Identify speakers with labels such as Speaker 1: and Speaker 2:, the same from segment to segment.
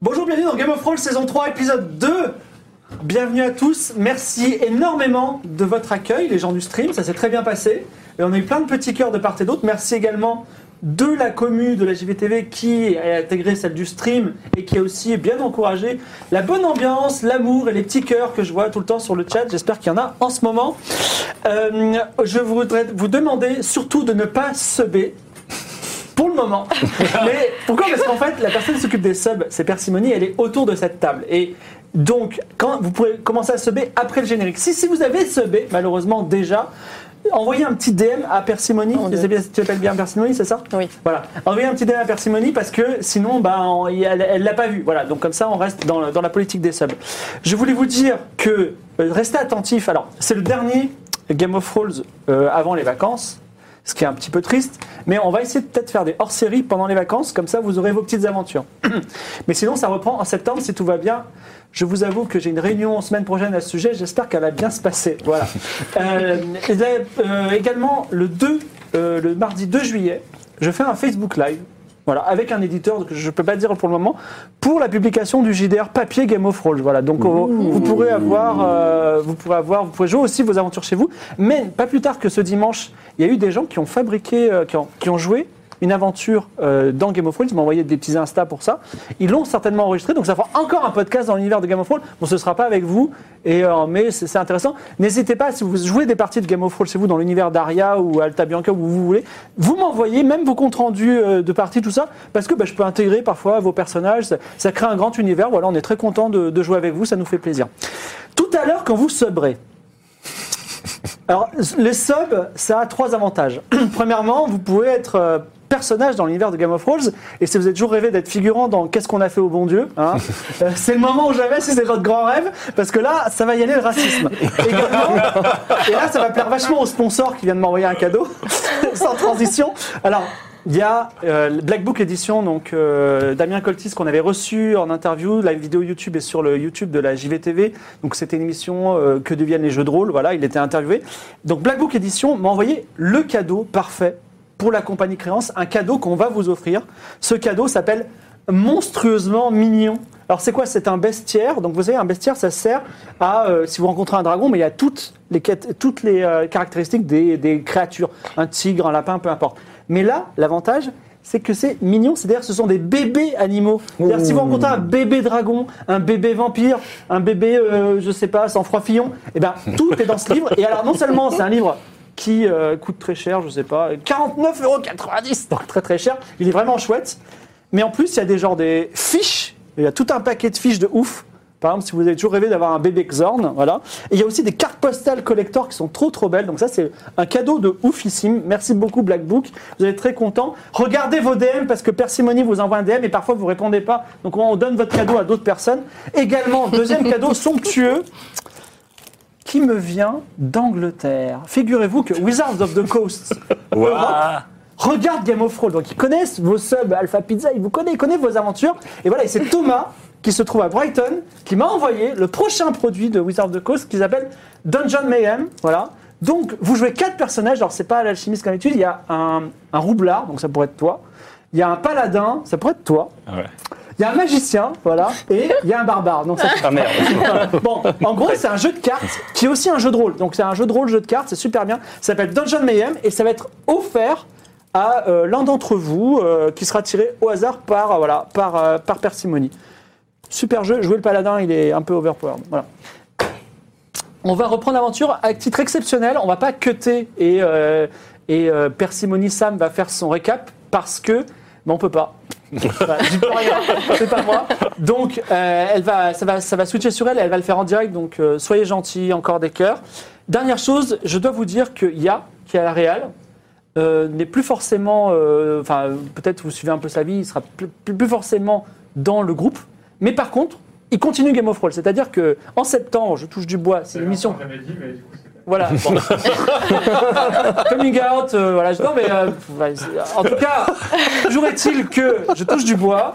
Speaker 1: Bonjour, bienvenue dans Game of Thrones saison 3, épisode 2. Bienvenue à tous, merci énormément de votre accueil, les gens du stream, ça s'est très bien passé. Et on a eu plein de petits cœurs de part et d'autre. Merci également de la commu de la JVTV qui a intégré celle du stream et qui a aussi bien encouragé la bonne ambiance, l'amour et les petits cœurs que je vois tout le temps sur le chat. J'espère qu'il y en a en ce moment. Euh, je voudrais vous demander surtout de ne pas seber. Pour le moment. Mais pourquoi Parce qu'en fait, la personne qui s'occupe des subs, c'est Persimony, elle est autour de cette table. Et donc, quand vous pourrez commencer à seber après le générique. Si, si vous avez sebé, malheureusement déjà, envoyez un petit DM à Persimony.
Speaker 2: Oh,
Speaker 1: Tu sais bien- tu t'appelles bien Persimony, c'est ça
Speaker 2: Oui.
Speaker 1: Voilà. Envoyez un petit DM à Persimony parce que sinon, bah, on- elle, elle l'a pas vu. Voilà. Donc comme ça, on reste dans, le- dans la politique des subs. Je voulais vous dire que euh, restez attentifs. Alors, c'est le dernier Game of Thrones euh, avant les vacances. Ce qui est un petit peu triste, mais on va essayer de peut-être faire des hors-séries pendant les vacances, comme ça vous aurez vos petites aventures. Mais sinon, ça reprend en septembre si tout va bien. Je vous avoue que j'ai une réunion semaine prochaine à ce sujet. J'espère qu'elle va bien se passer. Voilà. Euh, et là, euh, également, le 2, euh, le mardi 2 juillet, je fais un Facebook Live. Voilà, avec un éditeur que je ne peux pas dire pour le moment, pour la publication du JDR papier Game of Thrones. Voilà, donc euh, vous pourrez avoir, euh, vous pourrez avoir, vous pourrez jouer aussi vos aventures chez vous. Mais pas plus tard que ce dimanche, il y a eu des gens qui ont fabriqué, euh, qui, ont, qui ont joué une aventure euh, dans Game of Thrones. Ils m'ont envoyé des petits Insta pour ça. Ils l'ont certainement enregistré, donc ça fera encore un podcast dans l'univers de Game of Thrones. Bon, ce sera pas avec vous, et, euh, mais c'est c'est intéressant. N'hésitez pas, si vous jouez des parties de Game of Thrones chez vous dans l'univers d'Aria ou Alta Bianca, où vous voulez, vous m'envoyez même vos comptes rendus euh, de parties, tout ça, parce que bah, je peux intégrer parfois vos personnages. Ça, ça crée un grand univers. Voilà, on est très content de, de jouer avec vous, ça nous fait plaisir. Tout à l'heure, quand vous subrez, alors, les subs, ça a trois avantages. Premièrement, vous pouvez être euh, personnage dans l'univers de Game of Thrones, et si vous êtes toujours rêvé d'être figurant dans Qu'est-ce qu'on a fait au bon Dieu, hein, euh, c'est le moment où jamais, si c'est votre grand rêve, parce que là, ça va y aller le racisme. Également, et là, ça va plaire vachement au sponsor qui vient de m'envoyer un cadeau, sans transition. Alors. Il y a euh, le Black Book Edition, donc euh, Damien Coltis qu'on avait reçu en interview. La vidéo YouTube est sur le YouTube de la JVTV. Donc c'était une émission euh, que deviennent les jeux de rôle. Voilà, il était interviewé. Donc Black Book Edition m'a envoyé le cadeau parfait pour la compagnie créance, un cadeau qu'on va vous offrir. Ce cadeau s'appelle monstrueusement mignon. Alors c'est quoi C'est un bestiaire. Donc vous savez, un bestiaire, ça sert à, euh, si vous rencontrez un dragon, mais il y a toutes les, quêtes- toutes les euh, caractéristiques des, des créatures, un tigre, un lapin, peu importe. Mais là, l'avantage, c'est que c'est mignon. C'est-à-dire, ce sont des bébés animaux. C'est-à-dire, si vous rencontrez un bébé dragon, un bébé vampire, un bébé, euh, je sais pas, sans froid fillon, et ben tout est dans ce livre. Et alors, non seulement c'est un livre qui euh, coûte très cher, je sais pas, 49,90€, donc très très cher. Il est vraiment chouette. Mais en plus, il y a des genres des fiches. Il y a tout un paquet de fiches de ouf. Par exemple, si vous avez toujours rêvé d'avoir un bébé Xorn, voilà. Et il y a aussi des cartes postales collector qui sont trop trop belles. Donc ça, c'est un cadeau de oufissime. Merci beaucoup Black Book. Vous êtes très contents. Regardez vos DM parce que Persimony vous envoie un DM et parfois vous répondez pas. Donc on donne votre cadeau à d'autres personnes. Également, deuxième cadeau somptueux qui me vient d'Angleterre. Figurez-vous que Wizards of the Coast Europe regarde Game of Thrones. Donc ils connaissent vos subs Alpha Pizza, ils vous connaissent, ils connaissent vos aventures. Et voilà, et c'est Thomas qui se trouve à Brighton qui m'a envoyé le prochain produit de Wizards of the Coast qui s'appelle Dungeon Mayhem. Voilà. Donc vous jouez quatre personnages. Alors c'est pas l'alchimiste comme d'habitude. Il y a un, un roublard, donc ça pourrait être toi. Il y a un paladin, ça pourrait être toi.
Speaker 3: Ah
Speaker 1: Il y a un magicien, voilà, et il y a un barbare. Donc ça,
Speaker 4: Ah,
Speaker 1: Bon, en gros, c'est un jeu de cartes qui est aussi un jeu de rôle. Donc, c'est un jeu de rôle, jeu de cartes, c'est super bien. Ça s'appelle Dungeon Mayhem et ça va être offert à euh, l'un d'entre vous euh, qui sera tiré au hasard par, euh, voilà, par, euh, par Persimony. Super jeu, jouez le paladin, il est un peu overpowered. Voilà. On va reprendre l'aventure à titre exceptionnel. On va pas cutter et, euh, et euh, Persimony Sam va faire son récap parce que. Mais on peut pas. Voilà, j'y peux Bah, rien, c'est pas moi. Donc, euh, elle va, ça, va, ça va switcher sur elle et elle va le faire en direct. Donc, euh, soyez gentils, encore des cœurs. Dernière chose, je dois vous dire qu'il y a, qui est à la Real, euh, n'est plus forcément, euh, enfin peut-être vous suivez un peu sa vie, il sera plus, plus- plus forcément dans le groupe, mais par contre, il continue Game of Thrones, c'est-à-dire que en septembre, je touche du bois, c'est une émission,
Speaker 2: J'avais dit, mais du coup, c'est-
Speaker 1: voilà. Bon. Coming out, euh, voilà. je- Non mais euh, ouais, c'est- en tout cas, toujours est-il que je touche du bois.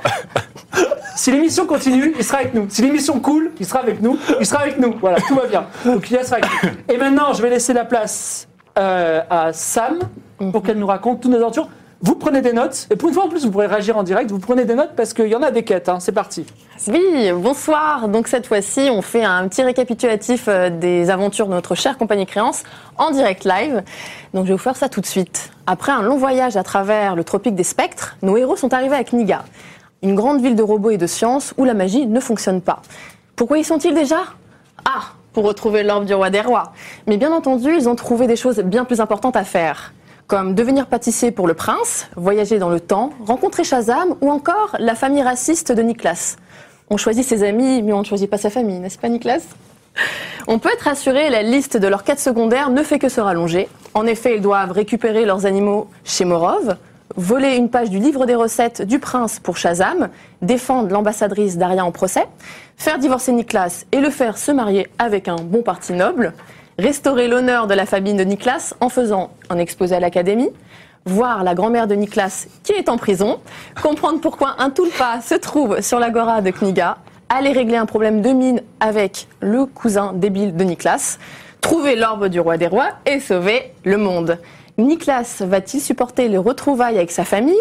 Speaker 1: Si l'émission continue, il sera avec nous. Si l'émission coule, il sera avec nous. Il sera avec nous. Voilà, tout va bien. Donc il sera avec nous. Et maintenant, je vais laisser la place euh, à Sam pour qu'elle nous raconte toutes nos aventures. Vous prenez des notes. Et pour une fois en plus, vous pourrez réagir en direct. Vous prenez des notes parce qu'il y en a des quêtes. hein. C'est parti.
Speaker 5: Oui, bonsoir. Donc cette fois-ci, on fait un petit récapitulatif euh, des aventures de notre chère compagnie Créance en direct live. Donc je vais vous faire ça tout de suite. Après un long voyage à travers le tropique des spectres, nos héros sont arrivés à Kniga, une grande ville de robots et de sciences où la magie ne fonctionne pas. Pourquoi y sont-ils déjà Ah, pour retrouver l'orbe du roi des rois. Mais bien entendu, ils ont trouvé des choses bien plus importantes à faire. Comme devenir pâtissier pour le prince, voyager dans le temps, rencontrer Shazam ou encore la famille raciste de Niklas. On choisit ses amis, mais on ne choisit pas sa famille, n'est-ce pas Nicolas On peut être assuré, la liste de leurs quêtes secondaires ne fait que se rallonger. En effet, ils doivent récupérer leurs animaux chez Morov, voler une page du livre des recettes du prince pour Shazam, défendre l'ambassadrice Daria en procès, faire divorcer Nicolas et le faire se marier avec un bon parti noble, restaurer l'honneur de la famille de Nicolas en faisant un exposé à l'académie, voir la grand-mère de Niklas qui est en prison, comprendre pourquoi un tulpa se trouve sur l'agora de Kniga, aller régler un problème de mine avec le cousin débile de Niklas, trouver l'orbe du roi des rois et sauver le monde. Niklas va-t-il supporter les retrouvailles avec sa famille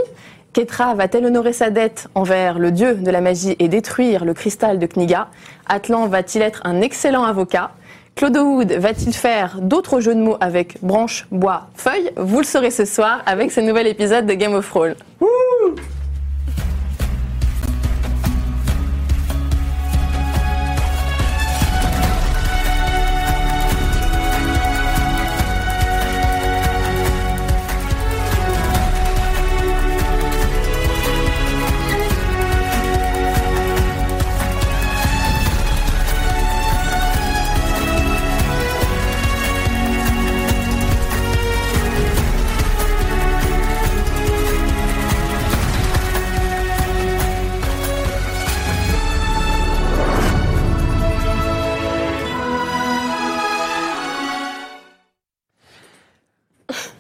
Speaker 5: Ketra va-t-elle honorer sa dette envers le dieu de la magie et détruire le cristal de Kniga Atlan va-t-il être un excellent avocat Claude Wood va-t-il faire d'autres jeux de mots avec branche, bois, feuille Vous le saurez ce soir avec ce nouvel épisode de Game of Thrones.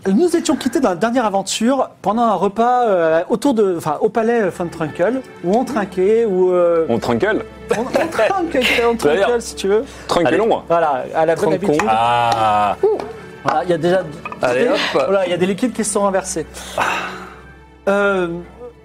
Speaker 1: Nous étions quittés dans la dernière aventure pendant un repas euh, autour de, enfin, au palais euh, Von Trunkel, où on trinquait, où euh,
Speaker 6: On tranquille
Speaker 1: on, on trinque, on trinque,
Speaker 6: D'ailleurs.
Speaker 1: si tu veux.
Speaker 6: Tranquillon
Speaker 1: Voilà, à la bonne
Speaker 3: Trinquons.
Speaker 1: habitude.
Speaker 6: Ah
Speaker 1: Voilà, il y a déjà.
Speaker 6: Allez, hop. Ah.
Speaker 1: Voilà, il y a des liquides qui se sont renversés. Euh,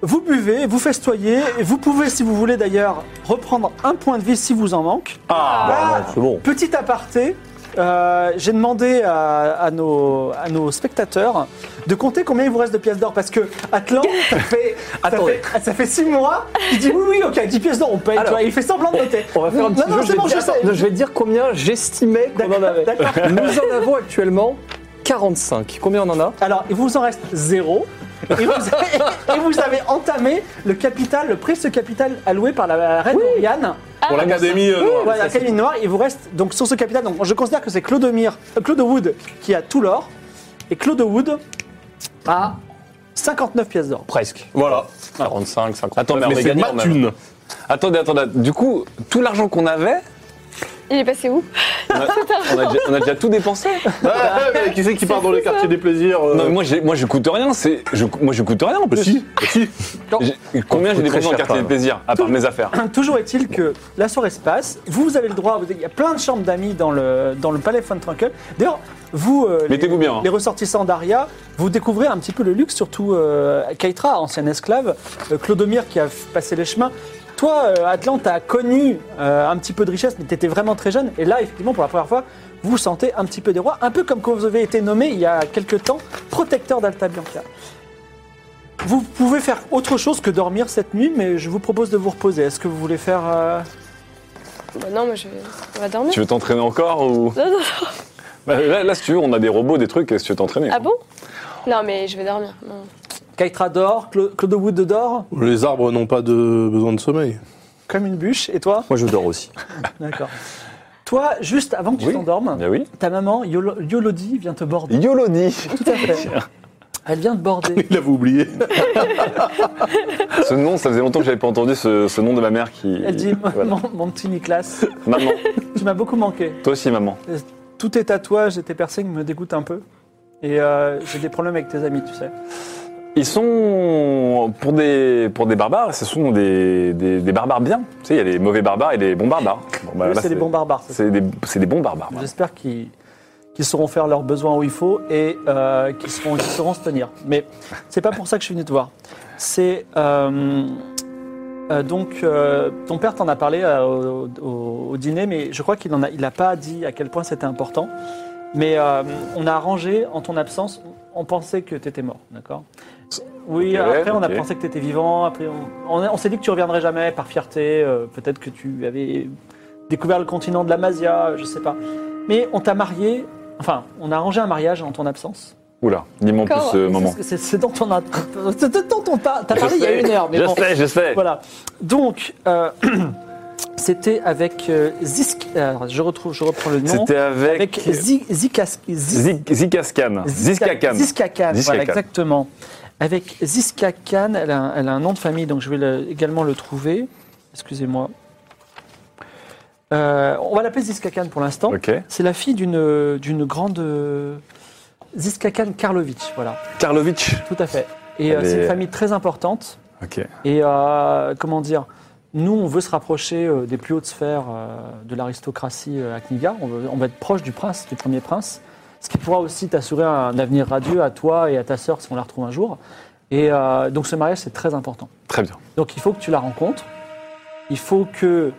Speaker 1: vous buvez, vous festoyez, et vous pouvez, si vous voulez d'ailleurs, reprendre un point de vie si vous en manque.
Speaker 6: bah,
Speaker 3: Ah, c'est bon.
Speaker 1: Petit aparté, euh, j'ai demandé à, à nos, à nos spectateurs de compter combien il vous reste de pièces d'or parce que Atlan, ça fait, ça
Speaker 3: Attendez.
Speaker 1: fait, ça fait six mois, il dit oui, oui, ok, 10 pièces d'or, on paye, tu
Speaker 3: Alors, eh,
Speaker 1: vois, il fait semblant de noter.
Speaker 3: On va faire un petit
Speaker 1: Non, non,
Speaker 3: jeu.
Speaker 1: c'est
Speaker 3: je,
Speaker 1: bon,
Speaker 3: vais
Speaker 1: je
Speaker 3: dire,
Speaker 1: sais.
Speaker 3: Attends, je vais te dire combien j'estimais qu'on en
Speaker 1: D'accord,
Speaker 3: avait.
Speaker 1: d'accord.
Speaker 3: Nous en avons actuellement 45. Combien on en a
Speaker 1: Alors, il vous en reste zéro. Et vous, avez, et vous avez entamé le capital, le précieux capital alloué par la, la reine Oriane.
Speaker 4: Ah.
Speaker 6: Pour l'académie euh, noire.
Speaker 1: Mmh, Voilà, Académie Noire, il vous reste donc sur ce capital. Donc, je considère que c'est Clodomir, euh, Claude Wood qui a tout l'or et Claude Wood a 59 pièces d'or.
Speaker 3: Presque.
Speaker 6: Voilà. 45, 50.
Speaker 3: Attends, mais on est
Speaker 6: c'est
Speaker 3: gagnant,
Speaker 6: ma
Speaker 3: on a-
Speaker 6: thune. Attendez, attendez. Du coup, tout l'argent qu'on avait,
Speaker 4: Il est passé où
Speaker 6: on a, on a déjà, on a déjà tout dépensé.
Speaker 3: Euh.
Speaker 7: Ah, ouais, mais qui c'est qui part dans le quartier des plaisirs euh,
Speaker 6: Non, mais moi, j'ai- moi, je coûte rien. C'est, je, moi, je coûte rien en
Speaker 7: bah
Speaker 6: plus.
Speaker 7: si, bah si.
Speaker 6: J'ai- Combien j'ai
Speaker 3: Coûte très
Speaker 6: dépensé en
Speaker 3: cher,
Speaker 6: quartier
Speaker 3: quand
Speaker 6: de plaisir, à part mes affaires
Speaker 1: Toujours est-il que la soirée se passe, vous avez le droit, vous- il y a plein de chambres d'amis dans le, dans le palais von Trunkel. D'ailleurs, vous, euh, les-
Speaker 6: Mettez-vous bien. hein.
Speaker 1: les ressortissants d'Aria, vous découvrez un petit peu le luxe, surtout euh, Keitra, ancienne esclave, euh, Clodomir qui a f- passé les chemins. Toi, euh, Atlante, t'as connu euh, un petit peu de richesse, mais t'étais vraiment très jeune. Et là, effectivement, pour la première fois, vous sentez un petit peu des rois, un peu comme quand vous avez été nommé il y a quelques temps protecteur d'Alta Bianca. Vous pouvez faire autre chose que dormir cette nuit, mais je vous propose de vous reposer. Est-ce que vous voulez faire... euh,
Speaker 4: Bah non, mais je... on va dormir.
Speaker 6: Tu veux t'entraîner encore ou
Speaker 4: Non, non.
Speaker 6: Bah, là, là, si tu veux, on a des robots, des trucs, si tu veux t'entraîner.
Speaker 4: Ah bon Non, mais je vais dormir. Non.
Speaker 1: Keitra dort, Clo- Claude Wood dort,
Speaker 7: Les arbres n'ont pas de besoin de sommeil.
Speaker 1: comme une bûche. Et toi
Speaker 3: Moi, je dors aussi.
Speaker 1: D'accord. Toi, juste avant que tu
Speaker 6: Bah Oui.
Speaker 1: t'endormes,
Speaker 6: Bien oui.
Speaker 1: Ta maman, Yolo- Yolodi, vient te border.
Speaker 6: Yolodi
Speaker 1: Tout à fait. Elle vient de border.
Speaker 7: Il avait oublié.
Speaker 6: Ce nom, ça faisait longtemps que j'avais pas entendu ce, ce nom de ma mère qui.
Speaker 1: Elle dit
Speaker 6: Voilà.
Speaker 1: mon, mon petit Nicolas,
Speaker 6: Maman,
Speaker 1: tu m'as beaucoup manqué.
Speaker 6: toi aussi, maman.
Speaker 1: Tous tes tatouages et tes piercings me dégoûtent un peu. Et euh, j'ai des problèmes avec tes amis, tu sais.
Speaker 6: Ils sont pour des pour des barbares, ce sont des, des, des barbares bien. Tu sais, il y a des mauvais barbares et des bons barbares. Bon, bah,
Speaker 1: Eux,
Speaker 6: là,
Speaker 1: c'est des bons barbares. c'est ça.
Speaker 6: C'est des, c'est des bons barbares. voilà.
Speaker 1: J'espère qu'ils qu'ils sauront faire leurs besoins où il faut et euh, qu'ils seront- qu'ils sauront se tenir. Mais c'est pas pour ça que je suis venu te voir. C'est euh, euh, donc euh, ton père t'en a parlé euh, au, au- au dîner, mais je crois qu'il en a, il a pas dit à quel point c'était important. Mais euh, on a arrangé en ton absence. On pensait que t'étais mort, d'accord Oui.
Speaker 6: Ok,
Speaker 1: après, on a
Speaker 6: ok.
Speaker 1: pensé que t'étais vivant. Après, on, on- on s'est dit que tu reviendrais jamais par fierté. euh, Peut-être que tu avais découvert le continent de la Masia, je sais pas. Mais on t'a marié, enfin, on a arrangé un mariage en ton absence.
Speaker 6: Oula, dis-moi en plus
Speaker 4: Encore,
Speaker 6: ce moment.
Speaker 1: C'est- C'est c'est dont on a, c'est dont on t'a t'as parlé il y a une heure, mais
Speaker 6: je
Speaker 1: bon.
Speaker 6: sais, je sais.
Speaker 1: Voilà. Donc, euh, c'était avec euh, Zisk. alors, je retrouve, je reprends le nom.
Speaker 6: C'était avec,
Speaker 1: Avec Zi- Zikas- Zis-
Speaker 6: Zik- Zikaskan. Ziskakan.
Speaker 1: Ziskakan, voilà,
Speaker 6: Ziskakan.
Speaker 1: exactement. Avec Ziskakan, elle a, un- elle a un nom de famille, donc je vais le- également le trouver. Excusez-moi. Euh, on va l'appeler Ziskakan pour l'instant.
Speaker 6: Ok.
Speaker 1: C'est la fille d'une d'une grande euh, Ziskakan Karlovitch, voilà,
Speaker 6: Karlovic.
Speaker 1: tout à fait. Et
Speaker 6: Elle
Speaker 1: euh, c'est une
Speaker 6: est-
Speaker 1: famille très importante.
Speaker 6: Ok.
Speaker 1: Et euh, comment dire Nous, on veut se rapprocher euh, des plus hautes sphères euh, de l'aristocratie euh, à Kniga. On, veut- on va être proche du prince, du premier prince, ce qui pourra aussi t'assurer un avenir radieux à toi et à ta sœur si on la retrouve un jour. Et euh, donc, ce mariage, c'est très important.
Speaker 6: Très bien.
Speaker 1: Donc il faut que tu la rencontres. Il faut que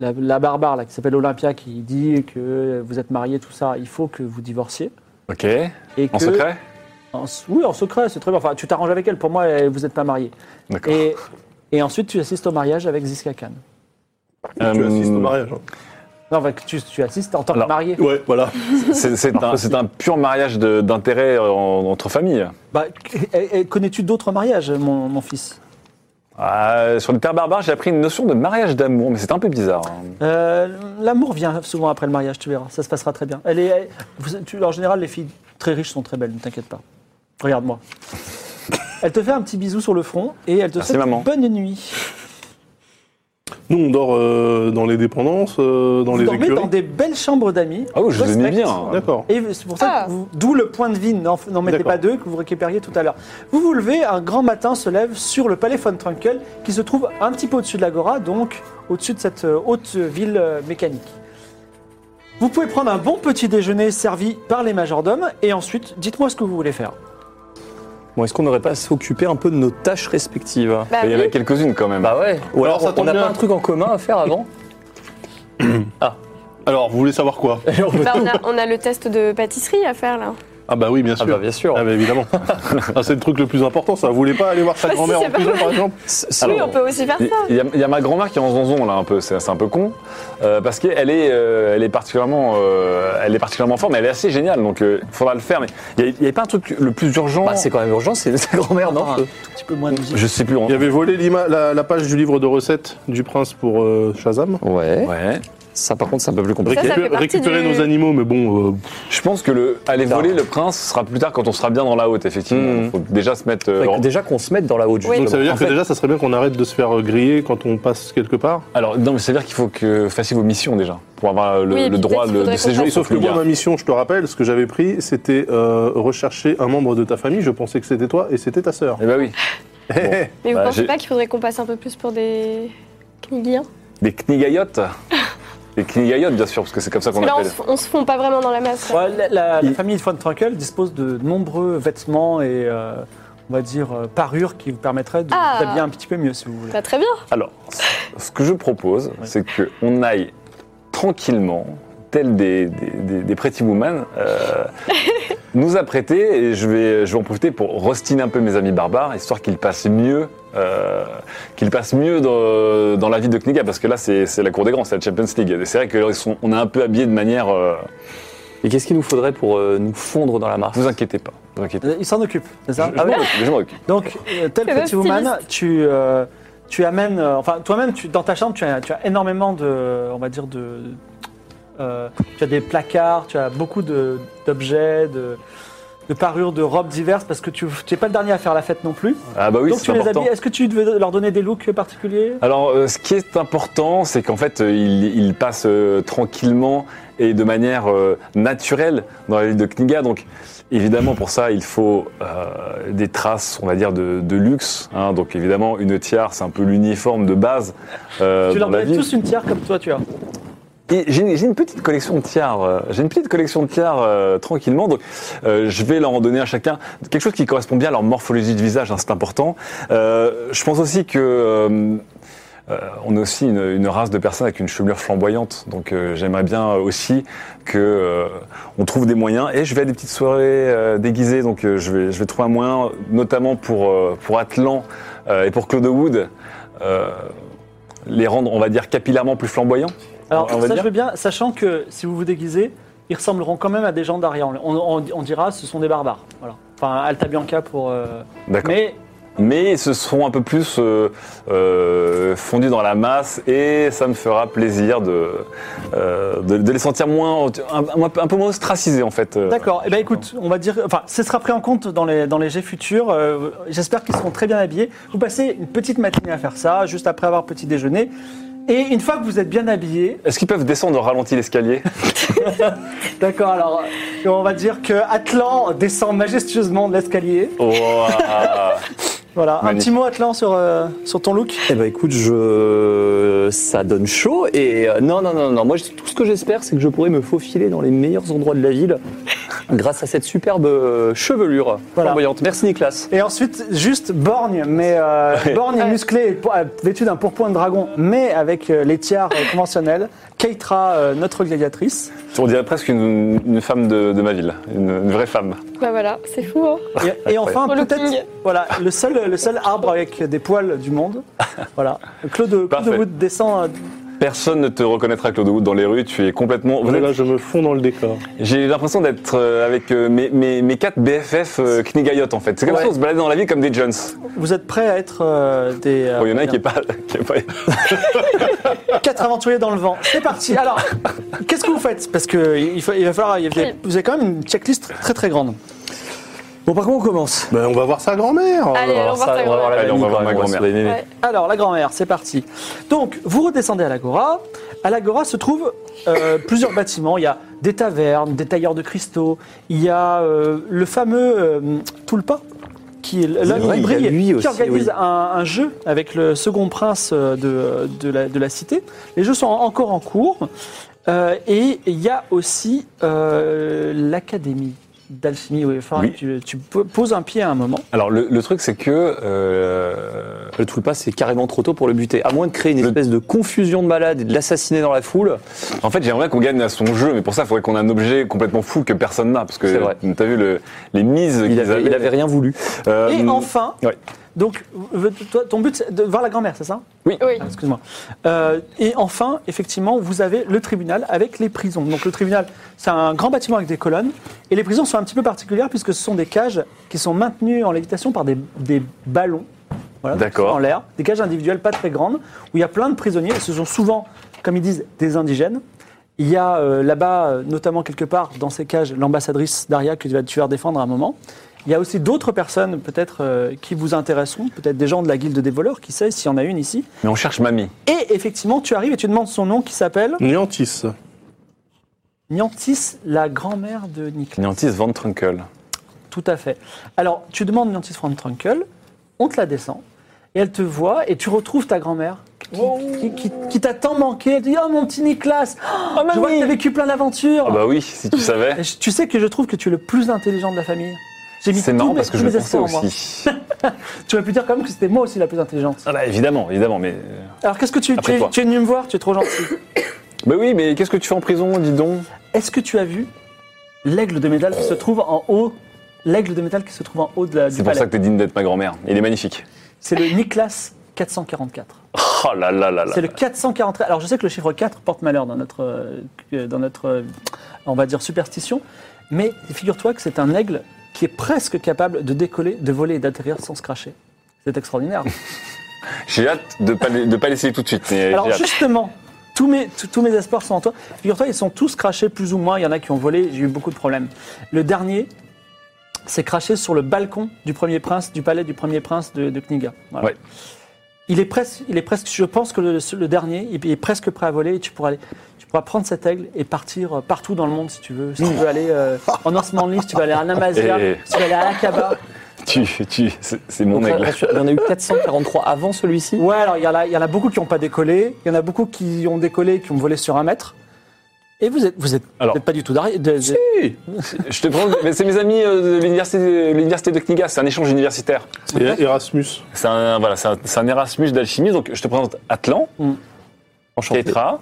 Speaker 1: la, la barbare là, qui s'appelle Olympia, qui dit que vous êtes mariés, tout ça, il faut que vous divorciez.
Speaker 6: Ok.
Speaker 1: Et
Speaker 6: En
Speaker 1: que-
Speaker 6: secret
Speaker 1: en- Oui, en secret, c'est très bien. Enfin, tu t'arranges avec elle. Pour moi, elle- vous n'êtes pas mariés.
Speaker 6: D'accord.
Speaker 1: Et, et ensuite, tu assistes au mariage avec Ziska Khan.
Speaker 7: Tu
Speaker 6: Euh,
Speaker 7: assistes au mariage. hein.
Speaker 1: Non, enfin, tu, tu assistes en tant que
Speaker 6: Alors,
Speaker 1: marié.
Speaker 7: Ouais, voilà.
Speaker 6: C'est c'est un, c'est un pur mariage de- d'intérêt euh, en- entre familles.
Speaker 1: Bah, et- et connais-tu d'autres mariages, mon, mon fils
Speaker 6: Ah, sur les terres barbares, j'ai appris une notion de mariage d'amour, mais c'est un peu bizarre. hein.
Speaker 1: Euh, L'amour vient souvent après le mariage, tu verras. Ça se passera très bien. Elle est, elle- vous- tu- en général, les filles très riches sont très belles, ne t'inquiète pas. Regarde-moi. Elle te fait un petit bisou sur le front et elle te
Speaker 6: Merci,
Speaker 1: souhaite
Speaker 6: maman.
Speaker 1: bonne nuit.
Speaker 7: Nous, on dort euh, dans les dépendances, euh, dans
Speaker 1: vous
Speaker 7: les
Speaker 1: dormez
Speaker 7: écuries.
Speaker 1: dans des belles chambres d'amis.
Speaker 6: Ah oui, je vous aimais
Speaker 1: Respect.
Speaker 6: bien.
Speaker 7: D'accord.
Speaker 1: Et c'est pour ça
Speaker 4: Ah.
Speaker 1: que vous- d'où le point de vie, n'en n'en mettez
Speaker 7: D'accord.
Speaker 1: pas deux, que vous récupériez tout à l'heure. Vous vous levez, un grand matin se lève sur le palais von Trunkel, qui se trouve un petit peu au-dessus de l'Agora, donc au-dessus de cette euh, haute ville euh, mécanique. Vous pouvez prendre un bon petit déjeuner servi par les majordomes, et ensuite, dites-moi ce que vous voulez faire.
Speaker 3: Bon, est-ce qu'on n'aurait pas à s'occuper un peu de nos tâches respectives
Speaker 4: Bah
Speaker 6: Mais Il y en a
Speaker 4: oui.
Speaker 6: quelques-unes quand même.
Speaker 3: Bah ouais. Ou alors,
Speaker 7: Alors, ça
Speaker 3: on
Speaker 7: tombe
Speaker 3: n'a
Speaker 7: bien.
Speaker 3: pas un truc en commun à faire avant
Speaker 7: Alors, vous voulez savoir quoi
Speaker 3: Alors, on peut-
Speaker 4: Bah, on, a, on a le test de pâtisserie à faire là.
Speaker 7: Ah bah oui, bien sûr.
Speaker 3: Ah bah bien sûr.
Speaker 7: Ah bah évidemment. ah, c'est le truc le plus important, ça. Vous voulez pas aller voir sa
Speaker 4: Ah, si,
Speaker 7: grand-mère
Speaker 4: c'est
Speaker 7: en
Speaker 4: pas
Speaker 7: prison,
Speaker 4: mal.
Speaker 7: par exemple
Speaker 3: C'est- c'est-
Speaker 4: oui, on peut aussi faire
Speaker 6: Il
Speaker 4: Ah, ça.
Speaker 6: il y, a- il y a ma grand-mère qui est en zonzon là un peu, c'est c'est un peu con, euh, parce qu'elle est, euh, elle est particulièrement, euh, elle est particulièrement forte, mais elle est assez géniale, donc euh, il faudra le faire. Mais il n'y avait pas un truc le plus urgent
Speaker 3: Bah, c'est quand même urgent, c'est sa grand-mère, non
Speaker 1: Attends, un tout petit peu moins de musique.
Speaker 6: Je sais plus. on-
Speaker 7: Il y avait volé l'ima- la, la page du livre de recettes du prince pour euh, Shazam.
Speaker 3: Ouais.
Speaker 6: Ouais.
Speaker 3: Ça, par contre, c'est un peu plus compliqué.
Speaker 4: Ça, ça fait
Speaker 7: Récupé-
Speaker 4: partie
Speaker 7: récupérer
Speaker 4: du-
Speaker 7: nos animaux, mais bon, euh,
Speaker 6: Je pense que le aller
Speaker 3: Tard.
Speaker 6: voler le prince sera plus tard quand on sera bien dans la haute, effectivement.
Speaker 3: Mhm.
Speaker 6: Faut déjà se mettre. euh,
Speaker 3: Faudrait que
Speaker 6: en-
Speaker 3: Déjà qu'on se mette dans la haute,
Speaker 4: Oui.
Speaker 7: donc ça veut dire
Speaker 3: En
Speaker 7: que
Speaker 3: fait,
Speaker 7: déjà, ça serait bien qu'on arrête de se faire euh, griller quand on passe quelque part.
Speaker 6: Alors non, mais ça veut dire qu'il faut que vous fassiez vos missions déjà pour avoir le,
Speaker 4: Oui, et
Speaker 6: le
Speaker 4: puis
Speaker 6: droit le-
Speaker 4: peut-être qu'il
Speaker 6: de
Speaker 4: faudrait
Speaker 6: séjour.
Speaker 4: qu'on
Speaker 7: Et sauf que
Speaker 6: le
Speaker 7: moi, ma mission, je te rappelle, ce que j'avais pris, c'était euh, rechercher un membre de ta famille. Je pensais que c'était toi et c'était ta sœur.
Speaker 6: Eh bah oui.
Speaker 7: eh.
Speaker 6: Bon.
Speaker 4: Mais vous
Speaker 6: Bah,
Speaker 4: pensez
Speaker 6: j'ai-
Speaker 4: pas qu'il faudrait qu'on passe un peu plus pour des hein Kniguiens
Speaker 6: Des knigayotes. Des knigayotes, bien sûr, parce que c'est comme ça qu'on
Speaker 4: Parce que là, on
Speaker 6: appelle.
Speaker 4: se, on se fond pas vraiment dans la masse. là.
Speaker 1: Ouais, la, la- la famille von Trunkel dispose de nombreux vêtements et, euh, on va dire, euh, parures qui vous permettraient de
Speaker 4: Ah.
Speaker 1: vous habiller un petit peu mieux, si vous voulez.
Speaker 4: Bah, très bien.
Speaker 6: Alors, ce que je propose, c'est que on aille tranquillement, tel des, des, des, des pretty women, euh, nous apprêter, et je vais, je vais en profiter pour rostiner un peu mes amis barbares, histoire qu'ils passent mieux, euh, qu'ils passent mieux dans, dans la vie de Kniga, parce que là, c'est c'est la cour des grands, c'est la Champions League. Et C'est vrai qu'on est un peu habillés de manière... euh,
Speaker 3: Et qu'est-ce qu'il nous faudrait pour euh, nous fondre dans la masse
Speaker 6: vous inquiétez pas, vous inquiétez
Speaker 1: Euh, Il s'en occupe, c'est ça
Speaker 6: pas. Je, je m'en occupe, je m'en occupe.
Speaker 1: Donc, euh, tel
Speaker 4: Le
Speaker 1: petit woman,
Speaker 4: styliste.
Speaker 1: tu, euh, tu amènes, euh, enfin, toi-même, tu, dans ta chambre, tu as, tu as énormément de, on va dire, de, euh, tu as des placards, tu as beaucoup de- d'objets, de, de parures, de robes diverses, parce que tu n'es pas le dernier à faire la fête non plus.
Speaker 6: Ah bah oui,
Speaker 1: Donc
Speaker 6: c'est
Speaker 1: tu les
Speaker 6: important.
Speaker 1: habilles. Est-ce que tu devais leur donner des looks particuliers
Speaker 6: Alors, euh, ce qui est important, c'est qu'en fait, euh, il, il passe euh, tranquillement et de manière euh, naturelle dans la ville de Kniga. Donc, évidemment, pour ça, il faut euh, des traces, on va dire, de, de luxe. hein. Donc, évidemment, une tiare, c'est un peu l'uniforme de base euh,
Speaker 1: Tu leur
Speaker 6: dans la
Speaker 1: donnais
Speaker 6: ville.
Speaker 1: tous une tiare comme toi, tu as.
Speaker 6: Et j'ai une- j'ai une petite collection de tiares. euh, J'ai une petite collection de tiares euh, tranquillement. Donc, euh, je vais leur en donner à chacun quelque chose qui correspond bien à leur morphologie de visage. hein, c'est important. Euh, je pense aussi que euh, euh, on est aussi une, une race de personnes avec une chevelure flamboyante. Donc, euh, j'aimerais bien aussi que euh, on trouve des moyens. Et je vais à des petites soirées euh, déguisées. Donc, euh, je vais je vais trouver un moyen, notamment pour euh, pour Atlan euh, et pour Claude Wood. euh, les rendre, on va dire, capillairement plus flamboyants.
Speaker 1: Alors,
Speaker 6: On
Speaker 1: ça,
Speaker 6: va dire.
Speaker 1: je veux bien, sachant que si vous vous déguisez, ils ressembleront quand même à des gens d'Aria. On, on- on dira, ce sont des barbares. Voilà. Enfin, Alta Bianca pour. euh,
Speaker 6: D'accord.
Speaker 1: Mais
Speaker 6: Mais ils se seront un peu plus euh, euh, fondus dans la masse et ça me fera plaisir de, euh, de, de les sentir moins, un, un- un peu moins ostracisés en fait. euh.
Speaker 1: D'accord. Eh ben écoute, on va dire, enfin, ce sera pris en compte dans les dans les jets futurs. Euh, J'espère qu'ils seront très bien habillés. Vous passez une petite matinée à faire ça, juste après avoir petit déjeuner. Et une fois que vous êtes bien habillés,
Speaker 6: Est-ce qu'ils peuvent descendre au ralenti l'escalier
Speaker 1: d'accord. Alors, euh, on va dire que Atlan descend majestueusement de l'escalier.
Speaker 6: Oh, Ouah.
Speaker 1: Voilà. Un
Speaker 6: Magnifique.
Speaker 1: petit mot Atlan sur euh, sur ton look.
Speaker 3: Eh ben écoute, je ça donne chaud et euh, non non non non, moi je- tout ce que j'espère c'est que je pourrai me faufiler dans les meilleurs endroits de la ville grâce à cette superbe euh, chevelure
Speaker 1: Voilà.
Speaker 3: flamboyante. Merci Nicolas.
Speaker 1: Et ensuite, juste borgne, mais euh, borgne et musclé, et pour- euh, vêtu d'un pourpoint de dragon, mais avec euh, les tiares euh, conventionnelles. Keitra, euh, notre gladiatrice.
Speaker 6: On dirait presque une, une femme de, de ma ville, une, une vraie femme.
Speaker 4: Bah voilà, c'est fou, hein.
Speaker 1: Et, et enfin,
Speaker 4: Pour le
Speaker 1: peut-être,
Speaker 4: ping.
Speaker 1: voilà, le seul, le seul arbre avec des poils du monde. Voilà. Claude, Claude
Speaker 6: Parfait.
Speaker 1: Wood descend. euh,
Speaker 6: Personne ne te reconnaîtra Claude Wood dans les rues, tu es complètement... vous
Speaker 7: Voilà,
Speaker 6: êtes-
Speaker 7: là, je me fonds dans le décor.
Speaker 6: J'ai l'impression d'être euh, avec euh, mes, mes, mes quatre BFF euh, Knigayot en fait. C'est comme
Speaker 1: Ouais.
Speaker 6: si on se baladait dans la ville comme des Jones.
Speaker 1: Vous êtes prêts à être euh, des euh,
Speaker 6: Bon, Oh, il y en a un qui est pas... Qui est pas...
Speaker 1: quatre aventuriers dans le vent. C'est parti. Alors, qu'est-ce que vous faites Parce que il, faut- il va falloir. il y a- vous avez quand même une checklist très très grande. Bon, par contre, on commence.
Speaker 7: Ben, on va voir sa grand-mère.
Speaker 4: Allez, on va voir ta grand-mère.
Speaker 6: la Allez, on va voir ma
Speaker 3: quand même,
Speaker 6: grand-mère.
Speaker 3: se-
Speaker 4: Ouais.
Speaker 1: Alors, la grand-mère, c'est parti. Donc, vous redescendez à l'Agora. À l'Agora se trouvent euh, plusieurs bâtiments. Il y a des tavernes, des tailleurs de cristaux. Il y a euh, le fameux euh, Tulpa, qui est l'homme qui
Speaker 3: vrai, il y a
Speaker 1: brille,
Speaker 3: lui
Speaker 1: qui
Speaker 3: aussi,
Speaker 1: organise
Speaker 3: oui.
Speaker 1: un, un jeu avec le second prince euh, de, de la, de la cité. Les jeux sont encore en cours. Euh, et il y a aussi euh, l'Académie d'alchimie. Oui, enfin,
Speaker 6: Oui.
Speaker 1: tu, tu poses un pied à un moment.
Speaker 6: Alors le, le truc c'est que euh,
Speaker 3: Le tout le pas c'est carrément trop tôt pour le buter à moins de créer une
Speaker 6: Le-
Speaker 3: espèce de confusion de malade et de l'assassiner dans la foule.
Speaker 6: en fait j'aimerais qu'on gagne à son jeu, mais pour ça il faudrait qu'on ait un objet complètement fou que personne n'a parce
Speaker 3: C'est vrai.
Speaker 6: que t'as vu le, les mises
Speaker 3: Il
Speaker 6: qu'ils
Speaker 3: avait,
Speaker 6: avaient.
Speaker 3: il avait rien voulu.
Speaker 6: Euh,
Speaker 1: Et enfin,
Speaker 6: ouais.
Speaker 1: donc, veux- toi, ton but, c'est de voir la grand-mère, c'est ça
Speaker 4: Oui.
Speaker 1: Ah, Excuse-moi. Euh, et enfin, effectivement, vous avez le tribunal avec les prisons. Donc le tribunal, c'est un grand bâtiment avec des colonnes. Et les prisons sont un petit peu particulières puisque ce sont des cages qui sont maintenues en lévitation par des, des ballons voilà,
Speaker 6: D'accord.
Speaker 1: en l'air. Des cages individuelles pas très grandes où il y a plein de prisonniers. Ce sont souvent, comme ils disent, des indigènes. Il y a euh, là-bas, euh, notamment quelque part dans ces cages, l'ambassadrice Daria que tu vas, tu vas défendre à un moment. Il y a aussi d'autres personnes peut-être euh, qui vous intéresseront, peut-être des gens de la guilde des voleurs, qui sait s'il y en a une ici.
Speaker 6: Mais on cherche mamie.
Speaker 1: Et effectivement, tu arrives et tu demandes son nom qui s'appelle
Speaker 7: Niantis.
Speaker 1: Niantis, la grand-mère de Nick.
Speaker 6: Niantis Van Trunkel.
Speaker 1: Tout à fait. Alors, tu demandes Niantis Van Trunkel, on te la descend, et elle te voit, et tu retrouves ta grand-mère qui, qui- qui- qui t'a tant manqué. Elle te dit Oh mon petit Nicolas, je vois que t'as vécu plein d'aventures.
Speaker 6: Ah bah oui, si tu savais.
Speaker 1: Et je- Tu sais que je trouve que tu es le plus intelligent de la famille. J'ai mis
Speaker 6: C'est
Speaker 1: tous
Speaker 6: marrant
Speaker 1: mes-
Speaker 6: parce que
Speaker 1: tous
Speaker 6: je le
Speaker 1: mes
Speaker 6: pensais
Speaker 1: espoirs en moi.
Speaker 6: aussi.
Speaker 1: Tu aurais pu dire quand même que c'était moi aussi la plus intelligente.
Speaker 6: ah bah évidemment, évidemment, mais. euh,
Speaker 1: Alors, qu'est-ce que tu, tu,
Speaker 6: Après
Speaker 1: es,
Speaker 6: toi.
Speaker 1: tu es venu me voir Tu es trop gentil.
Speaker 6: Bah oui, mais qu'est-ce que tu fais en prison, dis donc
Speaker 1: Est-ce que tu as vu l'aigle de métal qui se trouve en haut L'aigle de métal qui se trouve en haut de la, du
Speaker 6: C'est pour ça
Speaker 1: palais.
Speaker 6: que t'es digne d'être ma grand-mère. Il est magnifique.
Speaker 1: C'est le Niklas 444.
Speaker 6: Oh là là là là.
Speaker 1: C'est le 444. Alors je sais que le chiffre 4 porte malheur dans notre, euh, euh, dans notre euh, on va dire, superstition, mais figure-toi que c'est un aigle qui est presque capable de décoller, de voler et d'atterrir sans se cracher. C'est extraordinaire. hein.
Speaker 6: J'ai hâte de pas, les- de pas l'essayer tout de suite. mais
Speaker 1: Alors
Speaker 6: j'ai hâte.
Speaker 1: justement, tous mes, tous- tous mes espoirs sont en toi. Figure-toi, ils sont tous crachés plus ou moins. Il y en a qui ont volé, j'ai eu beaucoup de problèmes. Le dernier, s'est craché sur le balcon du premier prince, du palais du premier prince de, de Kniga. Voilà.
Speaker 6: Ouais.
Speaker 1: Il est presque, il est presque. Je pense que le, le dernier, il est presque prêt à voler. Et tu pourras, aller- tu pourras prendre cet aigle et partir euh, partout dans le monde si tu veux. Si tu veux aller euh, en Osmanli, si tu veux aller à Namazia,
Speaker 6: Mmh. Et-
Speaker 1: si tu veux aller à Akaba.
Speaker 6: Tu, tu, c'est c'est mon
Speaker 3: Donc,
Speaker 1: euh,
Speaker 6: aigle.
Speaker 3: rassure- Il y en a eu 443 avant celui-ci.
Speaker 1: Ouais, alors il y, en a- il y en a beaucoup qui n'ont pas décollé. Il y en a beaucoup qui ont décollé, qui ont volé sur un mètre. Et vous êtes, vous êtes,
Speaker 6: Alors.
Speaker 1: vous êtes pas du tout d'arrière. de- de-
Speaker 6: Je te prends, mais c'est mes amis euh, de l'université l'université de Kniga, c'est un échange universitaire.
Speaker 7: Et Erasmus.
Speaker 6: C'est un, voilà, c'est un, c'est un Erasmus d'alchimie, donc je te présente Atlan,
Speaker 3: Enchanté.
Speaker 6: Keitra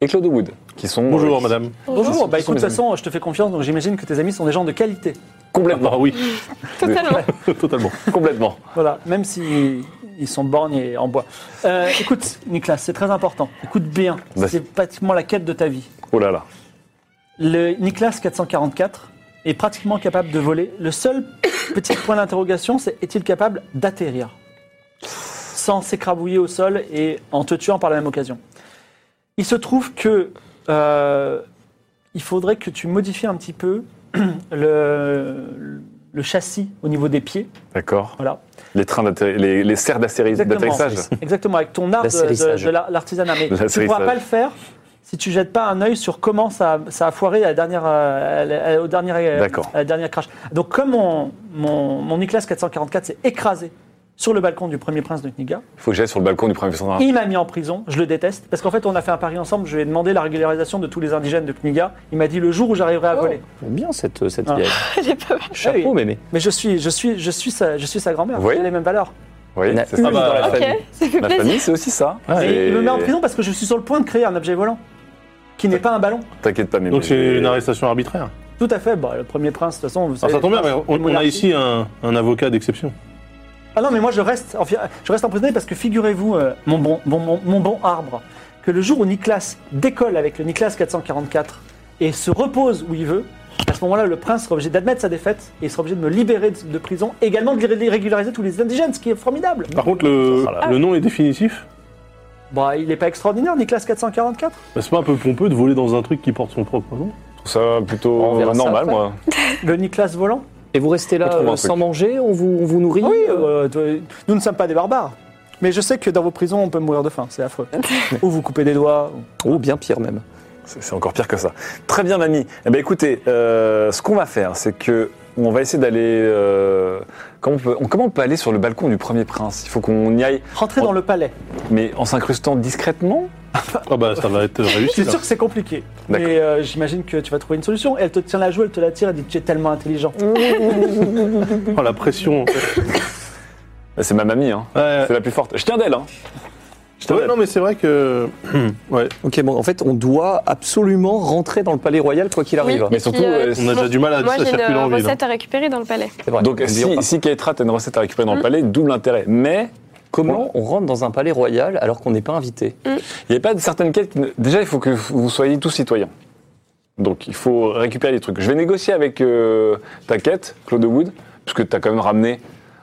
Speaker 6: et Claude Wood, qui sont...
Speaker 7: Bonjour,
Speaker 6: euh,
Speaker 7: madame.
Speaker 1: Bonjour. Bah écoute, de
Speaker 6: mes
Speaker 1: toute façon, je te fais confiance, donc j'imagine que tes amis sont des gens de qualité.
Speaker 6: Complètement,
Speaker 7: Ah oui,
Speaker 4: Totalement.
Speaker 7: totalement.
Speaker 6: complètement.
Speaker 1: Voilà, même s'ils ils sont borgnes et en bois. Euh, écoute, Nicolas, c'est très important. Écoute bien.
Speaker 6: Vas-y.
Speaker 1: C'est pratiquement la quête de ta vie.
Speaker 6: Oh là là.
Speaker 1: Le Nicolas 444 est pratiquement capable de voler. Le seul petit point d'interrogation, c'est est-il capable d'atterrir sans s'écrabouiller au sol et en te tuant par la même occasion. Il se trouve que euh, il faudrait que tu modifies un petit peu le, le châssis au niveau des pieds.
Speaker 6: D'accord.
Speaker 1: Voilà.
Speaker 6: Les trains d'atterri- les, les serres d'atterri- d'atterrissage.
Speaker 1: Exactement, avec ton art de,
Speaker 3: L'atterrissage.
Speaker 1: de- de la- l'artisanat. Mais tu ne
Speaker 6: L'atterrissage.
Speaker 1: pourras pas le faire si tu jettes pas un œil sur comment ça, ça a foiré à la dernière, euh, à la- à la- au dernier, euh,
Speaker 6: D'accord.
Speaker 1: à la dernière crash. Donc, comme mon, mon, mon Nicolas 444 s'est écrasé sur le balcon du premier prince de Kniga,
Speaker 6: Il faut que j'aille sur le balcon du premier vice-amiral.
Speaker 1: il m'a mis en prison. Je le déteste. Parce qu'en fait, on a fait un pari ensemble. Je lui ai demandé la régularisation de tous les indigènes de Kniga. Il m'a dit le jour où j'arriverai à voler.
Speaker 3: J'aime Bien cette, euh, cette
Speaker 1: Ah.
Speaker 3: vieille.
Speaker 4: Elle est pas mal.
Speaker 1: Ah oui.
Speaker 3: Chapeau, mémé.
Speaker 1: Mais je suis, je suis, je suis sa, je suis sa grand-mère.
Speaker 6: Oui.
Speaker 1: J'ai les mêmes valeurs.
Speaker 6: Oui,
Speaker 3: Il y en a
Speaker 6: c'est
Speaker 3: une
Speaker 6: ça.
Speaker 3: dans la
Speaker 4: Ok,
Speaker 3: famille.
Speaker 4: ça fait
Speaker 6: La
Speaker 4: plaisir.
Speaker 6: famille, c'est aussi ça.
Speaker 1: Mais
Speaker 6: Ah, Et-
Speaker 1: il me met en prison parce que je suis sur le point de créer un objet volant qui n'est pas un ballon.
Speaker 6: T'inquiète pas, mais
Speaker 7: Donc c'est une arrestation arbitraire.
Speaker 1: Tout à fait. Bah, le premier prince, de toute façon, vous
Speaker 7: Alors
Speaker 1: savez.
Speaker 7: Ah, ça tombe bien, mais on, on a
Speaker 1: monarchie.
Speaker 7: ici un, un avocat d'exception.
Speaker 1: Ah non, mais moi je reste, en fi- je reste emprisonné parce que figurez-vous, euh, mon, bon, bon- mon, mon bon arbre, que le jour où Niklas décolle avec le Niklas 444 et se repose où il veut, à ce moment-là, le prince sera obligé d'admettre sa défaite et il sera obligé de me libérer de, de prison, également de ré- régulariser tous les indigènes, ce qui est formidable.
Speaker 7: Par contre, le,
Speaker 6: Ah là
Speaker 7: le nom est définitif.
Speaker 1: Bah, il n'est pas extraordinaire, Niklas 444
Speaker 7: Bah, c'est pas un peu pompeux de voler dans un truc qui porte son propre nom
Speaker 6: ça
Speaker 3: On
Speaker 6: plutôt
Speaker 3: verra ça
Speaker 6: normal,
Speaker 3: après.
Speaker 6: moi.
Speaker 1: Le Niklas volant
Speaker 3: Et vous restez
Speaker 6: On
Speaker 3: là
Speaker 6: trouve un
Speaker 3: euh, sans
Speaker 6: truc.
Speaker 3: manger, on vous, on vous nourrit.
Speaker 1: Oui,
Speaker 3: euh,
Speaker 1: euh, toi- nous ne sommes pas des barbares. Mais je sais que dans vos prisons, on peut mourir de faim, c'est affreux. ou vous coupez des doigts. ou-
Speaker 3: Ou Oh, bien pire même.
Speaker 6: C'est c'est encore pire que ça. Très bien, l'ami. Eh ben, écoutez, euh, ce qu'on va faire, c'est que on va essayer d'aller. euh, comment, on peut, on- comment on peut aller sur le balcon du premier prince Il faut qu'on y aille,
Speaker 1: Rentrez dans le palais.
Speaker 6: mais en s'incrustant discrètement.
Speaker 7: Ah bah ça va être réussi.
Speaker 1: C'est
Speaker 7: là.
Speaker 1: sûr que c'est compliqué.
Speaker 6: D'accord.
Speaker 1: Mais euh, j'imagine que tu vas trouver une solution. Elle te tient la joue, elle te la tire, elle dit tu es tellement intelligent.
Speaker 7: Oh, la pression.
Speaker 6: C'est ma mamie, hein.
Speaker 7: Ouais,
Speaker 6: C'est la plus forte. Je tiens d'elle, hein. Je tiens
Speaker 7: Ouais,
Speaker 6: d'elle.
Speaker 7: non mais c'est vrai que ouais,
Speaker 3: Ok, bon, en fait, on doit absolument rentrer dans le palais royal quoi qu'il arrive.
Speaker 4: Oui,
Speaker 6: Mais
Speaker 4: et
Speaker 6: surtout,
Speaker 4: puis,
Speaker 6: euh,
Speaker 7: on a déjà du mal à,
Speaker 4: Moi,
Speaker 7: à
Speaker 4: j'ai une
Speaker 7: circuler en
Speaker 4: euh,
Speaker 7: ville. hein.
Speaker 4: recette à récupérer dans le palais.
Speaker 3: C'est vrai.
Speaker 6: Donc,
Speaker 3: Ne l'oublions
Speaker 6: si,
Speaker 3: pas.
Speaker 6: si Keitra t'as une recette à récupérer dans le palais, double intérêt. Mais
Speaker 3: Comment on rentre dans un palais royal alors qu'on n'est pas invité
Speaker 6: il n'y a pas de certaines quêtes. qui ne- Déjà, il faut que vous soyez tous citoyens. Donc, il faut récupérer des trucs. Je vais négocier avec euh, ta quête, Claude Wood, puisque tu as quand même ramené.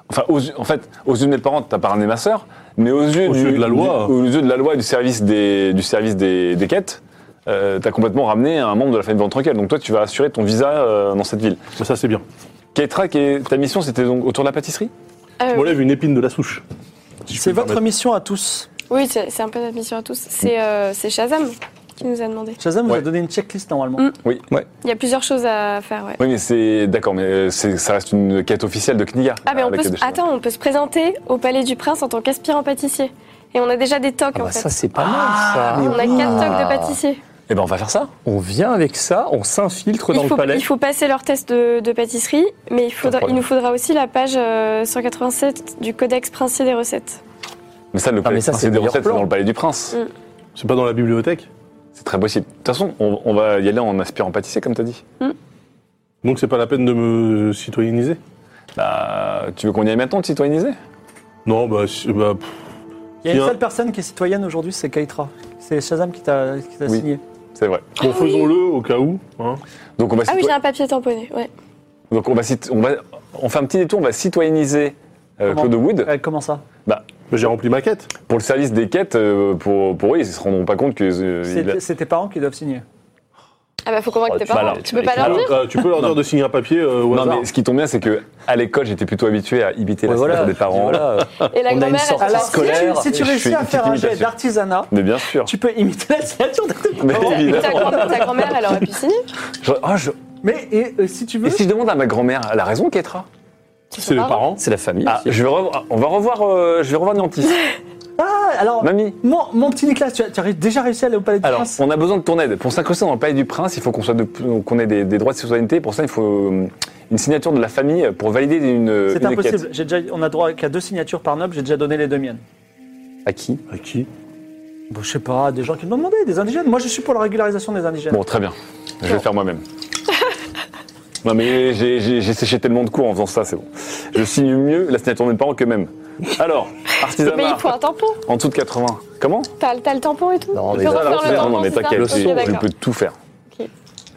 Speaker 6: Enfin, aux yeux- en fait, aux yeux de mes parents, tu pas ramené ma sœur, mais aux yeux,
Speaker 7: Aux
Speaker 6: du-
Speaker 7: yeux de la loi.
Speaker 6: du- aux yeux de la loi et du service des, du service des, des quêtes, tu as complètement ramené un membre de la famille Van Trunkel. Donc, toi, tu vas assurer ton visa euh, dans cette ville.
Speaker 7: Bah, ça c'est bien.
Speaker 6: Keitra, qui est- ta mission, c'était donc autour de la pâtisserie
Speaker 4: Ah,
Speaker 7: Je
Speaker 4: oui,
Speaker 7: m'enlève une épine de la souche. si je
Speaker 1: c'est
Speaker 7: peux
Speaker 1: votre
Speaker 7: me
Speaker 1: mission à tous.
Speaker 4: Oui, c'est c'est un peu notre mission à tous. C'est euh, c'est Shazam qui nous a demandé.
Speaker 1: Shazam vous
Speaker 6: Ouais.
Speaker 1: a donné une checklist normalement.
Speaker 4: Mm. Il y a plusieurs choses à faire, ouais.
Speaker 6: Oui, mais c'est. D'accord, mais euh, c'est- ça reste une quête officielle de Kniga.
Speaker 4: Ah, mais
Speaker 6: euh,
Speaker 4: on
Speaker 6: la
Speaker 4: peut
Speaker 6: quête
Speaker 4: se...
Speaker 6: de Shazam.
Speaker 4: Attends, on peut se présenter au Palais du Prince en tant qu'aspirant pâtissier. Et on a déjà des tocs,
Speaker 3: Ah
Speaker 4: en
Speaker 3: bah
Speaker 4: fait.
Speaker 3: ça c'est pas mal ça.
Speaker 4: on a quatre tocs de pâtissier.
Speaker 6: Eh ben, on va faire ça.
Speaker 3: On vient avec ça, on s'infiltre dans
Speaker 4: Il faut,
Speaker 3: le palais.
Speaker 4: il faut passer leur test de, de pâtisserie, mais il, faudra-
Speaker 3: problème.
Speaker 4: il nous faudra aussi la page euh, 187 du Codex princier des recettes.
Speaker 6: Mais ça, le
Speaker 3: Ah, mais ça,
Speaker 6: prince
Speaker 3: c'est
Speaker 6: des
Speaker 3: le meilleur
Speaker 6: recettes, c'est
Speaker 3: plan.
Speaker 6: dans le palais du prince.
Speaker 4: Mm.
Speaker 7: C'est pas dans la bibliothèque.
Speaker 6: C'est très possible. De toute façon, on, on va y aller en aspirant pâtissier, comme t'as dit.
Speaker 7: Donc c'est pas la peine de me citoyenniser.
Speaker 6: Bah, tu veux qu'on y aille maintenant, citoyennisé
Speaker 7: Non bah, si- bah, pff.
Speaker 1: Il y a une
Speaker 7: Tiens.
Speaker 1: seule personne qui est citoyenne aujourd'hui, c'est Kaitra. C'est Shazam qui t'a qui t'a
Speaker 6: Oui.
Speaker 1: signé.
Speaker 6: C'est vrai.
Speaker 7: bon faisons-le au cas où. hein.
Speaker 6: Donc on va,
Speaker 4: Ah oui,
Speaker 6: citoy-
Speaker 4: j'ai un papier tamponné, ouais.
Speaker 6: Donc on va, cit- on va, on fait un petit détour. On va citoyenniser euh,
Speaker 1: Comment
Speaker 6: Claude Wood
Speaker 1: Euh, comment ça
Speaker 7: Bah, J'ai rempli ma quête.
Speaker 6: pour le service des quêtes. euh, pour, pour eux, ils se rendront pas compte que. euh,
Speaker 1: C'est
Speaker 6: il a-
Speaker 1: c'est tes parents qui doivent signer.
Speaker 4: Ah bah faut convaincre
Speaker 3: Oh,
Speaker 4: tes
Speaker 3: tu-
Speaker 4: parents.
Speaker 3: alors,
Speaker 4: tu peux pas leur
Speaker 7: Alors,
Speaker 4: dire
Speaker 7: euh, tu peux leur dire de signer un papier euh, au
Speaker 6: Non,
Speaker 7: hasard.
Speaker 6: mais ce qui tombe bien, c'est que à l'école, j'étais plutôt habitué à imiter la
Speaker 3: voilà,
Speaker 6: signature des parents.
Speaker 3: voilà.
Speaker 4: Et la
Speaker 3: On a une
Speaker 4: grand-mère, elle
Speaker 3: sortie
Speaker 4: sera-
Speaker 1: Alors, si tu-
Speaker 3: scolaire,
Speaker 1: si tu,
Speaker 6: je
Speaker 1: réussis
Speaker 6: fais
Speaker 1: à
Speaker 6: une
Speaker 1: faire un
Speaker 6: petite
Speaker 1: jet
Speaker 6: imitation.
Speaker 1: d'artisanat,
Speaker 6: Mais bien sûr.
Speaker 1: tu peux imiter la signature de tes
Speaker 6: Mais
Speaker 1: parents.
Speaker 6: évidemment.
Speaker 4: ta grand- ta grand-mère, elle aurait pu signer.
Speaker 6: Genre, ah, je-
Speaker 1: Mais et, euh, si tu veux,
Speaker 6: Et si je demande à ma grand-mère, elle a raison, Ketra
Speaker 4: son
Speaker 7: C'est les
Speaker 4: parent.
Speaker 7: parents.
Speaker 3: C'est la famille.
Speaker 6: Ah, je vais revoir- On va revoir. euh, je vais revoir Niantis.
Speaker 1: Ah, alors
Speaker 6: Mamie.
Speaker 1: mon, mon petit Nicolas, tu as, tu as déjà réussi à aller au palais du
Speaker 6: Alors,
Speaker 1: Prince.
Speaker 6: on a besoin de ton aide. Pour s'incruster dans le palais du prince, il faut qu'on soit de- qu'on ait des, des droits de citoyenneté. Pour ça, il faut euh, une signature de la famille pour valider une,
Speaker 1: C'est
Speaker 6: euh, une
Speaker 1: impossible.
Speaker 6: quête.
Speaker 1: J'ai déjà, on a droit qu'à deux signatures par noble. J'ai déjà donné les deux miennes.
Speaker 6: À qui
Speaker 7: À qui
Speaker 1: Bon, je sais pas, des gens qui m'ont demandé, des indigènes. Moi, je suis pour la régularisation des indigènes.
Speaker 6: Bon, très bien. Je vais le faire moi-même. non, mais j'ai- j'ai j'ai séché tellement de cours en faisant ça, c'est bon. Je signe mieux la signature de mes parents que même. Alors,
Speaker 4: Mais
Speaker 6: artisanat,
Speaker 4: il faut un tampon.
Speaker 6: en dessous de 80. Comment
Speaker 4: T'as t'as le tampon et tout
Speaker 3: Non,
Speaker 4: Il
Speaker 3: mais
Speaker 4: faut
Speaker 3: ça,
Speaker 4: refaire
Speaker 6: alors,
Speaker 4: le
Speaker 6: non,
Speaker 4: tampon,
Speaker 6: non, mais
Speaker 4: c'est ça
Speaker 6: t'inquiète,
Speaker 4: Ok,
Speaker 6: c'est bon, je
Speaker 4: d'accord.
Speaker 6: peux tout faire.
Speaker 4: Ok.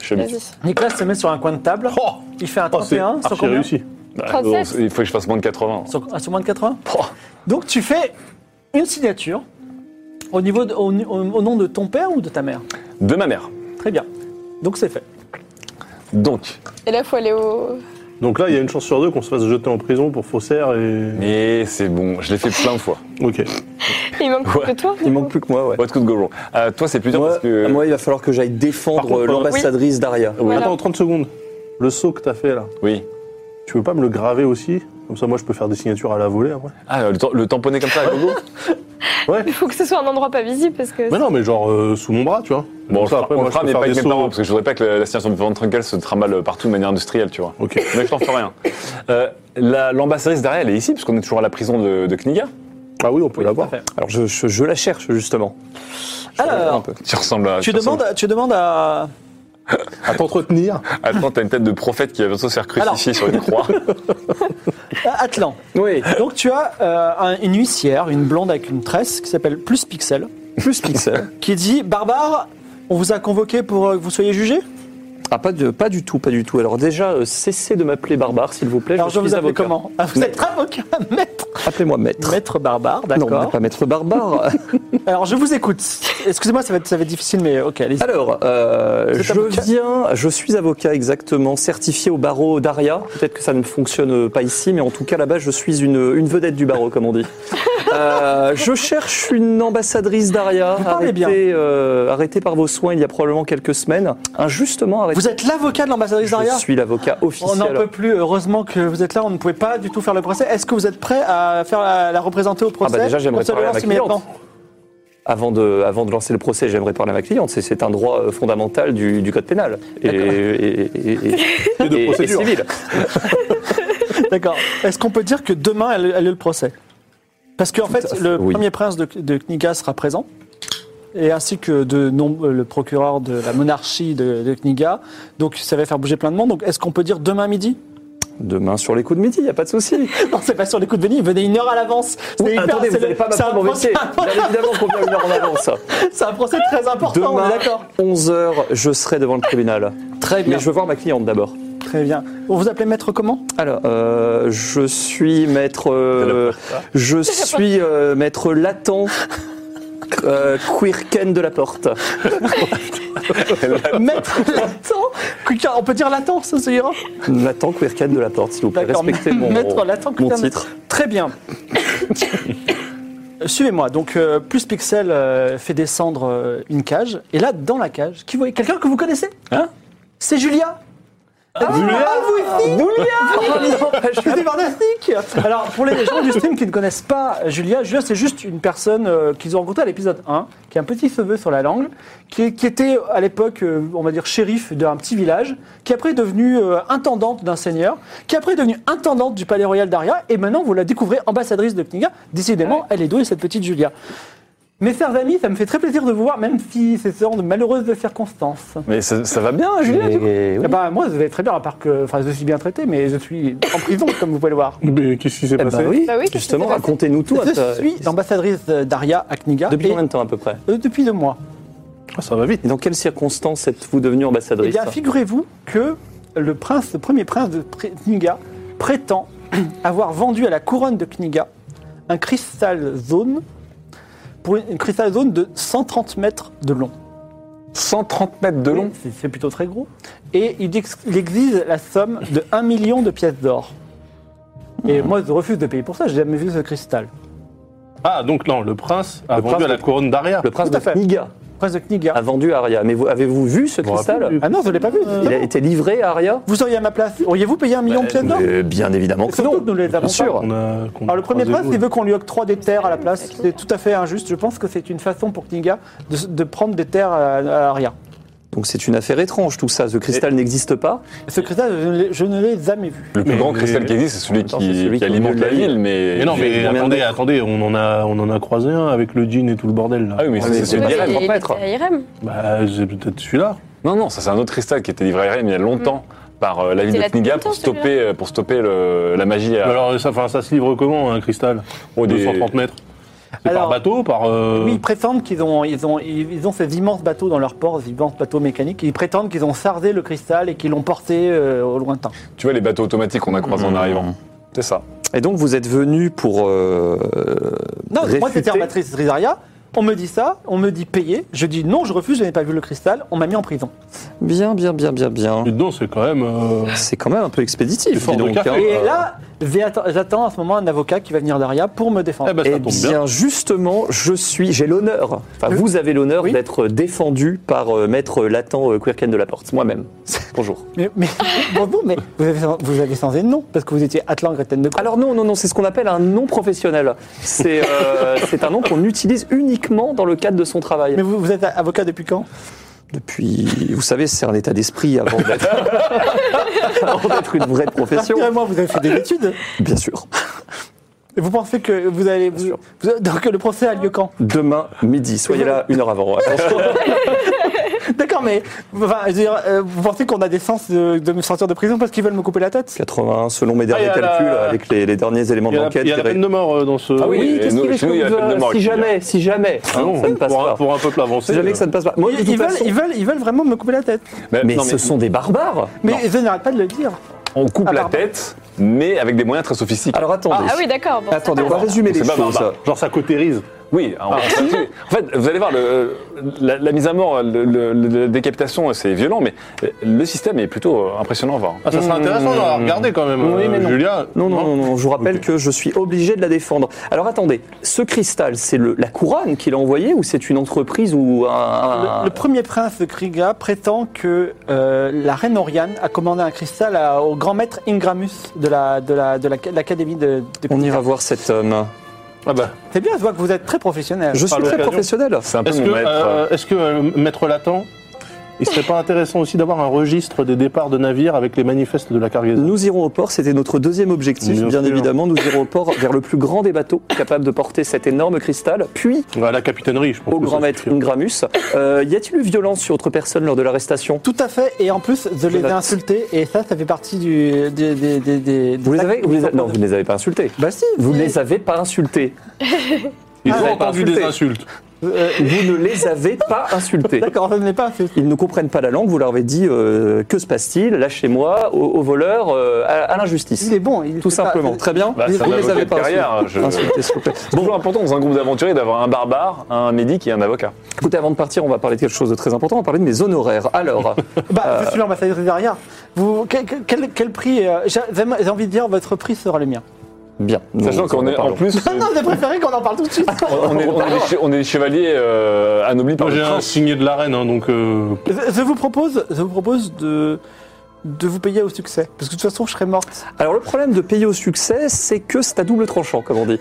Speaker 6: Je suis habitué.
Speaker 4: Vas-y.
Speaker 1: Nicolas se met sur un coin de table.
Speaker 7: Oh,
Speaker 1: Il fait un
Speaker 7: oh, c'est
Speaker 1: 31 sur
Speaker 7: archi
Speaker 1: combien
Speaker 7: réussi.
Speaker 6: Ah, bon,
Speaker 4: 37.
Speaker 6: il faut que je fasse moins de 80.
Speaker 1: sur, sur moins de 80
Speaker 6: Oh.
Speaker 1: Donc, tu fais une signature au, niveau de- au, au- au nom de ton père ou de ta mère.
Speaker 6: De ma mère.
Speaker 1: Très bien. Donc, c'est fait.
Speaker 6: Donc,
Speaker 4: Et là, faut aller au.
Speaker 7: Donc là, il y a une chance sur deux qu'on se fasse jeter en prison pour faussaire et.
Speaker 6: mais c'est bon, je l'ai fait plein de fois.
Speaker 7: Ok.
Speaker 4: Il manque
Speaker 6: Ouais.
Speaker 4: plus que toi.
Speaker 3: Il manque plus que moi, ouais.
Speaker 6: What could go wrong Euh, Toi, c'est plus dur
Speaker 3: Moi,
Speaker 6: parce que.
Speaker 3: moi, il va falloir que j'aille défendre
Speaker 7: Par contre,
Speaker 3: l'ambassadrice Daria.
Speaker 4: Voilà.
Speaker 7: Attends, 30 secondes. Le saut que t'as fait là,
Speaker 6: Oui.
Speaker 7: tu veux pas me le graver aussi Comme ça, moi, je peux faire des signatures à la volée après.
Speaker 6: Ah, le, tam- le tamponner comme ça à gogo
Speaker 4: Il faut que ce soit un endroit pas visible parce que.
Speaker 7: Mais non, mais genre euh, sous mon bras, tu vois.
Speaker 6: Bon,
Speaker 7: Comme
Speaker 6: on, le fera- on
Speaker 7: moi,
Speaker 6: le
Speaker 7: je
Speaker 6: fera,
Speaker 7: peux
Speaker 6: mais
Speaker 7: faire
Speaker 6: pas avec
Speaker 7: des
Speaker 6: mes parents,
Speaker 7: sauts.
Speaker 6: parce que je voudrais pas que la, la signature de Van Trunkel se trimballe partout de manière industrielle, tu vois.
Speaker 7: Ok.
Speaker 6: Mais je t'en ferai rien. Euh, la- L'ambassadrice derrière, elle est ici, parce qu'on est toujours à la prison de, de Kniga.
Speaker 7: Ah oui, on peut l'avoir.
Speaker 1: Parfait.
Speaker 3: Alors, je, je- je la cherche, justement. Je la regarde un
Speaker 1: Alors,
Speaker 3: peu.
Speaker 6: Tu ressembles
Speaker 7: Bah,
Speaker 6: à.
Speaker 1: tu
Speaker 6: ressembles-
Speaker 1: demandes, tu demandes à.
Speaker 7: À t'entretenir.
Speaker 6: Attends, t'as une tête de prophète qui va bientôt se faire crucifier sur une croix.
Speaker 1: à Atlan.
Speaker 3: Oui.
Speaker 1: Donc, tu as euh, un- une huissière, une blonde avec une tresse qui s'appelle Plus Pixel,
Speaker 3: Plus pixel.
Speaker 1: qui dit Barbare, on vous a convoqué pour euh, que vous soyez jugé
Speaker 3: Ah, pas, de, pas du tout, pas du tout. Alors, déjà, euh, cessez de m'appeler barbare, s'il vous plaît.
Speaker 1: Alors, je
Speaker 3: suis
Speaker 1: vous appelle
Speaker 3: avocat.
Speaker 1: comment Ah, Vous êtes avocat, maître
Speaker 3: Appelez-moi maître.
Speaker 1: Maître Barbare,
Speaker 3: Non, on n'est
Speaker 1: d'accord.
Speaker 3: pas maître barbare.
Speaker 1: Alors, je vous écoute. Excusez-moi, ça va être, ça va être difficile, mais ok, allez-y.
Speaker 3: Alors, euh,
Speaker 1: Vous êtes
Speaker 3: je
Speaker 1: avocat
Speaker 3: viens, je suis avocat exactement, certifié au barreau d'Aria. Peut-être que ça ne fonctionne pas ici, mais en tout cas là-bas, je suis une, une vedette du barreau, comme on dit. Euh, je cherche une ambassadrice d'Aria,
Speaker 1: parlez bien.
Speaker 3: arrêtée, euh, arrêtée par vos soins il y a probablement quelques semaines, injustement arrêtée.
Speaker 1: Vous êtes l'avocat de l'ambassadrice Daria
Speaker 3: Je suis l'avocat
Speaker 1: On n'en
Speaker 3: officiel.
Speaker 1: peut plus. Heureusement que vous êtes là. On ne pouvait pas du tout faire le procès. Est-ce que vous êtes prêt à faire la, la représenter au procès
Speaker 3: Ah bah, déjà, j'aimerais
Speaker 1: Absolument,
Speaker 3: parler à ma
Speaker 1: si maintenant.
Speaker 3: Avant de, avant de lancer le procès, j'aimerais parler à ma cliente. C'est- C'est un droit euh, fondamental du, du code pénal et, et- et- et-
Speaker 7: de
Speaker 3: et- et
Speaker 7: procédure.
Speaker 3: civil.
Speaker 1: D'accord. Est-ce qu'on peut dire que demain elle, elle est le procès Parce qu'en fait,
Speaker 3: à fait,
Speaker 1: le
Speaker 3: oui.
Speaker 1: premier prince de, de Kniga sera présent, et ainsi que de nom- euh, le procureur de la monarchie de, de Kniga. Donc, ça va faire bouger plein de monde. Donc, est-ce qu'on peut dire demain midi
Speaker 3: Demain sur les coups de midi, il n'y a pas de souci.
Speaker 1: Non, c'est pas sur les coups de Venise. Venez une heure à l'avance. C'est
Speaker 3: Oui,
Speaker 1: hyper-
Speaker 3: attendez,
Speaker 1: c'est
Speaker 3: vous
Speaker 1: le-
Speaker 3: n'allez pas
Speaker 1: c'est un
Speaker 3: m'apprendre mon
Speaker 1: procès-
Speaker 3: métier. Bien évidemment qu'on vient une heure en avance.
Speaker 1: C'est un procès très important. on est
Speaker 3: Demain,
Speaker 1: D'accord.
Speaker 3: 11h, je serai devant le tribunal.
Speaker 1: Très bien.
Speaker 3: Mais je veux voir ma cliente d'abord.
Speaker 1: Très bien. On vous appelait maître comment
Speaker 3: Alors, euh, je suis maître... euh, je suis euh, maître latent. Euh, Quirken de la porte.
Speaker 1: Maître Latent Quick- On peut dire Latent, ça se ira
Speaker 3: Latent Quirken de la porte, s'il vous plaît.
Speaker 1: D'accord,
Speaker 3: Respectez mon,
Speaker 1: Maître Latent
Speaker 3: mon
Speaker 1: Quirken.
Speaker 3: titre.
Speaker 1: Très bien. Suivez-moi. Donc, euh, Plus Pixel euh, fait descendre euh, une cage. Et là, dans la cage, qui voyez Quelqu'un que vous connaissez
Speaker 6: Hein
Speaker 1: C'est Julia Julia Ah, vous aussi bah, Je suis fantastique Alors, pour les gens du stream qui ne connaissent pas Julia, Julia, c'est juste une personne euh, qu'ils ont rencontrée à l'épisode 1, qui a un petit cheveu sur la langue, qui, est- qui était à l'époque, euh, on va dire, shérif d'un petit village, qui après est devenue euh, intendante d'un seigneur, qui après est devenue intendante du palais royal d'Aria, et maintenant vous la découvrez ambassadrice de Kniga. Décidément, elle est douée, cette petite Julia. Mes chers amis, ça me fait très plaisir de vous voir, même si c'est ce genre de malheureuse de circonstances.
Speaker 6: mais ça, ça va bien, Julien, du coup
Speaker 3: Et- oui.
Speaker 1: Eh ben, moi, je vais très bien, à part que enfin, je suis bien traité, mais je suis en prison, comme vous pouvez le voir.
Speaker 7: Mais qu'est-ce qui s'est
Speaker 3: Eh
Speaker 7: passé
Speaker 3: ben oui,
Speaker 4: Bah oui, qu'est-ce qui
Speaker 3: justement,
Speaker 4: s'est passé
Speaker 3: racontez-nous tout.
Speaker 1: Je
Speaker 3: Atta-
Speaker 1: suis l'ambassadrice d'Aria à Kniga.
Speaker 3: Depuis
Speaker 1: et-
Speaker 3: combien de temps à peu près
Speaker 1: euh, depuis deux mois.
Speaker 7: Ah, Ça va vite.
Speaker 3: Et dans quelles circonstances êtes-vous devenue
Speaker 1: Eh
Speaker 3: ambassadrice
Speaker 1: bien, figurez-vous que le prince, le premier prince de Pré- Kniga prétend avoir vendu à la couronne de Kniga un cristal zone pour une, une cristal zone de 130 mètres de long.
Speaker 6: 130 mètres de long.
Speaker 1: C'est- C'est plutôt très gros. Et il, ex- il exige la somme de 1 million de pièces d'or.
Speaker 3: Hmm.
Speaker 1: Et moi, je refuse de payer pour ça, j'ai jamais vu ce cristal.
Speaker 7: Ah, donc non, le prince a
Speaker 3: Le
Speaker 7: vendu
Speaker 3: prince
Speaker 7: à la
Speaker 3: de-
Speaker 7: couronne d'Aria.
Speaker 3: Le prince
Speaker 1: Tout
Speaker 3: de
Speaker 1: à fait.
Speaker 3: Kniga
Speaker 1: Prince de Kniga.
Speaker 3: a vendu à Arya. Mais vous- avez-vous vu ce
Speaker 7: Je me rappelle
Speaker 3: cristal
Speaker 7: du-
Speaker 1: Ah non, je ne l'ai pas vu.
Speaker 3: Il a été livré à Arya
Speaker 1: Vous seriez à ma place. Auriez-vous payé un million de pièces d'or
Speaker 3: Euh, Bien évidemment que
Speaker 1: Surtout
Speaker 3: non.
Speaker 1: que nous les avons
Speaker 3: Bien
Speaker 1: pas.
Speaker 3: sûr.
Speaker 7: qu'on a- qu'on
Speaker 1: Alors le premier
Speaker 7: croisé
Speaker 1: prince,
Speaker 7: vous.
Speaker 1: il veut qu'on lui octroie des terres à la place. C'est tout à fait injuste. Je pense que c'est une façon pour Kniga de, de prendre des terres à, à Arya.
Speaker 3: Donc c'est une affaire étrange tout ça. Ce cristal n'existe pas.
Speaker 1: Ce cristal, je ne l'ai- je ne l'ai jamais vu.
Speaker 6: Le plus
Speaker 7: Mais-
Speaker 6: grand cristal qui existe, c'est
Speaker 3: En
Speaker 6: celui,
Speaker 3: même temps,
Speaker 6: qui,
Speaker 3: c'est
Speaker 6: qui
Speaker 3: celui qui est au
Speaker 6: alimente
Speaker 3: milieu de
Speaker 6: la
Speaker 3: la
Speaker 6: ville, mais.
Speaker 7: Mais Eh non, mais
Speaker 6: Ah
Speaker 7: attendez, attendez, on en a, on en a croisé un avec le jean et tout le bordel là.
Speaker 3: Ah
Speaker 6: Ah oui, mais ça, c'est celui
Speaker 4: Oui,
Speaker 6: d'Irem.
Speaker 4: mais
Speaker 3: en
Speaker 4: il
Speaker 3: prêtre.
Speaker 4: était à Irem.
Speaker 7: Bah, c'est peut-être celui-là.
Speaker 6: Non, non, ça c'est un autre cristal qui était livré à Irem il y a longtemps
Speaker 3: Mm.
Speaker 6: par euh, la ville
Speaker 4: C'est
Speaker 6: de
Speaker 4: là depuis
Speaker 6: Kniga
Speaker 4: longtemps,
Speaker 6: pour stopper, euh, pour stopper le- la magie
Speaker 7: Mais
Speaker 6: à
Speaker 7: Alors ça, enfin, ça se livre comment un cristal
Speaker 6: au des-
Speaker 7: 230 mètres. C'est
Speaker 1: Alors-
Speaker 7: par bateau, par. euh,
Speaker 1: Oui, ils prétendent qu'ils ont, ils ont, ils ils ont ces immenses bateaux dans leur port, ces immenses bateaux mécaniques. Ils prétendent qu'ils ont sardé le cristal et qu'ils l'ont porté euh, au lointain.
Speaker 6: Tu vois les bateaux automatiques qu'on a croisés
Speaker 3: Mm.
Speaker 6: en arrivant. C'est ça.
Speaker 3: Et donc vous êtes venu pour euh,
Speaker 1: Non, moi
Speaker 3: réfuter-
Speaker 1: c'était armatrice Rizaria. On me dit ça, on me dit payer. Je dis non, je refuse, je n'ai pas vu le cristal. On m'a mis en prison.
Speaker 3: Bien, bien, bien, bien, bien.
Speaker 7: Dis donc, c'est quand même. euh,
Speaker 3: C'est quand même un
Speaker 7: C'est
Speaker 3: peu expéditif.
Speaker 7: fort
Speaker 3: dis
Speaker 7: de
Speaker 3: donc,
Speaker 7: café.
Speaker 3: hein.
Speaker 1: Et
Speaker 7: Euh.
Speaker 1: là, j'ai atta- j'attends à ce moment un avocat qui va venir d'Aria pour me défendre.
Speaker 7: Eh ben, ça
Speaker 3: Eh
Speaker 7: tombe bien.
Speaker 3: bien, justement, je suis, j'ai l'honneur, enfin, vous avez l'honneur
Speaker 1: Oui.
Speaker 3: d'être défendu par euh, maître Latent euh, Quirken de la Porte, moi-même. Bonjour.
Speaker 1: Mais, mais- bonjour, mais vous avez, vous avez changé de nom parce que vous étiez Atlan Gretten de Caux.
Speaker 3: Alors non, non, non, c'est ce qu'on appelle un nom professionnel. C'est euh, c'est un nom qu'on utilise uniquement dans le cadre de son travail.
Speaker 1: Mais vous, vous êtes avocat depuis quand
Speaker 3: Depuis, vous savez, c'est un état d'esprit avant d'être avant d'être une vraie profession.
Speaker 1: Rassurez-moi, vous avez fait des études.
Speaker 3: Bien sûr.
Speaker 1: Et vous pensez que vous allez. vous- vous- donc le procès a lieu quand
Speaker 3: Demain midi, soyez là une heure avant. Attention.
Speaker 1: D'accord, mais enfin, je veux dire, euh, vous pensez qu'on a des sens de, de me sortir de prison parce qu'ils veulent me couper la tête
Speaker 3: 81, selon mes
Speaker 7: Ah,
Speaker 3: derniers
Speaker 7: il y a la-
Speaker 3: calculs, avec les, les derniers éléments
Speaker 7: Il y
Speaker 3: de
Speaker 7: a, la-
Speaker 3: l'enquête.
Speaker 7: il y a
Speaker 3: qui
Speaker 7: la peine
Speaker 3: ré-
Speaker 7: de mort euh, dans ce.
Speaker 3: Ah oui,
Speaker 6: Oui,
Speaker 3: qu'est-ce
Speaker 6: nous-
Speaker 3: qu'il est
Speaker 6: chez nous, il y a la peine de mort,
Speaker 3: Si
Speaker 6: il y a-
Speaker 3: jamais, si jamais,
Speaker 7: Ah
Speaker 3: hein,
Speaker 7: non,
Speaker 3: ça ne passe
Speaker 7: pour, Un,
Speaker 3: pas.
Speaker 7: pour un peuple avancé. euh,
Speaker 3: Si jamais que ça ne passe pas. Moi, de
Speaker 1: ils,
Speaker 3: toute
Speaker 1: veulent,
Speaker 3: façon-
Speaker 1: ils, veulent, ils veulent vraiment me couper la tête.
Speaker 6: Mais,
Speaker 3: mais
Speaker 6: non,
Speaker 3: ce
Speaker 6: mais
Speaker 3: sont des barbares.
Speaker 1: Mais
Speaker 3: Non.
Speaker 1: je n'arrête pas de le dire.
Speaker 6: on coupe
Speaker 1: Ah,
Speaker 6: la
Speaker 1: pardon.
Speaker 6: tête, mais avec des moyens très sophistiqués.
Speaker 3: Alors attendez.
Speaker 4: Ah oui, d'accord. bon, ça
Speaker 3: Attendez, on va
Speaker 4: passe.
Speaker 3: résumer les
Speaker 6: C'est pas
Speaker 3: choses.
Speaker 6: barbare.
Speaker 7: Genre, ça cautérise.
Speaker 6: Oui,
Speaker 3: ah,
Speaker 6: on va se tuer. en fait, vous allez voir, le- euh, la, la mise à mort, le- le- le- la décapitation, c'est violent, mais euh, le système est plutôt euh, impressionnant à voir.
Speaker 7: Ah, ça serait intéressant à regarder quand même.
Speaker 3: Oui,
Speaker 7: euh,
Speaker 3: mais non.
Speaker 7: Julia.
Speaker 3: Non, non, non, non, je vous rappelle
Speaker 7: Ok.
Speaker 3: que je suis obligé de la défendre. Alors attendez, ce cristal, c'est le- la couronne qu'il a envoyé ou c'est une entreprise ou un...
Speaker 1: Le, le premier prince de Kriga prétend que euh, la reine Oriane a commandé un cristal à- au grand maître Ingramus de l'Académie la, de la, de la, de l'académie de, de
Speaker 3: On
Speaker 1: Kriga.
Speaker 3: ira voir cet homme.
Speaker 7: Ah bah.
Speaker 1: C'est bien, je vois que vous êtes très professionnel.
Speaker 3: Je suis très
Speaker 7: l'occasion.
Speaker 3: professionnel.
Speaker 6: C'est un peu
Speaker 7: Est-ce
Speaker 6: mon
Speaker 7: que,
Speaker 6: maître. euh,
Speaker 7: euh, est-ce que euh, maître Latent, il serait pas intéressant aussi d'avoir un registre des départs de navires avec les manifestes de la cargaison
Speaker 3: Nous irons au port, c'était notre deuxième objectif,
Speaker 7: Bien
Speaker 3: bien,
Speaker 7: sûr.
Speaker 3: évidemment. Nous irons au port vers le plus grand des bateaux capable de porter cet énorme cristal, puis
Speaker 7: Ouais, la capitainerie, je pense.
Speaker 3: au
Speaker 7: que
Speaker 3: grand
Speaker 7: ça
Speaker 3: maître
Speaker 7: suffit.
Speaker 3: Ingramus. Euh, y a-t-il eu violence sur autre personne lors de l'arrestation
Speaker 1: Tout à fait, et en plus, je les ai
Speaker 3: note.
Speaker 1: insultés, et ça, ça fait partie du, des- des- des- des-
Speaker 3: vous les
Speaker 1: des-
Speaker 3: avez, vous les a- Ah, Non, vous ne les avez pas insultés.
Speaker 1: Bah si,
Speaker 3: Vous ne
Speaker 1: oui.
Speaker 3: les avez pas insultés.
Speaker 7: Ils
Speaker 3: Ah,
Speaker 7: ont
Speaker 3: ouais,
Speaker 7: entendu
Speaker 3: insulté.
Speaker 7: des insultes.
Speaker 1: Euh,
Speaker 3: Vous ne les avez pas insultés.
Speaker 1: D'accord, je ne l'ai pas insulté.
Speaker 3: Ils ne comprennent pas la langue, vous leur avez dit euh, que se passe-t-il, lâchez-moi, au, au voleur, euh, à, à l'injustice.
Speaker 1: Il est bon, il
Speaker 3: Tout
Speaker 1: fait pas-
Speaker 3: simplement. Très bien.
Speaker 6: Bah, c'est
Speaker 3: vous
Speaker 6: un avocat
Speaker 3: les avez
Speaker 6: de
Speaker 3: pas Ah,
Speaker 6: carrière,
Speaker 3: insultés.
Speaker 6: je-
Speaker 3: Insultés, s'il vous plaît.
Speaker 6: C'est toujours important dans un groupe d'aventuriers d'avoir un barbare, un médic et un avocat.
Speaker 3: Écoutez, avant de partir, on va parler de quelque chose de très important. On va parler de mes honoraires. Alors,
Speaker 1: Bah, je suis l'ambassadeur derrière. Vous, quel, quel- quel prix euh, J'ai j'ai envie de dire, votre prix sera le mien.
Speaker 3: bien. nous
Speaker 6: Sachant qu'on
Speaker 3: en
Speaker 6: est en
Speaker 3: parlerons.
Speaker 6: plus,
Speaker 1: Non, non, j'ai préféré qu'on en parle tout de suite.
Speaker 6: on est, on est des, che- on est des chevaliers euh, anoblis par
Speaker 7: Moi, j'ai
Speaker 6: le
Speaker 7: un
Speaker 6: prince.
Speaker 7: signé de la reine, hein, donc. euh,
Speaker 1: je, je vous propose, je vous propose de de vous payer au succès, parce que de toute façon, je serai morte.
Speaker 3: Alors, le problème de payer au succès, c'est que c'est à double tranchant, comme on dit.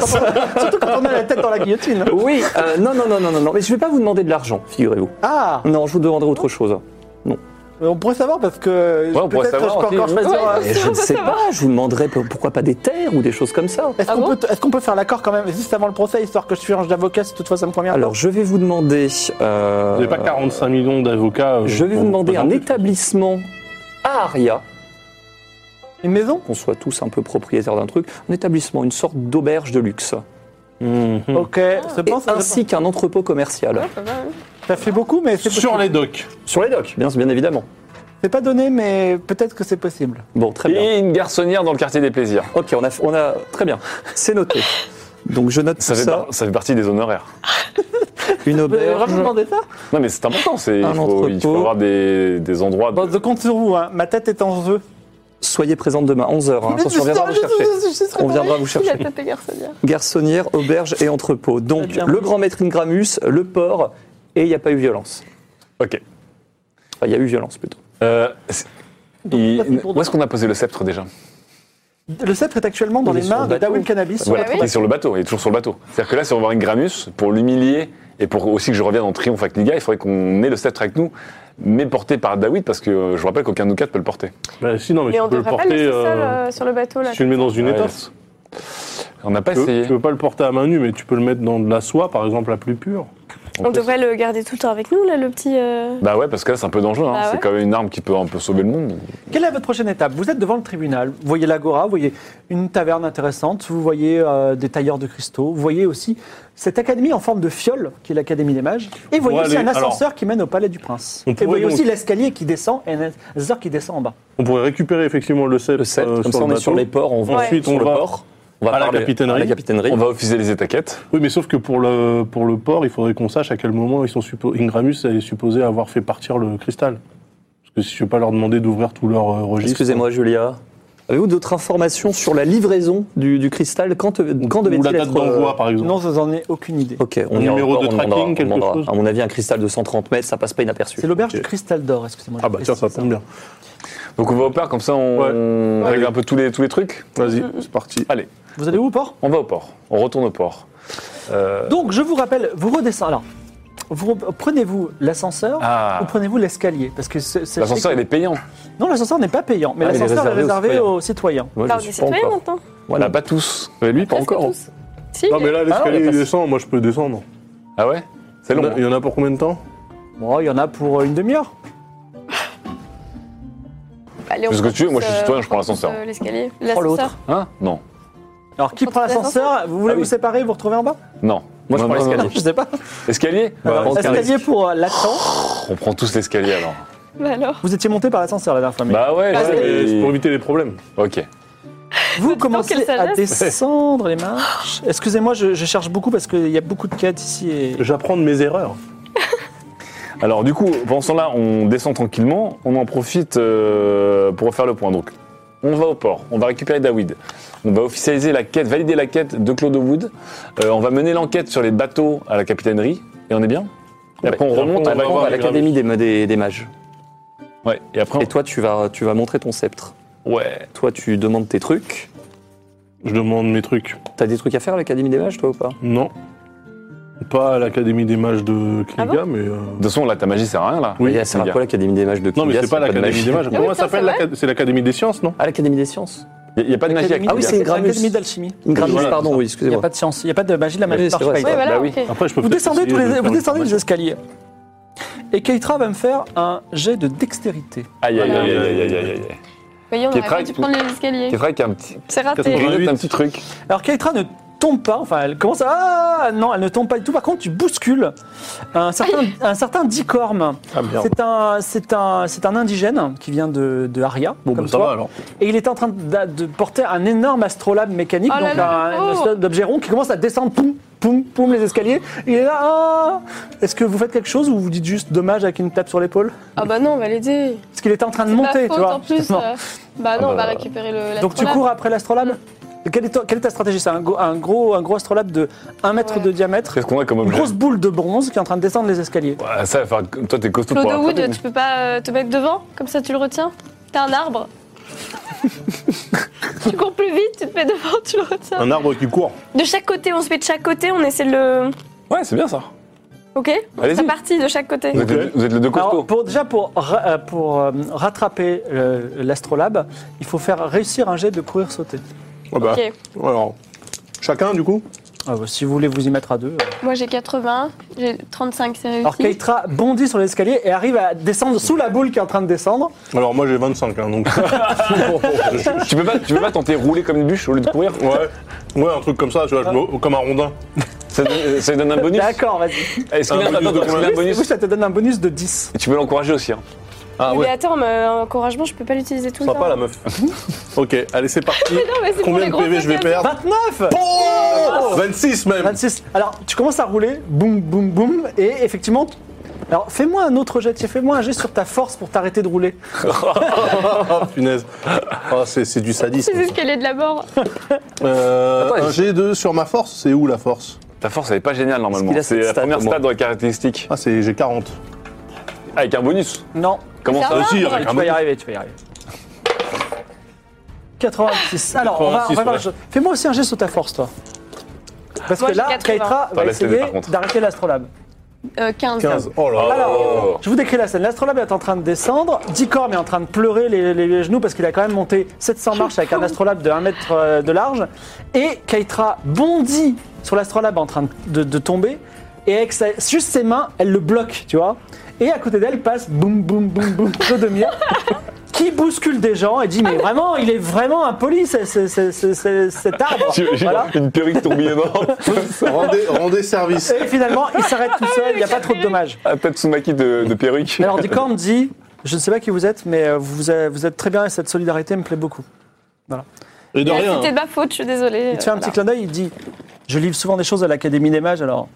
Speaker 1: Surtout quand on a la tête dans la guillotine. hein.
Speaker 3: Oui, euh, non, non, non, non, non, non, mais je ne vais pas vous demander de l'argent, figurez-vous.
Speaker 1: Ah,
Speaker 3: Non, je vous demanderai autre chose.
Speaker 1: on pourrait savoir parce que
Speaker 6: Ouais, on pourrait
Speaker 1: peut-être je
Speaker 6: savoir
Speaker 1: peux
Speaker 6: aussi.
Speaker 1: encore choisir. euh,
Speaker 3: Et Eh, je ne sais pas, je vous demanderai pour- pourquoi pas des terres ou des choses comme ça.
Speaker 1: Est-ce
Speaker 4: Ah
Speaker 1: qu'on
Speaker 4: bon
Speaker 1: peut, est-ce qu'on peut faire l'accord quand même juste avant le procès, histoire que je suis ange d'avocat si toutefois ça me convient
Speaker 3: Alors, je vais vous demander. euh,
Speaker 7: Vous n'avez pas 45 millions d'avocats. euh,
Speaker 3: Je vais
Speaker 7: pour
Speaker 3: vous demander un
Speaker 7: présenter.
Speaker 3: établissement à Aria,
Speaker 1: Une maison
Speaker 3: qu'on soit tous un peu propriétaires d'un truc, un établissement, une sorte d'auberge de luxe,
Speaker 6: Mm.
Speaker 3: Oh,
Speaker 7: Mhm.
Speaker 1: Ok, je
Speaker 3: Et
Speaker 1: pense, je pense.
Speaker 3: ainsi qu'un entrepôt commercial.
Speaker 4: Ouais, pas mal.
Speaker 1: Ça fait beaucoup, mais c'est
Speaker 7: Sur
Speaker 1: possible.
Speaker 7: les docks.
Speaker 3: Sur les docks, bien, bien évidemment.
Speaker 1: C'est pas donné, mais peut-être que c'est possible.
Speaker 3: Bon, très bien.
Speaker 6: Et une garçonnière dans le quartier des plaisirs.
Speaker 3: Ok, on a, on a très bien, c'est noté. Donc je note
Speaker 6: Ça
Speaker 3: tout
Speaker 6: fait,
Speaker 3: ça.
Speaker 6: par- ça fait partie des honoraires.
Speaker 3: Une
Speaker 1: Euh,
Speaker 3: auberge.
Speaker 1: Vraiment demander ça
Speaker 6: Non, mais c'est important, c'est,
Speaker 3: Un
Speaker 6: il, faut, il faut
Speaker 3: entrepôt.
Speaker 6: avoir des, des endroits. de-
Speaker 1: Bon, je compte sur vous, hein. ma tête est en jeu.
Speaker 3: Soyez présente demain, 11h. Attention, on viendra vous chercher. On viendra vous chercher.
Speaker 4: La tête des garçons, là.
Speaker 3: Garçonnière, auberge et entrepôt. Donc,
Speaker 1: Bien.
Speaker 3: le grand maître Ingramus, le port, et il n'y a pas eu violence.
Speaker 6: Ok.
Speaker 3: Enfin, il y a eu violence plutôt.
Speaker 6: Euh, c'est-
Speaker 1: Donc,
Speaker 6: il-
Speaker 1: ça fait pour
Speaker 6: où est-ce qu'on a posé le sceptre déjà
Speaker 1: Le sceptre est actuellement dans
Speaker 3: Il est
Speaker 1: les
Speaker 3: sur
Speaker 1: mains
Speaker 3: le
Speaker 1: de
Speaker 3: bateau.
Speaker 1: Dawin Cannabis.
Speaker 6: Voilà,
Speaker 4: Bah oui.
Speaker 6: il est sur le bateau, il est toujours sur le bateau. C'est-à-dire que là, si on veut voir Ingramus, pour l'humilier et pour aussi que je revienne en triomphe avec Liga, il faudrait qu'on ait le sceptre avec nous, mais porté par David, parce que euh, je vous rappelle qu'aucun de nous quatre peut le porter.
Speaker 7: Bah, si, non, mais,
Speaker 4: Mais
Speaker 7: tu
Speaker 4: on
Speaker 7: peux le
Speaker 4: devrait pas le
Speaker 7: porter.
Speaker 4: laisser
Speaker 7: euh,
Speaker 4: seul euh, sur le bateau là.
Speaker 7: si tu le mets dans une
Speaker 6: Ouais.
Speaker 7: étoffe.
Speaker 6: On n'a pas
Speaker 7: Tu peux,
Speaker 6: essayé.
Speaker 7: tu peux pas le porter à main nue, mais tu peux le mettre dans de la soie, par exemple, la plus pure.
Speaker 4: On devrait le garder tout le temps avec nous là, le petit. euh,
Speaker 6: Bah ouais, parce que là, c'est un peu dangereux. hein.
Speaker 4: Bah
Speaker 6: C'est
Speaker 4: ouais.
Speaker 6: quand même une arme qui peut un peu sauver le monde.
Speaker 1: Quelle est votre prochaine étape Vous êtes devant le tribunal, vous voyez l'agora, vous voyez une taverne intéressante, vous voyez euh, des tailleurs de cristaux, vous voyez aussi cette académie en forme de fiole qui est l'académie des mages, et vous voyez
Speaker 7: Ouais,
Speaker 1: aussi
Speaker 7: allez,
Speaker 1: un ascenseur
Speaker 7: alors.
Speaker 1: qui mène au palais du prince.
Speaker 7: On
Speaker 1: Et vous
Speaker 7: pourrait
Speaker 1: voyez
Speaker 7: donc-
Speaker 1: aussi l'escalier qui descend et un ascenseur qui descend en bas.
Speaker 7: On pourrait récupérer effectivement le sceptre,
Speaker 3: Le 7,
Speaker 7: euh,
Speaker 3: comme ça
Speaker 7: sur
Speaker 3: on
Speaker 7: le
Speaker 3: est sur
Speaker 7: bateau.
Speaker 3: les ports, on va
Speaker 7: Ensuite,
Speaker 3: sur
Speaker 7: on
Speaker 3: le
Speaker 7: va
Speaker 3: port, on va
Speaker 7: à la
Speaker 3: parler
Speaker 7: capitainerie.
Speaker 3: à la capitainerie.
Speaker 6: On va officialiser ta quête.
Speaker 7: Oui, mais sauf que pour le, pour le port, il faudrait qu'on sache à quel moment ils sont suppo- Ingramus est supposé avoir fait partir le cristal. Parce que si je ne veux pas leur demander d'ouvrir tout leur euh, registre.
Speaker 3: Excusez-moi Julia. Avez-vous d'autres informations sur la livraison du, du cristal Quand, te- quand
Speaker 7: Ou
Speaker 3: devait-il
Speaker 7: la date
Speaker 3: être
Speaker 7: d'envoi,
Speaker 3: euh,
Speaker 7: par exemple.
Speaker 1: Non, je n'en ai aucune idée.
Speaker 3: Ok, on
Speaker 7: Un
Speaker 3: ira au
Speaker 7: numéro
Speaker 3: port,
Speaker 7: de
Speaker 3: on demandera-
Speaker 7: tracking,
Speaker 3: on
Speaker 7: quelque
Speaker 3: demandera.
Speaker 7: chose
Speaker 3: À mon avis, un cristal de 130 mètres, ça passe pas inaperçu.
Speaker 1: C'est l'auberge du cristal d'or, excusez-moi. je
Speaker 7: Ah bah tiens,
Speaker 1: précise
Speaker 7: ça tombe bien.
Speaker 6: Donc on va au port, comme ça on,
Speaker 7: Ouais.
Speaker 6: on
Speaker 7: Ouais.
Speaker 6: règle un peu tous les, tous les trucs.
Speaker 7: Vas-y,
Speaker 6: euh,
Speaker 7: c'est parti.
Speaker 6: Allez,
Speaker 1: Vous allez où, au
Speaker 7: Euh.
Speaker 1: port
Speaker 6: on va au port. On retourne au port. Euh,
Speaker 1: Donc, je vous rappelle, vous redescendez. Alors, vous re- prenez-vous l'ascenseur
Speaker 6: Ah.
Speaker 1: ou prenez-vous l'escalier Parce que c'est- c'est-
Speaker 6: L'ascenseur, il est payant.
Speaker 1: Non, l'ascenseur n'est pas payant, mais
Speaker 3: Ah, il est
Speaker 1: l'ascenseur est
Speaker 3: réservé aux
Speaker 1: réservé aux citoyens.
Speaker 3: Moi,
Speaker 4: Bah, on
Speaker 3: je
Speaker 4: est
Speaker 3: suis pas
Speaker 4: citoyens
Speaker 3: encore.
Speaker 4: maintenant.
Speaker 6: Voilà, pas tous. lui,
Speaker 4: Presque tous. Si,
Speaker 7: Non, mais là,
Speaker 6: Ah, on
Speaker 7: l'escalier
Speaker 6: est
Speaker 7: il
Speaker 6: pas-
Speaker 7: descend, moi je peux descendre.
Speaker 6: Ah ouais C'est long.
Speaker 7: Il y en a pour combien de temps
Speaker 1: Bon, il y en a pour une demi-heure.
Speaker 4: allez, on
Speaker 6: Parce que
Speaker 4: prend
Speaker 6: tu veux, moi,
Speaker 4: tous,
Speaker 6: je suis
Speaker 4: euh,
Speaker 6: citoyen, je prends
Speaker 4: on prend tous,
Speaker 6: l'ascenseur.
Speaker 4: euh, L'escalier.
Speaker 1: prend l'autre.
Speaker 4: L'ascenseur.
Speaker 6: Hein Non.
Speaker 1: Alors, qui
Speaker 4: On
Speaker 1: prend
Speaker 4: prend tous
Speaker 1: l'ascenseur Vous voulez
Speaker 6: Ah oui.
Speaker 1: vous séparer, vous retrouver en bas
Speaker 6: Non.
Speaker 3: Moi, je
Speaker 6: Non,
Speaker 3: prends
Speaker 6: non, non,
Speaker 3: l'escalier.
Speaker 1: Je sais pas.
Speaker 6: non. Escalier
Speaker 3: Bah,
Speaker 6: Bah,
Speaker 3: Aucun
Speaker 1: Escalier pour euh, l'attente.
Speaker 6: On prend tous l'escalier alors.
Speaker 4: Bah alors.
Speaker 1: Vous étiez monté par l'ascenseur la dernière fois. mais
Speaker 6: Bah ouais,
Speaker 4: Bah,
Speaker 6: je-
Speaker 7: Ouais, mais C'est pour
Speaker 6: mais-
Speaker 7: éviter les problèmes.
Speaker 6: Ok.
Speaker 1: vous
Speaker 4: dis donc,
Speaker 1: commencez
Speaker 4: quelle
Speaker 1: à
Speaker 4: sagesse.
Speaker 1: descendre les marches. Excusez-moi, je, je cherche beaucoup parce qu'il y a beaucoup de quêtes ici. Et...
Speaker 7: J'apprends de mes erreurs.
Speaker 6: Alors du coup, pendant ce temps-là, on descend tranquillement, on en profite euh, pour faire le point. Donc, on va au port, on va récupérer David, on va officialiser la quête, valider la quête de Claude Wood, Euh, on va mener l'enquête sur les bateaux à la capitainerie, et on est bien Et après, on
Speaker 7: Ouais.
Speaker 6: remonte,
Speaker 7: Après,
Speaker 6: on va
Speaker 7: voir
Speaker 6: voir
Speaker 3: à
Speaker 6: la
Speaker 3: l'académie des, des- des mages.
Speaker 6: Ouais, et après,
Speaker 3: Et toi, tu vas, tu vas montrer ton sceptre.
Speaker 6: on- ouais.
Speaker 3: Toi, tu demandes tes trucs.
Speaker 7: Je demande mes trucs.
Speaker 3: T'as des trucs à faire à l'académie des mages, toi ou pas
Speaker 7: Non. Pas à l'Académie des mages de Kliga,
Speaker 4: Ah bon
Speaker 7: mais. euh,
Speaker 6: De toute façon, là, ta magie sert à rien, là.
Speaker 3: Oui, ça sert à
Speaker 6: Liga.
Speaker 3: quoi l'académie des mages de
Speaker 7: Non, mais
Speaker 3: Kinga,
Speaker 7: c'est pas
Speaker 3: de
Speaker 7: l'Académie
Speaker 3: magie
Speaker 7: des mages. Comment
Speaker 4: oui,
Speaker 7: ça
Speaker 4: tiens,
Speaker 7: s'appelle
Speaker 4: c'est vrai.
Speaker 7: l'Acad- C'est l'Académie des sciences, non
Speaker 3: Ah, l'académie des sciences.
Speaker 6: Il n'y a, pas de magie à
Speaker 1: Académie-
Speaker 6: Kliga.
Speaker 3: Ah oui, c'est
Speaker 1: c'est
Speaker 3: Ingramus.
Speaker 1: l'académie d'alchimie.
Speaker 3: Ingramus,
Speaker 7: Voilà.
Speaker 3: pardon, oui,
Speaker 1: Il n'y a
Speaker 3: excusez-moi.
Speaker 1: pas de science, il n'y a pas de magie, la magie
Speaker 3: Oui,
Speaker 1: ne
Speaker 3: c'est
Speaker 1: marche
Speaker 3: vrai,
Speaker 1: pas.
Speaker 4: Oui, voilà,
Speaker 6: Bah oui.
Speaker 4: ok.
Speaker 7: Après, je peux
Speaker 1: Vous
Speaker 7: peut-être
Speaker 1: descendez,
Speaker 7: essayer
Speaker 1: tous
Speaker 7: de
Speaker 1: les,
Speaker 7: faire
Speaker 1: vous
Speaker 7: une
Speaker 1: descendez les
Speaker 7: formation.
Speaker 1: escaliers. Et Keitra va me faire un jet de dextérité.
Speaker 6: Aïe, aïe, aïe, aïe, aïe, aïe, aïe.
Speaker 4: Voyez, on
Speaker 6: Qui est
Speaker 4: aurait pas
Speaker 6: prêt
Speaker 4: dû prendre les
Speaker 6: C'est
Speaker 4: escaliers.
Speaker 6: vrai qu'il y a un petit,
Speaker 4: C'est
Speaker 1: Ah,
Speaker 4: raté.
Speaker 7: 88.
Speaker 6: un petit truc.
Speaker 1: Alors Keitra ne tombe pas, enfin elle commence à... Ah non, elle ne tombe pas du tout, par contre tu bouscules un certain, un certain Dicorme.
Speaker 7: Ah, merde.
Speaker 1: C'est un, c'est un, c'est un indigène qui vient de, de Aria,
Speaker 7: Bon,
Speaker 1: comme
Speaker 7: bah, ça
Speaker 1: toi.
Speaker 7: va alors.
Speaker 1: et il est en train de, de porter un énorme astrolabe mécanique,
Speaker 4: Oh là
Speaker 1: donc
Speaker 4: là,
Speaker 1: un,
Speaker 4: oh.
Speaker 1: une espèce d'objet rond qui commence à descendre, poum, poum, poum, les escaliers. Il est là, Ah est-ce que vous faites quelque chose ou vous dites juste dommage avec une tape sur l'épaule
Speaker 4: Ah bah non, on va l'aider.
Speaker 1: Parce qu'il était en train de
Speaker 4: C'est ma
Speaker 1: monter, tu
Speaker 4: faute,
Speaker 1: vois.
Speaker 4: En plus,
Speaker 1: justement.
Speaker 4: euh, bah non, on
Speaker 6: bah.
Speaker 4: va récupérer le.
Speaker 1: Donc tu
Speaker 4: l'astrolabe. Mm.
Speaker 1: cours après l'astrolabe quelle est, ta, quelle est ta stratégie C'est un, gros- un gros, un gros astrolabe de 1 mètre
Speaker 4: Ouais.
Speaker 1: de diamètre,
Speaker 6: Qu'est-ce qu'on a comme
Speaker 1: une
Speaker 6: objet
Speaker 1: grosse boule de bronze qui est en train de descendre les escaliers.
Speaker 6: Ouais, ça, enfin, toi, t'es costaud
Speaker 4: Claude
Speaker 6: pour la
Speaker 4: Wood,
Speaker 6: trappe.
Speaker 4: tu peux pas euh, te mettre devant Comme ça, tu le retiens T'as un arbre. tu cours plus vite, tu te mets devant, tu le retiens.
Speaker 7: Un arbre qui court.
Speaker 4: De chaque côté, on se met de chaque côté, on essaie de le.
Speaker 6: Ouais, c'est bien ça.
Speaker 4: Ok
Speaker 6: Allez-y.
Speaker 4: C'est parti, de chaque côté.
Speaker 6: Vous êtes, les- vous êtes les deux
Speaker 1: Alors
Speaker 6: costauds.
Speaker 1: pour, déjà pour, ra- euh, pour euh, rattraper euh, l'astrolabe, il faut faire réussir un jet de courir sauter.
Speaker 7: Ah bah.
Speaker 4: Ok.
Speaker 7: Alors, chacun du coup
Speaker 1: Ah bah, si vous voulez vous y mettre à deux. euh.
Speaker 4: Moi j'ai 80, j'ai 35, c'est
Speaker 1: Alors
Speaker 4: réussi.
Speaker 1: Keitra bondit sur l'escalier et arrive à descendre sous la boule qui est en train de descendre.
Speaker 7: Alors moi j'ai 25, hein, donc. ouais.
Speaker 6: Tu peux, pas, tu peux pas tenter rouler comme une bûche au lieu de courir
Speaker 7: ouais, un truc comme ça, tu vois, je me- comme un rondin.
Speaker 6: ça, donne- ça lui donne un bonus
Speaker 1: D'accord, vas-y.
Speaker 6: Est-ce qu'il a,
Speaker 7: Un bonus de
Speaker 6: attends, est-ce qu'il a un
Speaker 7: combien
Speaker 6: bonus
Speaker 1: Oui, ça te donne un bonus de 10.
Speaker 6: Et Tu peux l'encourager aussi. Hein.
Speaker 7: Ah
Speaker 4: Oui,
Speaker 7: ouais,
Speaker 4: Mais attends, mais euh, encouragement, je peux pas l'utiliser tout le temps.
Speaker 7: sympa la meuf. ok, allez, c'est parti.
Speaker 4: Non, mais c'est pour
Speaker 7: Combien
Speaker 4: les
Speaker 7: de
Speaker 4: gros
Speaker 7: PV je vais
Speaker 4: trucs, hein.
Speaker 7: perdre
Speaker 1: 29
Speaker 7: Oh 26 même
Speaker 1: 26. Alors, tu commences à rouler, boum, boum, boum, et effectivement. tu- Alors, fais-moi un autre jet, tiens, fais-moi un jet sur ta force pour t'arrêter de rouler.
Speaker 7: Oh punaise Oh, c'est c'est du sadisme.
Speaker 4: Les escaliers de la mort.
Speaker 7: Euh,
Speaker 6: Attends,
Speaker 7: un G2 sur ma force, c'est où la force
Speaker 6: Ta force, elle est pas géniale normalement.
Speaker 3: qu'il a
Speaker 6: C'est
Speaker 3: cette
Speaker 6: la
Speaker 3: stat,
Speaker 6: première
Speaker 3: au moins
Speaker 6: stade dans les caractéristiques.
Speaker 7: Ah, c'est j'ai 40.
Speaker 6: Avec un bonus.
Speaker 1: Non,
Speaker 6: Comment
Speaker 4: Ça
Speaker 6: ça
Speaker 4: va
Speaker 6: aussi
Speaker 4: Ouais,
Speaker 6: avec
Speaker 1: tu
Speaker 6: un
Speaker 1: vas y
Speaker 6: bonus
Speaker 1: arriver, tu vas y arriver. 86. Alors, on va,
Speaker 7: 86,
Speaker 1: on va voir
Speaker 7: ouais.
Speaker 1: le jeu. Fais-moi aussi un jet sur ta force, toi. Parce
Speaker 4: Moi,
Speaker 1: que
Speaker 4: j'ai
Speaker 1: là,
Speaker 4: 80.
Speaker 1: Kaitra
Speaker 6: T'as
Speaker 1: va
Speaker 6: laissé
Speaker 1: essayer
Speaker 6: par contre.
Speaker 1: d'arrêter l'astrolabe.
Speaker 4: Euh, 15.
Speaker 7: 15. Oh là là
Speaker 6: Oh.
Speaker 1: Je vous décris la scène. L'astrolabe est en train de descendre. Dicorm est en train de pleurer les, les- les genoux parce qu'il a quand même monté 700 marches avec un astrolabe de 1 mètre euh, de large. Et Keitra bondit sur l'astrolabe en train de, de tomber. Et avec sa- juste ses mains, elle le bloque, tu vois. Et à côté d'elle passe boum, boum, boum, boum, Jodomir, qui bouscule des gens et dit Mais vraiment, il est vraiment impoli ce- ce- ce- ce- ce- cet arbre.
Speaker 6: J'imagine
Speaker 1: Voilà.
Speaker 6: Une perruque tourbillonnante.
Speaker 7: rendez, rendez service.
Speaker 1: Et finalement, il s'arrête tout seul, il n'y a pas trop de dommages.
Speaker 6: Un Tatsumaki de, de perruque.
Speaker 1: Mais alors Dicorm dit, je ne sais pas qui vous êtes, mais euh, vous, euh, vous êtes très bien et cette solidarité me plaît beaucoup.
Speaker 7: Et de
Speaker 4: Ah,
Speaker 7: rien.
Speaker 4: C'était de ma faute, je suis désolée.
Speaker 1: Il te fait un
Speaker 6: Euh,
Speaker 4: Voilà.
Speaker 1: petit clin d'œil, il dit, je livre souvent des choses à l'Académie des mages, alors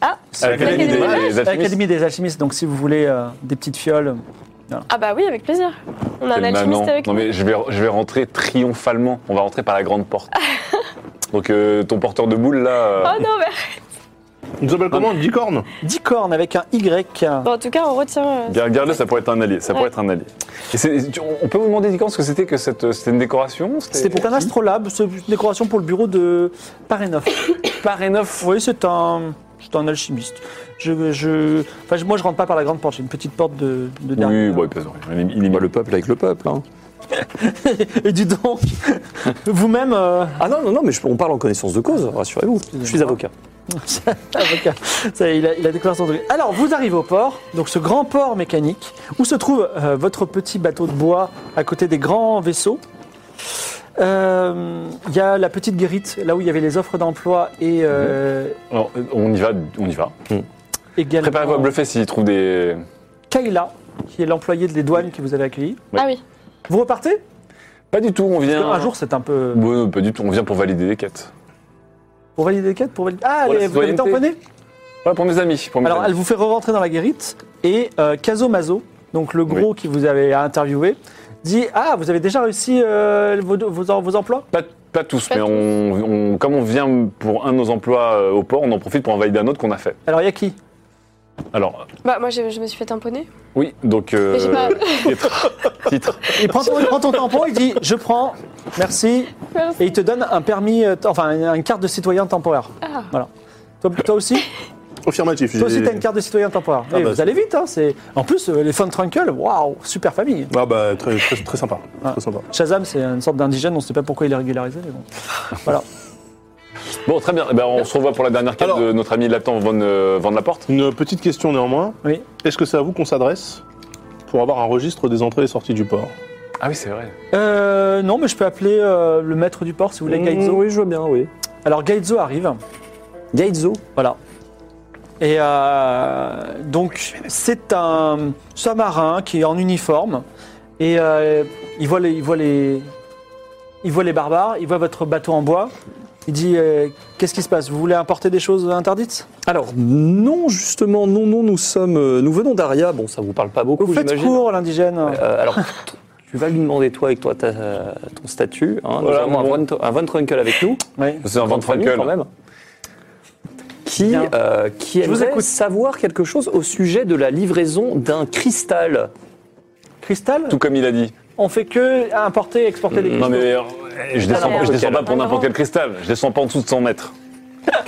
Speaker 4: Ah,
Speaker 6: À l'Académie des, des
Speaker 1: à
Speaker 6: alchimistes.
Speaker 1: l'Académie des alchimistes, donc si vous voulez euh, des petites fioles.
Speaker 4: ah bah oui, avec plaisir. On a un
Speaker 6: Eh ben
Speaker 4: alchimiste
Speaker 6: non.
Speaker 4: avec
Speaker 6: Non,
Speaker 4: nous.
Speaker 6: mais je vais, je vais rentrer triomphalement. On va rentrer par la grande porte. Donc euh, ton porteur de boule là. euh,
Speaker 4: Oh non, mais.
Speaker 7: Il nous appelle comment Dicorne
Speaker 1: Dicorne avec un Y. euh,
Speaker 4: Bon, en tout cas, on retient. euh,
Speaker 6: Gar- Garde-le, ça pourrait être un allié. Ça pourrait
Speaker 4: Ouais.
Speaker 6: être un allié. Et c'est- tu- on peut vous demander Dicorne, ce que c'était que cette, euh, c'était une décoration
Speaker 1: C'était pour un astrolabe, c'est une décoration pour le bureau de Parénov. Parénov Oui, c'est un, c'est un alchimiste. Je, je, enfin, je- moi, je rentre pas par la grande porte, j'ai une petite porte de, de
Speaker 6: Oui,
Speaker 1: derrière.
Speaker 6: bon, il pèse rien. Il est- il est
Speaker 3: Bah,
Speaker 6: mal.
Speaker 3: le peuple avec le peuple. hein.
Speaker 1: Et dis donc, vous-même, euh,
Speaker 3: Ah non, non, non, mais je- on parle en connaissance de cause, rassurez-vous. Je suis avocat.
Speaker 1: Avocat. Ça y est, il a, il a déclaré son truc. Alors, vous arrivez au port, donc ce grand port mécanique, où se trouve euh, votre petit bateau de bois à côté des grands vaisseaux. Euh, Il y a la petite guérite, là où il y avait les offres d'emploi et euh,
Speaker 6: Alors, euh, on y va, on y va.
Speaker 1: également
Speaker 6: Préparez-vous à bluffer s'il trouve des.
Speaker 1: Kayla, qui est l'employé des douanes que vous avez accueilli.
Speaker 4: Ah oui.
Speaker 1: Vous repartez
Speaker 6: Pas du tout, on vient.
Speaker 1: Un jour, c'est un peu.
Speaker 6: Bon, non, pas du tout, on vient pour valider des quêtes.
Speaker 1: Pour valider des quêtes pour valider- Ah,
Speaker 6: Pour la
Speaker 1: elle est- vous avez
Speaker 6: citoyenneté.
Speaker 1: tamponné
Speaker 6: Voilà, pour mes amis. Pour mes
Speaker 1: Alors, elle
Speaker 6: amis.
Speaker 1: vous fait re-rentrer dans la guérite et euh, Kazo Mazo, donc le gros qui vous avait interviewé, dit Ah, vous avez déjà réussi euh, vos, vos, vos emplois
Speaker 6: Pas, pas tous,
Speaker 4: Pas
Speaker 6: mais on, on- comme on vient pour un de nos emplois euh, au port, on en profite pour en valider un autre qu'on a fait.
Speaker 1: Alors, il y a qui
Speaker 6: Alors,
Speaker 4: Bah, moi, j'ai- je me suis fait tamponner.
Speaker 6: oui, donc. euh,
Speaker 4: Mais j'ai pas-
Speaker 6: titre, titre.
Speaker 1: Il prend ton, il prend ton tampon, il dit Je prends, merci, et il te donne un permis, euh, t- enfin, une- une carte de citoyen temporaire. Voilà. Toi, toi aussi
Speaker 7: Affirmatif.
Speaker 1: Toi aussi,
Speaker 7: j'ai-
Speaker 1: t'as une carte de citoyen temporaire.
Speaker 7: Ah
Speaker 1: Et
Speaker 7: bah,
Speaker 1: vous
Speaker 7: c'est-
Speaker 1: allez vite, hein, c'est... En plus, euh, les fun trunkles, waouh, super famille.
Speaker 7: Ah bah, très, très, très sympa. Très sympa.
Speaker 1: Shazam, c'est une sorte d'indigène, on ne sait pas pourquoi il est régularisé, mais bon. Voilà.
Speaker 6: Bon, très bien. Eh ben, on se revoit pour la dernière quête
Speaker 7: Alors-
Speaker 6: de notre ami Latan Van, euh, Van Laporte.
Speaker 7: Une petite question néanmoins.
Speaker 1: Oui.
Speaker 7: Est-ce que c'est à vous qu'on s'adresse pour avoir un registre des entrées et sorties du port
Speaker 6: Ah oui, c'est vrai.
Speaker 1: Euh, non, mais je peux appeler euh, le maître du port si vous
Speaker 7: Mmh,
Speaker 1: voulez, Kaizo.
Speaker 3: Mm, oui, je vois bien, oui.
Speaker 1: Alors Gaizo arrive,
Speaker 3: Gaizo,
Speaker 1: voilà. Et euh, donc c'est un samarin qui est en uniforme et euh, il voit les, il voit les, il voit les barbares, il voit votre bateau en bois. Il dit euh, qu'est-ce qui se passe Vous voulez importer des choses interdites
Speaker 3: Alors non, justement, non, non, nous sommes, euh, nous venons d'Aria. Bon, ça vous parle pas beaucoup,
Speaker 1: Vous faites
Speaker 3: j'imagine.
Speaker 1: court l'indigène.
Speaker 3: Euh, alors, t- tu vas lui demander toi avec toi ta- ton statut. hein.
Speaker 6: Voilà,
Speaker 3: nous avons
Speaker 6: bon.
Speaker 3: un, Von, un Von Trunkel avec nous.
Speaker 1: Oui.
Speaker 6: C'est un Van
Speaker 3: Grande famille,
Speaker 6: Frankel.
Speaker 3: quand même. Qui,
Speaker 1: Bien.
Speaker 3: euh, qui
Speaker 1: Je vous
Speaker 3: aimerait
Speaker 1: écoute.
Speaker 3: savoir quelque chose au sujet de la livraison d'un cristal.
Speaker 1: Cristal,
Speaker 6: Tout comme il a dit.
Speaker 1: on fait que importer, exporter des
Speaker 6: Non,
Speaker 1: cristaux.
Speaker 6: mais euh, je descends,
Speaker 3: Alors,
Speaker 6: pas, je descends
Speaker 3: ok,
Speaker 6: pas pour
Speaker 4: alors.
Speaker 6: n'importe quel cristal. Je descends pas en dessous de 100 mètres.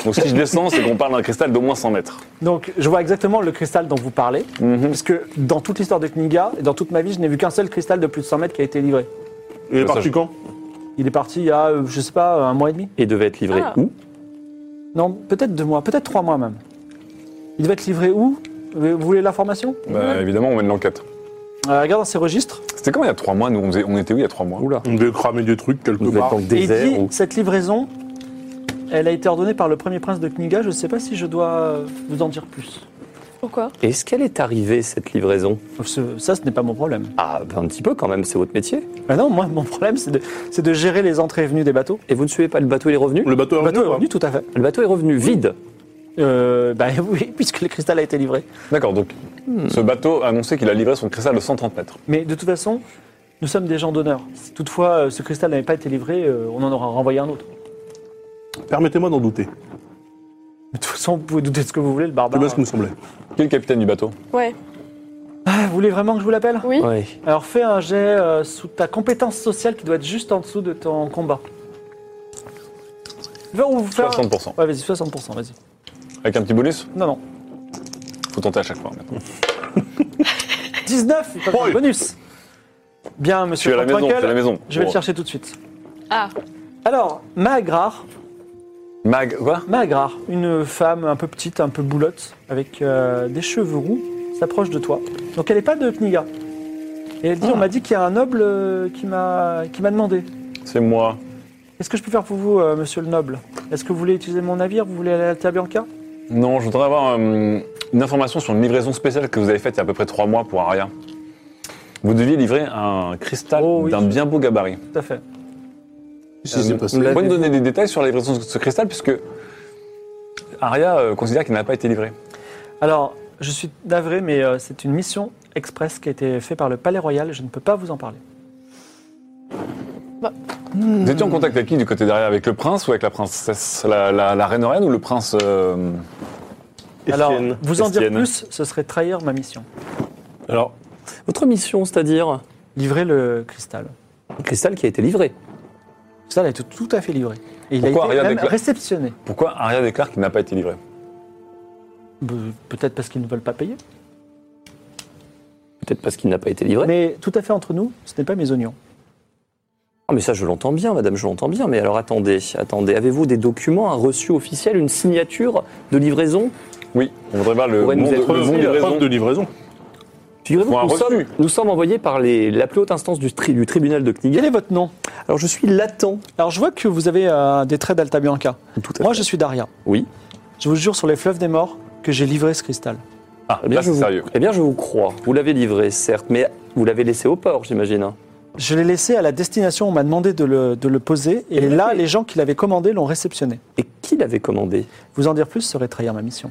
Speaker 6: Donc si je descends, c'est qu'on parle d'un cristal d'au moins 100 mètres.
Speaker 1: Donc je vois exactement le cristal dont vous parlez,
Speaker 6: Mhm.
Speaker 1: parce que dans toute l'histoire de Kniga et dans toute ma vie, je n'ai vu qu'un seul cristal de plus de 100 mètres qui a été livré.
Speaker 7: Et
Speaker 6: Ça,
Speaker 7: parti
Speaker 6: je-
Speaker 7: quand
Speaker 1: Il est parti il y a, euh, je sais pas, un mois et demi
Speaker 3: Et devait être livré
Speaker 4: Ah.
Speaker 3: où
Speaker 1: Non, peut-être deux mois, peut-être trois mois même. Il devait être livré où Vous voulez l'information
Speaker 6: Bah, évidemment, on mène l'enquête.
Speaker 1: Euh, Regarde dans ses registres.
Speaker 6: C'était quand il y a 3 mois Nous, on, faisait- on était où il y a 3 mois
Speaker 3: Oula.
Speaker 7: On devait cramer des trucs quelque
Speaker 3: Vous êtes
Speaker 7: part.
Speaker 3: dans le
Speaker 1: Et il
Speaker 3: désert
Speaker 1: dit,
Speaker 3: ou-
Speaker 1: cette livraison, elle a été ordonnée par le premier prince de Kniga, je ne sais pas si je dois euh, vous en dire plus.
Speaker 4: Pourquoi
Speaker 3: Est-ce qu'elle est arrivée, cette livraison
Speaker 1: Ce- Ça, ce n'est pas mon problème.
Speaker 3: Ah, ben, un petit peu quand même, c'est votre métier.
Speaker 1: Ah non, moi, mon problème, c'est de, c'est de gérer les entrées et venues des bateaux.
Speaker 3: Et vous ne suivez pas le bateau, il est revenu
Speaker 7: Le bateau est
Speaker 1: Le
Speaker 7: revenu
Speaker 1: bateau est
Speaker 7: ou pas
Speaker 1: revenu, tout à fait.
Speaker 3: Le bateau est revenu vide.
Speaker 1: Euh, bah oui, puisque le cristal a été livré.
Speaker 6: D'accord, donc
Speaker 1: Hmm.
Speaker 6: ce bateau a annoncé qu'il a livré son cristal de 130 mètres.
Speaker 1: Mais de toute façon, nous sommes des gens d'honneur. Si toutefois euh, ce cristal n'avait pas été livré, euh, on en aura renvoyé un autre.
Speaker 7: hein. Permettez-moi d'en douter.
Speaker 1: De toute façon, vous pouvez douter de ce que vous voulez, le
Speaker 7: C'est
Speaker 1: barbare.
Speaker 7: bien ce qui me semblait.
Speaker 6: Qui est le capitaine du bateau
Speaker 4: Ouais.
Speaker 1: Ah, vous voulez vraiment que je vous l'appelle
Speaker 4: Oui.
Speaker 3: Oui.
Speaker 1: Alors fais un jet euh, sous ta compétence sociale qui doit être juste en dessous de ton combat. Va ou faire un-
Speaker 6: 60%.
Speaker 1: Ouais, vas-y, 60%, vas-y.
Speaker 6: Avec un petit bonus
Speaker 1: Non, non.
Speaker 6: Faut tenter à chaque fois maintenant.
Speaker 1: 19 t'as
Speaker 6: Oh,
Speaker 1: un bonus Bien,
Speaker 6: Je suis
Speaker 1: monsieur
Speaker 6: à la maison, je suis à la
Speaker 1: Frankel,
Speaker 6: maison.
Speaker 1: je vais
Speaker 6: Bon.
Speaker 1: le chercher tout de suite.
Speaker 4: Ah.
Speaker 1: Alors, Magrar,
Speaker 6: Mag, quoi
Speaker 1: Magrar, une femme un peu petite, un peu boulotte, avec euh, des cheveux roux, s'approche de toi. Donc elle n'est pas de Kniga. Et
Speaker 6: Ah.
Speaker 1: elle dit, on m'a dit qu'il y a un noble euh, qui m'a qui m'a demandé.
Speaker 6: C'est moi.
Speaker 1: Qu'est-ce que je peux faire pour vous, euh, monsieur le noble Est-ce que vous voulez utiliser mon navire Vous voulez aller à Terbianca
Speaker 6: Non, je voudrais avoir euh, une information sur une livraison spéciale que vous avez faite il y a à peu près trois mois pour Aria. Vous deviez livrer un cristal
Speaker 1: Oh, oui.
Speaker 6: d'un bien beau gabarit.
Speaker 1: Tout à fait.
Speaker 6: Euh,
Speaker 7: Qu'est-ce qui s'est passé
Speaker 6: Vous pouvez me donner des détails sur la livraison de ce cristal puisque Aria euh, considère qu'il n'a pas été livré.
Speaker 1: Alors, je suis navré, mais euh, c'est une mission express qui a été faite par le Palais Royal. Je ne peux pas vous en parler.
Speaker 6: Vous étiez en contact avec qui du côté derrière Avec le prince ou avec la princesse, la, la- la reine Oriane ou le prince euh,
Speaker 1: Alors, vous en dire
Speaker 6: Estienne.
Speaker 1: plus, ce serait trahir ma mission.
Speaker 7: Alors,
Speaker 3: Votre mission, c'est-à-dire
Speaker 1: Livrer le cristal.
Speaker 3: un cristal qui a été livré.
Speaker 1: Le cristal a été tout à fait livré. Et il
Speaker 6: Pourquoi
Speaker 1: a été
Speaker 6: rien
Speaker 1: même
Speaker 6: décla-
Speaker 1: réceptionné.
Speaker 6: Pourquoi Aria déclare qu'il n'a pas été livré
Speaker 1: Be- Peut-être parce qu'ils ne veulent pas payer.
Speaker 3: Peut-être parce qu'il n'a pas été livré. Mais,
Speaker 1: Mais tout à fait entre nous, ce n'est pas mes oignons.
Speaker 3: Ah, mais ça, je l'entends bien, madame, je l'entends bien. Mais alors attendez, attendez. Avez-vous des documents, un reçu officiel, une signature de livraison
Speaker 6: Oui, on voudrait voir le
Speaker 3: Ouais, nous
Speaker 6: monde,
Speaker 3: êtes-
Speaker 6: le
Speaker 7: preuve,
Speaker 6: monde
Speaker 7: preuve
Speaker 6: livraison.
Speaker 7: de livraison.
Speaker 3: Figurez-vous
Speaker 6: Faut
Speaker 3: que
Speaker 6: un
Speaker 3: nous sommes,
Speaker 6: reçu.
Speaker 3: nous sommes envoyés par les- la plus haute instance du, tri- du tribunal de
Speaker 1: Quel
Speaker 3: Kniga.
Speaker 1: est votre nom
Speaker 3: Alors je suis latent.
Speaker 1: Alors, je vois que vous avez euh, des traits d'Alta Bianca.
Speaker 3: Tout à
Speaker 1: Moi,
Speaker 3: fait.
Speaker 1: je suis Daria.
Speaker 3: Oui.
Speaker 1: Je vous jure sur les fleuves des morts que j'ai livré ce cristal.
Speaker 6: Ah,
Speaker 3: Eh bien,
Speaker 6: là
Speaker 3: je
Speaker 6: c'est
Speaker 3: vous,
Speaker 6: sérieux.
Speaker 3: eh bien, je vous crois. Vous l'avez livré, certes, mais vous l'avez laissé au port, j'imagine. hein.
Speaker 1: Je l'ai laissé à la destination, on m'a demandé de le, de le poser, et là, les gens qui l'avaient commandé l'ont réceptionné.
Speaker 3: Et qui l'avait commandé
Speaker 1: Vous en dire plus serait trahir ma mission.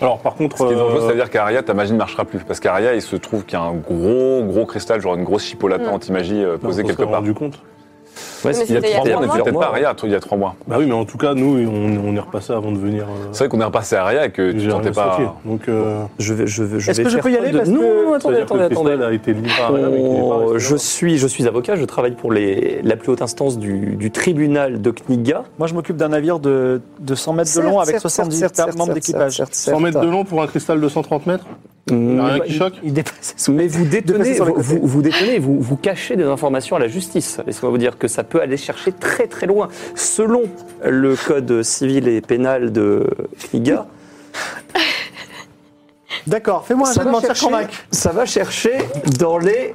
Speaker 7: Alors, par contre.
Speaker 6: Ce qui est dangereux,
Speaker 7: euh,
Speaker 6: c'est-à-dire qu'Aria, ta magie ne marchera plus. Parce qu'Aria, il se trouve qu'il y a un gros, gros cristal, genre une grosse chipo lapin anti-magie euh,
Speaker 7: on
Speaker 6: posée
Speaker 7: s'en
Speaker 6: quelque
Speaker 7: serait
Speaker 6: part.
Speaker 7: rendu compte.
Speaker 3: Ouais,
Speaker 4: Mais
Speaker 3: c'est-
Speaker 6: Il y a
Speaker 4: C'était
Speaker 6: trois
Speaker 4: il y a
Speaker 6: mois, on
Speaker 4: trois
Speaker 6: n'était peut-être
Speaker 3: mois.
Speaker 6: pas Aria il y a trois mois.
Speaker 7: Bah oui, mais en tout cas, nous, on, on est repassé avant de venir. euh,
Speaker 6: C'est vrai qu'on est repassé à Aria et que tu
Speaker 7: gérer
Speaker 6: tentais
Speaker 7: le
Speaker 6: pas.
Speaker 7: sautier. Donc, euh,
Speaker 3: Je vais, je vais, je
Speaker 1: Est-ce
Speaker 3: vais
Speaker 1: que je
Speaker 3: faire
Speaker 1: peux y
Speaker 3: preuve
Speaker 1: aller
Speaker 3: de-
Speaker 1: parce
Speaker 3: Non,
Speaker 1: que-
Speaker 3: non, attendez,
Speaker 7: c'est-à-dire que
Speaker 3: attendez,
Speaker 7: le cristal
Speaker 3: attendez.
Speaker 7: a été livré à Aria, mais qu'il est pas
Speaker 3: Oh,
Speaker 7: resté
Speaker 3: je
Speaker 7: là-bas.
Speaker 3: suis, je suis avocat, je travaille pour les, la plus haute instance du, du tribunal de Kniga.
Speaker 1: Moi, je m'occupe d'un navire de, de 100 mètres de long avec 70 membres d'équipage.
Speaker 7: 100 mètres de long pour un cristal de 130 mètres Il y a
Speaker 3: Mmh.
Speaker 7: rien qui choque
Speaker 1: Il dépasse.
Speaker 3: Mais vous détenez,
Speaker 1: passer sur les
Speaker 3: vous,
Speaker 1: côtés.
Speaker 3: vous, vous détenez, vous, vous cachez des informations à la justice. Laissez-moi vous dire que ça peut aller chercher très très loin. Selon le code civil et pénal de Kniga,
Speaker 1: D'accord, fais-moi un
Speaker 3: ça
Speaker 1: jeu de
Speaker 3: va,
Speaker 1: mentir
Speaker 3: chercher,
Speaker 1: convaincre.
Speaker 3: ça va chercher dans les.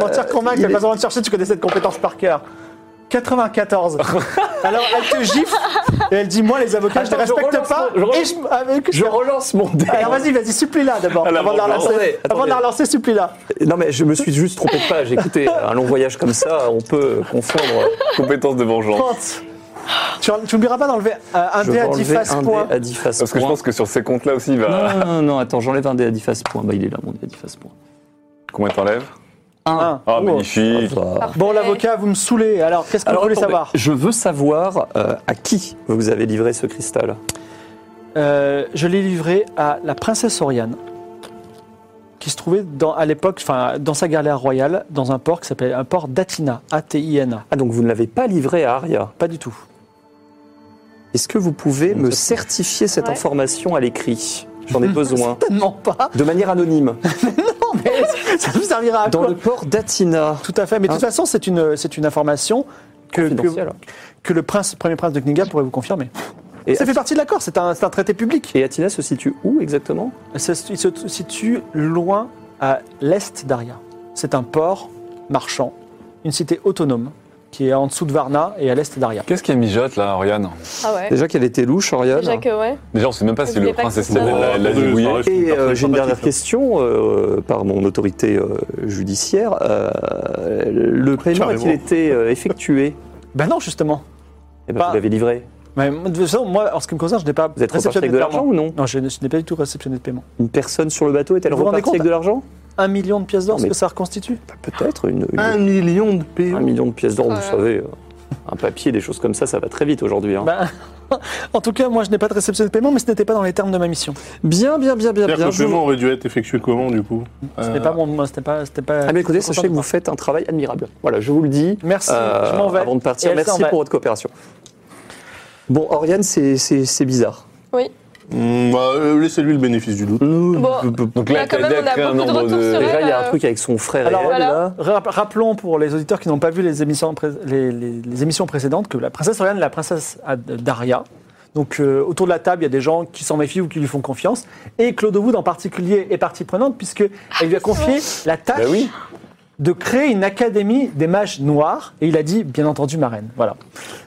Speaker 1: mentir convaincre,
Speaker 3: euh, il
Speaker 1: t'as
Speaker 3: est-
Speaker 1: pas besoin de chercher, tu connais cette compétence par cœur. 94. Alors, elle te gifle et elle dit Moi, les avocats, je ne
Speaker 3: Attends, je
Speaker 1: respecte
Speaker 3: relance
Speaker 1: pas.
Speaker 3: mon- je relance-
Speaker 1: et je- avec-
Speaker 3: Je relance mon dé.
Speaker 1: Alors, vas-y, vas-y, supplie-la d'abord.
Speaker 6: la
Speaker 1: Avant, de la
Speaker 6: vengeance.
Speaker 1: relancer.
Speaker 3: Attendez,
Speaker 1: Avant de la
Speaker 3: attendez.
Speaker 1: relancer, supplie-la.
Speaker 3: Non mais je me suis juste trompé de page. Écoutez, un long voyage comme ça, on peut confondre.
Speaker 6: Compétence de vengeance.
Speaker 1: 30. Tu tu n'oublieras pas d'enlever euh, un
Speaker 3: Je
Speaker 1: dé
Speaker 3: vais
Speaker 1: à 10
Speaker 3: enlever
Speaker 1: faces
Speaker 3: un
Speaker 1: points.
Speaker 3: dé à 10 faces
Speaker 6: Parce que je
Speaker 3: points.
Speaker 6: pense que sur ces comptes-là aussi, il va.
Speaker 3: Non, non, non, non, attends, j'enlève un dé à 10 faces points. Bah, il est là, mon dé à 10 faces points.
Speaker 6: Combien t'enlèves
Speaker 1: Un.
Speaker 6: Ah,
Speaker 1: Oh.
Speaker 6: magnifique
Speaker 3: Voilà.
Speaker 1: Bon, l'avocat, vous me saoulez. Alors, qu'est-ce que vous voulez
Speaker 3: attendez,
Speaker 1: savoir
Speaker 3: Je veux savoir euh, à qui vous avez livré ce cristal.
Speaker 1: Euh, Je l'ai livré à la princesse Oriane, qui se trouvait dans, à l'époque, enfin, dans sa galère royale, dans un port qui s'appelait un port d'Atina, A-T-I-N-A.
Speaker 3: Ah, donc vous ne l'avez pas livré à Aria.
Speaker 1: Pas du tout.
Speaker 3: Est-ce que vous pouvez me certifier cette
Speaker 4: Ouais.
Speaker 3: information à l'écrit J'en ai besoin.
Speaker 1: Tellement pas.
Speaker 3: De manière anonyme.
Speaker 1: Non, mais ça vous servira à
Speaker 3: Dans
Speaker 1: quoi
Speaker 3: le port d'Atina.
Speaker 1: Tout à fait. Mais de
Speaker 3: Hein
Speaker 1: toute façon, c'est une, c'est une information que, que,
Speaker 3: Confidentiel.
Speaker 1: que le prince, premier prince de Kninga pourrait vous confirmer.
Speaker 3: Et-
Speaker 1: ça fait partie de l'accord. C'est un, c'est un traité public.
Speaker 3: Et Atina se situe où exactement
Speaker 1: Ça se- il se situe loin à l'est d'Aria. C'est un port marchand, une cité autonome qui est en dessous de Varna et à l'est d'Aria.
Speaker 6: Qu'est-ce qui est mijote là, Oriane
Speaker 4: Ah ouais.
Speaker 3: Déjà qu'elle était louche, Oriane.
Speaker 4: Déjà que, ouais.
Speaker 6: Déjà, on sait même pas si
Speaker 4: Oubliez
Speaker 6: le
Speaker 4: pas
Speaker 6: prince
Speaker 4: que
Speaker 6: Estelle
Speaker 4: c'est
Speaker 6: l'a
Speaker 7: ça.
Speaker 6: l'a
Speaker 7: Attendez,
Speaker 6: zigouillé.
Speaker 7: ça reste-
Speaker 3: Et euh, j'ai une dernière
Speaker 1: hein.
Speaker 7: sympathique, là.
Speaker 3: question euh, par mon autorité euh, judiciaire. Euh, le paiement
Speaker 7: Carrément.
Speaker 3: a-t-il été euh, effectué
Speaker 1: Ben non, justement.
Speaker 3: Eh ben,
Speaker 1: Pas-
Speaker 3: Vous l'avez livré.
Speaker 1: Mais de toute façon, moi, en ce qui me concerne, je n'ai pas
Speaker 3: Vous êtes reparti
Speaker 1: réceptionné
Speaker 3: avec de l'argent ou non
Speaker 1: Non, je, je n'ai pas du tout réceptionné de paiement.
Speaker 3: Une personne sur le bateau est-elle
Speaker 1: Vous vous rendez
Speaker 3: repartie avec
Speaker 1: compte
Speaker 3: de l'argent
Speaker 1: Un million de pièces d'or,
Speaker 3: Non,
Speaker 1: ce
Speaker 3: mais-
Speaker 1: que ça reconstitue
Speaker 3: Bah, Peut-être. Une, une-
Speaker 7: Un
Speaker 3: un,
Speaker 7: million de PO.
Speaker 3: million de pièces d'or,
Speaker 4: Ah
Speaker 3: vous
Speaker 4: ouais.
Speaker 3: savez. euh, Un papier, des choses comme ça, ça va très vite aujourd'hui. hein.
Speaker 1: Ben, En tout cas, moi, je n'ai pas de réception de paiement, mais ce n'était pas dans les termes de ma mission.
Speaker 3: bien, bien, bien,
Speaker 7: C'est-à-dire
Speaker 3: bien, bien.
Speaker 7: que le paiement aurait dû être effectué comment, du coup
Speaker 1: Ce
Speaker 7: Euh,
Speaker 1: n'était pas mon, moi, c'était pas, c'était pas.
Speaker 3: Ah, mais écoutez, sachez que vous faites un travail admirable. Voilà, je vous le dis.
Speaker 1: Merci,
Speaker 3: Euh,
Speaker 1: je m'en vais.
Speaker 3: Avant de
Speaker 1: Et
Speaker 3: partir,
Speaker 1: elle s'en
Speaker 3: merci
Speaker 1: va.
Speaker 3: pour votre coopération. Bon, Oriane, c'est- c'est c'est bizarre.
Speaker 4: Oui.
Speaker 7: hmm, bah, euh, Laissez-lui le bénéfice du doute.
Speaker 4: Bon,
Speaker 6: Donc là,
Speaker 4: Là, quand
Speaker 6: t'as
Speaker 4: même,
Speaker 6: déjà
Speaker 4: on a
Speaker 6: créé un
Speaker 4: beaucoup de
Speaker 6: nombre
Speaker 4: retours
Speaker 6: de.
Speaker 4: sur elle.
Speaker 3: Déjà, il y a un
Speaker 4: euh,
Speaker 3: truc avec son frère
Speaker 1: Alors,
Speaker 3: et elle,
Speaker 4: voilà.
Speaker 3: là.
Speaker 1: Ra- Rappelons pour les auditeurs qui n'ont pas vu les émissions, pré- les, les- les émissions précédentes que la princesse Oriane est la princesse Ad- Daria. Donc euh, autour de la table, il y a des gens qui s'en méfient ou qui lui font confiance. Et Claude Wood en particulier est partie prenante puisque elle lui a confié la tâche
Speaker 7: Ben
Speaker 6: Bah oui.
Speaker 1: de créer une académie des mages noirs. Et il a dit, bien entendu, ma reine. Voilà.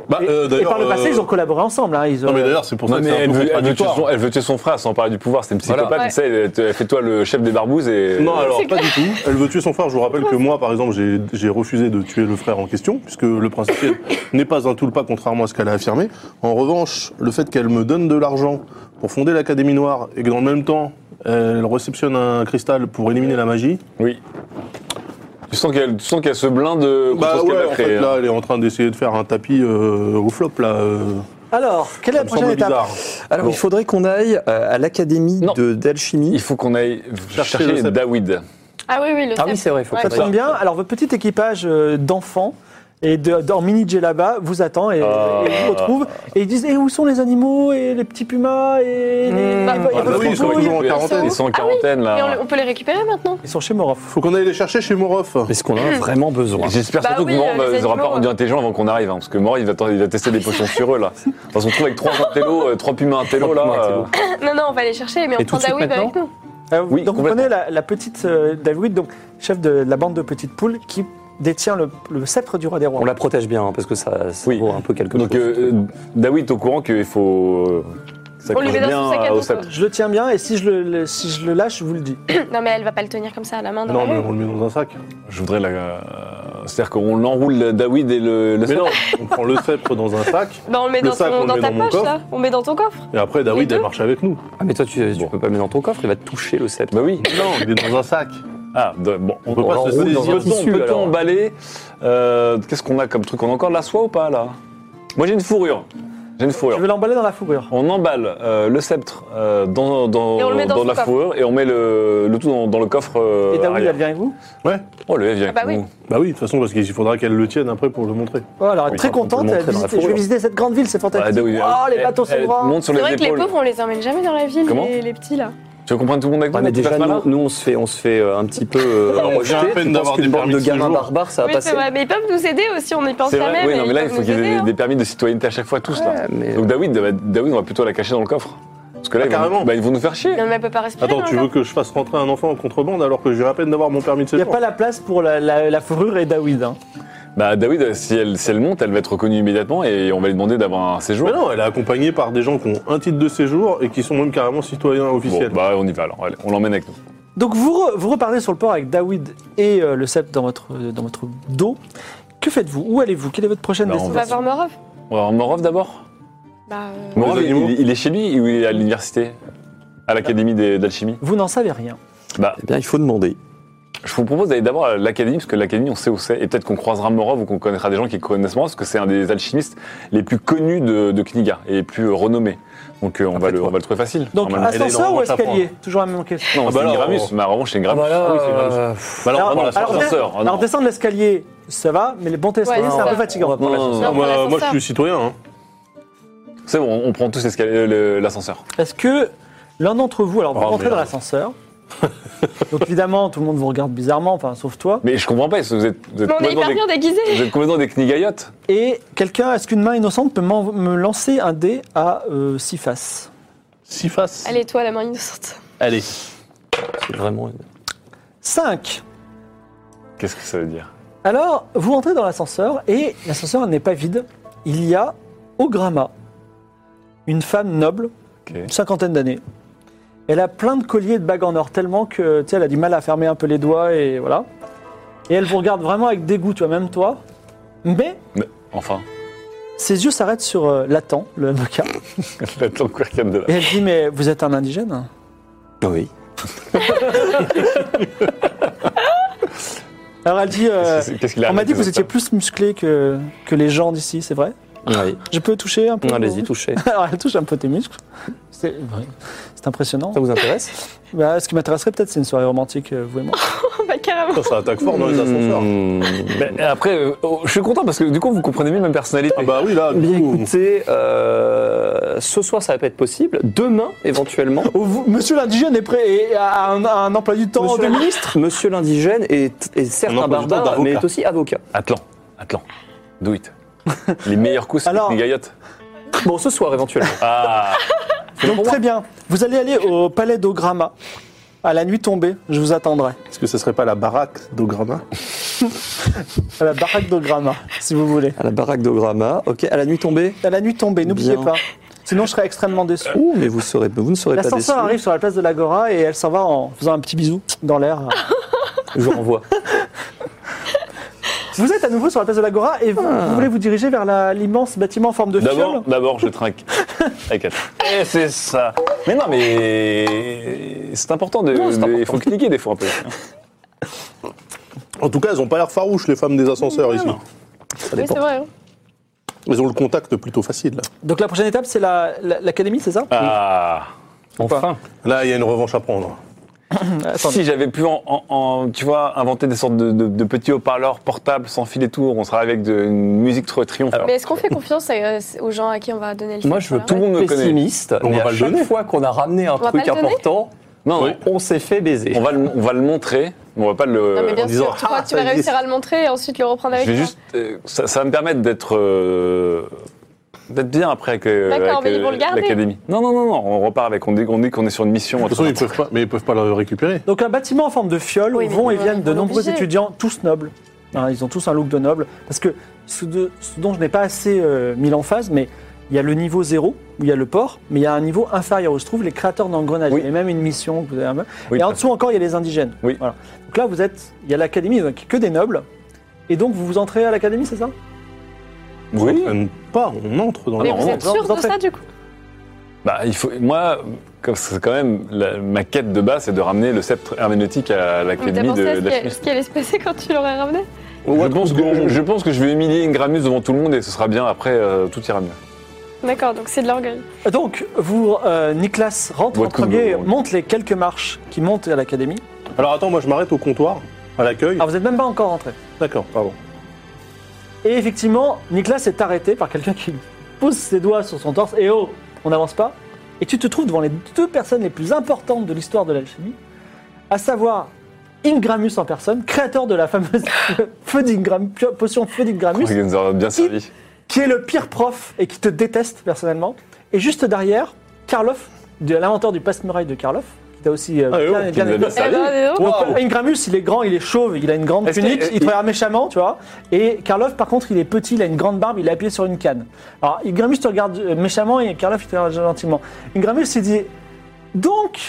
Speaker 7: Bah,
Speaker 1: Et,
Speaker 7: euh,
Speaker 1: et
Speaker 7: d'ailleurs,
Speaker 1: par le passé,
Speaker 7: euh,
Speaker 1: ils ont collaboré ensemble. hein. Ils
Speaker 7: Non,
Speaker 1: ont-
Speaker 7: mais d'ailleurs, c'est pour ça
Speaker 6: Non,
Speaker 7: que
Speaker 6: mais
Speaker 7: c'est un
Speaker 6: elle
Speaker 7: peu
Speaker 6: veut, elle, veut tuer
Speaker 7: contradictoire.
Speaker 6: son, elle veut tuer son frère sans parler du pouvoir, c'est une psychopathe,
Speaker 4: Voilà.
Speaker 6: tu sais, elle te- elle fait toi le chef des barbouzes et.
Speaker 7: Non, alors pas du tout. Elle veut tuer son frère. Je vous rappelle que moi, par exemple, j'ai- j'ai refusé de tuer le frère en question, puisque le principe n'est pas un tout le pas, contrairement à ce qu'elle a affirmé. En revanche, le fait qu'elle me donne de l'argent pour fonder l'Académie Noire et que dans le même temps, elle réceptionne un cristal pour éliminer la magie.
Speaker 6: Oui. Tu sens qu'elle tu sens qu'elle se blinde contre ce qu'elle
Speaker 7: Bah ouais,
Speaker 6: a
Speaker 7: en
Speaker 6: créé.
Speaker 7: fait,
Speaker 6: hein.
Speaker 7: là, elle est en train d'essayer de faire un tapis euh, au flop, là. euh,
Speaker 1: Alors, quelle est la
Speaker 7: ça me
Speaker 1: prochaine
Speaker 7: semble
Speaker 1: étape
Speaker 7: bizarre.
Speaker 3: Alors,
Speaker 6: Bon.
Speaker 3: il faudrait qu'on aille euh, à l'académie
Speaker 6: Non.
Speaker 3: de- d'alchimie.
Speaker 6: Il faut qu'on aille
Speaker 7: Chercher
Speaker 6: chercher
Speaker 7: le sceptre.
Speaker 6: David.
Speaker 4: Ah oui, oui,
Speaker 3: Ah
Speaker 4: le
Speaker 3: oui,
Speaker 4: sceptre.
Speaker 3: c'est vrai, il faut
Speaker 4: Ouais.
Speaker 1: Ça
Speaker 3: qu'on
Speaker 1: tombe
Speaker 3: aille.
Speaker 1: bien. Alors, votre petit équipage euh, d'enfants et de, en mini djellaba vous attend et,
Speaker 6: Ah.
Speaker 1: et vous retrouve. Et ils disent Et où sont les animaux Et les petits pumas Et les.
Speaker 5: Mmh.
Speaker 1: les-
Speaker 7: Ah bah
Speaker 1: les-
Speaker 7: oui, ils sont
Speaker 1: les-
Speaker 7: toujours en quarantaine.
Speaker 6: Ils sont en quarantaine
Speaker 4: Et Ah on,
Speaker 6: là.
Speaker 4: on peut les récupérer maintenant
Speaker 1: Ils sont chez Morov.
Speaker 7: Faut qu'on aille les chercher chez Morof.
Speaker 3: Est-ce qu'on en a vraiment besoin
Speaker 6: J'espère
Speaker 4: Bah
Speaker 6: surtout
Speaker 4: oui,
Speaker 6: que Morand
Speaker 4: euh,
Speaker 6: va-
Speaker 4: les
Speaker 6: sera pas
Speaker 4: animaux,
Speaker 6: rendu
Speaker 4: ouais.
Speaker 6: intelligent avant qu'on arrive, hein, parce que Morand il va, t- il va tester des potions sur eux là. On se retrouve avec trois intellos, euh, trois pumas intellos là.
Speaker 3: Trois pumas
Speaker 6: euh,
Speaker 3: intellos.
Speaker 4: Non, non, on va les chercher, mais on
Speaker 3: Et tout
Speaker 4: prend
Speaker 3: de suite
Speaker 4: Dawib
Speaker 3: maintenant
Speaker 4: avec nous.
Speaker 1: Euh,
Speaker 6: Oui,
Speaker 1: donc vous
Speaker 6: complètement.
Speaker 1: prenez la, la petite euh, David, donc chef de la bande de petites poules, qui détient le, le sceptre du roi des rois.
Speaker 3: On la protège bien, hein, parce que ça, ça
Speaker 6: Oui.
Speaker 3: vaut un peu quelque
Speaker 6: Donc
Speaker 3: chose.
Speaker 6: euh, David est au courant qu'il faut. euh, Ça euh,
Speaker 4: On lui met dans son sac à dos,
Speaker 6: au
Speaker 4: quoi.
Speaker 6: sceptre.
Speaker 1: Je le tiens bien et si je le, le- si je le lâche, je vous le dis.
Speaker 4: Non, mais elle va pas le tenir comme ça à la main. dans
Speaker 7: Non,
Speaker 4: la
Speaker 7: mais
Speaker 4: main.
Speaker 7: on le met dans un sac.
Speaker 6: Je voudrais la. euh, C'est-à-dire qu'on l'enroule David et le. le
Speaker 7: Mais
Speaker 6: sceptre.
Speaker 7: non, on prend le sceptre dans un sac.
Speaker 4: Bah, on le met
Speaker 7: Le
Speaker 4: dans,
Speaker 7: sac,
Speaker 4: ton-
Speaker 7: on le
Speaker 4: dans
Speaker 7: met
Speaker 4: ta
Speaker 7: dans mon
Speaker 4: poche,
Speaker 7: coffre.
Speaker 4: là. On le met dans ton coffre.
Speaker 7: Et après, David,
Speaker 4: deux
Speaker 7: elle marche avec nous.
Speaker 3: Ah, mais toi, tu, tu
Speaker 6: Bon.
Speaker 3: peux pas le mettre dans ton coffre, il va te toucher le sceptre.
Speaker 6: Bah oui.
Speaker 7: Non, il est dans un sac.
Speaker 6: Ah, de- bon.
Speaker 7: On peut pas se
Speaker 3: l'enroule
Speaker 7: saisir.
Speaker 3: dans un
Speaker 7: Peut-on-
Speaker 3: tissu,
Speaker 6: Peut-on
Speaker 3: alors.
Speaker 6: emballer euh, Qu'est-ce qu'on a comme truc On a encore de la soie ou pas là Moi j'ai une fourrure. J'ai une
Speaker 1: Je
Speaker 6: fourrure.
Speaker 1: vais l'emballer dans la fourrure.
Speaker 6: On emballe euh, le sceptre euh, dans, dans,
Speaker 4: Et on le met dans son
Speaker 6: la
Speaker 4: coffre.
Speaker 6: fourrure et on met le, le tout dans, dans le coffre. euh,
Speaker 1: et David,
Speaker 6: arrière.
Speaker 1: elle vient avec vous
Speaker 7: Ouais.
Speaker 6: Oh le F vient.
Speaker 4: Ah bah
Speaker 6: avec
Speaker 4: oui.
Speaker 6: nous.
Speaker 7: Bah oui, de toute façon, parce qu'il faudra qu'elle le tienne après pour le montrer.
Speaker 1: Oh, Alors, elle est
Speaker 3: Oui,
Speaker 1: très
Speaker 3: on peut le
Speaker 1: contente.
Speaker 3: montrer
Speaker 1: elle
Speaker 3: dans la
Speaker 1: visite- je vais
Speaker 3: fourrure.
Speaker 1: visiter cette grande ville, c'est
Speaker 6: Ah,
Speaker 1: fantastique.
Speaker 6: David,
Speaker 3: hein.
Speaker 1: oh, les
Speaker 6: elle-
Speaker 1: bateaux sont
Speaker 6: elle
Speaker 1: grands.
Speaker 6: Monte sur
Speaker 4: C'est
Speaker 6: les
Speaker 4: vrai que les
Speaker 6: épaules.
Speaker 4: pauvres, on les emmène jamais dans la ville,
Speaker 6: Comment
Speaker 4: les, les petits, là.
Speaker 6: Tu veux comprendre tout le monde avec
Speaker 3: Ouais,
Speaker 6: nous
Speaker 3: mais
Speaker 6: Tu
Speaker 3: déjà,
Speaker 6: passes pas hein. là
Speaker 3: nous, nous, on se fait, on se fait euh, un petit peu euh,
Speaker 7: On vient à
Speaker 3: rejeter.
Speaker 7: peine
Speaker 3: Tu penses
Speaker 7: d'avoir
Speaker 3: qu'une
Speaker 7: des
Speaker 3: bande
Speaker 7: permis
Speaker 3: de
Speaker 7: de
Speaker 3: gamins
Speaker 7: séjour.
Speaker 3: barbares, ça va
Speaker 4: Oui,
Speaker 3: passer
Speaker 4: c'est vrai, mais ils peuvent nous aider aussi, on y pense
Speaker 6: C'est
Speaker 4: jamais.
Speaker 6: vrai. Oui, non mais là il
Speaker 4: peuvent
Speaker 6: faut
Speaker 4: nous
Speaker 6: qu'ils aient
Speaker 4: aider,
Speaker 6: des,
Speaker 4: hein.
Speaker 6: des permis de citoyenneté à chaque fois tous là.
Speaker 3: Ouais, Ah, mais-
Speaker 6: Donc David, bah, David, on va plutôt la cacher dans le coffre. Parce que là,
Speaker 7: Ah,
Speaker 6: ils vont-
Speaker 7: carrément.
Speaker 6: bah, ils vont nous faire chier.
Speaker 4: Non, mais elle peut pas respirer. hein,
Speaker 7: Attends,
Speaker 4: dans
Speaker 7: tu
Speaker 4: le
Speaker 7: veux
Speaker 4: coffre.
Speaker 7: que je fasse rentrer un enfant en contrebande alors que je viens à peine d'avoir mon permis de
Speaker 1: Il n'y a
Speaker 7: séjour
Speaker 1: pas la place pour la, la- la fourrure et David. hein.
Speaker 6: Bah David, si elle, si elle monte, elle va être reconnue immédiatement et on va lui demander d'avoir un séjour.
Speaker 7: Mais non, elle est accompagnée par des gens qui ont un titre de séjour et qui sont même carrément citoyens
Speaker 6: Bon,
Speaker 7: officiels.
Speaker 6: bah on y va alors, Allez, on l'emmène avec nous.
Speaker 1: Donc, vous, re- vous repartez sur le port avec David et euh, le sceptre dans votre, euh, dans votre dos. Que faites-vous Où allez-vous Quelle est votre prochaine
Speaker 6: Bah, on
Speaker 4: On
Speaker 1: destination
Speaker 4: va voir Morov.
Speaker 6: On va voir Morov d'abord
Speaker 4: Bah, euh,
Speaker 6: Morov,
Speaker 7: Les
Speaker 6: il,
Speaker 7: animaux.
Speaker 6: il- il est chez lui ou il est à l'université À l'académie des- d'alchimie
Speaker 1: Vous n'en savez rien.
Speaker 6: Bah,
Speaker 3: Eh bien, il faut demander.
Speaker 6: je vous propose d'aller d'abord à l'académie, parce que l'académie, on sait où c'est, et peut-être qu'on croisera Morov ou qu'on connaîtra des gens qui connaissent Morov, parce que c'est un des alchimistes les plus connus de, de Kniga et les plus renommés. Donc euh, on, va le, on va le trouver facile.
Speaker 1: Donc,
Speaker 6: normalement.
Speaker 7: elle a
Speaker 1: ascenseur ou
Speaker 7: énormément de chaperons.
Speaker 1: escalier Toujours la même question.
Speaker 6: Non,
Speaker 7: Ah,
Speaker 6: c'est
Speaker 7: bah
Speaker 6: une
Speaker 7: alors,
Speaker 6: Gramus,
Speaker 7: on-
Speaker 6: mais en revanche, c'est une Gramus.
Speaker 7: Ah oui, c'est une Gramus.
Speaker 3: euh,
Speaker 6: Bah alors,
Speaker 1: euh, Alors,
Speaker 6: on va dans
Speaker 1: alors,
Speaker 6: l'ascenseur. Ah, non.
Speaker 1: Alors, descendre l'escalier, ça va, mais les monter l'escalier,
Speaker 4: Ouais,
Speaker 1: c'est un
Speaker 4: ça
Speaker 1: peu
Speaker 4: va.
Speaker 1: fatigant.
Speaker 6: Non, non, non,
Speaker 7: Ah,
Speaker 6: non.
Speaker 4: on
Speaker 7: moi,
Speaker 4: prend
Speaker 7: moi, je
Speaker 4: l'ascenseur.
Speaker 7: suis citoyen. Hein.
Speaker 6: C'est bon, on prend tous l'escalier- euh, le- l'ascenseur.
Speaker 1: Est-ce que l'un d'entre vous, alors vous
Speaker 7: Oh,
Speaker 1: rentrez dans
Speaker 7: merde.
Speaker 1: l'ascenseur, donc évidemment, tout le monde vous regarde bizarrement, enfin, sauf toi,
Speaker 6: Mais je comprends pas, parce que vous êtes, vous êtes
Speaker 4: mais on est
Speaker 6: complètement
Speaker 4: hyper
Speaker 6: des,
Speaker 4: bien déguisés.
Speaker 6: vous êtes complètement des Knigayotes.
Speaker 1: et quelqu'un, est-ce qu'une main innocente peut m'en- me lancer un dé à 6 faces
Speaker 7: Six faces.
Speaker 4: Allez, toi, la main innocente.
Speaker 7: Allez.
Speaker 3: C'est vraiment.
Speaker 1: 5
Speaker 6: Qu'est-ce que ça veut dire
Speaker 1: Alors, vous entrez dans l'ascenseur et l'ascenseur n'est pas vide. Il y a Ograma, une femme noble,
Speaker 6: Ok.
Speaker 1: une cinquantaine d'années. Elle a plein de colliers et de bagues en or tellement que tu sais, elle a du mal à fermer un peu les doigts et voilà. Et elle vous regarde vraiment avec dégoût, tu vois, même toi. Mais
Speaker 6: Mais, enfin,
Speaker 1: ses yeux s'arrêtent sur euh, Latan, le moka,
Speaker 6: l'attends quirkade de là.
Speaker 1: et elle dit Mais vous êtes un indigène
Speaker 6: Eh
Speaker 3: Oui.
Speaker 1: Alors elle dit euh,
Speaker 6: C'est- hein. c'est- Qu'est-ce qu'il a
Speaker 1: On m'a dit que vous
Speaker 6: avec les
Speaker 1: étiez plus musclé que, que les gens d'ici, c'est vrai
Speaker 3: Ah Oui.
Speaker 1: Je peux toucher un peu vos-
Speaker 3: Allez-y, touchez.
Speaker 1: Alors elle touche un peu tes muscles. C'est ouais, c'est impressionnant.
Speaker 3: Ça vous intéresse
Speaker 1: Bah, ce qui m'intéresserait peut-être, c'est une soirée romantique, euh, vous et moi.
Speaker 4: Bah, carrément.
Speaker 7: Ça, ça attaque fort dans les ascenseurs.
Speaker 3: Hmm.
Speaker 6: Ben, après, euh, oh, je suis content parce que du coup, vous comprenez mieux ma personnalité.
Speaker 7: Ah bah oui, là, du
Speaker 3: Eh Bien
Speaker 7: coup,
Speaker 3: écoutez, euh, ce soir ça va pas être possible. Demain, éventuellement.
Speaker 1: Oh, vous- Monsieur l'indigène est prêt et a un, a un emploi du temps
Speaker 3: Monsieur
Speaker 1: de
Speaker 3: l'in-
Speaker 1: ministre
Speaker 3: Monsieur l'indigène est, est certes
Speaker 7: On
Speaker 3: un
Speaker 7: emploie du temps
Speaker 3: barbare,
Speaker 7: d'avocat.
Speaker 3: mais est aussi avocat.
Speaker 6: Atlan, Atlan, do it. Les meilleurs coups, c'est
Speaker 1: Alors-
Speaker 6: les gaillottes.
Speaker 3: Bon, ce soir éventuellement.
Speaker 6: Ah,
Speaker 1: Donc très bien. Vous allez aller au palais d'Ograma. À la nuit tombée, je vous attendrai.
Speaker 7: est-ce que ce serait pas la baraque d'Ograma
Speaker 1: À la baraque d'Ograma, si vous voulez.
Speaker 3: À la baraque d'Ograma, ok, à la nuit tombée.
Speaker 1: À la nuit tombée, n'oubliez
Speaker 3: Bien.
Speaker 1: pas. Sinon, je serais extrêmement déçu.
Speaker 3: Ouh, mais vous, serez, vous ne serez pas déçus.
Speaker 1: L'ascenseur arrive sur la place de l'Agora et elle s'en va en faisant un petit bisou dans l'air.
Speaker 3: Je vous renvoie.
Speaker 1: Vous êtes à nouveau sur la place de l'Agora et vous,
Speaker 3: Ah.
Speaker 1: vous voulez vous diriger vers la- l'immense bâtiment en forme de fiole.
Speaker 6: d'abord, d'abord, je trinque. Avec Atlan. Eh, c'est ça. Mais non, mais c'est important de. de- Il faut cliquer des fois un peu.
Speaker 7: En tout cas, elles ont pas l'air farouches, les femmes des ascenseurs ici.
Speaker 4: Oui, c'est vrai. hein.
Speaker 7: Elles ont le contact plutôt facile. Là,
Speaker 1: Donc la prochaine étape, c'est la- la- l'académie, c'est ça
Speaker 6: Ah.
Speaker 1: Enfin.
Speaker 7: Là, il y a une revanche à prendre.
Speaker 1: Attendez.
Speaker 6: Si j'avais pu, en, en- en- tu vois, inventer des sortes de, de- de petits haut-parleurs portables sans fil et tout, on serait avec de, une musique trop triomphante.
Speaker 4: Ah, Mais est-ce qu'on fait confiance euh, aux gens à qui on va donner le
Speaker 3: Moi,
Speaker 4: feu,
Speaker 3: je veux
Speaker 4: voilà.
Speaker 3: tout le monde me
Speaker 6: connaît.
Speaker 3: pessimiste,
Speaker 7: On
Speaker 3: mais
Speaker 7: va
Speaker 3: à
Speaker 7: pas le
Speaker 3: chaque
Speaker 7: donner.
Speaker 3: fois qu'on a ramené un
Speaker 4: va
Speaker 3: truc
Speaker 4: pas le donner
Speaker 3: important,
Speaker 6: Non, non,
Speaker 3: on s'est fait baiser.
Speaker 6: on, va le, on va le montrer, mais on va pas le.
Speaker 4: Non, mais bien
Speaker 6: euh, en
Speaker 4: sûr, Bah
Speaker 6: disant,
Speaker 4: tu crois que tu vas
Speaker 6: Ah, ça
Speaker 4: réussir à le montrer et ensuite le reprendre
Speaker 6: existe.
Speaker 4: avec
Speaker 6: Je vais
Speaker 4: toi
Speaker 6: juste, euh, ça, ça va me permettre d'être, euh, d'être bien après avec, euh,
Speaker 4: D'accord,
Speaker 6: avec,
Speaker 4: mais ils
Speaker 6: euh,
Speaker 4: vont le garder.
Speaker 6: l'académie. Non, non, non, non, on repart avec, on dit on dit qu'on est sur une mission.
Speaker 7: De toute façon,
Speaker 6: autre
Speaker 7: ils peuvent pas, mais ils peuvent pas le récupérer.
Speaker 1: Donc un bâtiment en forme de fiole
Speaker 4: Oui,
Speaker 1: où
Speaker 4: mais
Speaker 1: vont et
Speaker 4: on-
Speaker 1: viennent de
Speaker 4: on est
Speaker 1: nombreux
Speaker 4: obligé.
Speaker 1: étudiants, tous nobles. Hein, ils ont tous un look de noble. Parce que ce, de- ce dont je n'ai pas assez euh, mis l'emphase, mais il y a le niveau zéro, où il y a le port, mais il y a un niveau inférieur où se trouvent les créateurs d'engrenages.
Speaker 6: Oui.
Speaker 1: Il y a même une mission. que vous avez un peu.
Speaker 6: Oui,
Speaker 1: et en
Speaker 6: tout à
Speaker 1: dessous encore, il y a les indigènes.
Speaker 6: Oui.
Speaker 1: Voilà. Donc là, vous êtes, il y a l'académie, donc que des nobles. Et donc, vous vous entrez à l'académie, c'est ça
Speaker 6: Oui.
Speaker 7: Ils ne pas, on entre dans
Speaker 4: Mais
Speaker 7: la
Speaker 6: non,
Speaker 4: vous
Speaker 6: non,
Speaker 4: êtes
Speaker 1: vous en-
Speaker 4: sûr
Speaker 1: vous en
Speaker 4: de ça,
Speaker 1: faites.
Speaker 4: du coup
Speaker 6: Bah, il faut, moi, comme c'est quand même la- ma quête de base, c'est de ramener le sceptre herméneutique à
Speaker 4: Vous
Speaker 6: l'académie
Speaker 4: avez
Speaker 6: de,
Speaker 4: pensé à
Speaker 6: de
Speaker 4: ce
Speaker 6: la
Speaker 4: qui-
Speaker 6: chimiste.
Speaker 4: ce qui allait se passer quand tu l'aurais ramené
Speaker 6: Je pense, que, je pense que je vais humilier Ingramus devant tout le monde et ce sera bien. Après, euh, tout ira mieux.
Speaker 4: D'accord, donc c'est de l'orgueil.
Speaker 1: Donc, vous, euh, Nicolas rentre
Speaker 6: What
Speaker 1: en
Speaker 6: could
Speaker 1: premier,
Speaker 6: go wrong
Speaker 1: monte les quelques marches qui montent à l'académie.
Speaker 7: Alors attends, moi je m'arrête au comptoir, à l'accueil.
Speaker 1: Alors, vous n'êtes même pas encore rentré.
Speaker 7: D'accord, pardon.
Speaker 1: Et effectivement, Nicolas est arrêté par quelqu'un qui pose ses doigts sur son torse et oh, on n'avance pas. Et tu te trouves devant les deux personnes les plus importantes de l'histoire de l'alchimie, à savoir Ingramus en personne, créateur de la fameuse feu d'Ingram- potion feu d'Ingramus,
Speaker 6: Il nous aura bien servi.
Speaker 1: qui est le pire prof et qui te déteste personnellement. Et juste derrière, Karloff, de l'inventeur du passe-muraille de Karloff, qui t'a aussi euh,
Speaker 7: Ah, et oh,
Speaker 1: bien,
Speaker 6: qui nous a
Speaker 1: bien
Speaker 6: bien
Speaker 4: Eh
Speaker 6: servi.
Speaker 4: ben, dis donc.
Speaker 1: donc, Ingramus, il est grand, il est chauve, il a une grande
Speaker 6: Est-ce que-
Speaker 1: tunique,
Speaker 6: euh,
Speaker 1: il te regarde méchamment, tu vois. Et Karloff, par contre, il est petit, il a une grande barbe, il est appuyé sur une canne. Alors, Ingramus te regarde euh, méchamment et Karloff, il te regarde gentiment. Ingramus, il dit Donc,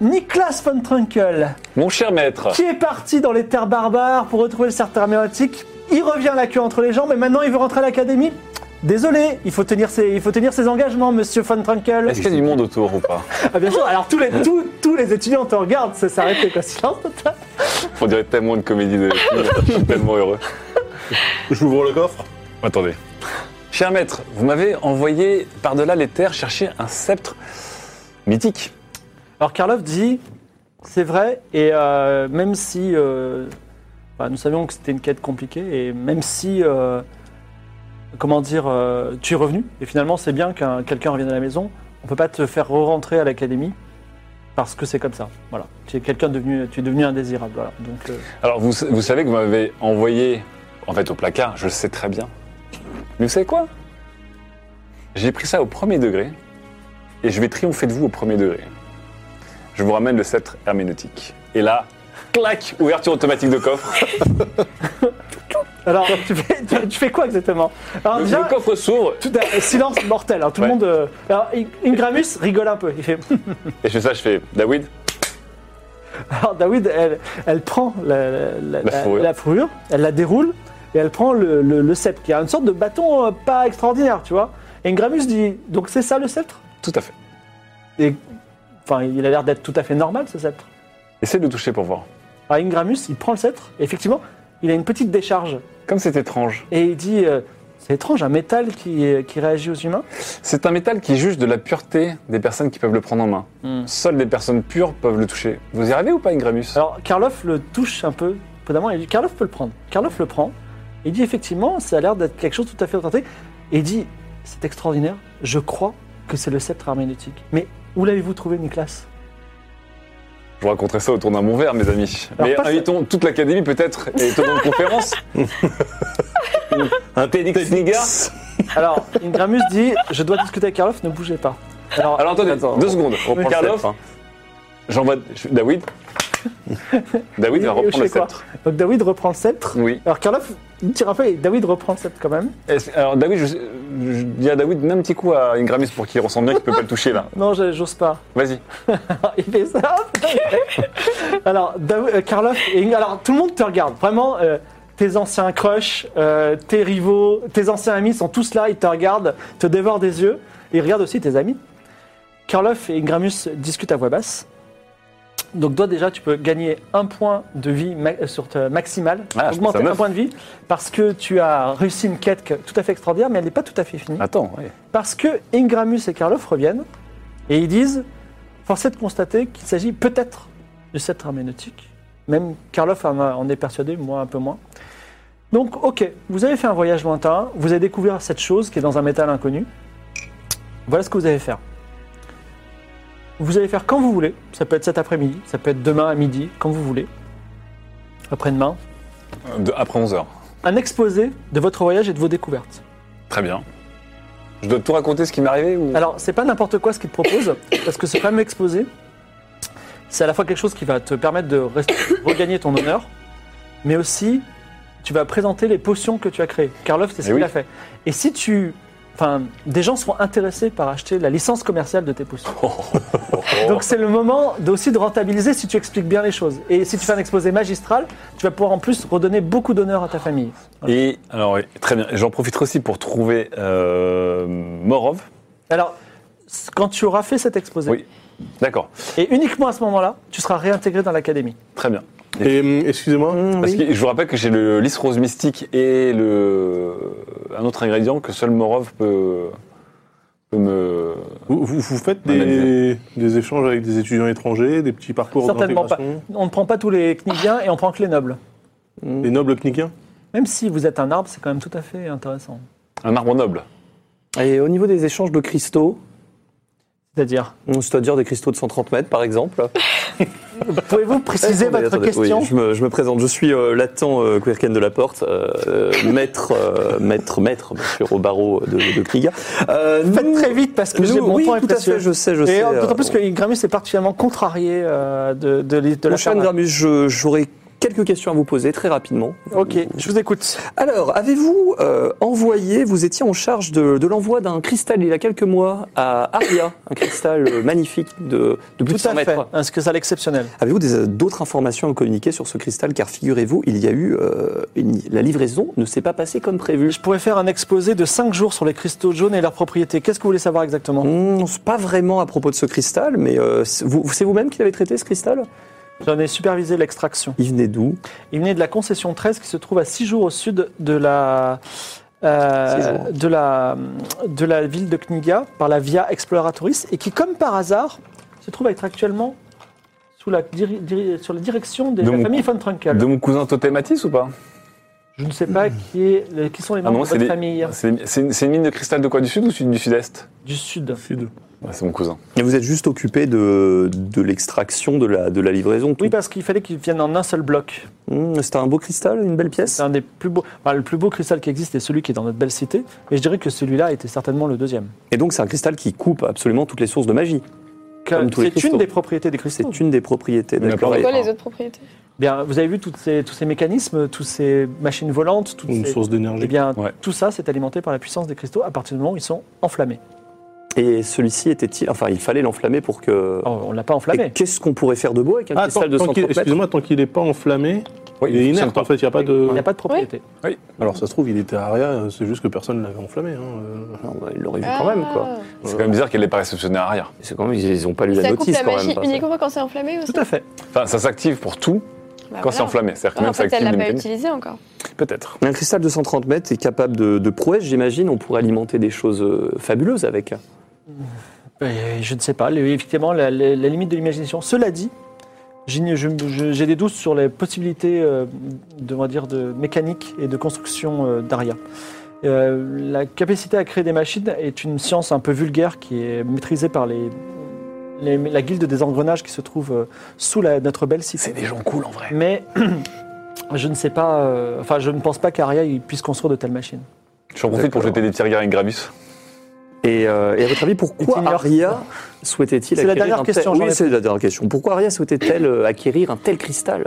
Speaker 1: Niklas von Trunkel,
Speaker 6: Mon cher maître,
Speaker 1: qui est parti dans les terres barbares pour retrouver le cercle hermétique, il revient la queue entre les jambes et maintenant il veut rentrer à l'académie. Désolé, il faut, tenir ses, il faut tenir ses engagements, monsieur von Trunkel.
Speaker 6: est-ce qu'il y a du monde autour ou pas
Speaker 1: Ah, bien sûr, alors tous les, tous, tous les étudiants te regardent, c'est s'arrêter quoi, silence total.
Speaker 6: On dirait tellement une comédie de film. Je suis tellement heureux.
Speaker 7: J'ouvre le coffre.
Speaker 6: Attendez. Cher maître, vous m'avez envoyé par-delà les terres chercher un sceptre mythique.
Speaker 1: Alors Karloff dit, c'est vrai, et euh, même si euh, bah, nous savions que c'était une quête compliquée, et même si, euh, comment dire, euh, tu es revenu, et finalement c'est bien qu'un quelqu'un revienne à la maison, on peut pas te faire re-rentrer à l'académie parce que c'est comme ça. Voilà, tu es quelqu'un devenu, tu es devenu indésirable. Voilà. Donc euh,
Speaker 6: Alors, vous, vous savez que vous m'avez envoyé, en fait, au placard, je le sais très bien. Mais vous savez quoi J'ai pris ça au premier degré, et je vais triompher de vous au premier degré. Je vous ramène le sceptre herméneutique. Et là, Clac Ouverture automatique de coffre.
Speaker 1: Alors, tu fais, tu- tu fais quoi exactement Alors,
Speaker 6: Le,
Speaker 1: déjà,
Speaker 6: le coffre s'ouvre
Speaker 1: Ah, tout d'un- silence mortel. hein, tout le
Speaker 6: Ouais.
Speaker 1: monde. euh, alors, In- Ingramus rigole un peu. Il fait.
Speaker 6: et je fais ça, je fais David,
Speaker 1: Alors, David, elle, elle prend la, la- la-
Speaker 6: La fourrure.
Speaker 1: la fourrure, elle la déroule et elle prend le, le- le sceptre, qui a une sorte de bâton euh, pas extraordinaire, tu vois. Et Ingramus dit Donc, c'est ça le sceptre
Speaker 6: tout à fait.
Speaker 1: Enfin, il a l'air d'être tout à fait normal ce sceptre.
Speaker 6: Essaye de le toucher pour voir.
Speaker 1: Alors, Ingramus, il prend le sceptre et effectivement, il a une petite décharge
Speaker 6: Comme c'est étrange.
Speaker 1: et il dit euh, C'est étrange, un métal qui, euh, qui réagit aux humains.
Speaker 6: C'est un métal qui juge de la pureté des personnes qui peuvent le prendre en main. Seules des personnes pures peuvent le toucher. Vous y arrivez ou pas, Ingramus
Speaker 1: Alors, Karloff le touche un peu, prudemment, et il dit Karloff peut le prendre. Karloff le prend, il dit effectivement, ça a l'air d'être quelque chose de tout à fait authentique. Et il dit C'est extraordinaire, je crois que c'est le sceptre herméneutique. Mais où l'avez-vous trouvé, Nicolas
Speaker 6: Je vous raconterai ça autour d'un bon verre, mes amis.
Speaker 1: Alors,
Speaker 6: Mais
Speaker 1: pas ça.
Speaker 6: invitons toute l'académie, peut-être, et tenons une conférence. un TEDx Niger
Speaker 1: Alors, Ingramus dit Je dois discuter avec Karloff, ne bougez pas. Alors,
Speaker 6: Alors attendez, deux secondes. On prend hein.
Speaker 3: Karloff.
Speaker 6: Karloff. J'envoie. je- David David va
Speaker 1: Oui, je
Speaker 6: reprendre le
Speaker 1: fais quoi
Speaker 6: sceptre.
Speaker 1: donc David reprend le sceptre.
Speaker 6: Oui.
Speaker 1: Alors, Karloff il tire un peu et David reprend le sceptre quand même.
Speaker 6: Est-ce- Alors, David, je, je dis à David, mets un petit coup à Ingramus pour qu'il ressente bien qu'il peut pas le toucher, là.
Speaker 1: Non, je- j'ose pas.
Speaker 6: Vas-y.
Speaker 1: Il fait ça. alors, Daou- euh, Karloff, et, alors tout le monde te regarde. Vraiment, euh, tes anciens crushs, euh, tes rivaux, tes anciens amis sont tous là. Ils te regardent, te dévorent des yeux. Et ils regardent aussi tes amis. Karloff et Ingramus discutent à voix basse. Donc toi déjà, tu peux gagner un point de vie ma- euh, sur ta maximale,
Speaker 6: Ah, je
Speaker 1: augmenter
Speaker 6: pense à
Speaker 1: un
Speaker 6: neuf.
Speaker 1: point de vie, parce que tu as réussi une quête que- tout à fait extraordinaire, mais elle n'est pas tout à fait finie.
Speaker 6: Attends, ouais.
Speaker 1: Parce que Ingramus et Karloff reviennent et ils disent Force est de constater qu'il s'agit peut-être de cette herméneutique. Même Karloff en a- en est persuadé, moi un peu moins. Donc, ok, vous avez fait un voyage lointain, vous avez découvert cette chose qui est dans un métal inconnu. Voilà ce que vous allez faire. Vous allez faire quand vous voulez. Ça peut être cet après-midi, ça peut être demain à midi, quand vous voulez. Après-demain.
Speaker 6: De- après 11h.
Speaker 1: Un exposé de votre voyage et de vos découvertes.
Speaker 6: Très bien. Je dois tout raconter ce qui m'est arrivé ou...
Speaker 1: Alors, c'est pas n'importe quoi ce qu'il te propose, parce que ce fameux exposé, c'est à la fois quelque chose qui va te permettre de rest- regagner ton honneur, mais aussi tu vas présenter les potions que tu as créées. Karloff, c'est ce
Speaker 6: Eh
Speaker 1: qu'il
Speaker 6: oui.
Speaker 1: a fait. Et si tu. Enfin, des gens seront intéressés par acheter la licence commerciale de tes potions.
Speaker 6: Oh.
Speaker 1: Donc, c'est le moment d- aussi de rentabiliser si tu expliques bien les choses. Et si tu fais un exposé magistral, tu vas pouvoir en plus redonner beaucoup d'honneur à ta famille.
Speaker 6: Et alors, oui, très bien. Et J'en profiterai aussi pour trouver euh, Morov.
Speaker 1: Alors, c- quand tu auras fait cet exposé,
Speaker 6: Oui. D'accord,
Speaker 1: et uniquement à ce moment-là, tu seras réintégré dans l'académie.
Speaker 6: très bien.
Speaker 7: Et hum, excusez-moi,
Speaker 6: Parce que je vous rappelle que j'ai le lys rose mystique et le un autre ingrédient que seul Morov peut, peut me.
Speaker 7: vous, vous- vous faites des,
Speaker 6: Analyser.
Speaker 7: des échanges avec des étudiants étrangers, des petits parcours
Speaker 1: Certainement pas.
Speaker 7: d'intégration
Speaker 1: On ne prend pas tous les Knigiens et on prend que les nobles.
Speaker 7: Les nobles knikiens
Speaker 1: Même si vous êtes un arbre, c'est quand même tout à fait intéressant.
Speaker 6: Un arbre noble.
Speaker 3: Et au niveau des échanges de cristaux,
Speaker 1: C'est-à-dire,
Speaker 3: c'est-à-dire des cristaux de 130 mètres par exemple.
Speaker 1: pouvez-vous préciser
Speaker 3: Attendez,
Speaker 1: votre
Speaker 3: attendez,
Speaker 1: question
Speaker 3: oui, je, me, je me présente, je suis euh, Latent euh, Quirken de la Porte, euh, euh, maître, euh, maître, maître, bien sûr, au barreau de, de Kriga. Euh,
Speaker 1: Faites
Speaker 3: nous-
Speaker 1: très vite parce que
Speaker 3: nous-
Speaker 1: j'ai mon
Speaker 3: oui,
Speaker 1: temps est
Speaker 3: tout à
Speaker 1: précieux.
Speaker 3: fait, je sais, je
Speaker 1: Et
Speaker 3: sais.
Speaker 1: euh, d'autant plus
Speaker 3: euh,
Speaker 1: que Ingramus est particulièrement contrarié euh, de, de, l'é- de
Speaker 3: Mon
Speaker 1: la
Speaker 3: cher
Speaker 1: charade.
Speaker 3: Ingramus, je- j'aurais quelques questions à vous poser très rapidement.
Speaker 1: Ok, je vous écoute.
Speaker 3: Alors, avez-vous euh, envoyé, vous étiez en charge de, de l'envoi d'un cristal il y a quelques mois à Aria, un cristal euh, magnifique de, de plus
Speaker 1: Tout
Speaker 3: de 100
Speaker 1: à fait,
Speaker 3: mètres.
Speaker 1: un scandale exceptionnel.
Speaker 3: Avez-vous des- euh, d'autres informations à me communiquer sur ce cristal Car figurez-vous, il y a eu euh, une- la livraison ne s'est pas passée comme prévu.
Speaker 1: Je pourrais faire un exposé de 5 jours sur les cristaux jaunes et leurs propriétés. Qu'est-ce que vous voulez savoir exactement
Speaker 3: Hmm, c'est pas vraiment à propos de ce cristal, mais euh, c'est vous- c'est vous-même qui l'avez traité ce cristal
Speaker 1: J'en ai supervisé l'extraction.
Speaker 3: Il venait d'où
Speaker 1: Il venait de la concession 13 qui se trouve à 6 jours au sud de la, euh,
Speaker 3: Six jours.
Speaker 1: de la, de la ville de Kniga par la Via Exploratoris et qui, comme par hasard, se trouve à être actuellement sous la, diri- diri- sur la direction de
Speaker 6: De
Speaker 1: la
Speaker 6: mon
Speaker 1: famille von Trunkel.
Speaker 6: De mon cousin Totematis ou pas
Speaker 1: Je ne sais pas qui, est, le- qui sont les
Speaker 6: Ah
Speaker 1: membres
Speaker 6: non,
Speaker 1: de votre
Speaker 6: des-
Speaker 1: famille
Speaker 6: c'est- C'est une- c'est une mine de cristal de quoi Du sud ou du- du sud-est
Speaker 1: du sud.
Speaker 6: Ouais, C'est mon cousin.
Speaker 3: Et vous êtes juste occupé de, de l'extraction, de la, de la livraison. tout-
Speaker 1: Oui, parce qu'il fallait qu'ils viennent en un seul bloc.
Speaker 3: Hmm, C'était un beau cristal, une belle pièce
Speaker 1: C'est un des plus beaux. enfin, le plus beau cristal qui existe est celui qui est dans notre belle cité. Mais je dirais que celui-là était certainement le deuxième.
Speaker 3: Et donc c'est un cristal qui coupe absolument toutes les sources de magie. Comme tous les
Speaker 1: C'est une
Speaker 3: cristaux.
Speaker 1: des propriétés des cristaux.
Speaker 2: Oh.
Speaker 3: C'est une des propriétés.
Speaker 6: Il y en a
Speaker 3: d'accord.
Speaker 6: plein
Speaker 4: C'est
Speaker 3: Et-
Speaker 4: quoi
Speaker 6: Enfin.
Speaker 4: les autres propriétés
Speaker 1: Bien, vous avez vu toutes ces- tous ces mécanismes, toutes ces machines volantes, toutes
Speaker 7: Une
Speaker 1: ces...
Speaker 7: source d'énergie.
Speaker 1: Eh bien,
Speaker 6: Ouais.
Speaker 1: tout ça, c'est alimenté par la puissance des cristaux à partir du moment où ils sont enflammés.
Speaker 3: Et celui-ci était-il. Enfin, il fallait l'enflammer pour que.
Speaker 1: Alors, on ne l'a pas enflammé.
Speaker 3: Et qu'est-ce qu'on pourrait faire de beau avec un
Speaker 7: Ah, tant,
Speaker 3: cristal de
Speaker 7: tant
Speaker 3: 130
Speaker 7: qu'il-
Speaker 3: mètres
Speaker 7: excusez-moi, tant qu'il n'est pas enflammé,
Speaker 6: Oui,
Speaker 7: il est
Speaker 6: fonctionne
Speaker 7: inerte en fait, il n'y a pas
Speaker 1: Il
Speaker 7: de.
Speaker 1: n'y a pas de propriété.
Speaker 7: Alors ça se trouve, il était à Aria, euh, c'est juste que personne ne l'avait enflammé. hein, euh.
Speaker 3: Non, bah, il l'aurait vu quand même,
Speaker 4: Ah.
Speaker 3: quoi.
Speaker 6: C'est quand même bizarre qu'elle n'ait pas réceptionné à arrière.
Speaker 3: C'est quand même, ils n'ont pas lu la
Speaker 2: Ça coupe
Speaker 3: notice
Speaker 2: la
Speaker 3: quand
Speaker 2: magie
Speaker 3: même. parce que-
Speaker 2: uniquement quand c'est enflammé aussi.
Speaker 1: Tout à fait.
Speaker 6: Enfin, ça s'active pour tout
Speaker 4: Ah
Speaker 2: Bah
Speaker 6: quand
Speaker 2: voilà.
Speaker 6: c'est enflammé. C'est-à-dire que
Speaker 2: Ouais,
Speaker 6: même
Speaker 2: en
Speaker 6: ça
Speaker 2: fait, elle
Speaker 6: active
Speaker 2: l'a
Speaker 6: les
Speaker 2: pas
Speaker 6: mécanismes.
Speaker 2: utilisé encore.
Speaker 6: Peut-être.
Speaker 3: Mais Un cristal de 130 mètres est capable de, de prouesses, j'imagine. On pourrait alimenter des choses euh, fabuleuses avec.
Speaker 1: Euh, je ne sais pas, le- effectivement, la, la- la limite de l'imagination. Cela dit, j'ai je- je- j'ai des doutes sur les possibilités euh, de, on va dire, de mécanique et de construction euh, d'Aria. Euh, la capacité à créer des machines est une science un peu vulgaire qui est maîtrisée par les, les- la guilde des engrenages qui se trouve euh, sous la- notre belle cité.
Speaker 6: C'est des gens cool en vrai.
Speaker 1: Mais je ne sais pas, euh, enfin, je ne pense pas qu'Aria il puisse construire de telles machines.
Speaker 6: J'en profite pour
Speaker 3: D'accord.
Speaker 6: jeter des petits regards avec Grabus.
Speaker 3: Et, euh, et à votre avis, pourquoi
Speaker 1: Est-il
Speaker 3: Aria souhaitait-il
Speaker 1: C'est la
Speaker 3: acquérir
Speaker 1: dernière
Speaker 3: un
Speaker 1: question,
Speaker 3: tel...
Speaker 1: j'en ai
Speaker 3: Oui, c'est la dernière question. Pourquoi Aria souhaitait-elle euh, acquérir un tel cristal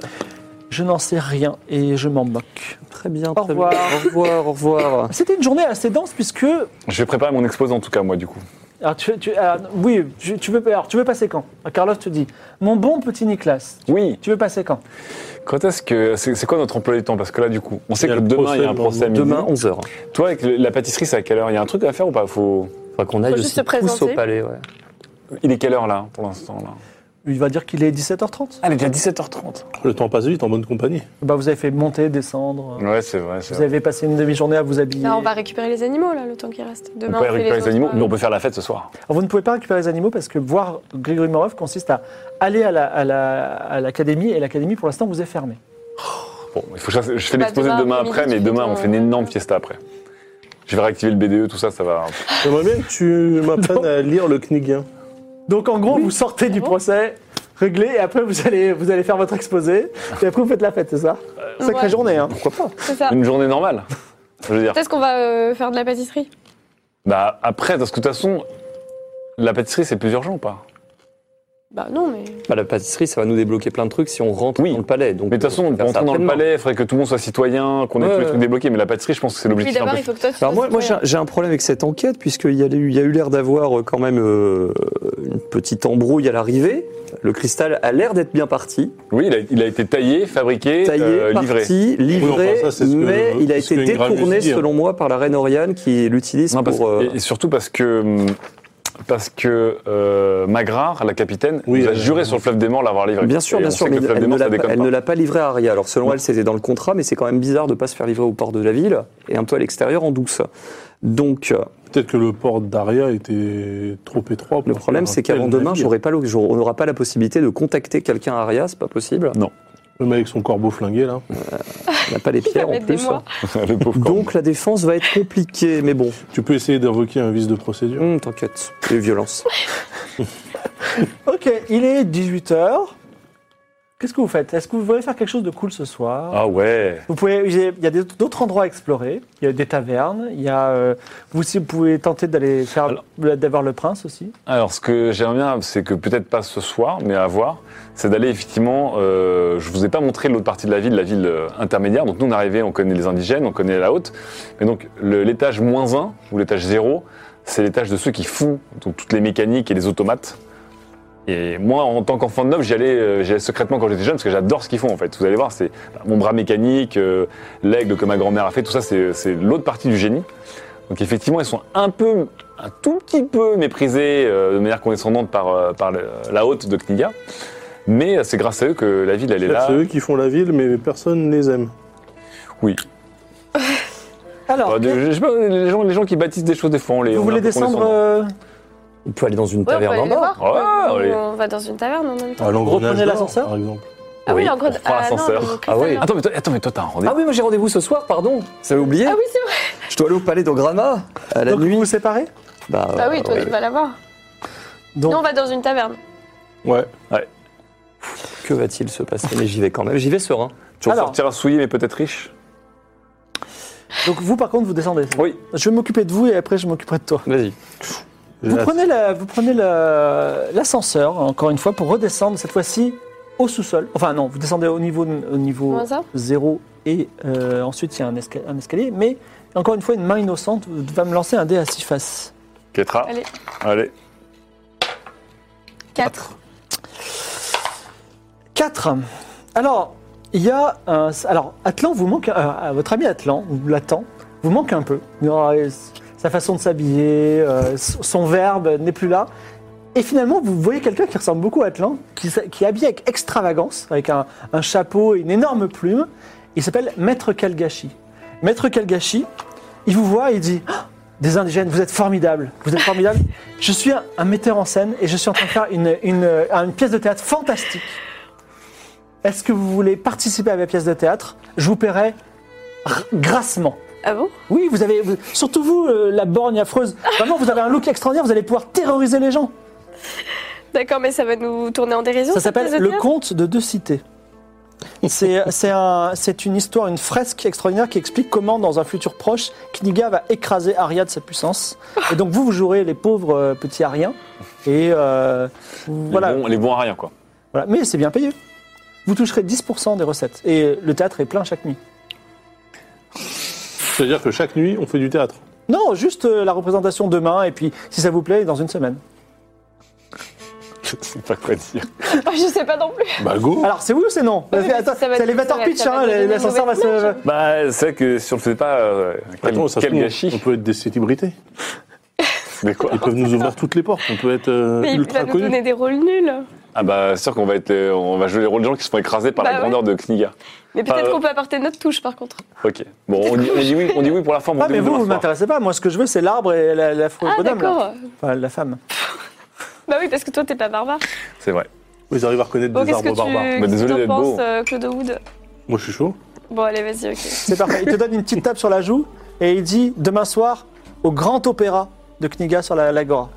Speaker 1: Je n'en sais rien et je m'en moque.
Speaker 3: Très bien.
Speaker 1: Au
Speaker 3: très
Speaker 1: revoir.
Speaker 3: bien. Au revoir. Au revoir.
Speaker 1: C'était une journée assez dense puisque
Speaker 6: Je vais préparer mon exposé en tout cas, moi, du coup.
Speaker 1: Alors, tu, tu- ah, oui, tu, tu veux, alors, tu veux passer quand Ah, Carlos te dit Mon bon petit Nicolas,
Speaker 6: Oui.
Speaker 1: tu veux passer quand
Speaker 6: Quand est-ce que. C'est c'est quoi notre emploi du temps Parce que là, du coup, on sait
Speaker 7: Il y
Speaker 6: que
Speaker 7: a le
Speaker 6: demain,
Speaker 7: procès
Speaker 6: il y a un
Speaker 7: le
Speaker 6: procès à midi.
Speaker 3: Demain, 11h.
Speaker 6: Toi, avec le- la pâtisserie, c'est à quelle heure Il y a un truc à faire ou pas Faut...
Speaker 3: Faudra qu'on aille
Speaker 2: Faut
Speaker 3: aussi
Speaker 2: juste se
Speaker 3: tous au
Speaker 2: présenter.
Speaker 3: palais. ouais.
Speaker 6: Il est quelle heure là, pour l'instant là
Speaker 1: Il va dire qu'il est 17h30.
Speaker 6: Ah, il est déjà 17h30.
Speaker 7: Le temps passe vite en bonne compagnie.
Speaker 1: Bah, vous avez fait monter, descendre.
Speaker 6: Ouais, c'est vrai. c'est
Speaker 1: Vous
Speaker 6: vrai.
Speaker 1: avez passé une demi-journée à vous habiller.
Speaker 2: Là, on va récupérer les animaux, là, le temps qui reste.
Speaker 6: On
Speaker 2: Demain, on
Speaker 6: peut
Speaker 2: fait
Speaker 6: récupérer les
Speaker 2: autres,
Speaker 6: animaux,
Speaker 2: euh,
Speaker 6: mais on peut faire la fête ce soir.
Speaker 1: Alors, vous ne pouvez pas récupérer les animaux parce que voir Grégory Morov consiste à aller à la- à la- à l'académie et l'académie pour l'instant vous est fermée.
Speaker 6: Bon, il faut que je, je fais
Speaker 2: Bah,
Speaker 6: l'exposé
Speaker 2: demain,
Speaker 6: demain
Speaker 2: après-midi,
Speaker 6: après, mais
Speaker 2: tu
Speaker 6: demain,
Speaker 2: fais
Speaker 6: on
Speaker 2: ton-
Speaker 6: fait une énorme fiesta après. Je vais réactiver le BDE, tout ça, ça va.
Speaker 7: J'aimerais bien que tu m'apprennes à lire le Knigien.
Speaker 1: Donc en gros, vous sortez
Speaker 2: Oh.
Speaker 1: du procès réglé et après vous allez, vous allez faire votre exposé et après vous faites la fête, c'est ça Sacrée
Speaker 2: Euh, ouais.
Speaker 1: journée, hein
Speaker 2: C'est ça.
Speaker 6: Une journée normale. Je veux dire.
Speaker 2: Ah. Peut-être qu'on va euh, faire de la pâtisserie.
Speaker 6: Bah après, parce que de toute façon, la pâtisserie, c'est plusieurs gens ou pas
Speaker 2: Bah non, mais.
Speaker 3: Bah, la pâtisserie, ça va nous débloquer plein de trucs si on rentre
Speaker 6: Oui.
Speaker 3: dans le palais. Donc,
Speaker 6: Mais de toute
Speaker 3: euh,
Speaker 6: façon,
Speaker 3: on
Speaker 6: pour
Speaker 3: va faire ça
Speaker 6: entrer dans le
Speaker 3: pleinement.
Speaker 6: palais, il faudrait que tout le monde soit citoyen, qu'on ait
Speaker 3: Ouais,
Speaker 6: tous les
Speaker 3: ouais.
Speaker 6: trucs débloqués, mais la pâtisserie, je pense que c'est
Speaker 2: Oui,
Speaker 6: l'objectif un
Speaker 2: d'abord,
Speaker 6: peu.
Speaker 2: il faut que toi, tu
Speaker 3: Alors
Speaker 2: fasses
Speaker 3: moi,
Speaker 2: le
Speaker 3: moi j'ai
Speaker 2: premier.
Speaker 3: un- j'ai un problème avec cette enquête, puisqu'il y a, eu- il y a eu l'air d'avoir euh, quand même euh, une petite embrouille à l'arrivée. Le cristal a l'air d'être bien parti,
Speaker 6: Oui, il a, il a été taillé, fabriqué,
Speaker 3: taillé,
Speaker 6: euh, livré.
Speaker 3: parti, livré,
Speaker 7: Oui, enfin, ça, c'est ce que-
Speaker 3: mais il a
Speaker 7: c'est ce
Speaker 3: été
Speaker 7: que Ingram
Speaker 3: détourné,
Speaker 7: lui dit, hein.
Speaker 3: selon moi, par la reine Oriane qui l'utilise
Speaker 6: Non,
Speaker 3: pour...
Speaker 6: parce-
Speaker 3: euh,
Speaker 6: et, et surtout parce que, hum, parce que euh, Magrar, la capitaine,
Speaker 7: Oui,
Speaker 6: nous a
Speaker 7: elle-
Speaker 6: juré sur le fleuve des morts l'avoir livré.
Speaker 3: Bien sûr,
Speaker 6: Et
Speaker 3: bien
Speaker 6: on sait
Speaker 3: sûr,
Speaker 6: que
Speaker 3: mais
Speaker 6: le fleuve des
Speaker 3: elle ne
Speaker 6: morts,
Speaker 3: l'a
Speaker 6: ça
Speaker 3: pas,
Speaker 6: déconne
Speaker 3: elle
Speaker 6: pas.
Speaker 3: ne l'a pas livré à Aria. Alors selon elle, c'était dans le contrat, mais c'est quand même bizarre de ne pas se faire livrer au port de la ville et un peu à l'extérieur en douce. Donc euh,
Speaker 7: Peut-être que le port d'Aria était trop étroit. pour
Speaker 3: le problème,
Speaker 7: faire un
Speaker 3: c'est qu'avant
Speaker 7: tel
Speaker 3: demain,
Speaker 7: navire.
Speaker 3: j'aurai pas l'oc- j'aurai- on n'aura pas la possibilité de contacter quelqu'un à Aria, c'est pas possible.
Speaker 7: Même avec son corbeau flingué, là.
Speaker 3: On n'a pas les pierres en
Speaker 2: mettre des
Speaker 6: hein.
Speaker 3: plus.
Speaker 2: mois.
Speaker 6: le pauvre corbeau.
Speaker 3: Donc la défense va être compliquée, mais bon,
Speaker 7: Tu peux essayer d'invoquer un vice de procédure.
Speaker 3: hum, t'inquiète, les violences.
Speaker 1: Ok, il est 18h. Qu'est-ce que vous faites Est-ce que vous voulez faire quelque chose de cool ce soir
Speaker 6: Ah ouais.
Speaker 1: Vous pouvez, il y a- il y a des- d'autres endroits à explorer. Il y a des tavernes. Il y a, euh, vous aussi, vous pouvez tenter d'aller faire
Speaker 6: Alors-
Speaker 1: d'avoir le prince aussi.
Speaker 6: Alors, ce que j'aimerais bien, c'est que peut-être pas ce soir, mais à voir, c'est d'aller effectivement. euh, je vous ai pas montré l'autre partie de la ville, la ville euh, intermédiaire. Donc, nous, on est arrivé, on connaît les indigènes, on connaît la haute. Mais donc, le- l'étage moins 1 ou l'étage 0, c'est l'étage de ceux qui font donc, toutes les mécaniques et les automates. Et moi, en tant qu'enfant de neuf, j'y allais, euh, j'y allais secrètement quand j'étais jeune parce que j'adore ce qu'ils font en fait. Vous allez voir, c'est bah, mon bras mécanique, euh, l'aigle que ma grand-mère a fait, tout ça, c'est c'est l'autre partie du génie. Donc effectivement, ils sont un peu, un tout petit peu méprisés euh, de manière condescendante par, euh, par le- la haute de Kniga. Mais euh, c'est grâce à eux que la ville, elle est là.
Speaker 7: C'est eux qui font la ville, mais personne ne les aime.
Speaker 6: Oui.
Speaker 1: Alors,
Speaker 6: Bah, de- je sais pas, les gens, les gens qui bâtissent des choses, des fois, on les
Speaker 1: vous
Speaker 6: on est
Speaker 1: voulez
Speaker 6: un peu
Speaker 1: descendre
Speaker 6: condescendants.
Speaker 1: euh,
Speaker 3: On peut aller dans une
Speaker 2: Ouais, on peut
Speaker 3: taverne
Speaker 2: aller
Speaker 3: en
Speaker 2: les
Speaker 3: bas.
Speaker 2: voir.
Speaker 6: Ah,
Speaker 2: Ou
Speaker 6: oui.
Speaker 2: On va dans une taverne en même temps.
Speaker 7: À Ah, l'engrenage
Speaker 1: Reprenez
Speaker 7: d'or,
Speaker 1: l'ascenseur
Speaker 7: par exemple.
Speaker 2: Ah euh, oui,
Speaker 6: Oui,
Speaker 2: en gros.
Speaker 6: on reprend l'ascenseur.
Speaker 3: Ah oui.
Speaker 6: Attends mais, toi, attends, mais toi, t'as un rendez-vous
Speaker 3: Ah oui, moi j'ai rendez-vous ce soir, pardon. Vous avez oublié
Speaker 2: Ah oui, c'est vrai.
Speaker 3: Je dois aller au palais d'Ograma à la
Speaker 1: donc
Speaker 3: nuit.
Speaker 1: vous vous séparez
Speaker 3: Bah,
Speaker 2: Bah oui, toi,
Speaker 3: ouais.
Speaker 2: tu vas la voir.
Speaker 1: Donc,
Speaker 2: Non, on va dans une taverne.
Speaker 7: Ouais.
Speaker 3: Que va-t-il se passer Mais j'y vais quand même, j'y vais serein.
Speaker 6: Tu
Speaker 1: Alors.
Speaker 6: ressortiras souillé, mais peut-être riche
Speaker 1: donc vous, par contre, vous descendez.
Speaker 6: Oui.
Speaker 1: Je vais m'occuper de vous et après, je m'occuperai de toi.
Speaker 3: Vas-y.
Speaker 1: Vous prenez, la- vous prenez la- l'ascenseur, encore une fois, pour redescendre, cette fois-ci au sous-sol. Enfin non, vous descendez au niveau, au niveau
Speaker 2: Comment ça
Speaker 1: 0 et euh, ensuite il y a un, esca- un escalier. Mais encore une fois, une main innocente va me lancer un dé à six faces.
Speaker 6: Ketra.
Speaker 2: Allez.
Speaker 6: Allez.
Speaker 2: 4.
Speaker 1: 4. Alors, il y a un... Alors, Atlan vous manque... euh, à votre ami Atlan, ou Latan, vous manque un peu. Il aura- Sa façon de s'habiller, euh, son verbe n'est plus là. Et finalement, vous voyez quelqu'un qui ressemble beaucoup à Atlan, qui, s- qui est habillé avec extravagance, avec un, un chapeau et une énorme plume. Il s'appelle Maître Kalgashi. Maître Kalgashi, il vous voit et il dit Ah, Des indigènes, vous êtes formidables, vous êtes formidables. Je suis un, un metteur en scène et je suis en train de faire une- une- une pièce de théâtre fantastique. Est-ce que vous voulez participer à ma pièce de théâtre Je vous paierai r- grassement.
Speaker 2: Ah bon
Speaker 1: Oui, vous avez. vous- surtout vous, euh, la borgne affreuse. Vraiment, vous avez un look extraordinaire, vous allez pouvoir terroriser les gens.
Speaker 2: D'accord, mais ça va nous tourner en dérision.
Speaker 1: Ça
Speaker 2: cette pièce
Speaker 1: s'appelle
Speaker 2: de
Speaker 1: Le
Speaker 2: théâtre
Speaker 1: Conte de deux cités. C'est euh, c'est un- c'est une histoire, une fresque extraordinaire qui explique comment, dans un futur proche, Kniga va écraser Arya de sa puissance. Et donc, vous, vous jouerez les pauvres euh, petits Ariens. Et euh,
Speaker 6: Les,
Speaker 1: voilà.
Speaker 6: bons, les bons à rien, quoi.
Speaker 1: Voilà, mais c'est bien payé. Vous toucherez 10% des recettes. Et le théâtre est plein chaque nuit.
Speaker 7: C'est-à-dire que chaque nuit, on fait du théâtre.
Speaker 1: Non, juste euh, la représentation demain, et puis si ça vous plaît, dans une semaine.
Speaker 6: Je sais pas quoi dire.
Speaker 2: Oh, Je sais pas non plus.
Speaker 7: Bah go
Speaker 1: Alors, c'est oui ou c'est non
Speaker 2: mais
Speaker 1: Attends,
Speaker 2: ça va
Speaker 1: C'est
Speaker 2: nous-
Speaker 1: l'élévateur
Speaker 2: ça va-
Speaker 1: pitch,
Speaker 2: ça va
Speaker 1: hein,
Speaker 2: nous donner une
Speaker 1: l'ascenseur va
Speaker 2: mauvaise
Speaker 1: se.
Speaker 6: Bah, c'est vrai que si on le faisait pas, euh, quel,
Speaker 7: Attends, ça se
Speaker 6: quel
Speaker 7: trouve, on
Speaker 6: gâchis.
Speaker 7: peut être des célébrités.
Speaker 6: Mais quoi
Speaker 7: Ils peuvent nous ouvrir toutes les portes. On peut être euh,
Speaker 2: Mais il
Speaker 7: ultra
Speaker 2: va nous
Speaker 7: connus.
Speaker 2: donner des rôles nuls.
Speaker 6: Ah bah, c'est sûr qu'on va être, les- on va jouer les rôles de gens qui se font écraser par
Speaker 2: Bah
Speaker 6: la
Speaker 2: ouais.
Speaker 6: grandeur de Kniga.
Speaker 2: Mais peut-être
Speaker 6: Euh,
Speaker 2: qu'on peut apporter notre touche par contre.
Speaker 6: Ok. Bon, on dit, on dit oui, on dit oui pour la forme. on
Speaker 1: Ah,
Speaker 6: dit
Speaker 1: mais
Speaker 6: oui
Speaker 1: vous,
Speaker 6: pour
Speaker 1: vous
Speaker 6: la forme.
Speaker 1: m'intéressez pas. Moi, ce que je veux, c'est l'arbre et la, la fausse
Speaker 2: Ah
Speaker 1: bonhomme, là.
Speaker 2: d'accord.
Speaker 1: Enfin, la femme.
Speaker 2: Bah oui, parce que toi t'es pas barbare.
Speaker 6: C'est vrai.
Speaker 7: Ils arrivent à reconnaître
Speaker 2: Bon,
Speaker 7: des
Speaker 2: qu'est-ce que
Speaker 7: arbres barbares.
Speaker 2: tu
Speaker 6: Bah,
Speaker 2: qu'est-ce que
Speaker 6: désolé
Speaker 2: t'en
Speaker 6: d'être
Speaker 2: penses,
Speaker 6: beau.
Speaker 2: euh, Claude Wood
Speaker 7: Moi, je suis chaud.
Speaker 2: Bon, allez, vas-y, ok.
Speaker 1: C'est parfait. Il te donne une petite tape sur la joue, et il dit demain soir, au grand opéra de Kniga sur la l'Agora.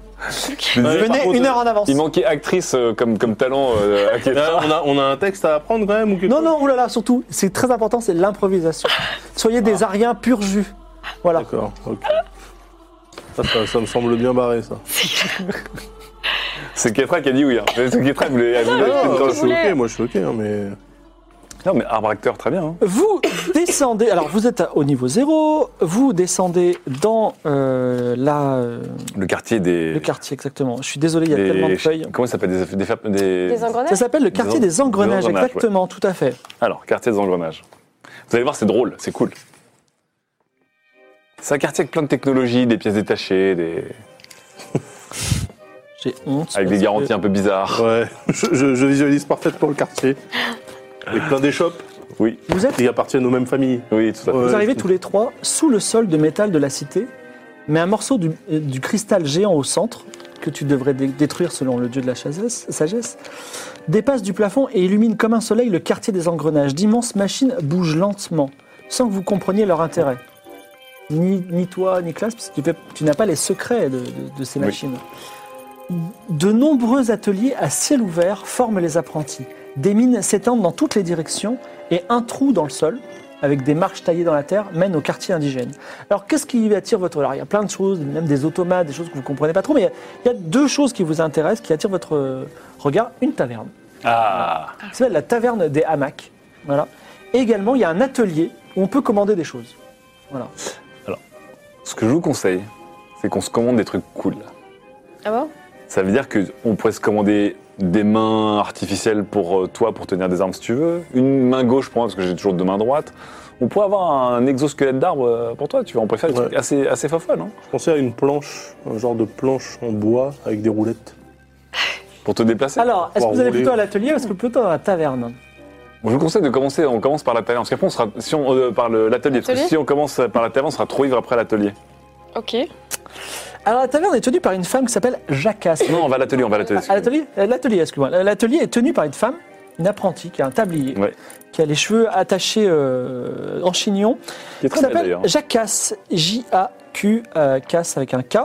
Speaker 6: Je disais, par
Speaker 1: Venez
Speaker 6: contre,
Speaker 1: une heure en avance.
Speaker 6: Il manquait actrice euh, comme, comme talent euh, à Ketra.
Speaker 7: Ah, on, a, on a un texte à apprendre quand même ou quelque
Speaker 1: Non,
Speaker 7: chose
Speaker 1: non, oulala, surtout, c'est très important, c'est l'improvisation. Soyez
Speaker 6: Ah.
Speaker 1: des Ariens pur jus. Voilà.
Speaker 7: D'accord, ok. Ça, ça, ça me semble bien barré, ça.
Speaker 6: C'est Ketra qui a dit oui. hein. C'est Ketra qui voulait. elle voulait-
Speaker 7: Non,
Speaker 6: dans le
Speaker 7: je suis
Speaker 6: show.
Speaker 7: Ah, ok, moi je suis ok, hein, mais.
Speaker 6: Non, mais arbre acteur, très bien. hein.
Speaker 1: Vous descendez, alors vous êtes à- au niveau 0, vous descendez dans euh, la, euh,
Speaker 6: Le quartier des.
Speaker 1: le quartier exactement. Je suis désolé, il y a
Speaker 6: des-
Speaker 1: tellement de feuilles.
Speaker 6: Comment ça s'appelle des, des, fa- des-
Speaker 2: Des
Speaker 1: Ça
Speaker 2: engrenages
Speaker 1: s'appelle le
Speaker 6: Des
Speaker 1: quartier
Speaker 6: en-
Speaker 1: des engrenages,
Speaker 6: des engrenages,
Speaker 1: exactement, tout à fait.
Speaker 6: Alors, quartier des engrenages. Vous allez voir, c'est drôle, c'est cool. C'est un quartier avec plein de technologies, des pièces détachées, des...
Speaker 1: J'ai honte.
Speaker 6: avec des
Speaker 1: parce
Speaker 6: garanties
Speaker 7: euh,
Speaker 1: que-
Speaker 6: un peu bizarres.
Speaker 7: Ouais, je, je- je visualise parfaitement le quartier. Avec plein d'échoppes
Speaker 6: Oui,
Speaker 1: Vous êtes,
Speaker 7: qui appartiennent aux mêmes familles.
Speaker 6: oui, tout à fait.
Speaker 7: Ouais.
Speaker 1: vous arrivez tous les trois sous le sol de métal de la cité, mais un morceau du, euh, du cristal géant au centre que tu devrais dé- détruire selon le dieu de la chasesse- sagesse, dépasse du plafond et illumine comme un soleil le quartier des engrenages. D'immenses machines bougent lentement, sans que vous compreniez leur intérêt. Ni, ni toi, ni Klaas, parce que tu, fais- tu n'as pas les secrets de, de- de ces
Speaker 6: Oui.
Speaker 1: machines. De nombreux ateliers à ciel ouvert forment les apprentis. Des mines s'étendent dans toutes les directions et un trou dans le sol, avec des marches taillées dans la terre, mène au quartier indigène. Alors qu'est-ce qui attire votre... Alors il y a plein de choses, même des automates, des choses que vous ne comprenez pas trop, mais il y a- il y, a deux choses qui vous intéressent, qui attirent votre euh, regard. Une taverne,
Speaker 6: Ah,
Speaker 1: ça s'appelle la taverne des hamacs. Voilà. Et également, il y a un atelier où on peut commander des choses.
Speaker 6: ce que je vous conseille, c'est qu'on se commande des trucs cool.
Speaker 2: Ah bon
Speaker 6: Ça veut dire qu'on pourrait se commander des mains artificielles pour euh, toi, pour tenir des armes si tu veux. Une main gauche pour moi, parce que j'ai toujours deux mains droites. On pourrait avoir un exosquelette d'arbre euh, pour toi, tu vois. On préfère des
Speaker 7: Ouais.
Speaker 6: trucs assez, assez fafol, hein,
Speaker 7: Je pensais à une planche, un genre de planche en bois avec des roulettes.
Speaker 6: pour te déplacer.
Speaker 1: Alors, est-ce que
Speaker 7: pouvoir
Speaker 1: vous allez
Speaker 7: rouler.
Speaker 1: plutôt à l'atelier ou est-ce que plutôt dans la taverne
Speaker 6: Je vous conseille de commencer, on commence par la taverne, parce qu'après on sera, si on, euh, par le- l'atelier, parce que
Speaker 2: Atelier
Speaker 6: si on commence par la taverne, on sera trop ivre après l'atelier.
Speaker 2: Ok.
Speaker 1: Alors, la taverne est tenue par une femme qui s'appelle Jacasse.
Speaker 6: Non, on va à l'atelier, on va à l'atelier.
Speaker 1: À l'atelier Euh, L'atelier, excuse-moi. L'atelier est tenu par une femme, une apprentie, qui a un tablier,
Speaker 6: Ouais.
Speaker 1: qui a les cheveux attachés euh, en chignon.
Speaker 6: Qui est
Speaker 1: Ça
Speaker 6: très belle
Speaker 1: s'appelle
Speaker 6: d'ailleurs.
Speaker 1: Jacasse, J-A-Q, euh, casse avec un K.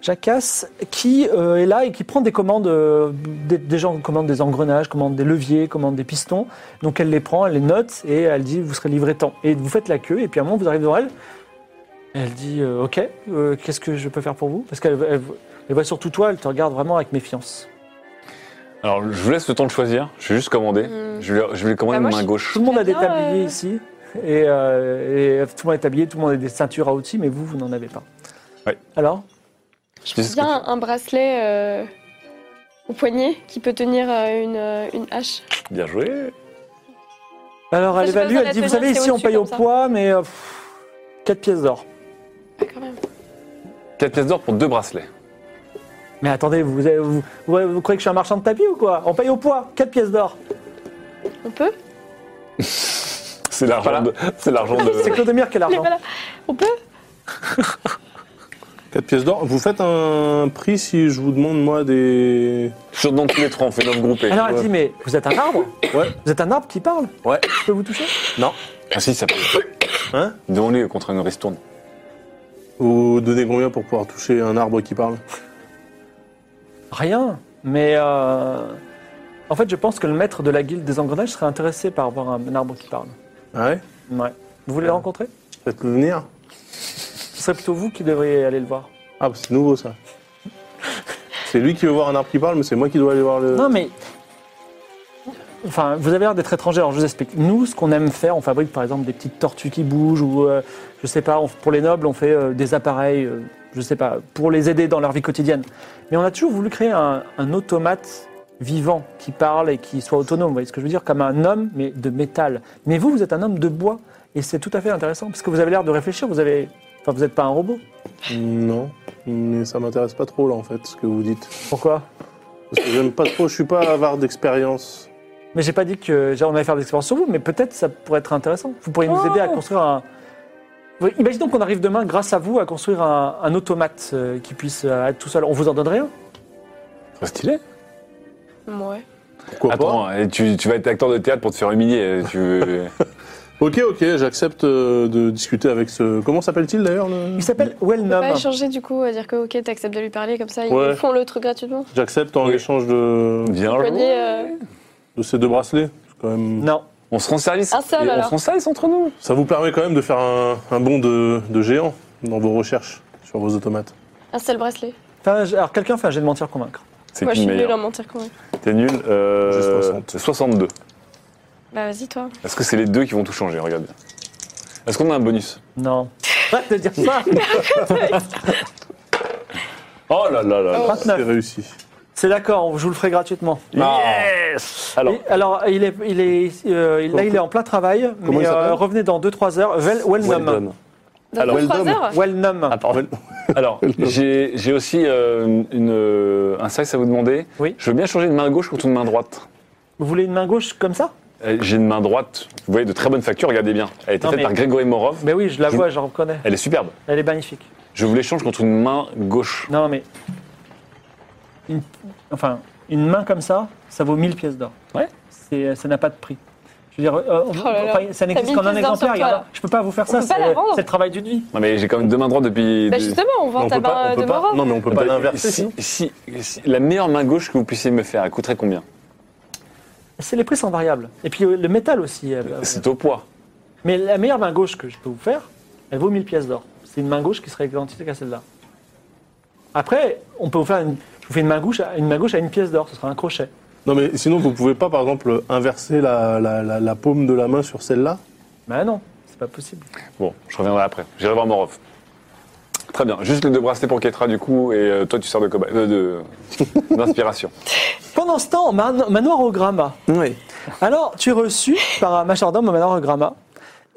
Speaker 1: Jacasse qui euh, est là et qui prend des commandes, euh, des, des gens commandent des engrenages, commandent des leviers, commandent des pistons. Donc elle les prend, elle les note et elle dit vous serez livré tant. Et vous faites la queue et puis à un moment vous arrivez devant elle. Elle dit euh, ok, euh, qu'est-ce que je peux faire pour vous Parce qu'elle elle- elle voit surtout toi, elle te regarde vraiment avec méfiance.
Speaker 6: Alors, je vous laisse le temps de choisir. Je vais juste commander.
Speaker 2: Hmm.
Speaker 6: Je vais, je vais commander
Speaker 2: Bah, moi,
Speaker 6: de main
Speaker 2: je-
Speaker 6: gauche.
Speaker 1: Tout le monde a des
Speaker 2: Très bien,
Speaker 1: tabliers
Speaker 2: euh.
Speaker 1: ici. Et, euh, et tout le monde est tablier, tout le monde a des ceintures à outils, mais vous, vous n'en avez pas.
Speaker 6: Ouais.
Speaker 1: Alors
Speaker 6: Je dis ce que
Speaker 4: Bien un bracelet euh, au poignet qui peut tenir euh, une, euh, une hache.
Speaker 6: tu- Bien joué.
Speaker 1: Alors,
Speaker 4: Ça,
Speaker 1: elle
Speaker 4: je sais pas
Speaker 1: évalue,
Speaker 4: si
Speaker 1: elle
Speaker 4: la
Speaker 1: dit Vous
Speaker 4: tenue,
Speaker 1: savez,
Speaker 4: c'est
Speaker 1: ici, on
Speaker 4: au-dessus
Speaker 1: paye au
Speaker 4: comme ça.
Speaker 1: poids, mais 4 pièces d'or.
Speaker 4: Ah, quand même.
Speaker 6: 4 pièces d'or pour deux bracelets.
Speaker 1: Mais attendez, vous, avez- vous, vous- vous croyez que je suis un marchand de tapis ou quoi On paye au poids, 4 pièces d'or.
Speaker 4: On peut
Speaker 6: C'est l'argent de. C'est l'argent de.
Speaker 1: C'est Clodomir qui a l'argent.
Speaker 4: pas là. On peut
Speaker 7: 4 pièces d'or. Vous faites un prix si je vous demande, moi, des.
Speaker 6: Sur dans tous les trois, on fait notre groupé.
Speaker 1: Alors elle dit Mais vous êtes un arbre
Speaker 7: Ouais.
Speaker 1: Vous êtes un arbre qui parle
Speaker 6: Ouais.
Speaker 1: Je peux vous toucher
Speaker 6: Ah si, ça peut.
Speaker 7: Hein
Speaker 6: Demandez contre une ristourne.
Speaker 7: Vous donnez combien pour pouvoir toucher un arbre qui parle
Speaker 1: Rien. Mais euh, en fait, je pense que le maître de la guilde des engrenages serait intéressé par avoir un, un arbre qui parle.
Speaker 7: Ah ouais
Speaker 1: Ouais. Vous voulez le rencontrer
Speaker 7: Faites-le venir
Speaker 1: Ce serait plutôt vous qui devriez aller le voir.
Speaker 7: Ah, bah, c'est nouveau ça. C'est lui qui veut voir un arbre qui parle, mais c'est moi qui dois aller voir le.
Speaker 1: Non, mais. Enfin, vous avez l'air d'être étranger, alors je vous explique. Nous, ce qu'on aime faire, on fabrique par exemple des petites tortues qui bougent, ou euh, je sais pas, on- pour les nobles, on fait euh, des appareils, euh, je sais pas, pour les aider dans leur vie quotidienne. Mais on a toujours voulu créer un, un automate vivant qui parle et qui soit autonome, vous voyez ce que je veux dire, comme un homme, mais de métal. Mais vous, vous êtes un homme de bois, et c'est tout à fait intéressant, parce que vous avez l'air de réfléchir, vous avez. Enfin, vous n'êtes pas un robot.
Speaker 7: Non, mais ça m'intéresse pas trop là en fait, ce que vous dites.
Speaker 1: Pourquoi
Speaker 7: Parce que j'aime pas trop, je suis pas avare d'expérience.
Speaker 1: Mais j'ai pas dit que genre, on allait faire des expériences sur vous, mais peut-être ça pourrait être intéressant. Vous pourriez nous aider à construire un. Oui, Imaginons qu'on arrive demain, grâce à vous, à construire un, un automate euh, qui puisse euh, être tout seul. On vous en donnerait un
Speaker 6: Très stylé.
Speaker 4: Ouais.
Speaker 7: Pourquoi
Speaker 6: Attends, et tu, tu vas être acteur de théâtre pour te faire humilier. Tu veux-
Speaker 7: pas Ok, ok, j'accepte euh, de discuter avec ce. Comment s'appelle-t-il d'ailleurs le-
Speaker 1: Il s'appelle
Speaker 4: On peut
Speaker 1: Wellnum.
Speaker 4: pas échanger du coup, à dire que ok, t'acceptes de lui parler comme ça, ils
Speaker 7: Ouais.
Speaker 4: nous font le truc gratuitement.
Speaker 7: J'accepte en
Speaker 6: Oui.
Speaker 7: échange de...
Speaker 6: Bien joué.
Speaker 4: Poignet, euh,
Speaker 7: de ces deux bracelets. C'est Quand même...
Speaker 1: Non.
Speaker 6: On se rend service.
Speaker 4: Un seul,
Speaker 6: Et on
Speaker 4: alors.
Speaker 6: se rend service entre nous.
Speaker 7: Ça vous permet quand même de faire un, un bond de, de géant dans vos recherches sur vos automates.
Speaker 4: un seul bracelet.
Speaker 1: Fais un jet- alors quelqu'un fait un jet de mentir convaincre.
Speaker 6: C'est
Speaker 4: Moi, je
Speaker 6: qui
Speaker 4: suis
Speaker 6: le
Speaker 4: nulle à
Speaker 6: meilleur
Speaker 4: mentir quand même.
Speaker 6: T'es nul. euh,
Speaker 7: J'ai 60.
Speaker 6: 62.
Speaker 4: Bah vas-y toi.
Speaker 6: Est-ce que c'est les deux qui vont tout changer Regarde bien. Est-ce qu'on a un bonus
Speaker 1: Non. Arrête de dire ça
Speaker 6: Oh là là là. là.
Speaker 1: 39.
Speaker 7: C'est réussi.
Speaker 1: C'est d'accord, je vous le ferai gratuitement.
Speaker 6: Yes Alors,
Speaker 1: Et- alors, il est, il est, euh, il- là, il est en plein travail,
Speaker 7: Comment
Speaker 1: mais
Speaker 7: il s'appelle
Speaker 1: euh, revenez dans 2-3 heures. Well- Wellnum.
Speaker 3: Weldon.
Speaker 4: Dans
Speaker 6: Alors,
Speaker 4: deux, trois
Speaker 7: Weldon.
Speaker 4: heures
Speaker 1: Wellnum.
Speaker 6: Ah, pardon. Alors, j'ai j'ai aussi euh, une- une- un service à vous demander.
Speaker 1: Oui.
Speaker 6: Je veux bien changer de main gauche contre une main droite.
Speaker 1: Vous voulez une main gauche comme ça
Speaker 6: Euh, J'ai une main droite, vous voyez, de très bonne facture, regardez bien. Elle a été
Speaker 1: Non,
Speaker 6: faite
Speaker 1: mais-
Speaker 6: par Grégory Morov.
Speaker 1: Ben oui, je la
Speaker 6: Je-
Speaker 1: vois, je la reconnais.
Speaker 6: Elle est superbe.
Speaker 1: Elle est magnifique.
Speaker 6: Je vous l'échange contre une main gauche.
Speaker 1: Non, mais. Une, enfin, une main comme ça, ça vaut 1000 pièces d'or.
Speaker 6: Ouais.
Speaker 1: C'est- euh, Ça n'a pas de prix. Je veux dire, euh, on-
Speaker 4: Oh là là.
Speaker 1: enfin, ça n'existe
Speaker 4: T'as
Speaker 1: qu'en
Speaker 4: 1000
Speaker 1: un
Speaker 4: pièces d'or sur
Speaker 1: exemplaire.
Speaker 4: toi,
Speaker 1: regarde.
Speaker 4: là.
Speaker 1: je peux pas vous faire ça,
Speaker 4: peut pas
Speaker 1: c'est
Speaker 4: la vendre.
Speaker 1: c'est le travail d'une vie.
Speaker 6: Non, mais j'ai quand même deux mains droites depuis.
Speaker 4: Bah
Speaker 6: de-
Speaker 4: justement, on vend
Speaker 7: on
Speaker 4: ta
Speaker 7: peut pas,
Speaker 4: main
Speaker 7: on
Speaker 4: euh,
Speaker 7: peut
Speaker 4: de
Speaker 7: pas-
Speaker 4: Morov.
Speaker 7: non mais on peut pas
Speaker 6: Attends,
Speaker 7: l'inverser.
Speaker 6: si,
Speaker 7: sinon.
Speaker 6: si, si- la meilleure main gauche que vous puissiez me faire, elle coûterait combien
Speaker 1: C'est les prix sont variables. Et puis euh, le métal aussi. euh,
Speaker 6: C'est au poids.
Speaker 1: Mais la meilleure main gauche que je peux vous faire, elle vaut 1000 pièces d'or. C'est une main gauche qui serait identique à celle-là. Après, on peut vous faire une, je vous fais une main gauche, à- une main gauche à une pièce d'or. Ce sera un crochet.
Speaker 7: Non mais sinon vous pouvez pas par exemple inverser la, la- la- la paume de la main sur celle-là
Speaker 1: Ben non, c'est pas possible.
Speaker 6: Bon, je reviendrai après. J'irai voir Morov. Très bien. Juste les deux bracelets pour Ketra, du coup, et euh, toi, tu sers de cobaye. euh, de- d'inspiration.
Speaker 1: Pendant ce temps, man- manoir au gramma.
Speaker 3: Oui.
Speaker 1: Alors, tu es reçu par un majordome au manoir Gramma.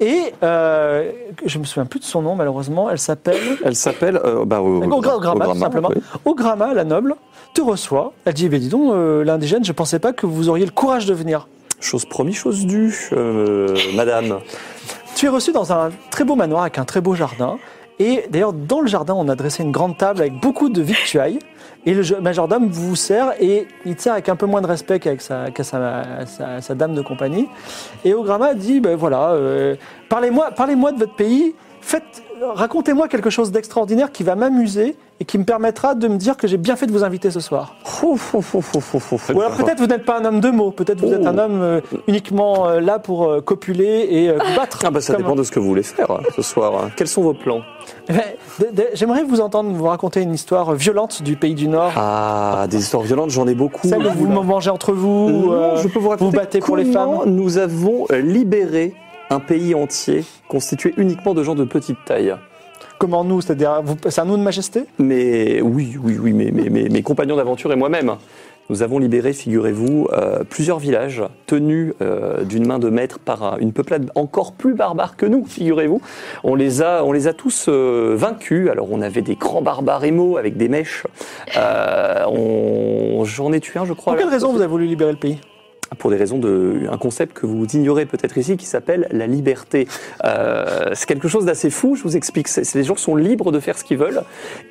Speaker 1: Et euh, je me souviens plus de son nom, malheureusement. Elle s'appelle.
Speaker 3: Elle s'appelle. euh, bah, au-
Speaker 1: Au Gra- au Gramma,
Speaker 3: au
Speaker 1: tout simplement.
Speaker 3: oui.
Speaker 1: Au Gramma, la noble, te reçoit. Elle dit eh ben, Dis donc, euh, l'indigène, je pensais pas que vous auriez le courage de venir.
Speaker 3: Chose promis, chose due, euh, madame.
Speaker 1: Tu es reçu dans un très beau manoir avec un très beau jardin. Et d'ailleurs, dans le jardin, on a dressé une grande table avec beaucoup de victuailles. Et le jo- majordome vous sert et il te sert avec un peu moins de respect qu'avec sa, qu'à sa- sa- sa dame de compagnie. Et Ograma dit, ben voilà, euh, parlez-moi parlez de votre pays, Faites, racontez-moi quelque chose d'extraordinaire qui va m'amuser et qui me permettra de me dire que j'ai bien fait de vous inviter ce soir. Ou alors peut-être vous n'êtes pas un homme de mots, peut-être vous
Speaker 3: Oh.
Speaker 1: êtes un homme euh, uniquement euh, là pour euh, copuler et euh, battre.
Speaker 3: Ah bah ça
Speaker 1: Comme-
Speaker 3: dépend de ce que vous voulez faire euh, ce soir. hein. Quels sont vos plans
Speaker 1: Eh ben, d- d- J'aimerais vous entendre vous raconter une histoire violente du pays du Nord.
Speaker 3: Ah, des histoires violentes, j'en ai beaucoup. Euh,
Speaker 1: Celle où vous mangez entre vous.
Speaker 3: Non,
Speaker 1: euh,
Speaker 3: je peux vous raconter
Speaker 1: vous battez pour les
Speaker 3: comment
Speaker 1: femmes
Speaker 3: Nous avons euh, libéré un pays entier constitué uniquement de gens de petite taille.
Speaker 1: Comment nous C'est-à-dire, vous- c'est un nous de majesté
Speaker 3: Mais oui, oui, oui, mes, mes, mes, mes compagnons d'aventure et moi-même. Nous avons libéré, figurez-vous, euh, plusieurs villages tenus euh, d'une main de maître par un- une peuplade encore plus barbare que nous, figurez-vous. On les a, on les a tous euh, vaincus. Alors on avait des grands barbares émaux avec des mèches. Euh, on- J'en ai tué un, je crois.
Speaker 1: Pour quelle
Speaker 3: là.
Speaker 1: raison vous avez voulu libérer le pays
Speaker 3: Ah, pour des raisons de un concept que vous ignorez peut-être ici qui s'appelle la liberté. Euh, c'est quelque chose d'assez fou, je vous explique. C'est- c'est- les gens sont libres de faire ce qu'ils veulent.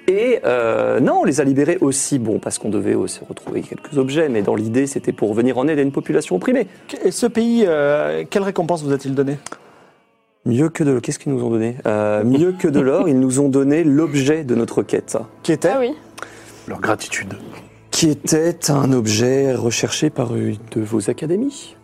Speaker 3: Et euh, non, on les a libérés aussi, bon, parce qu'on devait aussi retrouver quelques objets, mais dans l'idée, c'était pour venir en aide à une population opprimée.
Speaker 1: Et ce pays, euh, quelle récompense vous a-t-il donné
Speaker 3: Mieux que de qu'est-ce qu'ils nous ont donné Euh, Mieux que de l'or, ils nous ont donné l'objet de notre quête.
Speaker 1: Qui était
Speaker 4: Ah oui.
Speaker 7: Leur gratitude.
Speaker 3: Qui était un objet recherché par une de vos académies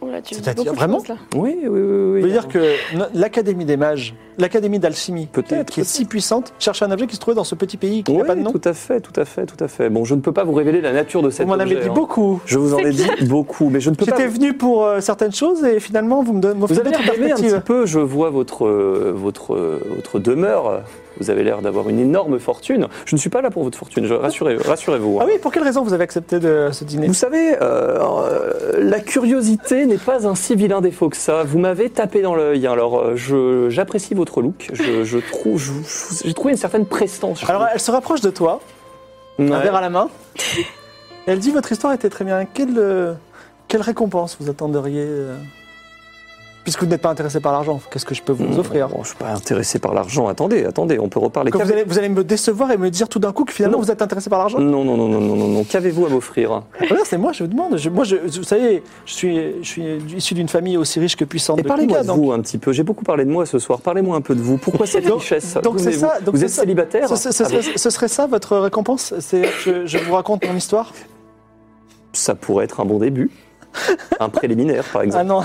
Speaker 4: Oula, Oh tu dis
Speaker 1: C'est-à-dire
Speaker 4: beaucoup de
Speaker 1: vraiment
Speaker 4: choses, là.
Speaker 3: Oui, oui, oui. oui
Speaker 1: Ça veut dire que no- l'Académie des mages, l'Académie d'alchimie,
Speaker 3: Peut-être,
Speaker 1: qui, qui est si puissante, cherchait un objet qui se trouvait dans ce petit pays qui n'a
Speaker 3: Oui,
Speaker 1: pas de nom.
Speaker 3: tout à fait, tout à fait, tout à fait. Bon, je ne peux pas vous révéler la nature de
Speaker 1: Vous
Speaker 3: cette
Speaker 1: m'en avez dit beaucoup.
Speaker 3: hein. Je vous en ai dit beaucoup, mais je ne peux pas.
Speaker 1: J'étais venu pour euh, certaines choses et finalement vous me donnez
Speaker 3: Vous avez
Speaker 1: des
Speaker 3: regardé un
Speaker 1: perspectives.
Speaker 3: petit peu, je vois votre, euh, votre, euh, votre demeure. Vous avez l'air d'avoir une énorme fortune. Je ne suis pas là pour votre fortune, je- rassurez- rassurez-vous. hein.
Speaker 1: Ah oui, pour quelle raison vous avez accepté de ce dîner
Speaker 3: Vous savez, euh, euh, la curiosité n'est pas un si vilain défaut que ça. Vous m'avez tapé dans l'œil. Alors, euh, je- j'apprécie votre look. Je, je trouve, je- je- j'ai trouvé une certaine prestance. je
Speaker 1: Alors elle se rapproche de toi,
Speaker 3: trouve.
Speaker 1: un
Speaker 3: Ouais.
Speaker 1: verre à la main. Elle dit votre histoire était très bien. Quelle, euh, quelle récompense vous attendriez euh, Puisque vous n'êtes pas intéressé par l'argent, qu'est-ce que je peux
Speaker 3: Mm.
Speaker 1: vous offrir
Speaker 3: Mmh. Bon, je suis pas intéressé par l'argent. Attendez, attendez, on peut reparler.
Speaker 1: Que vous, allez, vous allez me décevoir et me dire tout d'un coup que finalement
Speaker 3: Non. Mm.
Speaker 1: vous êtes intéressé par l'argent
Speaker 3: Non, non, non, non, non, non, non. Qu'avez-vous à m'offrir
Speaker 1: Ah non, c'est moi, je vous demande. Je- moi, je, vous savez, je suis, je suis issu d'une famille aussi riche que puissante.
Speaker 3: Et
Speaker 1: de
Speaker 3: parlez-moi
Speaker 1: Kuga,
Speaker 3: de
Speaker 1: donc-
Speaker 3: vous un petit peu. J'ai beaucoup parlé de moi ce soir. Parlez-moi un peu de vous. Pourquoi cette
Speaker 1: Donc-
Speaker 3: richesse
Speaker 1: donc
Speaker 3: D'où
Speaker 1: c'est
Speaker 3: venez-vous
Speaker 1: ça, donc
Speaker 3: Vous
Speaker 1: c'est
Speaker 3: êtes
Speaker 1: ça.
Speaker 3: célibataire
Speaker 1: Ce, ce- ce
Speaker 3: Ah bon.
Speaker 1: serait, ce serait ça votre récompense C'est je, je vous raconte mon histoire
Speaker 3: Ah, Ça pourrait être un bon début. un préliminaire, par
Speaker 1: Ah
Speaker 3: exemple.
Speaker 1: non,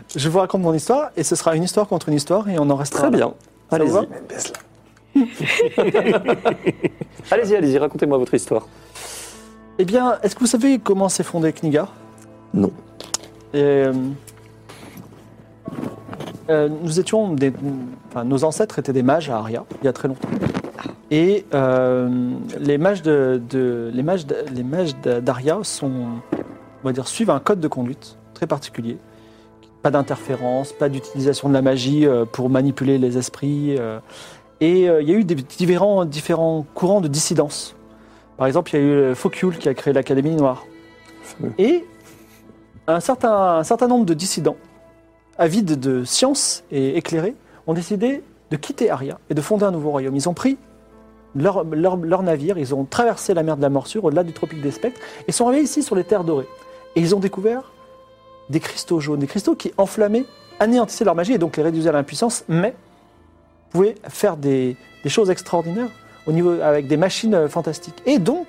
Speaker 1: je vous raconte mon histoire et ce sera une histoire contre une histoire et on en restera.
Speaker 3: Très
Speaker 1: là.
Speaker 3: bien.
Speaker 1: Ça vous va
Speaker 3: Allez-y. Allez-y, allez-y. Racontez-moi votre histoire.
Speaker 1: Eh bien, est-ce que vous savez comment s'est fondée Kniga
Speaker 3: Non.
Speaker 1: Et, euh, euh, nous étions des, enfin, nos ancêtres étaient des mages à Aria il y a très longtemps. Et euh, les mages de, de- les mages de- les mages de- d'Aria sont on va dire suivent un code de conduite très particulier. Pas d'interférence, pas d'utilisation de la magie euh, pour manipuler les esprits. euh. Et euh, il y a eu des différents, différents courants de dissidence. Par exemple, il y a eu euh, Focule qui a créé l'Académie Noire. Et un certain, un certain nombre de dissidents, avides de science et éclairés, ont décidé de quitter Aria et de fonder un nouveau royaume. Ils ont pris leur, leur- leur navire, ils ont traversé la mer de la morsure au-delà du tropique des spectres et sont arrivés ici sur les terres dorées. Et ils ont découvert des cristaux jaunes, des cristaux qui enflammaient, anéantissaient leur magie et donc les réduisaient à l'impuissance, mais pouvaient faire des, des choses extraordinaires au niveau, avec des machines euh, fantastiques. Et donc,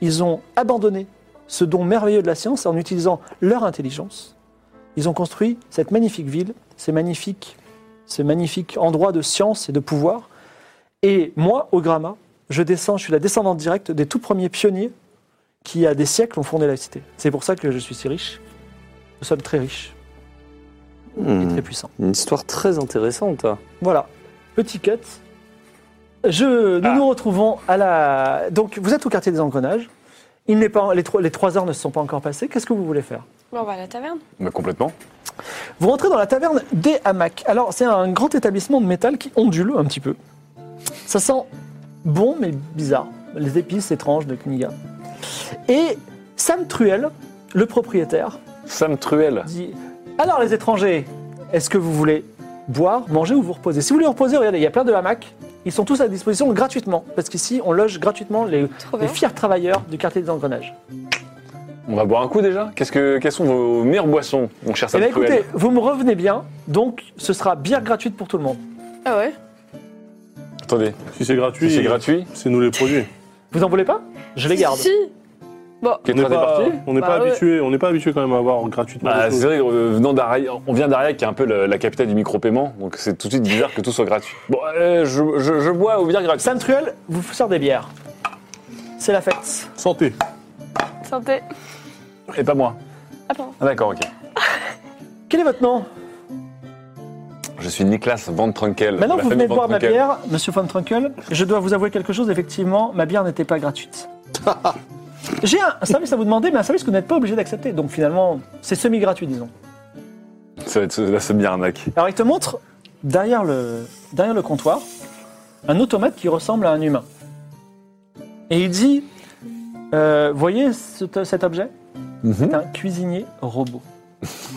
Speaker 1: ils ont abandonné ce don merveilleux de la science en utilisant leur intelligence. Ils ont construit cette magnifique ville, ces magnifiques, ces magnifiques endroits de science et de pouvoir. Et moi, au Gramma, je descends, je suis la descendante directe des tout premiers pionniers qui, il y a des siècles, ont fondé la cité. C'est pour ça que je suis si riche. Nous sommes très riches et
Speaker 3: Hmm,
Speaker 1: très puissants.
Speaker 3: Une histoire très intéressante.
Speaker 1: Voilà, petit cut. Je, nous nous retrouvons à la. Donc, vous êtes au quartier des engrenages. Il n'est pas, les, trois, les trois heures ne se sont pas encore passées. Qu'est-ce que vous voulez faire
Speaker 4: Bon, on va à la taverne.
Speaker 6: Bah, complètement.
Speaker 1: Vous rentrez dans la taverne des hamacs. Alors, c'est un grand établissement de métal qui ondule un petit peu. Ça sent bon, mais bizarre. Les épices étranges de Kniga. Et Sam Truel, le propriétaire,
Speaker 6: Sam Truel.
Speaker 1: dit Alors, les étrangers, est-ce que vous voulez boire, manger ou vous reposer Si vous voulez vous reposer, regardez, il y a plein de hamacs. Ils sont tous à disposition gratuitement. Parce qu'ici, on loge gratuitement les,
Speaker 4: Trop
Speaker 1: les
Speaker 4: bien.
Speaker 1: fiers travailleurs du quartier des engrenages.
Speaker 6: On va boire un coup déjà Qu'est-ce que, Quelles sont vos meilleures boissons, mon cher
Speaker 1: Eh bien,
Speaker 6: Sam Cruel
Speaker 1: écoutez, vous me revenez bien, donc ce sera bière gratuite pour tout le monde.
Speaker 4: Ah ouais
Speaker 6: Attendez,
Speaker 7: Si c'est gratuit,
Speaker 6: si c'est gratuit.
Speaker 7: c'est nous les produits.
Speaker 1: Vous en voulez pas Je les garde.
Speaker 4: Si
Speaker 6: Ok,
Speaker 7: On n'est
Speaker 6: toi, t'es
Speaker 7: pas,
Speaker 6: parti
Speaker 7: on n'est
Speaker 4: Bah
Speaker 7: pas
Speaker 4: ouais.
Speaker 7: habitué, on n'est pas habitué quand même à avoir gratuitement.
Speaker 6: Bah,
Speaker 7: des choses.
Speaker 6: c'est vrai, euh, venant d'Aria- on vient d'Aria qui est un peu le- la capitale du micro-paiement, donc c'est tout de suite bizarre que tout soit gratuit. Bon, euh, je, je- je bois au bière gratuit.
Speaker 1: Sam Truel vous sort des bières. C'est la fête.
Speaker 7: Santé.
Speaker 2: Santé.
Speaker 6: Et pas moi.
Speaker 2: Ah, pardon.
Speaker 6: Ah, D'accord, ok.
Speaker 1: Quel est votre nom
Speaker 6: Je suis Nicolas Van Trunkel.
Speaker 1: Maintenant que
Speaker 6: de la
Speaker 1: vous venez
Speaker 6: Euh, famille
Speaker 1: de
Speaker 6: Van
Speaker 1: boire ma
Speaker 6: Trunkel.
Speaker 1: bière, monsieur Von Trunkel, je dois vous avouer quelque chose, effectivement, ma bière n'était pas gratuite. J'ai un un service à vous demander, mais un service que vous n'êtes pas obligé d'accepter. Donc finalement, c'est semi-gratuit, disons.
Speaker 6: Ça va être euh, la semi-arnaque.
Speaker 1: Alors il te montre, derrière le, derrière le comptoir, un automate qui ressemble à un humain. Et il dit, euh, voyez cet, cet objet C'est un cuisinier robot.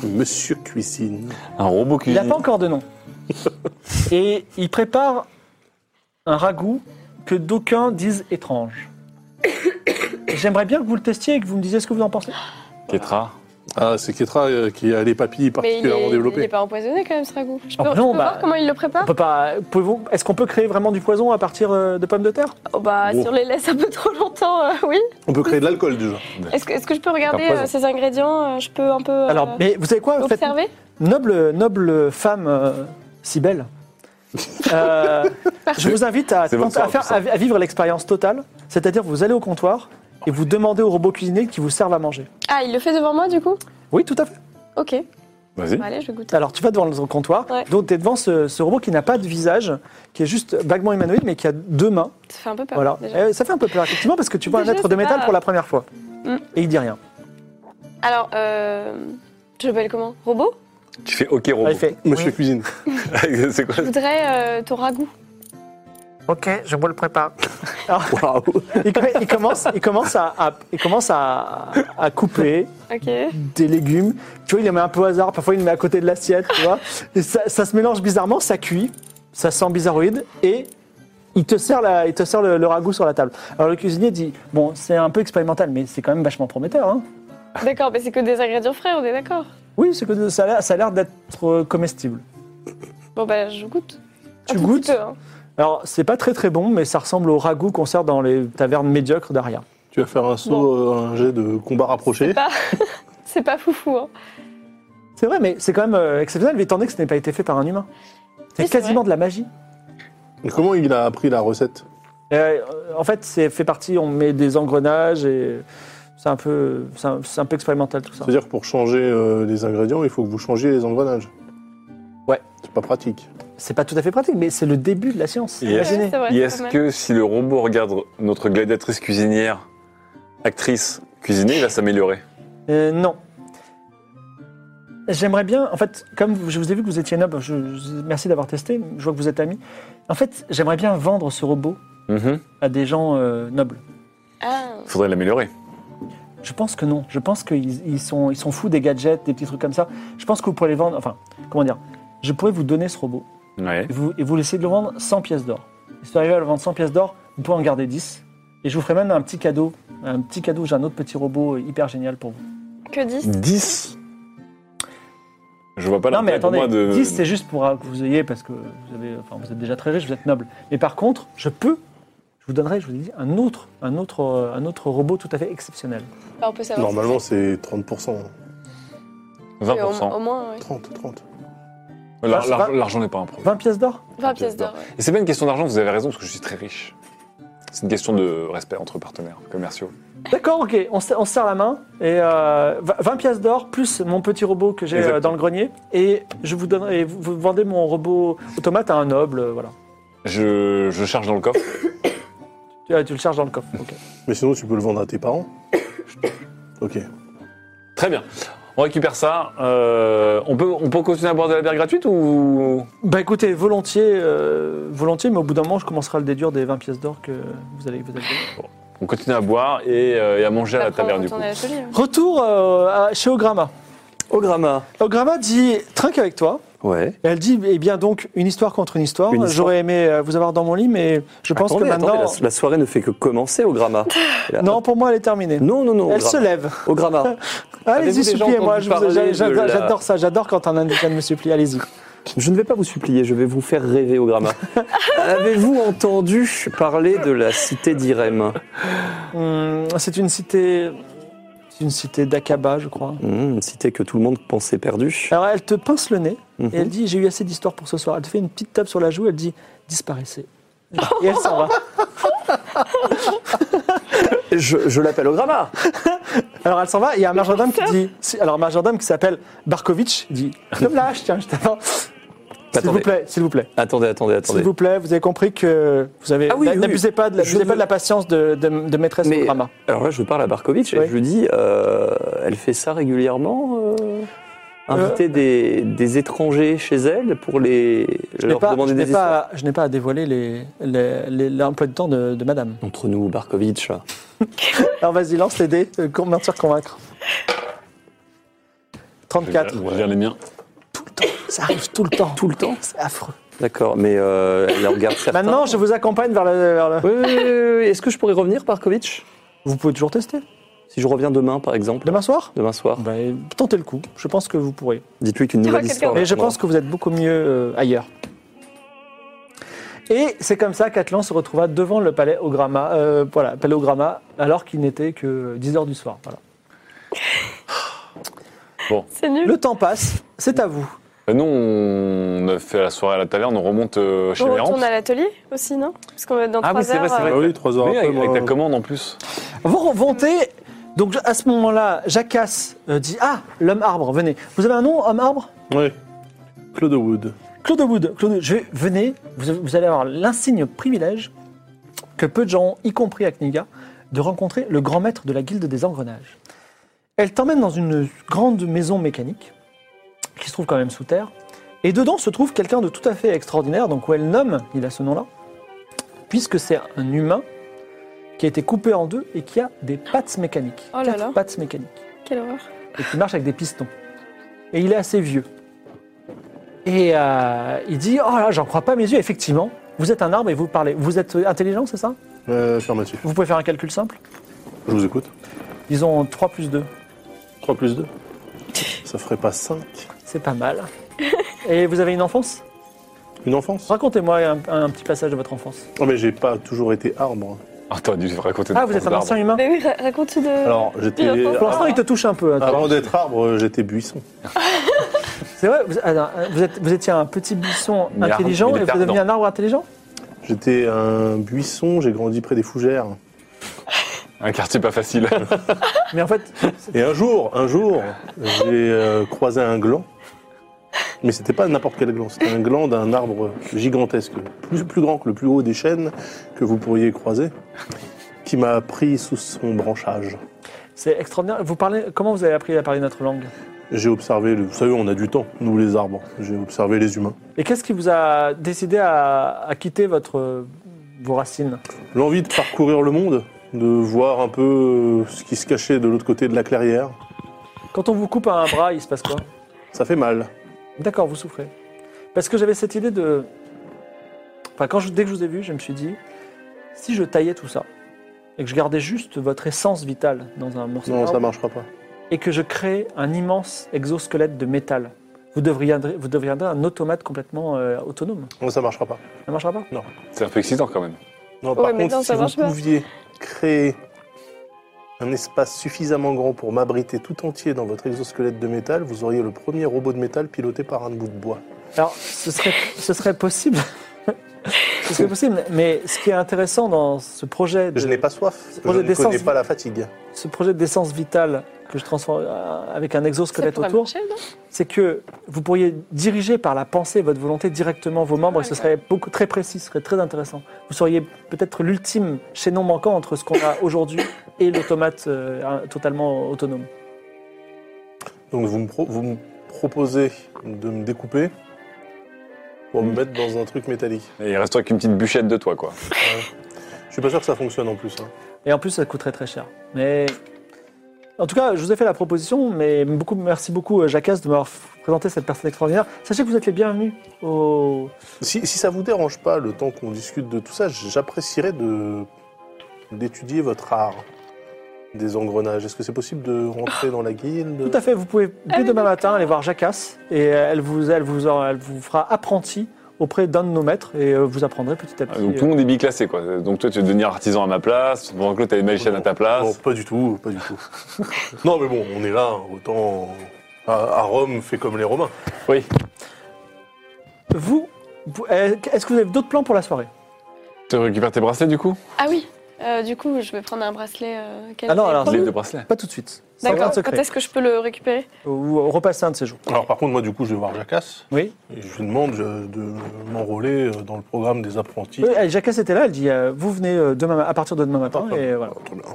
Speaker 7: Monsieur Cuisine.
Speaker 6: Un robot
Speaker 1: Il n'a
Speaker 6: cuisinier.
Speaker 1: pas encore de nom. Et il prépare un ragoût que d'aucuns disent étrange. J'aimerais bien que vous le testiez et que vous me disiez ce que vous en pensez.
Speaker 6: Ketra.
Speaker 7: Ah, c'est Ketra euh, qui a les papilles
Speaker 4: Mais il
Speaker 7: particulièrement
Speaker 4: est, il est
Speaker 7: développées.
Speaker 4: pas empoisonné quand même, ce ragoût. Je peux,
Speaker 1: Ah bah
Speaker 4: je
Speaker 1: non,
Speaker 4: peux
Speaker 1: bah-
Speaker 4: voir comment il le
Speaker 1: On
Speaker 4: prépare
Speaker 1: peut pas. pouvez-vous- Est-ce qu'on peut créer vraiment du poison à partir euh, de pommes de terre
Speaker 4: oh Bah,
Speaker 7: Wow.
Speaker 4: si on les laisse un peu trop longtemps, euh, oui.
Speaker 7: On peut créer de l'alcool déjà.
Speaker 4: Est-ce que, est-ce que je peux regarder
Speaker 6: poison.
Speaker 4: euh, ces ingrédients euh, Je peux un peu euh,
Speaker 1: Alors, mais vous savez quoi Faites-
Speaker 4: observer
Speaker 1: Noble, noble femme euh, si belle. Euh, je vous invite à,
Speaker 6: C'est votre soir,
Speaker 1: à faire-
Speaker 6: tout ça.
Speaker 1: à vivre l'expérience totale, c'est-à-dire vous allez au comptoir et vous demandez au robot cuisinier qui vous serve à manger.
Speaker 4: Ah, il le fait devant moi, du coup
Speaker 1: Oui, tout à fait.
Speaker 4: Ok,
Speaker 6: Vas-y.
Speaker 4: bah, allez, je vais goûter.
Speaker 1: Alors tu vas devant le comptoir,
Speaker 4: Ouais.
Speaker 1: donc tu es devant ce, ce robot qui n'a pas de visage, qui est juste vaguement humanoïde, mais qui a deux mains.
Speaker 4: Ça fait un peu peur,
Speaker 1: Voilà.
Speaker 4: Ah, déjà.
Speaker 1: Euh, ça fait un peu peur, effectivement, parce que tu vois un
Speaker 4: Déjà,
Speaker 1: être de
Speaker 4: c'est
Speaker 1: métal
Speaker 4: pas-
Speaker 1: pour la première fois.
Speaker 4: Mm.
Speaker 1: Et il dit rien.
Speaker 4: Alors, euh, je l'appelle comment Robot
Speaker 6: Tu fais OK robot.
Speaker 1: Ah, il fait,
Speaker 7: Monsieur
Speaker 1: oui.
Speaker 7: Cuisine.
Speaker 6: c'est quoi
Speaker 4: Je voudrais euh, ton ragoût.
Speaker 1: Ok, je vous le prépare. il, crée- il commence, il commence, à, à- il commence à, à couper
Speaker 4: Ok.
Speaker 1: des légumes. Tu vois, il les met un peu au hasard. Parfois, il les met à côté de l'assiette. Tu vois, Et ça, ça se mélange bizarrement, ça cuit, ça sent bizarroïde et il te sert, la- il te sert le, le ragoût sur la table. Alors le cuisinier dit bon, c'est un peu expérimental, mais c'est quand même vachement prometteur. hein.
Speaker 4: D'accord, mais c'est que des ingrédients frais, on est d'accord.
Speaker 1: Oui, c'est que ça a l'air- ça a l'air d'être euh, comestible.
Speaker 4: Bon, bah, je goûte. Un
Speaker 1: Tu
Speaker 4: tout petit
Speaker 1: goûtes
Speaker 4: peu, hein.
Speaker 1: Alors, c'est pas très très bon, mais ça ressemble au ragoût qu'on sert dans les tavernes médiocres d'Aria.
Speaker 7: Tu vas faire un saut, euh, un jet de combat rapproché.
Speaker 4: C'est pas foufou, hein.
Speaker 1: C'est vrai, mais c'est quand même euh, exceptionnel, étant donné que ce n'est pas été fait par un humain. C'est
Speaker 4: Oui, c'est
Speaker 1: quasiment de la magie.
Speaker 7: Mais Comment il a appris la recette
Speaker 1: Euh, en fait, c'est fait partie, on met des engrenages et c'est un peu, c'est un, c'est un peu expérimental tout ça.
Speaker 7: C'est-à-dire que pour changer euh, les ingrédients, il faut que vous changiez les engrenages.
Speaker 1: Ouais.
Speaker 7: C'est pas pratique.
Speaker 1: C'est pas tout à fait pratique, mais c'est le début de la science.
Speaker 6: Et est-ce-
Speaker 1: Imaginez.
Speaker 4: c'est vrai,
Speaker 6: Et
Speaker 4: c'est
Speaker 6: est-ce
Speaker 4: pas mal.
Speaker 6: que si le robot regarde notre gladiatrice cuisinière, actrice cuisinier, il va s'améliorer
Speaker 1: Euh, non. J'aimerais bien, en fait, comme je vous ai vu que vous étiez noble, je- je- merci d'avoir testé, je vois que vous êtes amis. En fait, j'aimerais bien vendre ce robot
Speaker 6: Mhm.
Speaker 1: à des gens euh, nobles.
Speaker 4: Ah,
Speaker 6: Faudrait l'améliorer.
Speaker 1: Je pense que non. Je pense qu'ils ils sont, ils sont fous des gadgets, des petits trucs comme ça. Je pense que vous pourrez les vendre. Enfin, comment dire Je pourrais vous donner ce robot
Speaker 6: Ouais.
Speaker 1: et vous, et vous laisser de le vendre 100 pièces d'or. Et Si vous arrivez à le vendre 100 pièces d'or, vous pouvez en garder 10. Et je vous ferai même un petit cadeau. Un petit cadeau, j'ai un autre petit robot euh, hyper génial pour vous.
Speaker 4: que 10
Speaker 6: 10 Je vois pas
Speaker 1: non, mais
Speaker 6: l'intérêt pour
Speaker 1: attendez,
Speaker 6: moi de.
Speaker 1: 10 c'est juste pour euh, que vous ayez, parce que vous, avez, enfin, vous êtes déjà très riche, vous êtes noble. Mais par contre, je peux, je vous donnerai, je vous ai dit, un autre, un autre, euh, un autre robot tout à fait exceptionnel.
Speaker 4: Bah, on peut savoir.
Speaker 7: Normalement, c'est 30%.
Speaker 4: si c'est- Au,
Speaker 6: 20%.
Speaker 4: au moins, ouais.
Speaker 7: 30, 30.
Speaker 6: L'ar-
Speaker 1: Enfin,
Speaker 6: l'ar-
Speaker 1: vingt-
Speaker 6: L'argent n'est pas un problème.
Speaker 1: 20 pièces d'or
Speaker 6: Ah,
Speaker 4: 20 pièces d'or. ouais.
Speaker 6: Et c'est pas une question d'argent, vous avez raison, parce que je suis très riche. C'est une question de respect entre partenaires commerciaux.
Speaker 1: D'accord, ok, on se, on se serre la main. Et euh, vingt- 20 pièces d'or plus mon petit robot que j'ai euh,
Speaker 6: Exactement.
Speaker 1: dans le grenier. Et je vous donnerai, vous, vous vendez mon robot automate à un noble, euh, voilà.
Speaker 6: Je, je charge dans le coffre.
Speaker 1: Tu, ah, tu le charges dans le coffre. ok.
Speaker 7: Mais sinon, tu peux le vendre à tes parents. ok.
Speaker 6: Très bien. On récupère ça. Euh, on, peut, on peut continuer à boire de la bière gratuite ou.
Speaker 1: Bah écoutez, volontiers, euh, volontiers, mais au bout d'un moment, je commencerai à le déduire des 20 pièces d'or que vous allez vous allez donner.
Speaker 6: On continue à boire et, euh, et à manger à la
Speaker 4: Après, Bah, on
Speaker 6: taverne du coup.
Speaker 4: retourne à hein. l'atelier, ouais.
Speaker 1: Retour euh, à- chez Ograma.
Speaker 3: Ograma,
Speaker 1: Ograma dit Trinque avec toi.
Speaker 3: Ouais.
Speaker 1: Et elle dit, eh bien donc, une histoire contre une histoire.
Speaker 3: Une histoire.
Speaker 1: J'aurais aimé euh, vous avoir dans mon lit, mais je pense
Speaker 3: Attendez,
Speaker 1: que
Speaker 3: attendez,
Speaker 1: maintenant...
Speaker 3: la, la soirée ne fait que commencer au Gramma. Et là,
Speaker 1: non, pour moi, elle est terminée.
Speaker 3: Non, non, non. au
Speaker 1: elle se
Speaker 3: Gramma.
Speaker 1: lève.
Speaker 3: Au Gramma. Avez-vous
Speaker 1: Allez-y,
Speaker 3: déjà
Speaker 1: suppliez-moi.
Speaker 3: entendu
Speaker 1: je vous-
Speaker 3: parler
Speaker 1: j'a-
Speaker 3: de
Speaker 1: J'adore
Speaker 3: la-
Speaker 1: j'adore ça. J'adore quand un indigène me supplie. Allez-y.
Speaker 3: Je ne vais pas vous supplier, je vais vous faire rêver au Gramma. Avez-vous entendu parler de la cité d'Irem
Speaker 1: Hum, c'est une cité... C'est une cité d'Akaba, je crois.
Speaker 3: Hmm, Une cité que tout le monde pensait perdue.
Speaker 1: Alors, elle te pince le nez.
Speaker 3: Mhm.
Speaker 1: Et elle dit, j'ai eu assez d'histoires pour ce soir. Elle te fait une petite tape sur la joue, elle dit, disparaissez. Et elle s'en va.
Speaker 3: Je, je l'appelle au Gramma.
Speaker 1: Alors elle s'en va, et il y a un majordome qui dit, si- alors un majordome qui s'appelle Barkovitch, il dit, me lâche, tiens, je t'attends. S'il vous
Speaker 3: Attendez.
Speaker 1: plaît, s'il vous plaît,
Speaker 3: Attendez, attendez,
Speaker 1: s'il
Speaker 3: attendez.
Speaker 1: vous plaît, vous avez compris que vous avez,
Speaker 3: Ah oui, oui,
Speaker 1: n'abusez pas, de, la-
Speaker 3: je
Speaker 1: n'abusez pas
Speaker 3: veux-
Speaker 1: de la patience de, de- de maîtresse
Speaker 3: Mais-
Speaker 1: au drama.
Speaker 3: Alors là, je parle à Barkovitch et
Speaker 1: Oui.
Speaker 3: je lui dis, euh, elle fait ça régulièrement euh, Inviter
Speaker 1: Euh.
Speaker 3: des, des étrangers chez elle pour les,
Speaker 1: Je n'ai
Speaker 3: leur
Speaker 1: pas, je
Speaker 3: demander
Speaker 1: n'ai
Speaker 3: des
Speaker 1: pas,
Speaker 3: histoires
Speaker 1: je n'ai pas à dévoiler les, les- les- l'emploi de temps de, de madame.
Speaker 3: Entre nous, Barkovitch.
Speaker 1: Alors vas-y, lance les dés, euh, con- mentir, convaincre. 34,
Speaker 6: Je vais dire les miens.
Speaker 1: ça arrive tout le temps. Tout le temps C'est affreux.
Speaker 3: D'accord, mais euh, elle les regarde certains.
Speaker 1: Maintenant, je vous accompagne vers le... vers le-
Speaker 3: Oui, oui, oui, oui, oui. Est-ce que je pourrais revenir, Barkovitch
Speaker 1: Vous pouvez toujours tester.
Speaker 3: Si je reviens demain, par exemple,
Speaker 1: Demain soir
Speaker 3: demain soir,
Speaker 1: Ben, Tentez le coup, je pense que vous pourrez.
Speaker 3: dites-lui qu'une
Speaker 4: Il y aura
Speaker 3: nouvelle
Speaker 4: quelqu'un.
Speaker 3: histoire.
Speaker 1: Mais je
Speaker 3: m'attendra.
Speaker 1: pense que vous êtes beaucoup mieux euh, ailleurs. Et c'est comme ça qu'Atlan se retrouva devant le palais au Gramma, euh, voilà, palais au Gramma, alors qu'il n'était que 10h du soir. voilà.
Speaker 4: C'est nul.
Speaker 1: Le temps passe, c'est à vous.
Speaker 6: Ben nous, on a fait la soirée à la taverne, on remonte euh, chez
Speaker 4: On
Speaker 6: les Ramps.
Speaker 4: retourne à l'atelier aussi, non Parce qu'on va être dans
Speaker 6: Ah oui,
Speaker 4: trois
Speaker 6: c'est vrai,
Speaker 4: heures.
Speaker 6: c'est vrai.
Speaker 7: Ah oui, trois heures
Speaker 6: Oui,
Speaker 7: après,
Speaker 6: avec, avec
Speaker 7: moi,
Speaker 6: ta commande en plus.
Speaker 1: Vous remontez, donc à ce moment-là, Jacasse euh, dit Ah, l'homme arbre, venez. Vous avez un nom, homme arbre
Speaker 7: Ouais. Claude Wood.
Speaker 1: Claude Wood, Claude, je, venez, vous, vous allez avoir l'insigne privilège que peu de gens ont, y compris à Kniga, de rencontrer le grand maître de la guilde des engrenages. Elle t'emmène dans une grande maison mécanique, qui se trouve quand même sous terre, et dedans se trouve quelqu'un de tout à fait extraordinaire, donc où elle nomme, il a ce nom-là, puisque c'est un humain qui a été coupé en deux et qui a des pattes mécaniques.
Speaker 4: Oh là
Speaker 1: Quatre
Speaker 4: là.
Speaker 1: pattes mécaniques
Speaker 4: euh, Quelle horreur.
Speaker 1: et qui marche avec des pistons. Et il est assez vieux. Et euh, il dit Oh là, j'en crois pas mes yeux, effectivement. Vous êtes un arbre et vous parlez. Vous êtes intelligent, c'est ça
Speaker 7: Euh, affirmatif.
Speaker 1: Vous pouvez faire un calcul simple
Speaker 7: Je vous écoute.
Speaker 1: Disons 3 plus 2,
Speaker 7: 3 plus 2. Ça ferait pas 5.
Speaker 1: c'est pas mal. et vous avez une enfance
Speaker 7: Une enfance
Speaker 1: Racontez-moi un, un petit passage de votre enfance.
Speaker 7: Non, mais j'ai pas toujours été arbre.
Speaker 6: Ah, t'aurais dû raconter
Speaker 1: Ah,
Speaker 6: des
Speaker 1: vous êtes un
Speaker 6: phrases
Speaker 1: ancien humain
Speaker 6: d'arbres.
Speaker 4: Mais Bah oui, ra- raconte-tu de.
Speaker 7: Alors,
Speaker 4: Il
Speaker 7: j'étais.
Speaker 4: a pas
Speaker 1: Pour l'instant,
Speaker 7: Avant,
Speaker 1: il te touche un peu. hein, toi.
Speaker 6: Ah,
Speaker 7: avant d'être arbre, j'étais buisson.
Speaker 1: C'est vrai, vous, alors, vous êtes- vous étiez un petit buisson
Speaker 6: Il est
Speaker 1: intelligent
Speaker 6: arbre, il
Speaker 1: et vous
Speaker 6: est
Speaker 1: êtes devenu un arbre intelligent
Speaker 7: J'étais un buisson, j'ai grandi près des fougères.
Speaker 6: Un quartier pas facile.
Speaker 1: Mais en fait,
Speaker 7: Et un jour, un jour, j'ai euh, croisé un gland. Mais c'était pas n'importe quel gland, c'était un gland d'un arbre gigantesque, plus, plus grand que le plus haut des chênes que vous pourriez croiser, qui m'a pris sous son branchage.
Speaker 1: c'est extraordinaire. Vous parlez, comment vous avez appris à parler notre langue
Speaker 7: J'ai observé, le- vous savez, on a du temps, nous les arbres, j'ai observé les humains.
Speaker 1: Et qu'est-ce qui vous a décidé à, à quitter votre, vos racines
Speaker 7: L'envie de parcourir le monde, de voir un peu euh, ce qui se cachait de l'autre côté de la clairière,
Speaker 1: Quand on vous coupe un bras, il se passe quoi
Speaker 7: ça fait mal.
Speaker 1: D'accord, vous souffrez. Parce que j'avais cette idée de... Enfin, quand je- dès que je vous ai vu, je me suis dit, si je taillais tout ça, et que je gardais juste votre essence vitale dans un morceau
Speaker 7: Non,
Speaker 4: Ah
Speaker 7: ça
Speaker 1: d'arbre,
Speaker 7: marchera pas.
Speaker 1: et que je crée un immense exosquelette de métal, vous deviendrez, vous deviendrez un automate complètement euh, autonome.
Speaker 7: Non, ça marchera pas.
Speaker 1: Ça marchera pas
Speaker 6: C'est un peu excitant quand même.
Speaker 7: Non, par
Speaker 4: Ouais, mais
Speaker 7: contre,
Speaker 4: non,
Speaker 7: si
Speaker 4: ça
Speaker 7: vous
Speaker 4: marche pas.
Speaker 7: pouviez créer un espace suffisamment grand pour m'abriter tout entier dans votre exosquelette de métal, vous auriez le premier robot de métal piloté par un bout de bois.
Speaker 1: Alors, ce serait, ce serait possible. ce serait possible, mais ce qui est intéressant dans ce projet de...
Speaker 7: Je n'ai pas soif, je
Speaker 1: projet
Speaker 7: ne
Speaker 1: d'essence-
Speaker 7: connais pas la fatigue.
Speaker 1: ce projet d'essence vitale que je transforme euh, avec un
Speaker 4: Ça
Speaker 1: exosquelette
Speaker 4: pourrait
Speaker 1: autour,
Speaker 4: marcher, non
Speaker 1: c'est que vous pourriez diriger par la pensée votre volonté directement vos membres et ce serait beaucoup très précis, ce serait très intéressant. Vous seriez peut-être l'ultime chaînon manquant entre ce qu'on a aujourd'hui et l'automate euh, un- totalement autonome.
Speaker 7: Donc vous me, pro- vous me proposez de me découper pour
Speaker 4: Mm.
Speaker 7: me mettre dans un truc métallique.
Speaker 6: Et il resterait qu'une petite bûchette de toi, quoi.
Speaker 7: Je suis pas sûr que ça fonctionne en plus. hein.
Speaker 1: Et en plus, ça coûterait très cher. Mais En tout cas, je vous ai fait la proposition, mais beaucoup, merci beaucoup, euh, Jacques, de m'avoir présenté cette personne extraordinaire. Sachez que vous êtes les bienvenus au.
Speaker 7: Si, si ça vous dérange pas, le temps qu'on discute de tout ça, j'apprécierais de d'étudier votre art des engrenages. Est-ce que c'est possible de rentrer dans la guilde
Speaker 1: Tout à fait, vous pouvez dès demain matin aller voir Jacasse et euh, elle vous, elle, vous en- elle vous fera apprenti auprès d'un de nos maîtres et euh, vous apprendrez petit à
Speaker 6: Ah,
Speaker 1: petit. euh,
Speaker 6: Donc tout le monde est biclassé, quoi. Donc toi, tu vas devenir artisan à ma place, pendant que l'autre, t'es magicien à ta
Speaker 7: Non,
Speaker 6: place.
Speaker 7: pas du tout, pas du tout. non, mais bon, on est là, autant à, à Rome fait comme les Romains.
Speaker 1: euh, Vous, vous- euh, est-ce que vous avez d'autres plans pour la soirée
Speaker 6: Tu récupères tes bracelets, du coup
Speaker 4: Ah oui, euh, du coup, je vais prendre un bracelet. euh, qu'elle
Speaker 1: Ah non,
Speaker 4: avait
Speaker 1: alors,
Speaker 4: promis.
Speaker 6: Les deux bracelets.
Speaker 1: Pas tout de suite. C'est un
Speaker 4: D'accord, quand
Speaker 1: secret.
Speaker 4: est-ce que je peux le récupérer
Speaker 1: Ou euh, repasser un de ces jours.
Speaker 7: Alors par contre, moi du coup, je vais voir Jacasse
Speaker 1: Oui.
Speaker 7: et je lui demande euh, de m'enrôler euh, dans le programme des apprentis.
Speaker 1: Oui, elle- Jacasse était là, elle dit euh, vous venez euh, demain, à partir de demain
Speaker 7: Ah,
Speaker 1: matin
Speaker 7: ah,
Speaker 1: et voilà.
Speaker 7: ah, trop bien.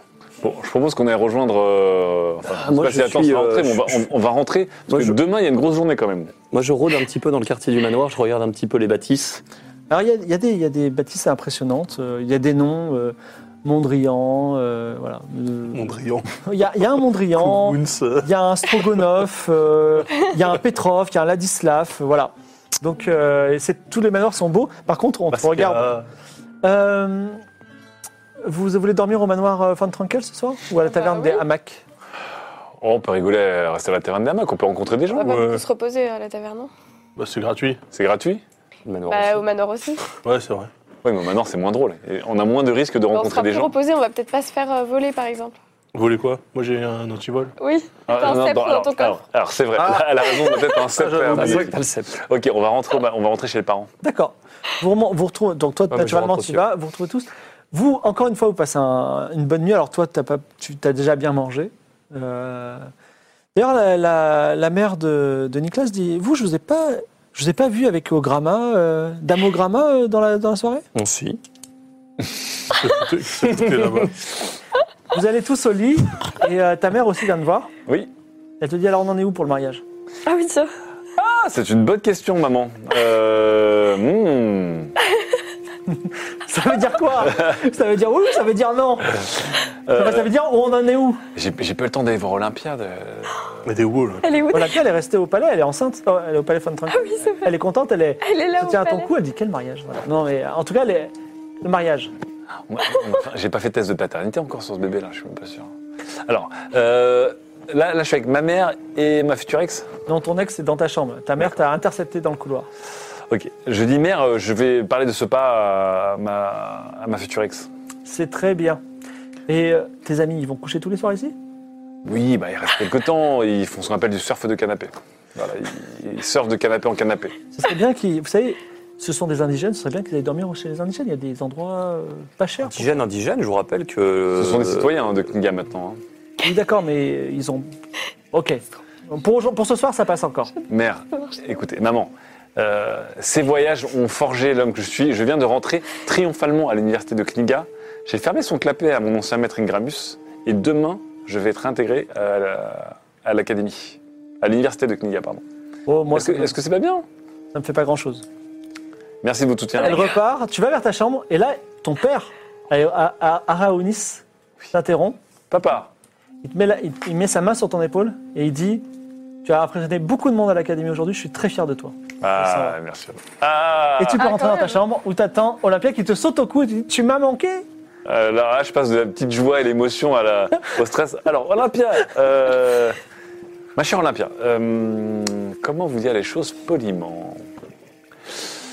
Speaker 6: Bon, je propose qu'on aille rejoindre. euh, Enfin, je sais
Speaker 3: moi,
Speaker 6: pas
Speaker 3: je
Speaker 6: si la
Speaker 3: suis,
Speaker 6: va
Speaker 3: euh,
Speaker 6: rentrer, mais on va,
Speaker 3: je- je-
Speaker 6: on- on va rentrer. Parce
Speaker 3: Moi,
Speaker 6: que
Speaker 3: je-
Speaker 6: demain, il y a une grosse journée quand même.
Speaker 3: Moi, je rôde un petit peu dans le quartier du manoir, je regarde un petit peu les bâtisses.
Speaker 1: Alors il y a- il y, a des- il y a des bâtisses impressionnantes, euh, il y a des noms, euh, Mondrian, euh, voilà. Euh,
Speaker 7: Mondrian,
Speaker 1: Il y, a- il y a un Mondrian,
Speaker 7: Kounz, euh,
Speaker 1: il y a un Strogonov, euh, il y a un Petrov, il y a un Ladislav, euh, voilà. Donc euh, c'est- tous les manoirs sont beaux. Par contre, on te
Speaker 7: Basquiat.
Speaker 1: regarde. Euh, vous voulez dormir au manoir euh, Van Trankel ce soir Ou à la
Speaker 4: Bah
Speaker 1: taverne
Speaker 4: oui.
Speaker 1: des hamacs
Speaker 6: Oh, on peut rigoler, euh, rester à la taverne d'Amac, on peut rencontrer des gens.
Speaker 4: On va
Speaker 6: euh,
Speaker 4: pas se reposer à la taverne. non
Speaker 7: Bah, c'est gratuit.
Speaker 6: C'est gratuit. Manoir
Speaker 4: Bah,
Speaker 6: aussi.
Speaker 4: au manoir aussi.
Speaker 7: Ouais, c'est vrai.
Speaker 6: Ouais, mais maintenant, c'est moins drôle. Et on a moins de risques de
Speaker 4: Bah, on
Speaker 6: rencontrer
Speaker 4: sera
Speaker 6: des
Speaker 4: plus
Speaker 6: gens.
Speaker 4: reposé, on va peut-être pas se faire euh, voler par exemple.
Speaker 7: Voler quoi Moi j'ai un antivol.
Speaker 4: Oui,
Speaker 6: Ah,
Speaker 4: T'as un sceptre dans
Speaker 6: alors,
Speaker 4: ton corps.
Speaker 6: alors- alors, c'est vrai,
Speaker 3: Ah.
Speaker 6: Là, elle a raison, on a peut-être hein, un sceptre.
Speaker 8: Ah,
Speaker 7: j'avais
Speaker 6: à
Speaker 7: oublié.
Speaker 6: Amac. Ok, on va rentrer, au ba- on va rentrer chez les parents.
Speaker 1: D'accord. Vous, remen- vous retrouvez, donc toi,
Speaker 8: mais je
Speaker 1: naturellement,
Speaker 8: rentre
Speaker 1: tu
Speaker 8: aussi,
Speaker 1: vas, vous retrouvez tous. Vous, encore une fois, vous passez un- une bonne nuit. Alors toi, t'as pas, tu as déjà bien mangé. Euh, D'ailleurs, la, la- la mère de, de Nicolas dit, vous, je vous ai pas... Je vous ai pas vu avec Ogramma, euh, Dame Ogramma euh, dans, la, dans la soirée
Speaker 3: On suit.
Speaker 7: C'est foutu là-bas.
Speaker 1: Vous allez tous au lit et euh, ta mère aussi vient de voir.
Speaker 6: Oui.
Speaker 1: Elle te dit alors on en est où pour le mariage
Speaker 4: Ah oui, ça.
Speaker 6: Ah, c'est une bonne question, maman. Euh, hmm.
Speaker 1: Ça veut dire quoi Ça veut dire oui ou ça veut dire non
Speaker 6: Euh,
Speaker 1: Ça veut dire on en est où
Speaker 6: J'ai j'ai pas eu le temps d'aller voir Olympiade. euh.
Speaker 7: Mais des wolves.
Speaker 4: Elle est où
Speaker 1: Voilà, elle est restée au palais, elle est enceinte, Oh, elle est au palais Fun Tranquille.
Speaker 4: Ah Oui, c'est vrai.
Speaker 1: Elle est contente, elle est.
Speaker 4: Elle est là
Speaker 1: se tient
Speaker 4: au
Speaker 1: à ton
Speaker 4: palais.
Speaker 1: cou, elle dit quel mariage Voilà. Non mais euh, en tout cas elle est- le mariage.
Speaker 6: Ouais, enfin, J'ai pas fait de test de paternité encore sur ce bébé là, je suis même pas sûr. Alors, euh, là, là, je suis avec ma mère et ma future ex.
Speaker 1: Non ton ex c'est dans ta chambre. Ta mère t'a intercepté dans le couloir.
Speaker 6: Ok, je dis mère, euh, je vais parler de ce pas à ma, à ma future ex.
Speaker 1: C'est très bien. Et euh, tes amis ils vont coucher tous les soirs ici
Speaker 6: Oui, bah, il reste quelques temps, ils font ce qu'on appelle du surf de canapé. Voilà, ils, ils surfent de canapé en canapé.
Speaker 1: Ce serait bien qu'ils. Vous savez, ce sont des indigènes, ce serait bien qu'ils aillent dormir chez les indigènes. Il y a des endroits euh, pas chers. pour-
Speaker 8: Indigène, indigène, je vous rappelle que. euh,
Speaker 6: Ce sont
Speaker 3: Euh,
Speaker 6: des citoyens hein, de Kinga maintenant. hein.
Speaker 1: Oui, d'accord, mais ils ont. Ok. Pour, aujourd'hui- pour ce soir, ça passe encore.
Speaker 6: Mère, écoutez, maman, euh, ces voyages ont forgé l'homme que je suis. Je viens de rentrer triomphalement à l'université de Kniga. J'ai fermé son clapet à mon ancien maître Ingramus. Et demain, je vais être intégré à la- à l'académie. À l'université de Kniga, pardon.
Speaker 1: Oh, moi,
Speaker 6: Est-ce que
Speaker 1: ça, me-
Speaker 6: est-ce que c'est pas bien
Speaker 1: ça me fait pas grand-chose.
Speaker 6: Merci de votre soutien.
Speaker 1: Elle repart, tu vas vers ta chambre, et là, ton père, euh, à, à- à Araonis, t'interrompt.
Speaker 6: Papa,
Speaker 1: Il, te met la- il- il met sa main sur ton épaule et il dit Tu as impressionné beaucoup de monde à l'académie aujourd'hui, je suis très fier de toi.
Speaker 6: Ah,
Speaker 1: Ça.
Speaker 6: merci. Ah,
Speaker 1: et tu peux
Speaker 4: Ah,
Speaker 1: rentrer
Speaker 4: quand
Speaker 1: dans ta
Speaker 4: même.
Speaker 1: chambre où t'attends Olympia qui te saute au cou et tu dis Tu m'as manqué
Speaker 6: euh, alors là, je passe de la petite joie et l'émotion à la, au stress. Alors, Olympia, euh, ma chère Olympia, euh, comment vous dire les choses poliment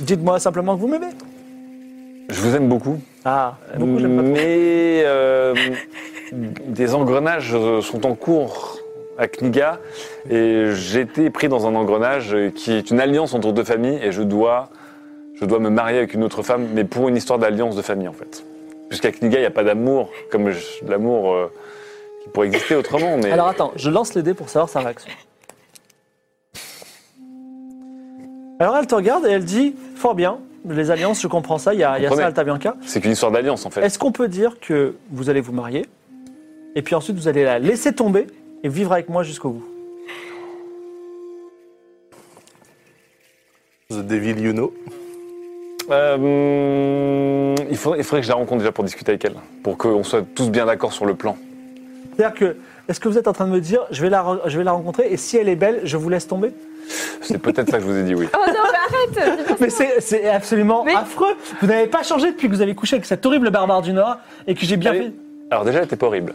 Speaker 1: Dites-moi simplement que vous m'aimez.
Speaker 6: Je vous aime beaucoup,
Speaker 1: Ah, beaucoup, j'aime pas trop.
Speaker 6: mais euh, des engrenages euh, sont en cours à Kniga et j'ai été pris dans un engrenage qui est une alliance entre deux familles et je dois, je dois me marier avec une autre femme, mais pour une histoire d'alliance de famille en fait. Puisqu'à Kniga, il n'y a pas d'amour comme je- l'amour euh, qui pourrait exister autrement. Mais
Speaker 1: Alors attends, je lance les dés pour savoir sa réaction. Alors elle te regarde et elle dit Fort bien, les alliances, je comprends ça, il y a, il y a
Speaker 6: Comprenez.
Speaker 1: ça, Alta Bianca.
Speaker 6: c'est qu'une histoire d'alliance en fait.
Speaker 1: Est-ce qu'on peut dire que vous allez vous marier et puis ensuite vous allez la laisser tomber et vivre avec moi jusqu'au bout
Speaker 7: The Devil hein. You Know.
Speaker 6: Euh, il, faudrait, il faudrait que je la rencontre déjà pour discuter avec elle, pour qu'on soit tous bien d'accord sur le plan.
Speaker 1: C'est-à-dire que, est-ce que vous êtes en train de me dire, je vais la, re- je vais la rencontrer et si elle est belle, je vous laisse tomber
Speaker 6: C'est peut-être ça que je vous ai dit, oui.
Speaker 4: Oh non,
Speaker 7: Ah,
Speaker 4: mais arrête dis pas ça.
Speaker 1: Mais c'est c'est absolument
Speaker 4: Mais-
Speaker 1: affreux. Vous n'avez pas changé depuis que vous avez couché avec cet horrible barbare du Nord et que j'ai bien
Speaker 6: Allez.
Speaker 1: fait.
Speaker 6: Alors déjà, elle était pas horrible.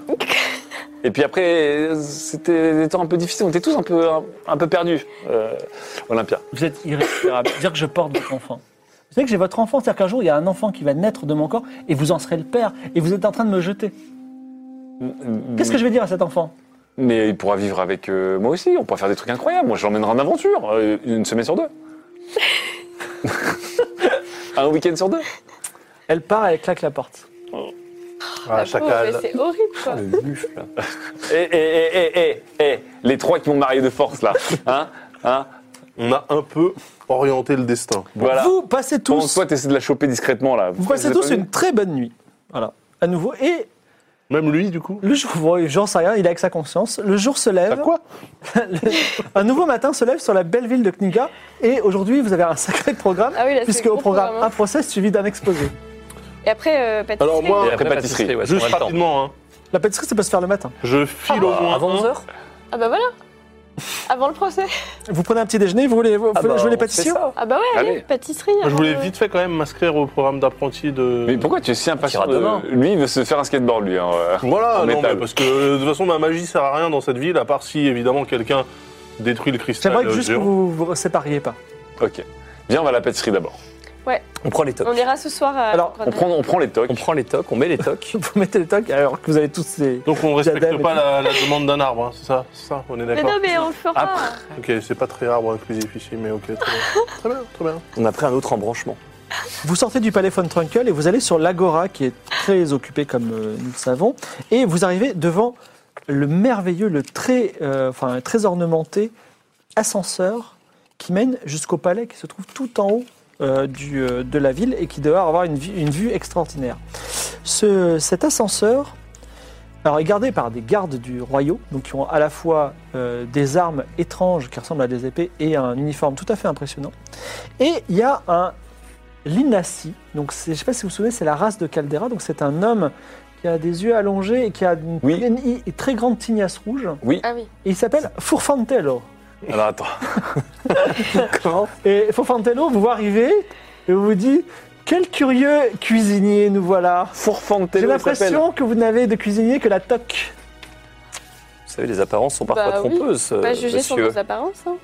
Speaker 6: Et puis après, euh, c'était des temps un peu difficiles. On était tous un peu, un, un peu perdus, euh, Olympia.
Speaker 1: Vous êtes irrécupérable. dire que je porte votre enfant. Vous savez que j'ai votre enfant, c'est-à-dire qu'un jour, il y a un enfant qui va naître de mon corps et vous en serez le père et vous êtes en train de me jeter. Qu'est-ce que je vais dire à cet enfant
Speaker 6: Mais il pourra vivre avec euh, moi aussi. On pourra faire des trucs incroyables. Moi, je l'emmènerai en aventure, euh, une semaine sur deux. un week-end sur deux.
Speaker 1: Elle part et elle claque la porte.
Speaker 7: Ah,
Speaker 4: La pauvre, bah, mais
Speaker 7: chacal.
Speaker 4: C'est horrible, quoi.
Speaker 8: Le buffle. là.
Speaker 6: Eh, eh, eh, eh, eh, eh, les trois qui m'ont marié de force, là. Hein Hein
Speaker 7: On a un peu orienté le destin.
Speaker 6: Voilà.
Speaker 1: Vous passez
Speaker 6: Pendant que
Speaker 1: tous,
Speaker 6: toi, t'essaies de la choper discrètement, là.
Speaker 1: vous passez
Speaker 6: J'ai
Speaker 1: tous
Speaker 6: pas vu.
Speaker 1: une très bonne nuit. Voilà, à nouveau. Et
Speaker 7: Même lui, du coup.
Speaker 1: le jour, bon, j'en sais rien, il est avec sa conscience. Le jour se lève.
Speaker 7: À Bah, quoi
Speaker 1: Le- un nouveau matin se lève sur la belle ville de Kniga. Et aujourd'hui, vous avez un sacré programme,
Speaker 4: Ah oui, là, c'est
Speaker 1: puisque
Speaker 4: le
Speaker 1: au
Speaker 4: gros
Speaker 1: programme,
Speaker 4: programme, hein.
Speaker 1: un procès suivi d'un exposé.
Speaker 4: Et après, euh, pâtisserie.
Speaker 7: Alors moi,
Speaker 8: Et
Speaker 6: après,
Speaker 8: après,
Speaker 6: pâtisserie.
Speaker 8: pâtisserie, ouais,
Speaker 7: Juste
Speaker 8: on a le temps.
Speaker 7: rapidement, hein.
Speaker 1: La pâtisserie, ça peut se faire le matin.
Speaker 7: je file au moins.
Speaker 8: Avant
Speaker 7: un.
Speaker 8: 11h
Speaker 4: Ah bah voilà. Avant le procès.
Speaker 1: Vous prenez un petit déjeuner, vous voulez vous voulez
Speaker 8: bah,
Speaker 1: jouer les
Speaker 8: on
Speaker 1: pâtissiers
Speaker 8: fait ça.
Speaker 4: Ah bah ouais, allez,
Speaker 6: Allez.
Speaker 4: pâtisserie.
Speaker 7: Moi, je
Speaker 4: avant
Speaker 7: voulais
Speaker 4: le-
Speaker 7: vite fait quand même m'inscrire au programme d'apprenti de.
Speaker 6: Mais pourquoi tu es si impatient
Speaker 8: On
Speaker 6: de...
Speaker 8: ira demain.
Speaker 6: Lui, il veut se faire un skateboard, lui. hein, euh.
Speaker 7: Voilà,
Speaker 6: En
Speaker 7: non,
Speaker 6: métal.
Speaker 7: mais parce que euh, de toute façon, ma magie sert à rien dans cette ville, à part si évidemment quelqu'un détruit le cristal.
Speaker 1: J'aimerais que
Speaker 7: euh,
Speaker 1: juste que
Speaker 7: géant.
Speaker 1: vous vous sépariez pas.
Speaker 6: Ok. Viens, on va à la pâtisserie d'abord.
Speaker 8: On prend les tocs.
Speaker 4: On ira ce soir à
Speaker 1: Alors,
Speaker 6: On prend, on prend les tocs.
Speaker 8: On prend les tocs, on met les tocs.
Speaker 1: Vous mettez le toc alors que vous avez tous ces.
Speaker 7: Donc on
Speaker 1: Diadème
Speaker 7: respecte
Speaker 1: et
Speaker 7: pas la, la demande d'un arbre, hein, c'est ça, c'est ça, on est
Speaker 4: Mais
Speaker 7: d'accord.
Speaker 4: non, mais on le fera.
Speaker 7: Ok, c'est pas très arbre inclusif ici, mais ok, très bien. très bien, très bien.
Speaker 8: On a pris un autre embranchement.
Speaker 1: Vous sortez du palais von Trunkel et vous allez sur l'agora qui est très occupée comme euh, nous le savons et vous arrivez devant le merveilleux, le très, euh, enfin très ornementé ascenseur qui mène jusqu'au palais qui se trouve tout en haut euh, du, euh, de la ville et qui doit avoir une, vue- une vue extraordinaire. Ce- cet ascenseur alors, est gardé par des gardes du royaume, donc qui ont à la fois euh, des armes étranges qui ressemblent à des épées et un uniforme tout à fait impressionnant. Et il y a un Linassi. Donc, c'est- je ne sais pas si vous vous souvenez, c'est la race de Caldera. Donc, c'est un homme qui a des yeux allongés et qui a une,
Speaker 6: Oui.
Speaker 1: une- une très grande tignasse rouge.
Speaker 4: Ah oui.
Speaker 1: Et il s'appelle Furfantello.
Speaker 6: Alors attends.
Speaker 1: Et Furfantello vous voit arriver et vous vous dit Quel curieux cuisinier nous voilà J'ai
Speaker 6: Fourfantello, il s'appelle.
Speaker 1: l'impression que vous n'avez de cuisinier que la toque.
Speaker 8: Vous savez, les apparences sont parfois
Speaker 4: Bah oui.
Speaker 8: trompeuses, euh,
Speaker 4: Pas juger sur
Speaker 8: monsieur.
Speaker 4: nos apparences. Hein.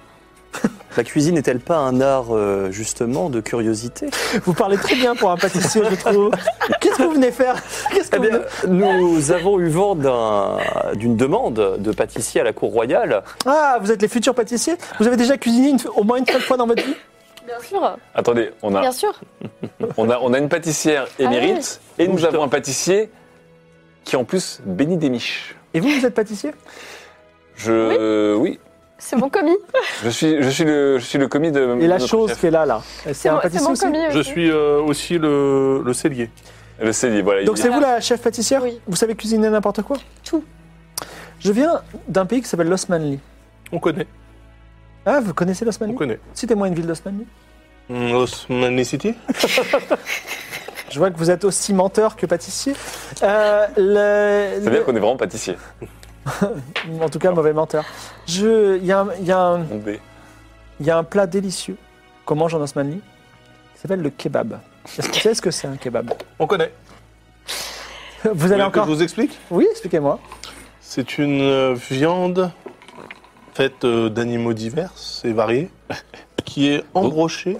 Speaker 8: La cuisine n'est-elle pas un art, euh, justement, de curiosité
Speaker 1: Vous parlez très bien pour un pâtissier, je trouve. Qu'est-ce que vous venez faire Qu'est-ce que
Speaker 8: Eh
Speaker 1: vous
Speaker 8: bien,
Speaker 1: venez-
Speaker 8: nous avons eu vent d'un- d'une demande de pâtissier à la cour royale.
Speaker 1: Ah, vous êtes les futurs pâtissiers Vous avez déjà cuisiné une- au moins une seule fois dans votre vie
Speaker 4: Bien sûr.
Speaker 7: Ah.
Speaker 6: Attendez, on a,
Speaker 4: Bien sûr.
Speaker 6: on, a, on a une pâtissière émérite et nous avons un pâtissier qui en plus bénit des miches.
Speaker 1: Et vous, vous êtes pâtissier
Speaker 6: Je, euh, oui,
Speaker 4: C'est mon commis.
Speaker 6: je, suis, je, suis le, je suis le commis de.
Speaker 1: Et la
Speaker 6: notre
Speaker 1: chose
Speaker 6: chef.
Speaker 1: qui est là, là, c'est
Speaker 4: C'est
Speaker 1: un
Speaker 4: mon, c'est
Speaker 1: pâtissier
Speaker 4: mon
Speaker 1: aussi
Speaker 4: commis.
Speaker 7: Je
Speaker 4: aussi.
Speaker 7: suis euh, aussi le, le cellier.
Speaker 6: Le cellier, voilà. il
Speaker 1: Donc
Speaker 6: est
Speaker 1: c'est
Speaker 6: là.
Speaker 1: vous la chef pâtissière
Speaker 4: Oui.
Speaker 1: Vous savez cuisiner n'importe quoi
Speaker 4: Tout.
Speaker 1: Je viens d'un pays qui s'appelle l'Osmanli.
Speaker 7: On connaît,
Speaker 1: Ah, vous connaissez
Speaker 7: on
Speaker 1: l'Osmanli
Speaker 7: connaît.
Speaker 1: Citez-moi une ville d'Osmanli.
Speaker 7: Mm, Osmani City
Speaker 1: Je vois que vous êtes aussi menteur que pâtissier. Euh, le-
Speaker 6: Ça veut dire qu'on est vraiment pâtissier.
Speaker 1: En tout cas, mauvais menteur. Je- Il y, a un- il y a un-
Speaker 6: On est-
Speaker 1: il y a un plat délicieux qu'on mange en Osmanli qui s'appelle le kebab. Est-ce que tu sais ce que c'est un kebab
Speaker 7: On connaît.
Speaker 1: Vous
Speaker 7: Vous
Speaker 1: allez
Speaker 7: voulez que
Speaker 1: encore
Speaker 7: je vous explique
Speaker 1: Oui, expliquez-moi.
Speaker 7: C'est une euh, viande faite euh, d'animaux divers et variés, qui est embrochée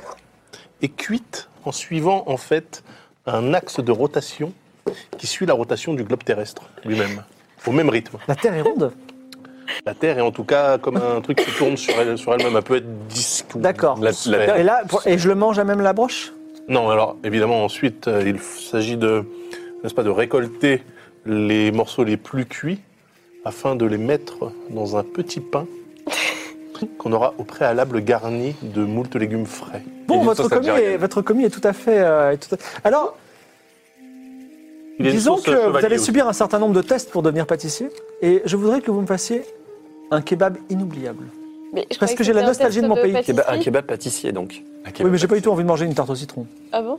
Speaker 7: et cuite en suivant en fait un axe de rotation qui suit la rotation du globe terrestre lui-même, au même rythme.
Speaker 1: La terre est ronde
Speaker 7: La Terre est en tout cas comme un truc qui tourne sur elle- sur elle-même, elle peut être disque. ou-
Speaker 1: D'accord.
Speaker 6: La- la Terre-
Speaker 1: Et là, pour- et je le mange à même la broche
Speaker 7: Non, alors évidemment ensuite euh, il f- s'agit de, n'est-ce pas, de récolter les morceaux les plus cuits afin de les mettre dans un petit pain qu'on aura au préalable garni de moult légumes frais.
Speaker 6: Et
Speaker 1: Bon,
Speaker 6: d'une
Speaker 1: votre
Speaker 6: sauce
Speaker 1: commis, est,
Speaker 6: algérienne.
Speaker 1: votre commis est tout à fait. euh, est tout à- Alors,
Speaker 7: Il est
Speaker 1: disons
Speaker 7: sauce
Speaker 1: que vous
Speaker 7: chevalier
Speaker 1: allez
Speaker 7: aussi.
Speaker 1: subir un certain nombre de tests pour devenir pâtissier, et je voudrais que vous me fassiez un kebab inoubliable.
Speaker 4: Mais je
Speaker 1: Parce
Speaker 4: croyais
Speaker 1: que j'ai la
Speaker 4: c'était un
Speaker 1: nostalgie
Speaker 4: test
Speaker 1: de mon pays.
Speaker 7: Eh ben,
Speaker 8: Kéba- un
Speaker 4: pâtisserie.
Speaker 8: kebab pâtissier, donc.
Speaker 6: Ok,
Speaker 1: Oui, mais j'ai pas du tout envie de manger une tarte au citron.
Speaker 4: Ah bon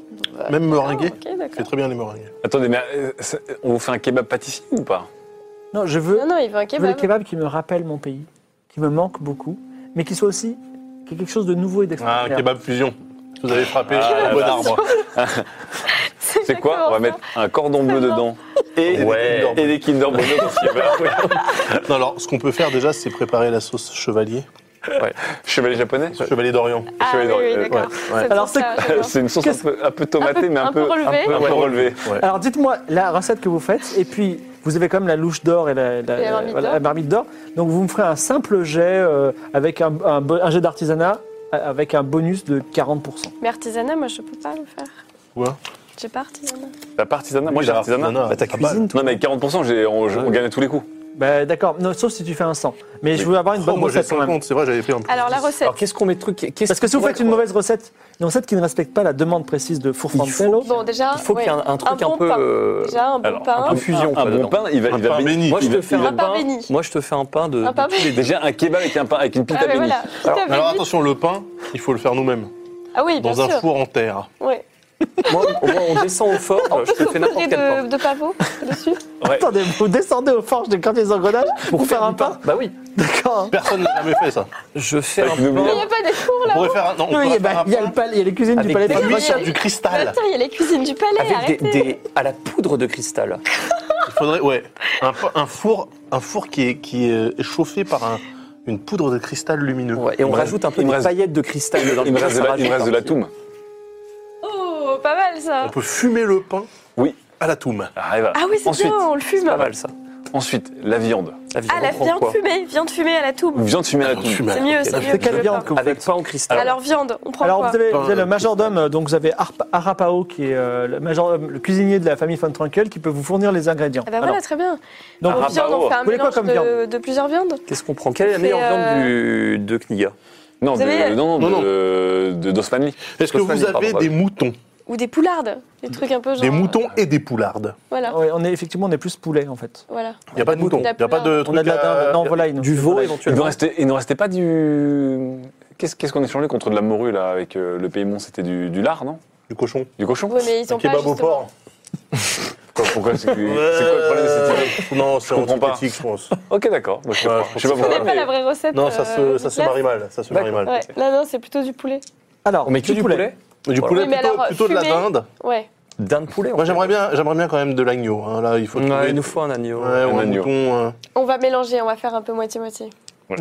Speaker 7: Même
Speaker 4: Ah,
Speaker 7: meringué,
Speaker 4: ok,
Speaker 7: il fait
Speaker 4: d'accord.
Speaker 7: très bien les meringues.
Speaker 6: Attendez, mais euh, ça- on vous fait un kebab pâtissier ou pas
Speaker 1: Non, je veux,
Speaker 4: Non, non, il veut un
Speaker 1: je veux le
Speaker 4: kebab.
Speaker 1: kebab qui me rappelle mon pays, qui me manque beaucoup, mais qui soit aussi qui ait quelque chose de nouveau et
Speaker 7: Ah,
Speaker 1: d'extraordinaire.
Speaker 7: un kebab fusion. Vous avez frappé
Speaker 6: Ah,
Speaker 7: un bon
Speaker 6: bah.
Speaker 7: arbre.
Speaker 6: C'est quoi On va
Speaker 4: exactement
Speaker 6: mettre un cordon bleu
Speaker 4: Non.
Speaker 6: dedans. Et,
Speaker 7: Ouais.
Speaker 6: et des Kinder Bueno dans ce kebab, ouais.
Speaker 7: Non, alors, ce qu'on peut faire déjà, c'est préparer la sauce chevalier.
Speaker 6: Chevalier japonais
Speaker 7: Chevalier d'Orient.
Speaker 4: ça. Ah,
Speaker 6: Je
Speaker 4: oui,
Speaker 6: vais dans-
Speaker 4: oui,
Speaker 6: euh,
Speaker 4: d'accord.
Speaker 7: ouais,
Speaker 4: C'est pour
Speaker 1: Alors, c'est-
Speaker 4: ça, j'adore.
Speaker 6: C'est une sauce un peu, un peu tomatée,
Speaker 4: un peu-
Speaker 6: mais un
Speaker 4: un peu
Speaker 6: peu,
Speaker 4: relevée.
Speaker 6: un peu
Speaker 7: Ouais.
Speaker 6: relevée.
Speaker 1: Alors dites-moi la recette que vous faites, et puis vous avez quand même la louche d'or et la,
Speaker 4: Et la marmite
Speaker 1: voilà,
Speaker 4: d'or.
Speaker 1: marmite d'or. Donc vous me ferez un simple jet euh, avec un, un bo- un jet d'artisanat euh, avec un bonus de 40%.
Speaker 4: Mais artisanat, moi, je peux pas le faire.
Speaker 7: Ouais.
Speaker 4: J'ai pas artisanat.
Speaker 6: T'as pas artisanat Moi
Speaker 7: Oui,
Speaker 6: j'ai
Speaker 7: la
Speaker 6: artisanat.
Speaker 7: artisanat.
Speaker 6: Bah, t'as
Speaker 7: Ah,
Speaker 6: cuisine, toi. Non mais 40%, j'ai- on, je- on gagnait tous les coups.
Speaker 1: Bah, D'accord, non, sauf si tu fais un 100. Mais je veux avoir une
Speaker 7: Oh,
Speaker 1: bonne
Speaker 7: moi, j'ai
Speaker 1: recette quand même.
Speaker 7: 50, c'est vrai, j'avais pris un peu.
Speaker 4: Alors, la recette.
Speaker 8: Alors qu'est-ce qu'on met de trucs qu'est-ce
Speaker 1: Parce que si vous
Speaker 8: qu'on-
Speaker 1: faites une mauvaise recette, une recette qui ne respecte pas la demande précise de Fourfantello,
Speaker 4: Bon, déjà,
Speaker 8: Il faut qu'il y ait un, un truc
Speaker 4: un
Speaker 8: un,
Speaker 4: bon
Speaker 8: peu.
Speaker 4: pain.
Speaker 8: euh,
Speaker 4: déjà un bon
Speaker 6: alors,
Speaker 4: pain.
Speaker 8: un peu fusion.
Speaker 6: Un
Speaker 8: quoi,
Speaker 6: bon
Speaker 8: dedans.
Speaker 6: pain, il va,
Speaker 7: Un
Speaker 6: il va
Speaker 7: pain
Speaker 6: béni-
Speaker 7: béni.
Speaker 8: Moi je
Speaker 6: il va-
Speaker 8: te fais
Speaker 6: il va-
Speaker 8: un
Speaker 4: un pain
Speaker 8: pain.
Speaker 4: béni.
Speaker 8: Moi je te fais un pain de.
Speaker 4: Un pain
Speaker 8: de tous les-
Speaker 6: Déjà un kebab avec, un pain, avec une pita
Speaker 4: Ah, mais
Speaker 6: béni.
Speaker 4: voilà.
Speaker 8: Alors,
Speaker 4: Tout à fait.
Speaker 7: Alors, attention, le pain, il faut le faire nous-mêmes.
Speaker 4: Ah oui, bien
Speaker 7: Dans un
Speaker 4: sûr.
Speaker 7: four en terre.
Speaker 4: Ouais.
Speaker 8: Moi, au moins, on descend au fort. je te fais n'importe
Speaker 4: Et
Speaker 8: quel pain.
Speaker 4: de, de pavot dessus.
Speaker 1: attendez, vous descendez aux forges des quartiers des engrenages pour, faire un pain
Speaker 8: Bah oui.
Speaker 1: D'accord.
Speaker 7: Personne n'a jamais fait ça.
Speaker 8: Je fais
Speaker 6: Avec
Speaker 8: un
Speaker 6: une
Speaker 8: pain.
Speaker 6: oubliette.
Speaker 4: Il n'y a pas des fours
Speaker 7: On
Speaker 4: là
Speaker 7: pourrait faire un. Non, on
Speaker 1: Oui,
Speaker 7: pourrait
Speaker 1: eh ben,
Speaker 4: bah,
Speaker 7: faire un
Speaker 1: il y a
Speaker 7: pain
Speaker 1: le pal- il y a les cuisines du
Speaker 8: Avec
Speaker 1: palais
Speaker 8: des
Speaker 1: de
Speaker 7: Lui,
Speaker 1: Versailles.
Speaker 7: sur du cristal.
Speaker 4: Attends, il y a les cuisines du palais,
Speaker 8: Avec
Speaker 4: arrêtez.
Speaker 8: des, des- à la poudre de cristal.
Speaker 7: Il faudrait, ouais, un, pa- un four, un four qui est, qui est chauffé par un- une poudre de cristal lumineux.
Speaker 8: Ouais, et on
Speaker 6: me reste-
Speaker 8: rajoute un peu
Speaker 6: il me
Speaker 8: de
Speaker 6: reste-
Speaker 8: paillettes de cristal dedans.
Speaker 6: Il me reste de
Speaker 8: Ça
Speaker 6: la,
Speaker 8: rajoute
Speaker 6: il me reste
Speaker 8: un
Speaker 6: de la
Speaker 8: petit-
Speaker 6: toum.
Speaker 4: Oh, pas mal
Speaker 7: On
Speaker 4: ça.
Speaker 7: peut fumer le pain.
Speaker 6: Oui.
Speaker 7: À la toum.
Speaker 6: Ah, et voilà.
Speaker 4: Ah oui, c'est
Speaker 6: ensuite,
Speaker 4: bien, on le fume.
Speaker 8: Pas mal ça.
Speaker 6: ensuite, la viande.
Speaker 8: La viande,
Speaker 4: Ah, la
Speaker 8: on prend
Speaker 4: viande
Speaker 8: quoi
Speaker 4: fumée, viande fumée à la toube.
Speaker 6: Viande fumée
Speaker 7: Ah,
Speaker 6: à la toum.
Speaker 4: C'est mieux, c'est
Speaker 8: la
Speaker 4: mieux.
Speaker 1: C'est quelle
Speaker 4: je veux
Speaker 1: viande
Speaker 4: pas.
Speaker 1: que vous
Speaker 8: Avec
Speaker 1: faites
Speaker 8: pain au cristal.
Speaker 4: Alors, viande, on prend
Speaker 1: Alors
Speaker 4: quoi
Speaker 1: vous avez, vous avez le
Speaker 7: Euh,
Speaker 1: majordome, euh, donc vous avez Arpa- Arapao qui est euh, le, majordome- le cuisinier de la famille von Tranquille qui peut vous fournir les ingrédients.
Speaker 4: Ah bah
Speaker 1: Alors,
Speaker 4: voilà, très bien.
Speaker 1: donc,
Speaker 7: Ah,
Speaker 4: Donc, viande, on fait un
Speaker 1: Vous voulez quoi
Speaker 4: mélange
Speaker 1: comme
Speaker 4: de, de plusieurs viandes.
Speaker 8: Qu'est-ce qu'on prend Quelle est la
Speaker 4: C'est,
Speaker 8: meilleure viande
Speaker 4: euh,
Speaker 8: du- de Kniga
Speaker 6: Non,
Speaker 4: Vous
Speaker 6: de,
Speaker 4: avez-
Speaker 6: non,
Speaker 7: Non, non.
Speaker 6: de, de d'Osmanli.
Speaker 7: Est-ce que
Speaker 8: Tosmanie,
Speaker 7: vous avez
Speaker 8: pardon,
Speaker 7: des
Speaker 8: bah
Speaker 7: moutons
Speaker 4: Ou des poulardes, des trucs un peu genre. euh,
Speaker 7: Des moutons et des poulardes.
Speaker 4: Voilà,
Speaker 1: Ouais, on est effectivement on est plus poulet en fait.
Speaker 4: voilà.
Speaker 7: Il n'y a pas de moutons. Il
Speaker 4: La
Speaker 7: n'y a pas de
Speaker 1: On a
Speaker 7: truc
Speaker 1: de la
Speaker 7: à-
Speaker 1: dinde, non volaille, non.
Speaker 8: euh, Du veau
Speaker 1: Volaille.
Speaker 6: Il nous
Speaker 8: éventuellement.
Speaker 6: restait, il nous restait pas du. Qu'est-ce qu'est-ce qu'on échangeait contre de la morue là avec euh, le Paymon C'était du, du lard, non
Speaker 7: du cochon.
Speaker 6: Du cochon
Speaker 4: Ouais, mais ils
Speaker 7: Ah. Un
Speaker 4: ont pas.
Speaker 7: kebab au
Speaker 4: justement-
Speaker 7: porc.
Speaker 6: Pourquoi, pourquoi c'est c'est quoi le problème de cette idée
Speaker 7: Non, c'est
Speaker 6: Je comprends pas.
Speaker 7: antipathique, je pense.
Speaker 6: Ok, d'accord. Moi, je sais
Speaker 7: Ouais,
Speaker 6: pas.
Speaker 7: je
Speaker 6: Je sais pas
Speaker 7: pense
Speaker 4: Ce
Speaker 6: pourquoi.
Speaker 4: n'est pas la vraie recette.
Speaker 7: Non, ça se,
Speaker 4: euh,
Speaker 7: ça
Speaker 4: efficace.
Speaker 7: se marie mal. Ça se marie mal.
Speaker 4: Ouais, là, non, c'est plutôt du poulet.
Speaker 1: Alors,
Speaker 8: On met que du poulet
Speaker 7: Du
Speaker 8: Voilà.
Speaker 7: poulet
Speaker 4: Oui, mais
Speaker 7: plutôt,
Speaker 4: alors,
Speaker 7: plutôt de la
Speaker 4: fumé.
Speaker 7: dinde.
Speaker 4: Ouais.
Speaker 8: Dinde poulet. en
Speaker 7: Moi,
Speaker 8: fait.
Speaker 7: j'aimerais bien, j'aimerais bien quand même de l'agneau. hein. Là, il faut
Speaker 8: Ouais,
Speaker 7: trouver
Speaker 8: Il nous faut un agneau.
Speaker 7: ouais, ou un
Speaker 6: agneau.
Speaker 7: mouton. euh.
Speaker 4: On va mélanger, on va faire un peu moitié-moitié.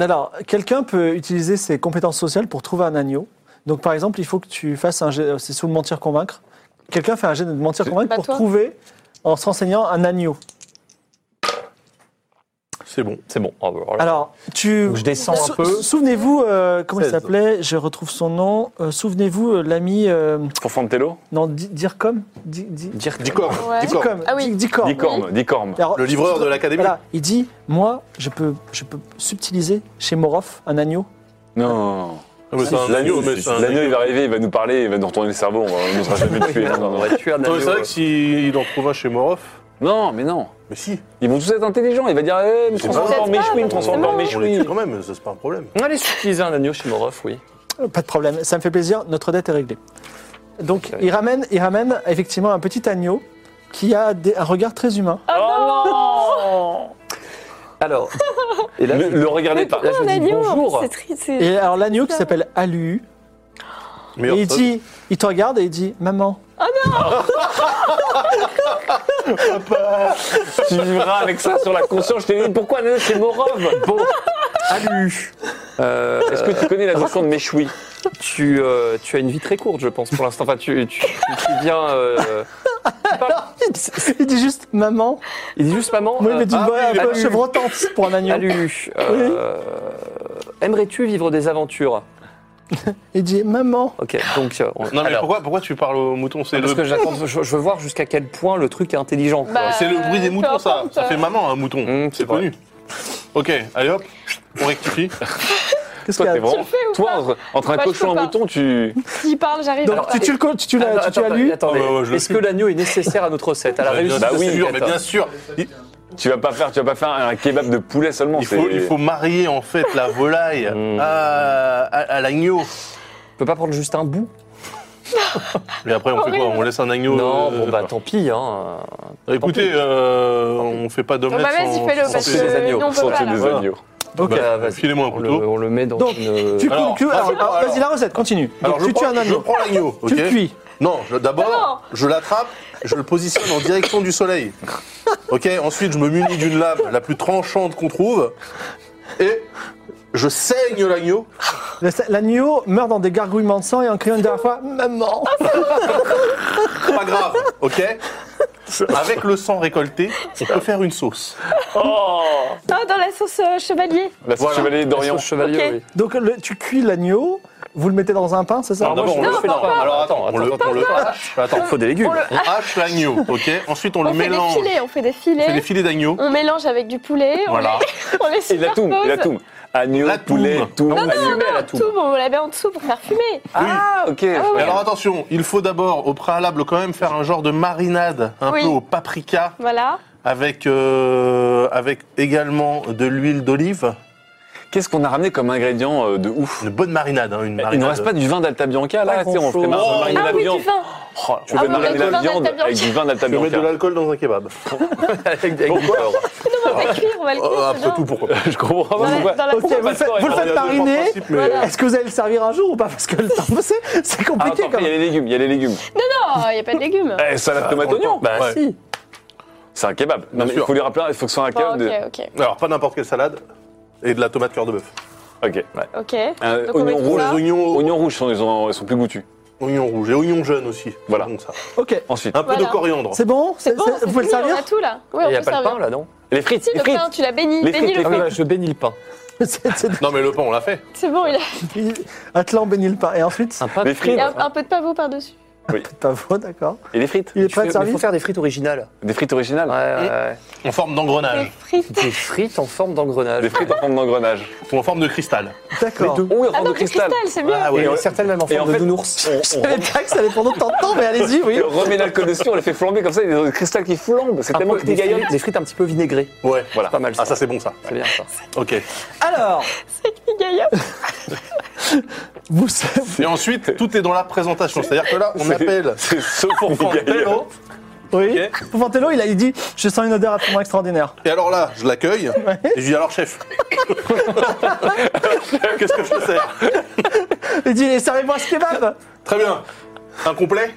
Speaker 1: Alors, quelqu'un peut utiliser ses compétences sociales pour trouver un agneau. Donc, par exemple, il faut que tu fasses un jet, c'est sous le mentir-convaincre. Quelqu'un fait un jet de mentir-convaincre
Speaker 4: Bah,
Speaker 1: pour
Speaker 4: toi.
Speaker 1: trouver, en se renseignant, un agneau.
Speaker 7: C'est bon.
Speaker 8: C'est bon. Ah, bah, voilà.
Speaker 1: Alors, tu.
Speaker 8: Donc, je descends un
Speaker 1: Sou-
Speaker 8: peu.
Speaker 1: Souvenez-vous, euh, comment il
Speaker 7: 16.
Speaker 1: s'appelait Je retrouve son nom. Euh, Souvenez-vous, euh, l'ami. euh,
Speaker 6: Forfantello
Speaker 1: non, Di- Dircom Di- Di-
Speaker 8: Dire que-
Speaker 7: Dicor.
Speaker 4: Ouais.
Speaker 7: Dicor.
Speaker 1: Dicom.
Speaker 4: Ah oui.
Speaker 1: Di- Dicom.
Speaker 6: Dicorne, Dicorne.
Speaker 1: Alors,
Speaker 7: Le livreur de l'académie.
Speaker 1: Voilà, il dit Moi, je peux, je peux subtiliser chez Morov un agneau.
Speaker 6: Non.
Speaker 7: Ah, mais c'est un agneau, mais c'est un
Speaker 6: L'agneau, il va arriver, il va nous parler, il va nous retourner le cerveau, on va- on n'osera jamais le tuer. Non,
Speaker 8: On
Speaker 6: non, non.
Speaker 8: va tuer un
Speaker 7: Non, mais
Speaker 8: agneau.
Speaker 7: c'est vrai que s'il en trouve un chez Morov.
Speaker 6: Non, mais non.
Speaker 7: Mais si.
Speaker 6: Ils vont tous être intelligents, il va dire eh, me
Speaker 7: C'est
Speaker 6: transforme
Speaker 7: pas-
Speaker 6: en méchoui, me transforme en
Speaker 7: On les
Speaker 6: méchoui.
Speaker 7: tue quand même, ça c'est pas un problème.
Speaker 8: On allait utiliser un agneau chez Morov, oui.
Speaker 1: Euh, Pas de problème, ça me fait plaisir, notre dette est réglée. Donc, il ramène, il ramène effectivement un petit agneau qui a des- un regard très humain.
Speaker 6: Oh Ah,
Speaker 8: Alors. Et là,
Speaker 6: Ne
Speaker 8: je-
Speaker 6: le regardez pas.
Speaker 8: là, je dis
Speaker 4: L'agneau,
Speaker 8: bonjour.
Speaker 4: c'est triste. c'est-
Speaker 1: Et alors, l'agneau qui s'appelle Alu,
Speaker 7: Mais euh,
Speaker 1: et il, dit, il te regarde et il dit Maman.
Speaker 6: Tu vivras avec ça sur la conscience, je t'ai dit pourquoi non, c'est Morov
Speaker 8: Bon. Salut. Euh,
Speaker 6: Est-ce que tu connais la notion de méchoui
Speaker 8: tu, euh, tu as une vie très courte, je pense, pour l'instant. Enfin, tu, tu, tu- tu viens. euh,
Speaker 1: Il dit- il dit juste Maman.
Speaker 8: il dit juste maman.
Speaker 1: Oui,
Speaker 8: euh,
Speaker 1: mais d'une
Speaker 8: ah,
Speaker 1: voix un
Speaker 8: il est
Speaker 1: peu
Speaker 8: pas-
Speaker 1: chevrotante pour un agneau.
Speaker 8: Salut. Euh, Aimerais-tu vivre des aventures
Speaker 1: Il dit Maman.
Speaker 8: Ok, donc. euh, on-
Speaker 7: Non mais
Speaker 8: alors, Ah,
Speaker 7: pourquoi, pourquoi tu parles au mouton C'est
Speaker 8: Parce
Speaker 7: le,
Speaker 8: que j'attends, je, je veux voir jusqu'à quel point le truc est intelligent. quoi.
Speaker 4: Bah,
Speaker 7: c'est le bruit des
Speaker 4: peu
Speaker 7: moutons ça.
Speaker 4: importe.
Speaker 7: Ça fait maman un mouton.
Speaker 8: Mmh,
Speaker 7: c'est
Speaker 8: c'est vrai.
Speaker 7: connu. Ok, allez hop, on rectifie.
Speaker 1: Qu'est-ce qu'il y
Speaker 6: Toi,
Speaker 1: a
Speaker 6: t'es vraiment.
Speaker 4: fais ou
Speaker 6: Toi, entre, entre un
Speaker 4: Moi, je
Speaker 6: cochon et
Speaker 4: peux
Speaker 6: un
Speaker 4: pas.
Speaker 6: mouton, tu.
Speaker 4: S'il parle, j'arrive.
Speaker 1: Donc,
Speaker 8: Alors,
Speaker 1: tu tues le co- tu tues
Speaker 8: Ah, non,
Speaker 1: la- tu tues
Speaker 8: attends,
Speaker 1: Alu.
Speaker 8: attendez.
Speaker 7: Ah, ouais, ouais, je le
Speaker 8: Est-ce
Speaker 7: suis.
Speaker 8: que l'agneau est nécessaire à notre recette À la réussite
Speaker 7: Bah
Speaker 8: de
Speaker 7: oui,
Speaker 8: cette
Speaker 7: sûr,
Speaker 8: quête
Speaker 7: mais bien sûr. Il,
Speaker 6: Tu vas pas faire, tu vas pas faire un kebab de poulet seulement.
Speaker 7: il
Speaker 6: c'est-
Speaker 7: faut, il faut marier en fait
Speaker 8: Mmh.
Speaker 7: la volaille à, à, à l'agneau.
Speaker 8: On peut pas prendre juste un bout
Speaker 7: Et après, on fait quoi On laisse un agneau
Speaker 3: Non,
Speaker 7: euh,
Speaker 3: bon bah tant pis. Hein.
Speaker 7: Bah, Écoutez, euh, on fait pas
Speaker 4: Bon,
Speaker 7: d'omelette
Speaker 4: bah vas-y,
Speaker 7: sans-
Speaker 4: fais-le,
Speaker 7: sans
Speaker 4: parce
Speaker 7: faiser.
Speaker 3: des
Speaker 4: que
Speaker 3: agneaux,
Speaker 4: nous, on peut pas,
Speaker 6: Sortez
Speaker 4: là.
Speaker 6: des
Speaker 7: Voilà.
Speaker 6: agneaux.
Speaker 1: Ok.
Speaker 3: Bah, vas-y.
Speaker 7: Filez-moi un
Speaker 3: On le,
Speaker 7: couteau.
Speaker 3: on le met dans
Speaker 1: Donc,
Speaker 3: une. euh,
Speaker 1: Tu
Speaker 7: euh, Alors,
Speaker 1: conclus. Alors,
Speaker 7: alors,
Speaker 1: vas-y, la recette, continue.
Speaker 7: Alors,
Speaker 1: Donc,
Speaker 7: je
Speaker 1: tu tues
Speaker 7: prends,
Speaker 1: un
Speaker 7: je
Speaker 1: agneau.
Speaker 7: prends l'agneau, ok
Speaker 1: Tu le cuis.
Speaker 7: Non, je- d'abord, je l'attrape, je le positionne en direction du soleil. Ok, ensuite, je me munis d'une lame la plus tranchante qu'on trouve et je saigne l'agneau.
Speaker 1: Le- L'agneau meurt dans des gargouillements de sang et en criant une dernière fois Maman
Speaker 7: Pas grave, ok Avec le sang récolté, on peut faire une sauce.
Speaker 6: Oh.
Speaker 4: Ah, dans la sauce euh, chevalier.
Speaker 6: La
Speaker 7: Voilà.
Speaker 6: chevalier d'Orient.
Speaker 3: chevalier,
Speaker 4: Ok.
Speaker 3: oui.
Speaker 1: Donc, le- tu cuis l'agneau, vous le mettez dans un pain, c'est ça
Speaker 4: Ah,
Speaker 3: Alors, d'abord, on le fait dans-
Speaker 7: Alors attends, on le, on le hache, attends,
Speaker 3: Il faut des légumes.
Speaker 4: On, le-
Speaker 7: on hache l'agneau, ok Ensuite, on,
Speaker 4: on
Speaker 7: le
Speaker 4: fait des
Speaker 7: mélange.
Speaker 4: filets, on fait des
Speaker 7: On fait
Speaker 4: filets.
Speaker 7: des filets d'agneau.
Speaker 4: On mélange avec du poulet. on
Speaker 7: Voilà.
Speaker 4: les- On les
Speaker 6: Et la toum, et la
Speaker 4: superpose.
Speaker 6: toum. Agneau,
Speaker 7: La toum.
Speaker 6: poulet, toum,
Speaker 7: Non, non,
Speaker 6: allumé à la
Speaker 4: Tout,
Speaker 6: toum.
Speaker 4: bon, ben, on la met en dessous pour faire fumer.
Speaker 6: Ah, ok.
Speaker 4: ouais.
Speaker 7: Mais alors attention, il faut d'abord au préalable quand même faire un genre de marinade, un
Speaker 4: Oui.
Speaker 7: peu au paprika,
Speaker 4: Voilà.
Speaker 7: avec, euh, avec également de l'huile d'olive.
Speaker 6: Qu'est-ce qu'on a ramené comme ingrédient euh, de ouf
Speaker 7: Une bonne marinade, hein, une marinade.
Speaker 6: Il ne reste pas du vin d'Alta Bianca là
Speaker 3: Pas
Speaker 6: tu sais, On
Speaker 3: grand-chose.
Speaker 6: ferait mar-
Speaker 7: Oh,
Speaker 6: mariner
Speaker 4: Ah
Speaker 6: la
Speaker 4: oui, du
Speaker 6: viande.
Speaker 4: vin.
Speaker 6: Oh, tu
Speaker 4: Ah
Speaker 6: veux
Speaker 4: oui,
Speaker 6: mariner
Speaker 4: avec du
Speaker 6: la
Speaker 4: vin
Speaker 6: viande
Speaker 4: d'Alta Bianca.
Speaker 6: avec du vin d'Alta
Speaker 7: Je vais mettre de
Speaker 6: Bianca.
Speaker 7: l'alcool dans un kebab.
Speaker 3: Avec des- avec du beurre.
Speaker 4: Non, on va cuire, on va le cuire.
Speaker 7: Euh,
Speaker 4: c'est
Speaker 7: après
Speaker 4: bien.
Speaker 7: tout, pourquoi pas
Speaker 6: Je comprends pas
Speaker 4: Dans la-
Speaker 6: pourquoi.
Speaker 4: dans la
Speaker 1: Ok, vous le faites, vous le faites
Speaker 7: Il y a deux, trois
Speaker 1: mariner.
Speaker 7: principes, mais-
Speaker 4: Voilà.
Speaker 1: Est-ce que vous allez le servir un jour ou pas Parce que le temps, c'est c'est
Speaker 6: Ah,
Speaker 1: compliqué
Speaker 6: attends,
Speaker 1: quand
Speaker 6: il y a
Speaker 1: même.
Speaker 6: les légumes, il y a les légumes.
Speaker 4: Non, il n'y a pas de légumes.
Speaker 6: Eh, salade tomate
Speaker 7: attends,
Speaker 6: oignon
Speaker 3: Bah
Speaker 7: Ouais.
Speaker 3: si.
Speaker 6: C'est un kebab. Non, mais il
Speaker 7: sûr.
Speaker 6: faut lui rappeler, il faut que ce soit un
Speaker 4: Bon,
Speaker 6: kebab.
Speaker 4: Ah, ok, ok.
Speaker 7: Alors, pas n'importe quelle salade et de la tomate cœur de bœuf.
Speaker 6: de- Ok. ouais.
Speaker 4: Ok.
Speaker 6: Un
Speaker 4: Donc, on met
Speaker 6: Oignon
Speaker 4: tout
Speaker 6: rouge.
Speaker 4: ça.
Speaker 7: Oignons,
Speaker 6: Oignons rouges, sont- ils ont- ils sont plus goûtus.
Speaker 7: oignons rouges et oignons jeunes aussi.
Speaker 6: Voilà.
Speaker 7: Bon, ça.
Speaker 1: Ok,
Speaker 6: Ensuite,
Speaker 7: Un peu
Speaker 4: Voilà.
Speaker 7: de coriandre.
Speaker 1: c'est bon,
Speaker 4: C'est bon,
Speaker 1: c'est-
Speaker 4: c'est
Speaker 1: Vous pouvez le
Speaker 4: fini, on a
Speaker 1: servir
Speaker 4: tout là. Oui,
Speaker 3: Il
Speaker 4: on
Speaker 3: n'y
Speaker 4: peut
Speaker 3: a pas de pain
Speaker 4: servir.
Speaker 3: là, non
Speaker 6: les frites.
Speaker 4: Si,
Speaker 6: les
Speaker 4: le
Speaker 6: frites.
Speaker 4: pain, tu l'as béni.
Speaker 6: Les
Speaker 4: Béni
Speaker 6: frites,
Speaker 4: le
Speaker 6: les
Speaker 3: Ah oui,
Speaker 4: pain.
Speaker 3: bah, je bénis le pain.
Speaker 1: C'est- c'est-
Speaker 7: Non, mais le pain, on l'a fait.
Speaker 4: C'est bon, il a
Speaker 1: il- Atlan bénit le pain. Et ensuite,
Speaker 3: Un pain.
Speaker 6: Les frites.
Speaker 4: il y a un, un peu de pavot par-dessus.
Speaker 1: pas faux, d'accord.
Speaker 6: Et les frites.
Speaker 1: Il est
Speaker 3: Il faut,
Speaker 1: prêt à servir
Speaker 3: faire des frites originales.
Speaker 6: Des frites
Speaker 3: Ouais,
Speaker 6: originales.
Speaker 3: ouais.
Speaker 7: En forme
Speaker 4: Des
Speaker 7: d'engrenage
Speaker 4: frites.
Speaker 3: Des frites en forme d'engrenage.
Speaker 6: Des frites en forme d'engrenage.
Speaker 7: ou en forme de cristal.
Speaker 1: D'accord.
Speaker 6: Oh, oui, en
Speaker 4: Ah
Speaker 6: forme
Speaker 4: non,
Speaker 6: de
Speaker 4: du
Speaker 6: cristal.
Speaker 4: c'est mieux.
Speaker 7: Ah ouais.
Speaker 3: Et certaines même en
Speaker 6: Et en
Speaker 3: forme de
Speaker 6: fait,
Speaker 3: nounours.
Speaker 6: On- on-
Speaker 1: Les taxes, ça dépend de temps, mais allez-y, oui.
Speaker 6: Et on remet l'alcool dessus, on les fait flamber comme ça, il y a des cristals qui flambent. C'est
Speaker 3: Un
Speaker 6: tellement
Speaker 3: peu-
Speaker 6: que t'es
Speaker 3: des,
Speaker 6: gaillon.
Speaker 3: frites, des frites un petit peu vinaigrées.
Speaker 7: Ouais.
Speaker 6: Voilà.
Speaker 3: Pas mal ça.
Speaker 7: Ah, ça, c'est bon, ça.
Speaker 3: c'est bien ça.
Speaker 7: Ok.
Speaker 1: Alors,
Speaker 4: Gaillard.
Speaker 1: vous savez.
Speaker 7: Et ensuite, tout est dans la présentation. C'est-à-dire que là, on
Speaker 6: C'est-
Speaker 7: appelle
Speaker 6: C'est ce pour
Speaker 7: Fontello.
Speaker 1: Oui. Fantello, il a il dit Je sens une odeur absolument extraordinaire.
Speaker 7: Et alors là, je l'accueille et je lui dis alors chef. Qu'est-ce que je te sers
Speaker 1: Il dit Servez-moi ce kebab
Speaker 7: Très bien. Un complet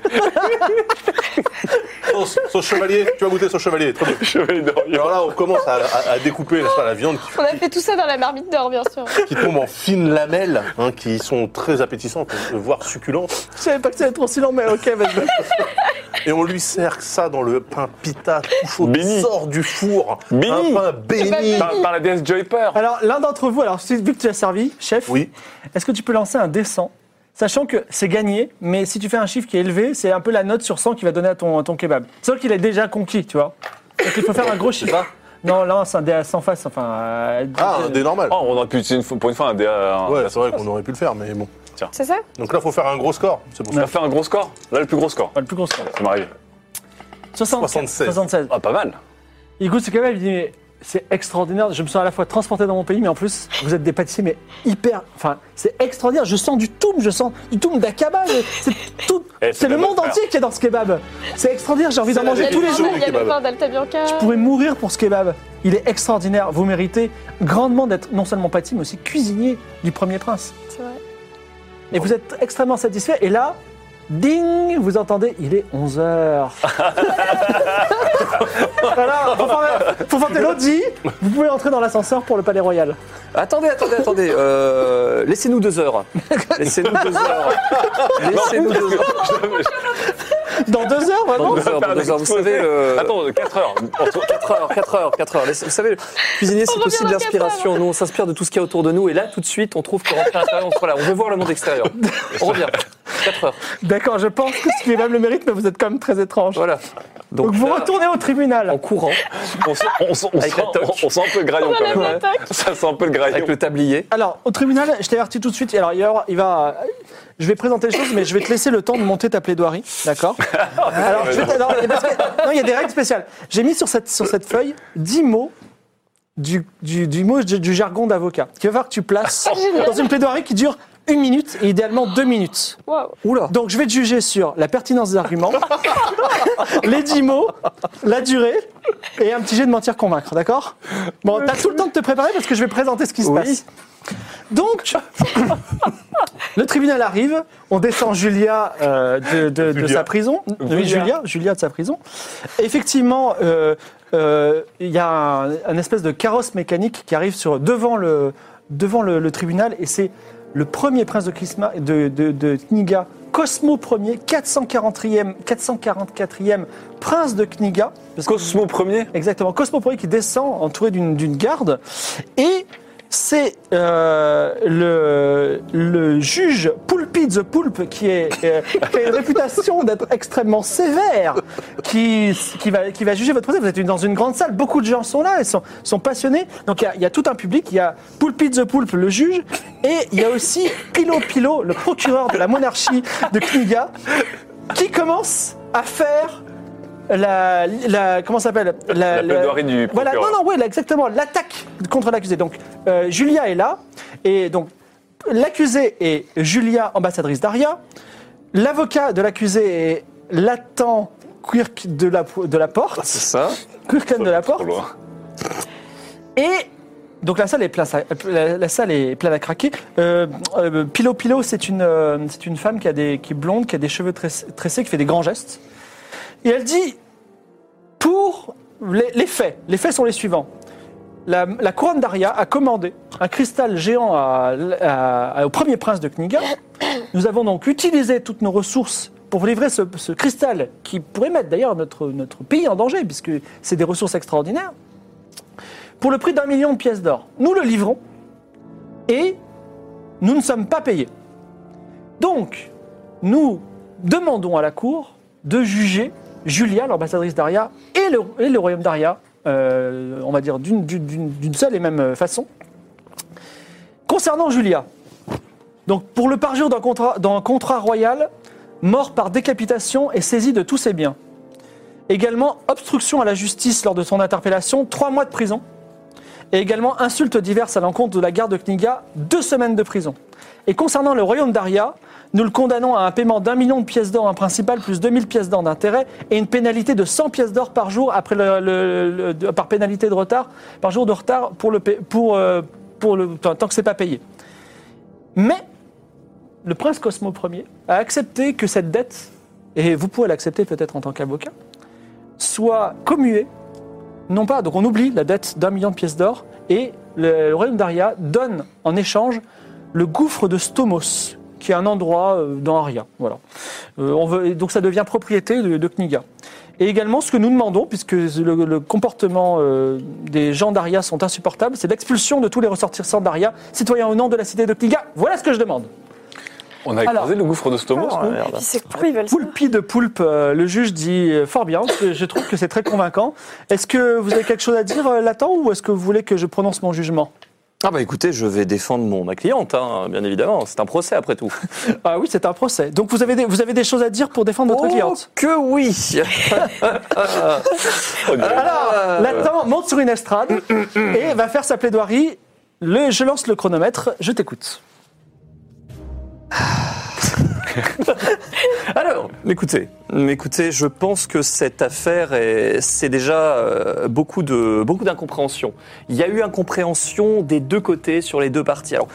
Speaker 7: sauce, sauce chevalier, tu vas goûter sauce chevalier, très bien.
Speaker 6: Chevalier
Speaker 7: Et
Speaker 6: d'Orient.
Speaker 7: alors là, on commence à, à- à découper n'est-ce pas, la viande qui,
Speaker 4: On a fait tout ça dans la marmite d'or, bien sûr.
Speaker 7: qui tombe en fines lamelles, hein, qui sont très appétissantes, voire succulentes.
Speaker 1: Je savais pas que ça allait être aussi long, mais ok, vas-y.
Speaker 7: Et on lui sert ça dans le pain pita tout chaud qui
Speaker 6: Béni.
Speaker 7: sort du four.
Speaker 6: Béni.
Speaker 7: Un pain
Speaker 4: pas
Speaker 7: béni.
Speaker 4: béni.
Speaker 6: Par, par la déesse Joyper.
Speaker 1: Alors, l'un d'entre vous, alors, si- vu que tu as servi, chef,
Speaker 7: Oui.
Speaker 1: est-ce que tu peux lancer un dessin Sachant que c'est gagné, mais si tu fais un chiffre qui est élevé, c'est un peu la note sur 100 qu'il va donner à ton, à ton kebab. Sauf qu'il est déjà conquis, tu vois. Donc il faut faire un gros chiffre. Non, là, c'est un dé à 100 faces, enfin. euh,
Speaker 7: Ah, un dé normal.
Speaker 6: Oh, on aurait pu utiliser une fois- pour une fois un dé. euh, à- un-
Speaker 7: Ouais, c'est vrai qu'on aurait pu le faire, mais bon.
Speaker 4: C'est ça
Speaker 7: Donc là, faut faire un gros score. C'est pour
Speaker 6: On
Speaker 7: ça.
Speaker 6: a fait un gros score. Là, le plus gros score.
Speaker 1: ouais, le plus gros score.
Speaker 6: Ça m'arrive.
Speaker 1: 76.
Speaker 7: 76.
Speaker 1: 76.
Speaker 6: Ah, pas mal.
Speaker 1: Il goûte ce kebab, il dit mais c'est extraordinaire, je me sens à la fois transporté dans mon pays, mais en plus vous êtes des pâtissiers mais hyper, enfin c'est extraordinaire, je sens du toum, je sens du toum d'akaba, je- c'est tout,
Speaker 6: Eh, c'est
Speaker 1: c'est le
Speaker 6: bien
Speaker 1: monde
Speaker 6: de faire.
Speaker 1: entier qui est dans ce kebab, c'est extraordinaire, j'ai envie d'en
Speaker 7: la
Speaker 1: manger
Speaker 7: vérité.
Speaker 1: tous les
Speaker 7: jours,
Speaker 4: Il y a
Speaker 7: kebab.
Speaker 4: le pain d'Alta Bianca.
Speaker 1: je pourrais mourir pour ce kebab. Il est extraordinaire. Vous méritez grandement d'être non seulement pâtissier, mais aussi cuisinier du premier prince.
Speaker 4: C'est vrai.
Speaker 1: Et vous êtes extrêmement satisfait. Et là, ding, vous entendez, il est 11h. voilà, Fofan- Fofantello dit, vous pouvez entrer dans l'ascenseur pour le palais royal.
Speaker 3: Attendez, attendez, attendez. Euh, Laissez-nous deux heures. Laissez-nous deux heures. Laissez-nous deux heures.
Speaker 1: Dans deux heures,
Speaker 3: Dans
Speaker 1: vraiment
Speaker 3: deux heures, dans deux heures. Vous savez, le...
Speaker 6: Attends, 4 heures.
Speaker 3: 4 heures, 4 heures, 4 heures. Laissez- Vous savez, le cuisinier, c'est
Speaker 4: revient
Speaker 3: aussi de
Speaker 4: dans quatre
Speaker 3: l'inspiration. Nous, on s'inspire de tout ce qu'il y a autour de nous. Et là, tout de suite, on trouve que rentrer à l'intérieur, on se- voilà, on veut voir le monde extérieur. On revient. 4 heures.
Speaker 1: D'accord, je pense que ce kebab le mérite, mais vous êtes quand même très étrange.
Speaker 3: Voilà.
Speaker 1: Donc, vous
Speaker 3: là,
Speaker 1: retournez au tribunal.
Speaker 3: En courant,
Speaker 6: On sent, on sent- on
Speaker 3: Avec
Speaker 6: sent-
Speaker 3: la toque.
Speaker 6: on- on sent un peu le graillon quand même.
Speaker 4: Oh, la hein. toque.
Speaker 6: Ça sent un peu le graillon.
Speaker 3: avec le tablier.
Speaker 1: Alors, au tribunal, je t'avertis tout de suite. Alors, il y aura- il va. Je vais présenter les choses, mais je vais te laisser le temps de monter ta plaidoirie. D'accord Alors, je vais t'a- non, mais parce que- non, il y a des règles spéciales. J'ai mis sur cette, sur cette feuille 10 mots du, du, du mot, du, du jargon d'avocat. Tu vas voir que tu places dans une plaidoirie qui dure une minute et idéalement deux minutes.
Speaker 2: Wow.
Speaker 3: Oula.
Speaker 1: Donc je vais te juger sur la pertinence des arguments, les dix mots, la durée et un petit jet de mentir convaincre, d'accord Bon, t'as tout le temps de te préparer parce que je vais présenter ce qui se
Speaker 3: Oui.
Speaker 1: passe. Donc, le tribunal arrive, on descend Julia euh, de, de- de sa prison. Oui, Julia, Julia de sa prison. Effectivement, euh, euh, il y a un, un espèce de carrosse mécanique qui arrive sur, devant, le, devant le, le tribunal et c'est le premier prince de, Kisma, de, de, de Kniga, Cosmo Ier, 440e, 444e prince de Kniga. Parce que-
Speaker 6: Cosmo premier
Speaker 1: Exactement, Cosmo Ier qui descend entouré d'une d'une garde. Et c'est euh, le, le juge Poulpi the Poulpe qui, est, euh, qui a une réputation d'être extrêmement sévère qui, qui, va, qui va juger votre procès. Vous êtes dans une grande salle, beaucoup de gens sont là, ils sont, sont passionnés. Donc il y a- il y, a tout un public, il y a Poulpi the Poulpe, le juge, et il y a aussi Pilo Pilo, le procureur de la monarchie de Kniga, qui commence à faire la, la comment ça s'appelle
Speaker 6: La plaidoirie du
Speaker 1: voilà non
Speaker 6: procureur.
Speaker 1: non ouais là, exactement l'attaque contre l'accusé donc euh, Julia est là et donc l'accusé est Julia ambassadrice d'Aria l'avocat de l'accusé est Latan Quirk de la de la porte
Speaker 6: Ah, Ça
Speaker 1: Quirken de la porte
Speaker 6: Trop loin.
Speaker 1: et donc la salle est pleine, la, la salle est pleine à craquer. Euh, euh, Pilo Pilo, c'est une, euh, c'est une femme qui, a des, qui est blonde, qui a des cheveux tress- tressés, qui fait des grands gestes. Et elle dit, pour les, les faits, les faits sont les suivants. La, la couronne d'Aria a commandé un cristal géant à- à- au premier prince de Kniga. Nous avons donc utilisé toutes nos ressources pour livrer ce, ce cristal qui pourrait mettre d'ailleurs notre, notre pays en danger, puisque c'est des ressources extraordinaires pour le prix d'un million de pièces d'or. Nous le livrons et nous ne sommes pas payés. Donc, nous demandons à la Cour de juger Julia, l'ambassadrice d'Aria, et le, et le royaume d'Aria, euh, on va dire d'une- d'une d'une- d'une seule et même euh, façon. Concernant Julia, donc pour le parjure d'un contrat, d'un contrat royal, mort par décapitation et saisie de tous ses biens. Également, obstruction à la justice lors de son interpellation, trois mois de prison. Et également, insultes diverses à l'encontre de la garde de Kniga, deux semaines de prison. Et concernant le royaume d'Aria, nous le condamnons à un paiement d'un million de pièces d'or, un principal, plus 2000 pièces d'or d'intérêt, et une pénalité de 100 pièces d'or par jour, après le, le- le- de- par pénalité de retard, par jour de retard, pour le, pa- pour, euh, pour le, tant tant que c'est pas payé. Mais, le prince Cosmo Ier a accepté que cette dette, et vous pouvez l'accepter peut-être en tant qu'avocat, soit commuée, non pas, donc on oublie la dette d'un million de pièces d'or, et le, le royaume d'Aria donne en échange le gouffre de Stomos, qui est un endroit euh, dans Aria. Voilà. Euh, on veut, et donc ça devient propriété de, de Kniga. Et également, ce que nous demandons, puisque le, le comportement euh, des gens d'Aria sont insupportables, c'est l'expulsion de tous les ressortissants d'Aria, citoyens ou non de la cité de Kniga. Voilà ce que je demande.
Speaker 6: On a
Speaker 1: Alors. Ah,
Speaker 6: creusé le gouffre de Stomos, nous
Speaker 2: Et puis c'est pourquoi ils veulent ça
Speaker 1: Poulpi de Poulpe, euh, le juge dit euh, fort bien, parce que je trouve que c'est très convaincant. Est-ce que vous avez quelque chose à dire, euh, Latan, ou est-ce que vous voulez que je prononce mon jugement
Speaker 3: Ah bah écoutez, je vais défendre mon, ma cliente, hein, bien évidemment. C'est un procès après tout.
Speaker 1: Ah oui, c'est un procès. Donc vous avez des, vous avez des choses à dire pour défendre votre cliente
Speaker 3: Oh, que oui
Speaker 6: Oh,
Speaker 1: Ah,
Speaker 3: euh, Ah,
Speaker 1: Alors, Latan monte sur une estrade et va faire sa plaidoirie. Le, je lance le chronomètre, je t'écoute.
Speaker 3: Alors, écoutez, écoutez, je pense que cette affaire, est- c'est déjà euh, beaucoup de beaucoup d'incompréhension. Il y a eu incompréhension des deux côtés sur les deux parties. Alors,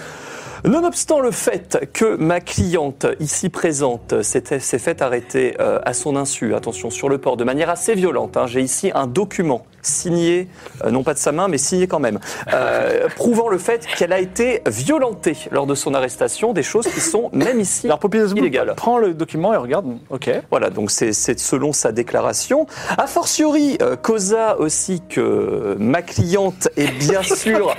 Speaker 3: nonobstant le fait que ma cliente ici présente s'était- s'est fait arrêter euh, à son insu, attention, sur le port, de manière assez violente. hein, J'ai ici un document signé, euh, non pas de sa main, mais signé quand même, euh, prouvant le fait qu'elle a été violentée lors de son arrestation, des choses qui sont même ici
Speaker 1: Alors, Poulpi de Poulpe
Speaker 3: Illégal.
Speaker 1: prend le document et regarde. Ok.
Speaker 3: voilà, donc c'est c'est selon sa déclaration. A fortiori, euh, causa aussi que ma cliente est bien sûr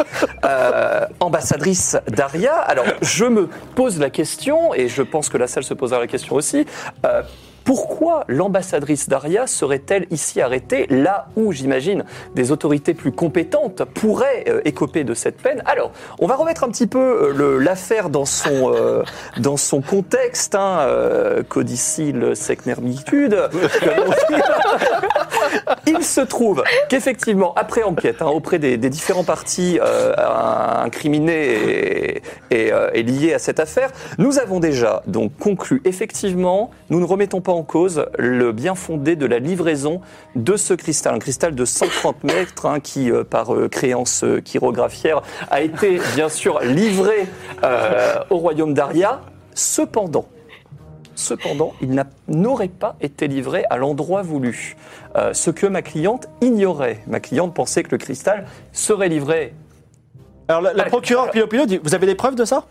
Speaker 3: euh, ambassadrice d'Aria. Alors, je me pose la question, et je pense que la salle se posera la question aussi. euh, pourquoi l'ambassadrice Daria serait-elle ici arrêtée là où, j'imagine, des autorités plus compétentes pourraient euh, écoper de cette peine Alors, on va remettre un petit peu euh, le- l'affaire dans, son euh, dans son contexte, hein, euh, codicile secnermitude. comme on dit. Il se trouve qu'effectivement, après enquête, hein, auprès des, des différents partis euh, incriminés et, et, euh, et liés à cette affaire, nous avons déjà donc conclu effectivement, nous ne remettons pas en cause le bien fondé de la livraison de ce cristal, un cristal de 130 mètres hein, qui, euh, par euh, créance euh, chirographiaire, a été bien sûr livré euh, au royaume d'Aria. Cependant, Cependant, il n'a- n'aurait pas été livré à l'endroit voulu. Euh, ce que ma cliente ignorait. Ma cliente pensait que le cristal serait livré.
Speaker 1: Alors, la, la procureure Pio Pio dit Vous avez des preuves de ça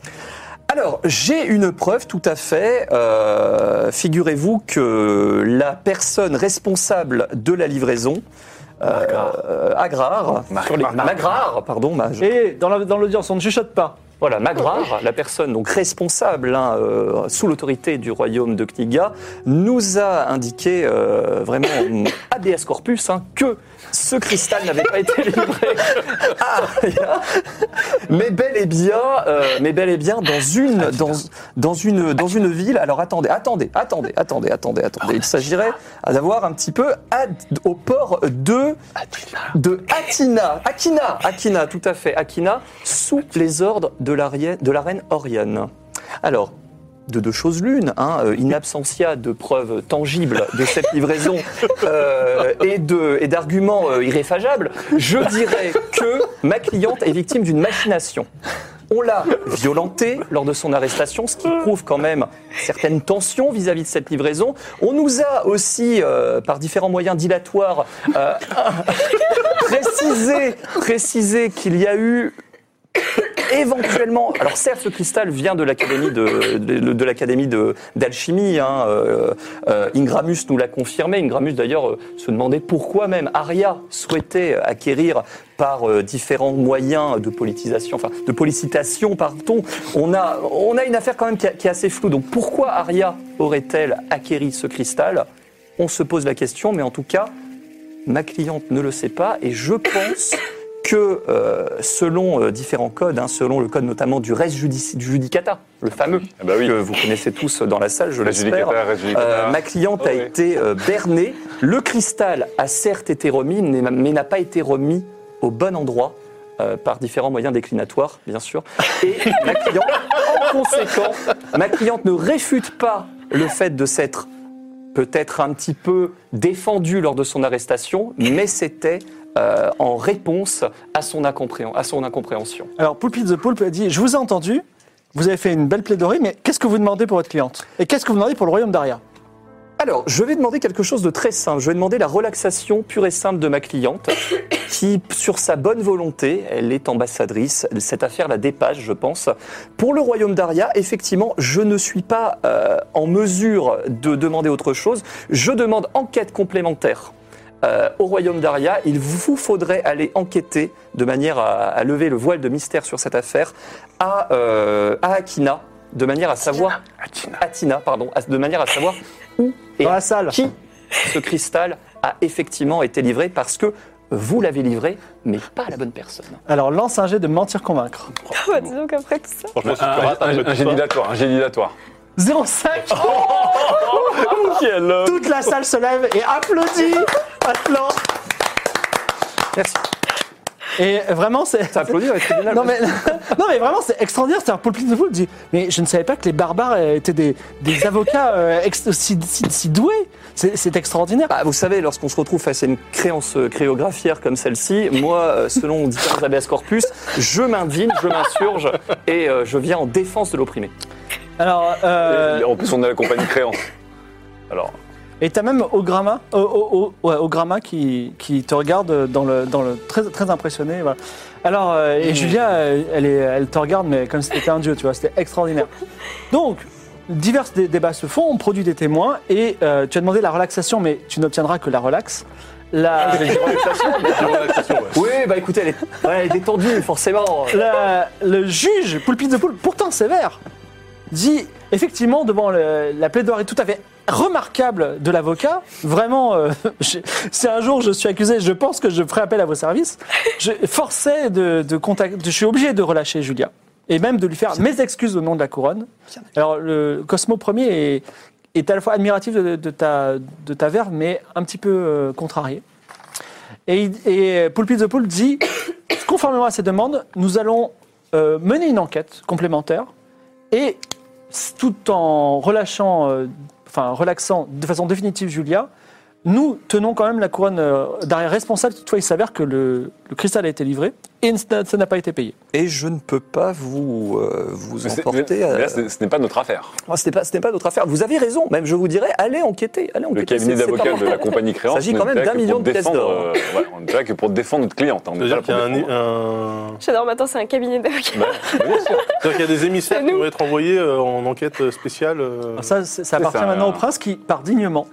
Speaker 3: Alors, j'ai une preuve tout à fait. Euh, Figurez-vous que la personne responsable de la livraison, euh, euh, Agrar, sur les- Magrar, pardon, ma- je-
Speaker 1: Et dans la- dans l'audience, on ne chuchote pas.
Speaker 3: Voilà, Magrar, la personne donc responsable hein, euh, sous l'autorité du royaume de Kniga, nous a indiqué euh, vraiment en habeas corpus hein, que ce cristal n'avait pas été livré Ah, à Arya, mais bel et bien, euh, mais bel et bien dans une dans, dans une dans une ville. Alors attendez, attendez, attendez, attendez, attendez, attendez. Il s'agirait d'avoir un petit peu à- au port de de Atina, Akina, Akina, tout à fait, Akina, sous les ordres de la, rie- de la reine Oriane. Alors, de deux choses l'une, hein, euh, in absentia de preuves tangibles de cette livraison euh, et de- et d'arguments euh, irréfageables, je dirais que ma cliente est victime d'une machination. On l'a violentée lors de son arrestation, ce qui prouve quand même certaines tensions vis-à-vis de cette livraison. On nous a aussi, euh, par différents moyens dilatoires, euh, préciser, préciser qu'il y a eu éventuellement. Alors certes, ce cristal vient de l'académie de, de, de l'académie de- d'alchimie. hein, euh, euh, Ingramus nous l'a confirmé. Ingramus d'ailleurs euh, se demandait pourquoi même Arya souhaitait acquérir par euh, différents moyens de politisation, enfin de policitation, pardon. On a, on a une affaire quand même qui, a- qui est assez floue. Donc pourquoi Arya aurait-elle acquéri ce cristal On se pose la question, mais en tout cas, Ma cliente ne le sait pas et je pense que euh, selon euh, différents codes, hein, selon le code notamment du res judici- du judicata, le fameux,
Speaker 6: Ah bah oui.
Speaker 3: que vous connaissez tous dans la salle, je l'espère,
Speaker 6: Judicata, Judicata.
Speaker 3: euh, ma cliente a
Speaker 6: Oh oui.
Speaker 3: été euh, bernée. Le cristal a certes été remis, mais mais n'a pas été remis au bon endroit. euh, par différents moyens déclinatoires, bien sûr. Et ma cliente, en conséquent, ma cliente ne réfute pas le fait de s'être peut-être un petit peu défendu lors de son arrestation, mais c'était euh, en réponse à son, incompréhen- à son incompréhension.
Speaker 1: Alors, Poulpit the Poulpe a dit Je vous ai entendu, vous avez fait une belle plaidoirie, mais qu'est-ce que vous demandez pour votre cliente Et qu'est-ce que vous demandez pour le royaume d'Aria
Speaker 3: Alors, je vais demander quelque chose de très simple. Je vais demander la relaxation pure et simple de ma cliente, qui, sur sa bonne volonté, elle est ambassadrice. Cette affaire la dépasse, je pense. Pour le royaume d'Aria, effectivement, je ne suis pas euh, en mesure de demander autre chose. Je demande enquête complémentaire. Euh, au royaume d'Aria, il vous faudrait aller enquêter de manière à, à lever le voile de mystère sur cette affaire à, euh, à Akina, de manière à savoir Atina, pardon, à- de manière à savoir où et
Speaker 1: Dans la salle.
Speaker 3: qui ce cristal a effectivement été livré parce que vous l'avez livré, mais pas à la bonne personne.
Speaker 1: Alors, lance un jet de mentir convaincre.
Speaker 4: Bah, dis donc après tout ça.
Speaker 7: Franchement,
Speaker 3: Ah,
Speaker 7: si tu
Speaker 6: Un,
Speaker 7: rates,
Speaker 6: un, un
Speaker 7: arrête
Speaker 6: jet
Speaker 7: pas.
Speaker 6: dilatoire, un jet dilatoire.
Speaker 1: 05 Toute la salle se lève et applaudit Atlan.
Speaker 3: Merci.
Speaker 1: Et vraiment, c'est.
Speaker 3: Applaudir au tribunal.
Speaker 1: Non mais, non mais vraiment c'est extraordinaire, c'est un Paul Pete de Fool dit mais je ne savais pas que les barbares euh, étaient des, des avocats euh, ex- si, si- si doués, c'est c'est extraordinaire.
Speaker 3: Bah, vous savez, lorsqu'on se retrouve face à une créance euh, créographiaire comme celle-ci, moi, euh, selon différents habeas corpus, je m'indigne, je m'insurge et euh, je viens en défense de l'opprimé.
Speaker 1: Alors euh,
Speaker 6: Et En plus, on a la compagnie créance. Alors,
Speaker 1: et t'as même Ograma, O- O- O- ouais, Ograma qui, qui te regarde dans le dans le très très impressionné. voilà. Alors euh, et Julia euh, elle est elle te regarde mais comme si t'étais un dieu tu vois, c'était extraordinaire. Donc divers dé- débats se font, on produit des témoins et euh, tu as demandé la relaxation mais tu n'obtiendras que la relaxe. La...
Speaker 3: Oui, bah écoutez, elle est, ouais, elle est détendue, forcément.
Speaker 1: La- le juge, Poulpine de Poule, pourtant sévère, dit effectivement devant le- la plaidoirie tout à fait remarquable de l'avocat. Vraiment, euh, je- si un jour je suis accusé, je pense que je ferai appel à vos services. Je forçais de, de contact- je suis obligé de relâcher Julia et même de lui faire mes excuses au nom de la couronne. Alors le Cosmo Ier est, est à la fois admiratif de, de ta de ta verve, mais un petit peu euh, contrarié. Et, il- et Poulpit the Poulpe dit, conformément à ses demandes, nous allons euh, mener une enquête complémentaire et tout en relâchant, euh, enfin relaxant de façon définitive Julia, nous tenons quand même la couronne euh, d'arrière responsable. Toutefois, il s'avère que le, le cristal a été livré et ça ça n'a pas été payé.
Speaker 3: Et je ne peux pas vous, euh, vous
Speaker 6: Mais c'est-
Speaker 3: emporter.
Speaker 6: mais- mais
Speaker 3: à-
Speaker 6: là, ce ce n'est pas notre affaire.
Speaker 3: Moi, ce n'est pas, ce n'est pas notre affaire. Vous avez raison, même je vous dirais, allez enquêter. Allez
Speaker 6: Le
Speaker 3: enquêter.
Speaker 6: cabinet
Speaker 3: c'est- c'est
Speaker 6: d'avocats de
Speaker 3: important.
Speaker 6: la compagnie créance.
Speaker 3: Il s'agit quand
Speaker 6: n'est
Speaker 3: même
Speaker 6: pas
Speaker 3: d'un
Speaker 6: que pour
Speaker 3: million de pièces
Speaker 6: défendre,
Speaker 3: d'or.
Speaker 6: euh, voilà, on n'est pas que pour défendre notre cliente. hein, On n'est pas là
Speaker 7: C'est-à-dire
Speaker 6: pour
Speaker 7: qu'il y a un,
Speaker 6: défendre.
Speaker 7: un-
Speaker 4: J'adore, maintenant c'est un cabinet d'avocats.
Speaker 6: Bah, bien sûr.
Speaker 7: c'est-à-dire qu'il y a des émissaires
Speaker 4: C'est
Speaker 7: qui
Speaker 4: nous.
Speaker 7: vont être envoyés euh, en enquête spéciale. euh,
Speaker 1: Alors Ah, ça, c'est- ça
Speaker 6: c'est
Speaker 1: appartient
Speaker 6: ça.
Speaker 1: maintenant au prince qui part dignement.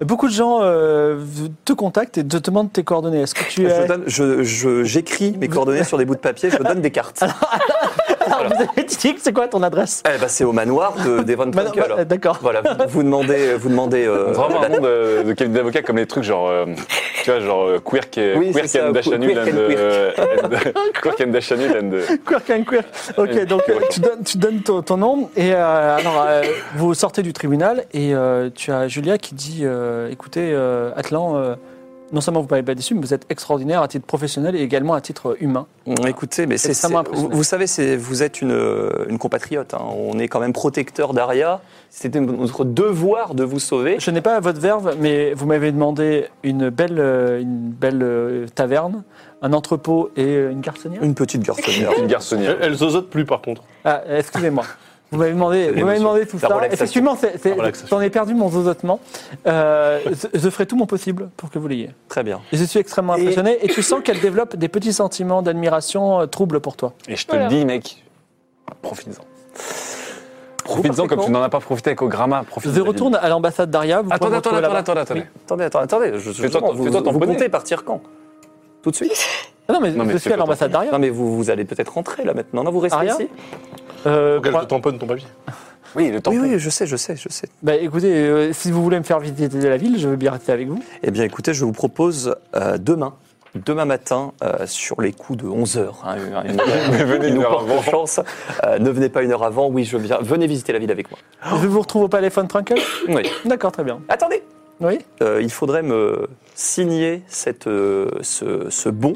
Speaker 1: Beaucoup de gens euh, te contactent et te demandent tes coordonnées. Est-ce que tu es...
Speaker 3: Je donne- je- je- J'écris mes coordonnées sur des bouts de papier, je donne des cartes.
Speaker 1: Alors, vous avez dit que c'est quoi ton adresse
Speaker 3: Eh ben, c'est au manoir de Devon
Speaker 1: Bah, non,
Speaker 3: Trunkel.
Speaker 1: bah, D'accord.
Speaker 3: Voilà, vous- vous demandez, vous demandez. euh,
Speaker 6: On fera vraiment un monde euh, de cabinet d'avocats comme les trucs genre, euh, tu vois, genre euh, Quirk et
Speaker 3: Oui,
Speaker 6: Quirk
Speaker 3: c'est ça,
Speaker 6: and Dashanul
Speaker 3: Quirk and
Speaker 6: and, euh, and- Quirk and Dashanul and euh,
Speaker 1: Quirk and Quirk. Ok, donc euh, tu donnes, tu donnes ton, ton nom et euh, alors euh, vous sortez du tribunal et euh, tu as Julia qui dit euh, écoutez euh, Atlan, euh, non seulement vous m'avez pas déçu, mais vous êtes extraordinaire à titre professionnel et également à titre humain.
Speaker 3: Écoutez, mais c'est
Speaker 1: Extrêmement
Speaker 3: c'est- vous,
Speaker 1: impressionnant.
Speaker 3: vous savez, c'est- vous êtes une, une compatriote. hein. On est quand même protecteur d'Aria. C'était notre devoir de vous sauver.
Speaker 1: Je n'ai pas votre verve, mais vous m'avez demandé une belle, euh, une belle euh, taverne, un entrepôt et euh, une garçonnière.
Speaker 3: Une petite garçonnière.
Speaker 6: une garçonnière.
Speaker 7: Elle, elle zozote plus par contre.
Speaker 1: Ah, excusez-moi. Vous m'avez demandé, vous m'avez demandé tout
Speaker 3: La
Speaker 1: ça.
Speaker 3: relaxation.
Speaker 1: Effectivement, c'est- c'est-
Speaker 7: relaxation.
Speaker 1: j'en ai perdu mon zozotement. Euh, je- je ferai tout mon possible pour que vous l'ayez.
Speaker 3: Très bien.
Speaker 1: Et Je suis extrêmement
Speaker 3: Et-
Speaker 1: impressionné et tu sens qu'elle développe des petits sentiments d'admiration euh, trouble pour toi.
Speaker 6: Et je te
Speaker 4: Voilà.
Speaker 6: le dis, mec, profites-en. Profites-en comme tu n'en as pas profité avec Ogramma. Profite
Speaker 1: Je retourne à l'ambassade d'Aria. vous
Speaker 6: Attends,
Speaker 1: pouvez me
Speaker 6: attends,
Speaker 1: retrouver
Speaker 6: attends,
Speaker 1: là-bas.
Speaker 6: attends, attends.
Speaker 3: Attendez, attendez, attendez. Je,
Speaker 6: Fais-toi ton-
Speaker 3: vous,
Speaker 6: fais-toi ton
Speaker 3: vous
Speaker 6: poney.
Speaker 3: comptez partir quand Tout de suite
Speaker 1: Ah Non, mais,
Speaker 6: Non, mais
Speaker 1: je suis
Speaker 6: fais
Speaker 1: à l'ambassade d'Aria.
Speaker 3: Non, mais vous, vous allez peut-être rentrer là maintenant. Non, vous restez
Speaker 1: Aria
Speaker 3: ici
Speaker 1: Euh,
Speaker 7: Pour qu'elle
Speaker 1: pour-
Speaker 7: te tamponne ton papier.
Speaker 6: Oui, le temps.
Speaker 3: Oui, oui, je sais, je sais, je sais.
Speaker 1: bah, écoutez, euh, si vous voulez me faire visiter la ville, je veux bien rester avec vous.
Speaker 3: Eh bien, écoutez, je vous propose euh, demain, demain matin, euh, sur les coups de hein. 11h.
Speaker 6: Mais venez une heure avant.
Speaker 3: chance. Euh, ne venez pas une heure avant, oui, je viens. Venez visiter la ville avec moi.
Speaker 1: Je vous retrouve au palais von Trunkel
Speaker 3: Oui.
Speaker 1: D'accord, très bien.
Speaker 3: Attendez
Speaker 1: Oui
Speaker 3: Euh, Il faudrait me signer cette, euh, ce, ce bon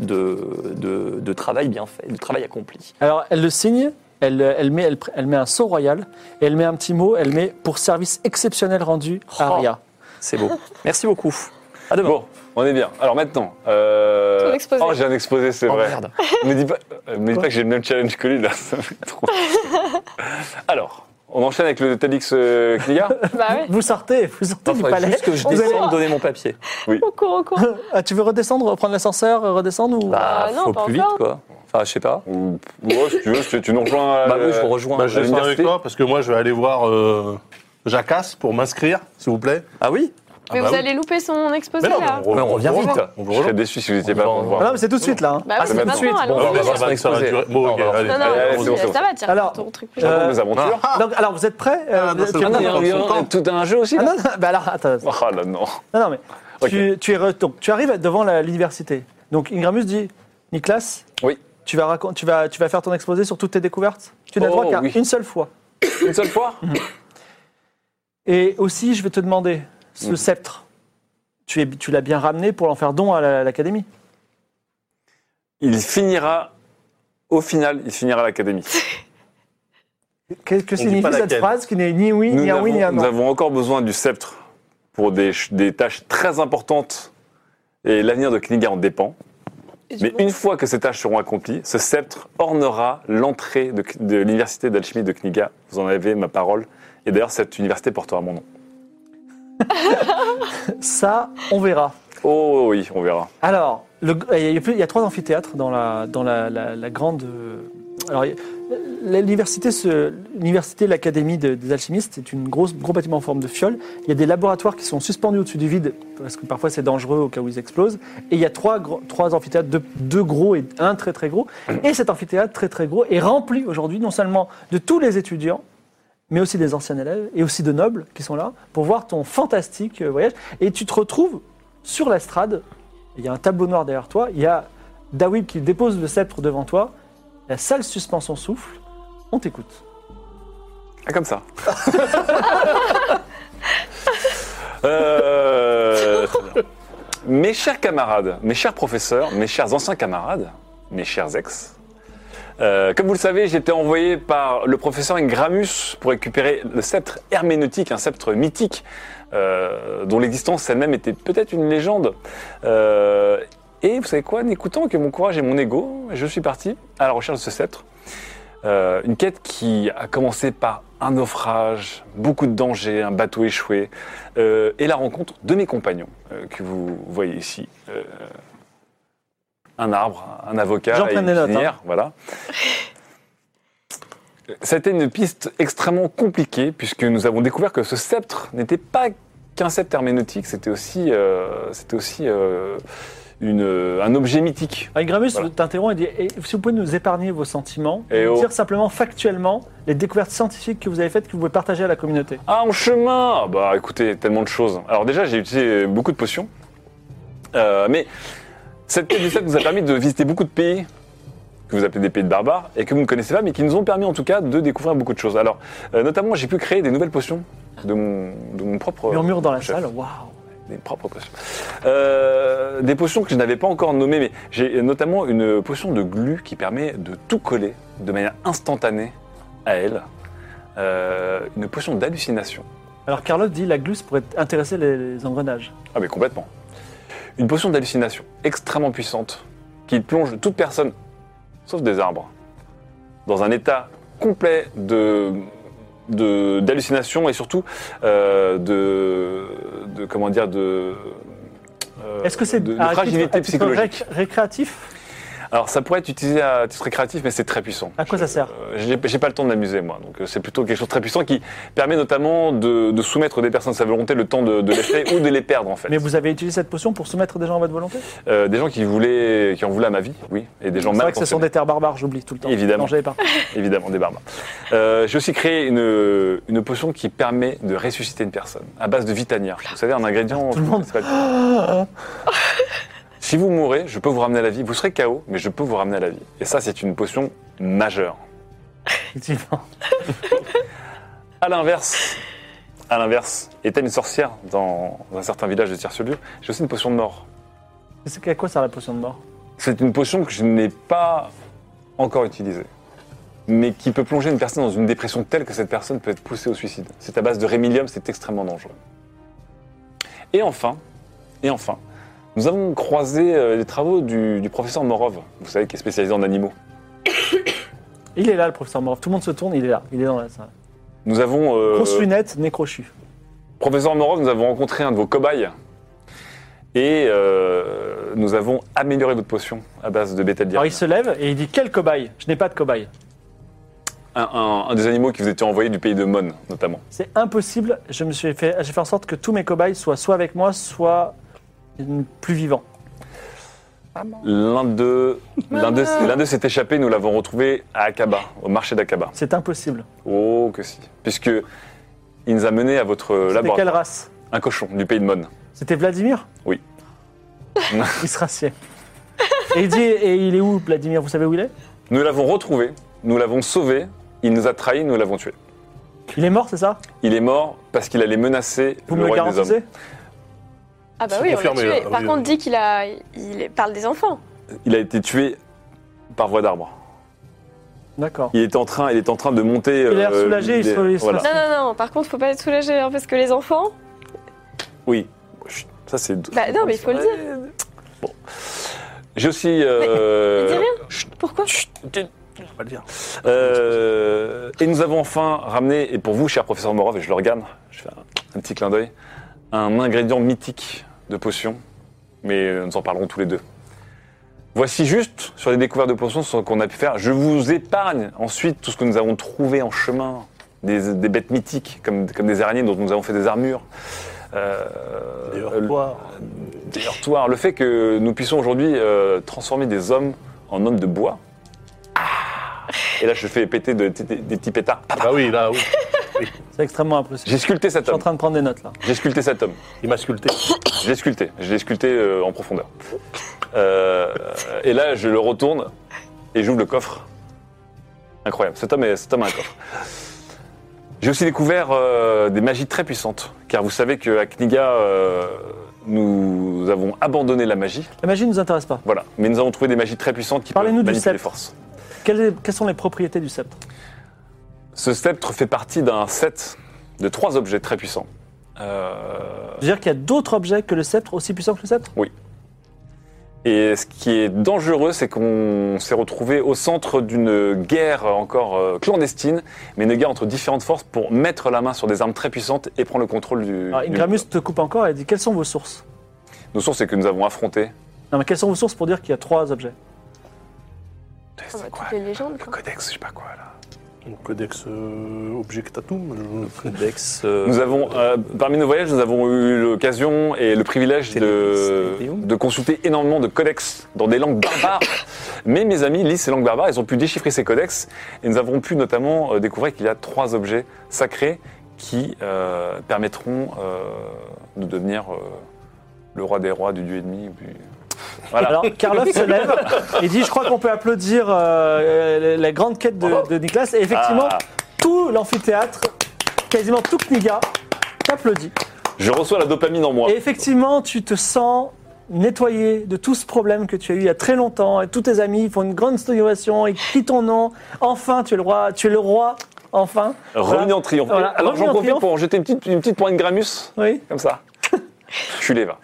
Speaker 3: de, de, de travail bien fait, de travail accompli.
Speaker 1: Alors, elle le signe, elle, euh, elle, met, elle, pr- elle met un saut royal, et elle met un petit mot, elle met pour service exceptionnel rendu
Speaker 3: Oh.
Speaker 1: à Aria.
Speaker 3: C'est beau. Merci beaucoup. À demain.
Speaker 6: Bon, on est bien. Alors maintenant. euh,
Speaker 4: Ton exposé.
Speaker 6: Oh, j'ai un exposé, c'est
Speaker 3: Oh,
Speaker 6: vrai.
Speaker 3: merde.
Speaker 6: Me dis pas, euh, me dis pas que j'ai le même challenge que lui, là. Ça me fait trop chier. Alors, on enchaîne avec le Talix euh, Kniga
Speaker 4: Bah ouais,
Speaker 1: Vous sortez, vous sortez du
Speaker 3: Faudrait
Speaker 1: palais.
Speaker 3: juste que je
Speaker 1: Vous allez-
Speaker 3: descende donner mon papier.
Speaker 4: on court, on court.
Speaker 1: Ah, tu veux redescendre, reprendre l'ascenseur, redescendre ou...
Speaker 3: Bah,
Speaker 4: Ah non,
Speaker 3: faut
Speaker 4: pas
Speaker 3: plus
Speaker 4: encore.
Speaker 3: vite, quoi. Enfin, je sais pas.
Speaker 6: Ou, ou, oh, si tu veux, si tu nous rejoins. euh, à-
Speaker 3: Bah oui, je vous rejoins.
Speaker 7: Bah, je
Speaker 3: à
Speaker 7: vais
Speaker 3: l'université.
Speaker 7: avec toi parce que moi je vais aller voir euh, Jacasse pour m'inscrire, s'il vous plaît.
Speaker 3: Ah oui
Speaker 7: Ah
Speaker 4: Mais
Speaker 7: bah
Speaker 4: vous
Speaker 7: oui.
Speaker 4: allez louper son exposé
Speaker 7: Mais non,
Speaker 4: là. Bah
Speaker 7: mais on,
Speaker 3: Ouais, on revient
Speaker 7: vous
Speaker 3: vite.
Speaker 7: rejoint. On vous
Speaker 6: Je serais
Speaker 7: rejoint.
Speaker 6: déçu si vous n'étiez pas pour
Speaker 1: Ah non,
Speaker 6: voir.
Speaker 1: mais c'est tout de suite là. hein.
Speaker 4: Bah oui,
Speaker 6: c'est
Speaker 4: c'est
Speaker 6: maintenant.
Speaker 4: maintenant,
Speaker 7: Bon, on
Speaker 4: allons-y.
Speaker 7: va voir
Speaker 6: c'est
Speaker 7: ça va- ça va
Speaker 6: exposé.
Speaker 7: durer. Bon,
Speaker 6: On
Speaker 7: ok,
Speaker 6: va voir.
Speaker 7: allez.
Speaker 4: Non,
Speaker 6: Allez, allez,
Speaker 4: non,
Speaker 6: c'est bon, c'est
Speaker 4: vas-y, ça va, tiens,
Speaker 1: Alors,
Speaker 4: ton truc.
Speaker 6: Je
Speaker 1: Euh,
Speaker 6: raconte mes aventures.
Speaker 7: Ah,
Speaker 1: Donc, alors vous êtes prêts
Speaker 7: Ah,
Speaker 1: Euh,
Speaker 7: d'un
Speaker 1: tu-
Speaker 7: seul
Speaker 1: ah, non,
Speaker 7: coup,
Speaker 1: non, non,
Speaker 7: on s'entend.
Speaker 6: Il y a tout un jeu aussi
Speaker 1: Ah
Speaker 6: là.
Speaker 1: non, non, bah alors, attends.
Speaker 6: Ah là non.
Speaker 1: Non, non, mais
Speaker 6: Ok.
Speaker 1: tu, tu es re- donc, tu arrives devant la- l'université. Donc Ingramus dit, Nicolas,
Speaker 6: Oui.
Speaker 1: tu vas, racon- tu, vas, tu vas faire ton exposé sur toutes tes découvertes. Tu n'as
Speaker 6: Oh,
Speaker 1: droit qu'à
Speaker 6: oui.
Speaker 1: une seule fois.
Speaker 6: Une seule fois
Speaker 1: Et aussi, je vais te demander, ce
Speaker 6: Mhm.
Speaker 1: sceptre, tu, es- tu l'as bien ramené pour en faire don à la- l'académie.
Speaker 6: Il finira. Au final, il finira à l'académie.
Speaker 1: Qu'est-ce que
Speaker 7: dit pas
Speaker 1: signifie cette
Speaker 7: laquelle.
Speaker 1: phrase qui n'est ni oui,
Speaker 6: Nous,
Speaker 1: ni un oui, ni un
Speaker 6: avons, nous
Speaker 1: non
Speaker 6: avons encore besoin du sceptre pour des, ch- des tâches très importantes et l'avenir de Kniga en dépend. Mais une fois que ces tâches seront accomplies, ce sceptre ornera l'entrée de, de l'université d'alchimie de Kniga. Vous en avez ma parole. Et d'ailleurs, cette université portera mon nom.
Speaker 1: Ça, on verra.
Speaker 6: Oh oui, on verra.
Speaker 1: Alors, le- il y a plus- il y, a trois amphithéâtres dans la, dans la, la- la grande. euh, Alors, il y a- l'université, se- l'université, l'académie de- des alchimistes, c'est une grosse gros bâtiment en forme de fiole. Il y a des laboratoires qui sont suspendus au-dessus du vide parce que parfois c'est dangereux au cas où ils explosent. Et il y a trois gros- trois amphithéâtres, deux, deux gros et un très très gros. Et cet amphithéâtre très très gros est rempli aujourd'hui non seulement de tous les étudiants mais aussi des anciens élèves et aussi de nobles qui sont là pour voir ton fantastique euh, voyage. Et tu te retrouves sur la strade. Il y a un tableau noir derrière toi. Il y a Dawib qui dépose le sceptre devant toi. La salle suspend son souffle. On t'écoute.
Speaker 8: Ah, comme ça.
Speaker 6: Euh, très bien. mes chers camarades, mes chers professeurs, mes chers anciens camarades, mes chers ex, euh, comme vous le savez, j'ai été envoyé par le professeur Ingramus pour récupérer le sceptre herméneutique, un sceptre mythique euh, dont l'existence elle-même était peut-être une légende. Euh, et vous savez quoi, n'écoutant que mon courage et mon ego, je suis parti à la recherche de ce sceptre. Euh, une quête qui a commencé par un naufrage, beaucoup de dangers, un bateau échoué, euh, et la rencontre de mes compagnons euh, que vous voyez ici. Euh, un arbre, un avocat,
Speaker 1: J'en
Speaker 6: et
Speaker 1: prends
Speaker 6: une
Speaker 1: des notes,
Speaker 6: cuisinière, voilà. Ça a été une piste extrêmement compliquée puisque nous avons découvert que ce sceptre n'était pas qu'un sceptre herméneutique, c'était aussi, euh, c'était aussi euh, une- un objet mythique.
Speaker 1: Gramus
Speaker 6: Voilà.
Speaker 1: t'interrompt et dit eh, si vous pouvez nous épargner vos sentiments,
Speaker 6: Eh
Speaker 1: nous
Speaker 6: oh.
Speaker 1: dire simplement factuellement les découvertes scientifiques que vous avez faites que vous pouvez partager à la communauté.
Speaker 6: Ah, en chemin Bah écoutez, tellement de choses. Alors déjà, j'ai utilisé beaucoup de potions. Euh, mais cette quête du sceptre nous a permis de visiter beaucoup de pays que vous appelez des pays de barbares et que vous ne connaissez pas, mais qui nous ont permis en tout cas de découvrir beaucoup de choses. Alors, euh, notamment, j'ai pu créer des nouvelles potions de mon, de mon propre...
Speaker 1: Murmure dans la
Speaker 6: chef.
Speaker 1: salle waouh
Speaker 6: Des propres potions. Euh, des potions que je n'avais pas encore nommées, mais j'ai notamment une potion de glu qui permet de tout coller de manière instantanée à elle. Euh, une potion d'hallucination.
Speaker 1: Alors Carlotte dit la gluce pourrait intéresser les, les engrenages.
Speaker 6: Ah mais complètement. Une potion d'hallucination extrêmement puissante qui plonge toute personne, sauf des arbres, dans un état complet de de- d'hallucination et surtout euh, de, de comment dire de euh,
Speaker 1: Est-ce que c'est
Speaker 6: de, de
Speaker 1: à titre- à
Speaker 6: fragilité
Speaker 1: titre
Speaker 6: psychologique
Speaker 1: réc- récréatif
Speaker 6: Alors ça pourrait être utilisé à titre récréatif, mais c'est très puissant.
Speaker 1: À quoi ça sert
Speaker 6: Euh, J'ai j'ai pas le temps de m'amuser, moi. Donc, euh, c'est plutôt quelque chose de très puissant qui permet notamment de, de soumettre des personnes à sa volonté le temps de, de les faire ou de les perdre, en fait.
Speaker 1: Mais vous avez utilisé cette potion pour soumettre des gens à votre volonté
Speaker 6: Euh, des gens qui voulaient, qui en voulaient à ma vie, oui, et des gens
Speaker 1: C'est
Speaker 6: mal
Speaker 1: vrai que ce sont
Speaker 6: intentionnés,
Speaker 1: des terres barbares, j'oublie tout le temps.
Speaker 6: Évidemment.
Speaker 1: Non, j'avais pas.
Speaker 6: évidemment, des barbares. Euh, J'ai aussi créé une, une potion qui permet de ressusciter une personne à base de vitania. Vous savez, un ingrédient.
Speaker 1: Ah, Tout le monde.
Speaker 6: c'est pas- si vous mourrez, je peux vous ramener à la vie. Vous serez KO, mais je peux vous ramener à la vie. Et ça, c'est une potion majeure.
Speaker 1: Effectivement.
Speaker 6: À l'inverse, à l'inverse, étant une sorcière dans, dans un certain village de Tiercelieu, j'ai aussi une potion de mort.
Speaker 1: Mais c'est- À quoi sert la potion de mort
Speaker 6: C'est une potion que je n'ai pas encore utilisée, mais qui peut plonger une personne dans une dépression telle que cette personne peut être poussée au suicide. C'est à base de rémilium, c'est extrêmement dangereux. Et enfin, et enfin, nous avons croisé euh, les travaux du, du professeur Morov, vous savez, qui est spécialisé en animaux.
Speaker 1: Il est là, le professeur Morov. Tout le monde se tourne, il est là. Il est dans la salle.
Speaker 6: Nous avons euh,
Speaker 1: Grosse lunette, nez crochu.
Speaker 6: Professeur Morov, nous avons rencontré un de vos cobayes et euh, nous avons amélioré votre potion à base de bêta
Speaker 1: Alors il se lève et il dit Quel cobaye Je n'ai pas de cobaye.
Speaker 6: un, un- un des animaux qui vous était envoyé du pays de Mon, notamment.
Speaker 1: C'est impossible. Je me suis fait, j'ai fait en sorte que tous mes cobayes soient soit avec moi, soit mm, plus vivants.
Speaker 6: L'un d'eux, l'un d'eux, l'un d'eux s'est échappé. Nous l'avons retrouvé à Akaba, au marché d'Akaba.
Speaker 1: C'est impossible.
Speaker 6: Oh que si, puisque il nous a mené à votre
Speaker 1: C'était
Speaker 6: laboratoire.
Speaker 1: quelle race
Speaker 6: Un cochon du pays de Mon.
Speaker 1: C'était Vladimir
Speaker 6: Oui.
Speaker 1: il se rassied. Et il dit Et il est où, Vladimir Vous savez où il est
Speaker 6: Nous l'avons retrouvé, nous l'avons sauvé. Il nous a trahis, nous l'avons tué.
Speaker 1: Il est mort, c'est ça
Speaker 6: Il est mort parce qu'il allait menacer
Speaker 1: Vous
Speaker 6: le
Speaker 1: me le
Speaker 6: roi des hommes.
Speaker 1: garantissez
Speaker 4: Ah bah
Speaker 7: C'est
Speaker 4: oui, on l'a
Speaker 7: confirmé,
Speaker 4: tué.
Speaker 7: là.
Speaker 4: Par
Speaker 7: Oui,
Speaker 4: contre,
Speaker 7: oui.
Speaker 4: dit qu'il a, il parle des enfants.
Speaker 6: Il a été tué par voie d'arbre.
Speaker 1: D'accord.
Speaker 6: Il était en train, il était en train de monter. euh,
Speaker 1: Il a l'air soulagé, il se- il se
Speaker 6: voilà.
Speaker 1: Ah.
Speaker 4: Non, non, non. Par contre, faut pas être soulagé hein, parce que les enfants.
Speaker 6: Oui. Chut, Ça c'est.
Speaker 4: Bah
Speaker 7: Oh,
Speaker 4: non, mais il faut le dire.
Speaker 6: J'ai aussi. euh,
Speaker 4: Mais dis rien.
Speaker 6: Chut,
Speaker 4: Pourquoi
Speaker 6: chut, dis-
Speaker 1: Pas le dire.
Speaker 6: Euh, et nous avons enfin ramené, et pour vous, cher professeur Morov, et je le regarde, je fais un, un petit clin d'œil, un ingrédient mythique de potion, mais euh, nous en parlerons tous les deux. Voici juste sur les découvertes de potions ce qu'on a pu faire. Je vous épargne ensuite tout ce que nous avons trouvé en chemin, des, des bêtes mythiques comme, comme des araignées dont nous avons fait des armures. Euh,
Speaker 7: Des
Speaker 6: le-
Speaker 7: Bah
Speaker 6: des heurtoirs. Le fait que nous puissions aujourd'hui euh, transformer des hommes en hommes de bois. Ah Et là, je fais péter de- des, des petits pétards.
Speaker 7: Ah bah oui, là, oui.
Speaker 1: C'est extrêmement impressionnant.
Speaker 6: J'ai sculpté
Speaker 1: Je
Speaker 6: cet
Speaker 1: suis en
Speaker 6: homme.
Speaker 1: train de prendre des notes là.
Speaker 6: J'ai sculpté cet homme.
Speaker 7: Il m'a sculpté.
Speaker 6: Je l'ai sculpté. Je l'ai sculpté euh, en profondeur. Euh, et là, je le retourne et j'ouvre le coffre. Incroyable. Cet homme, est, cet homme a un coffre. J'ai aussi découvert euh, des magies très puissantes, car vous savez qu'à Kniga, euh, nous avons abandonné la magie.
Speaker 1: La magie ne nous intéresse pas.
Speaker 6: Voilà. Mais nous avons trouvé des magies très puissantes qui peuvent
Speaker 1: Parlez-nous du
Speaker 6: manipuler les
Speaker 1: sceptre.
Speaker 6: forces.
Speaker 1: Quelles, quelles sont les propriétés du sceptre
Speaker 6: Ce sceptre fait partie d'un set de trois objets très puissants. Euh,
Speaker 1: Je veux dire qu'il y a d'autres objets que le sceptre aussi puissants que le sceptre
Speaker 6: et ce qui est dangereux, c'est qu'on s'est retrouvé au centre d'une guerre encore euh, clandestine, mais une guerre entre différentes forces pour mettre la main sur des armes très puissantes et prendre le contrôle du.
Speaker 1: Alors,
Speaker 6: du-
Speaker 1: Ah, Ingramus te coupe encore et dit quelles sont vos sources
Speaker 6: Nos sources, c'est que nous avons affronté.
Speaker 1: Non, mais quelles sont vos sources pour dire qu'il y a trois objets
Speaker 6: C'est quoi
Speaker 4: les légendes,
Speaker 6: Le codex, je sais pas quoi là.
Speaker 7: Le codex euh, objectatum. je-
Speaker 3: Dex, euh,
Speaker 6: Nous avons, euh, parmi nos voyages, nous avons eu l'occasion et le privilège de,
Speaker 3: Télébius,
Speaker 6: de consulter énormément de codex dans des langues barbares. Mais mes amis lisent ces langues barbares, ils ont pu déchiffrer ces codex et nous avons pu notamment euh, découvrir qu'il y a trois objets sacrés qui euh, permettront euh, de devenir euh, le roi des rois, du dieu ennemi. Voilà.
Speaker 1: Alors, Karloff se lève et dit Je crois qu'on peut applaudir euh, euh, la grande quête de, de Nicolas. Et effectivement,
Speaker 6: Ah.
Speaker 1: tout l'amphithéâtre, quasiment tout Kniga, t'applaudit.
Speaker 6: je reçois la dopamine en moi.
Speaker 1: Et effectivement, tu te sens nettoyé de tout ce problème que tu as eu il y a très longtemps. Et tous tes amis font une grande célébration et crient ton nom. Enfin, tu es le roi. Tu es le roi. Enfin.
Speaker 6: Revenu en triomphe.
Speaker 1: Voilà.
Speaker 6: Alors
Speaker 1: Revenu en
Speaker 6: j'en profite
Speaker 1: triomphe.
Speaker 6: pour en jeter une petite, une petite pointe Gramus,
Speaker 1: Oui.
Speaker 6: comme ça. Je suis les va.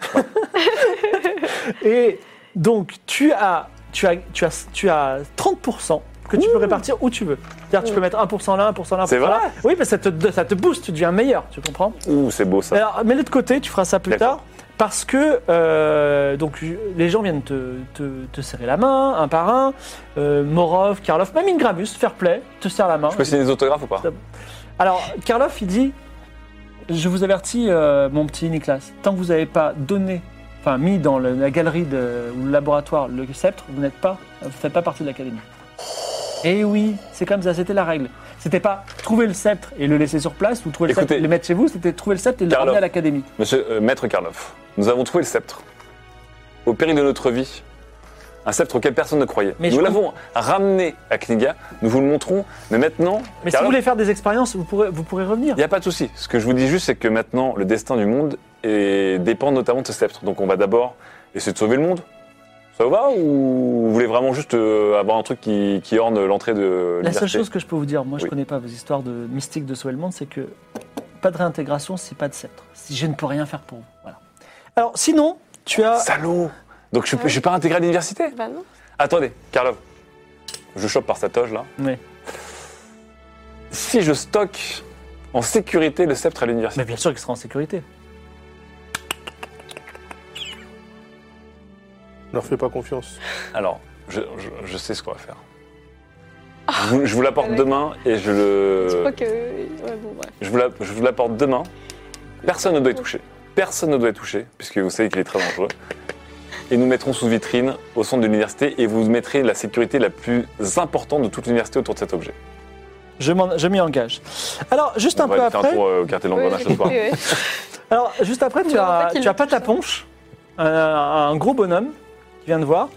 Speaker 1: Et donc, tu as, tu as, tu as, tu as 30% que tu peux répartir où tu veux. C'est-à-dire, tu peux mettre 1% là, 1% là, 1%
Speaker 6: C'est
Speaker 1: là.
Speaker 6: vrai
Speaker 1: Oui, parce que ça te, ça te booste, tu deviens meilleur, tu comprends
Speaker 6: Ouh, c'est beau ça.
Speaker 1: Alors, mets-le de côté, tu feras ça plus
Speaker 6: D'accord.
Speaker 1: tard. Parce que euh, donc les gens viennent te, te- te serrer la main un par un. Euh, Morov, Karloff, même Ingramus, fair play, te serre la main.
Speaker 6: Je peux signer des autographes ou pas
Speaker 1: Alors, Karloff, il dit Je vous avertis, euh, mon petit Nicolas, tant que vous n'avez pas donné, enfin mis dans le- la galerie de- ou le laboratoire le sceptre, vous n'êtes pas, vous faites pas partie de l'académie. Et oui, c'est comme ça, c'était la règle. C'était pas trouver le sceptre et le laisser sur place ou trouver le
Speaker 6: Écoutez.
Speaker 1: sceptre et le mettre chez vous, c'était trouver le sceptre et le
Speaker 6: Karloff.
Speaker 1: ramener à l'académie.
Speaker 6: Monsieur euh, Maître Karloff, nous avons trouvé le sceptre. Au péril de notre vie, un sceptre auquel personne ne croyait.
Speaker 1: Mais
Speaker 6: nous
Speaker 1: je
Speaker 6: l'avons ramené à Kniga, nous vous le montrons, mais
Speaker 1: Mais
Speaker 6: maintenant,
Speaker 1: si vous
Speaker 6: Karloff,
Speaker 1: voulez faire des expériences, vous pourrez, vous pourrez revenir.
Speaker 6: il n'y a pas de souci. Ce que je vous dis juste, c'est que maintenant, le destin du monde est- dépend notamment de ce sceptre. Donc on va d'abord essayer de sauver le monde. Ça vous va ou vous voulez vraiment juste euh, avoir un truc qui, qui orne l'entrée de
Speaker 1: La seule
Speaker 6: liberté
Speaker 1: chose que je peux vous dire, moi je
Speaker 6: Oui.
Speaker 1: connais pas vos histoires de mystique de Sauver le Monde, c'est que pas de réintégration, c'est pas de sceptre. Si je ne peux rien faire pour vous. Voilà. Alors sinon, tu as.
Speaker 6: Salaud Donc
Speaker 1: Ah
Speaker 6: je ne suis pas intégré à l'université
Speaker 4: Bah non.
Speaker 6: Attendez, Karlov. Je chope par sa toge là.
Speaker 1: Ouais.
Speaker 6: Si je stocke en sécurité le sceptre à l'université.
Speaker 1: Mais bien sûr qu'il sera en sécurité.
Speaker 7: Ne leur fais pas confiance.
Speaker 6: Alors, je, je- je sais ce qu'on va faire. Je vous, je vous l'apporte demain et je
Speaker 4: Ah,
Speaker 7: Euh,
Speaker 4: Je
Speaker 6: le.
Speaker 4: crois que. Ouais, bon, bref.
Speaker 6: Je vous la- je vous l'apporte demain. Personne ne doit y toucher. Personne ne doit y toucher, puisque vous savez qu'il est très dangereux. Et nous mettrons sous vitrine au centre de l'université et vous mettrez la sécurité la plus importante de toute l'université autour de cet objet.
Speaker 1: Je m'en- je m'y engage. Alors juste
Speaker 6: On
Speaker 1: un
Speaker 6: va
Speaker 1: peu
Speaker 6: aller faire un
Speaker 1: après.
Speaker 6: tour euh, au quartier de
Speaker 4: Ouais,
Speaker 6: l'engrenage
Speaker 4: j'ai
Speaker 6: ce soir.
Speaker 4: compris, ouais.
Speaker 1: Alors juste après, tu
Speaker 4: Non, en
Speaker 1: as,
Speaker 4: fait, il
Speaker 1: tu as
Speaker 4: le touche
Speaker 1: Pataponche, un, un gros bonhomme qui vient de voir.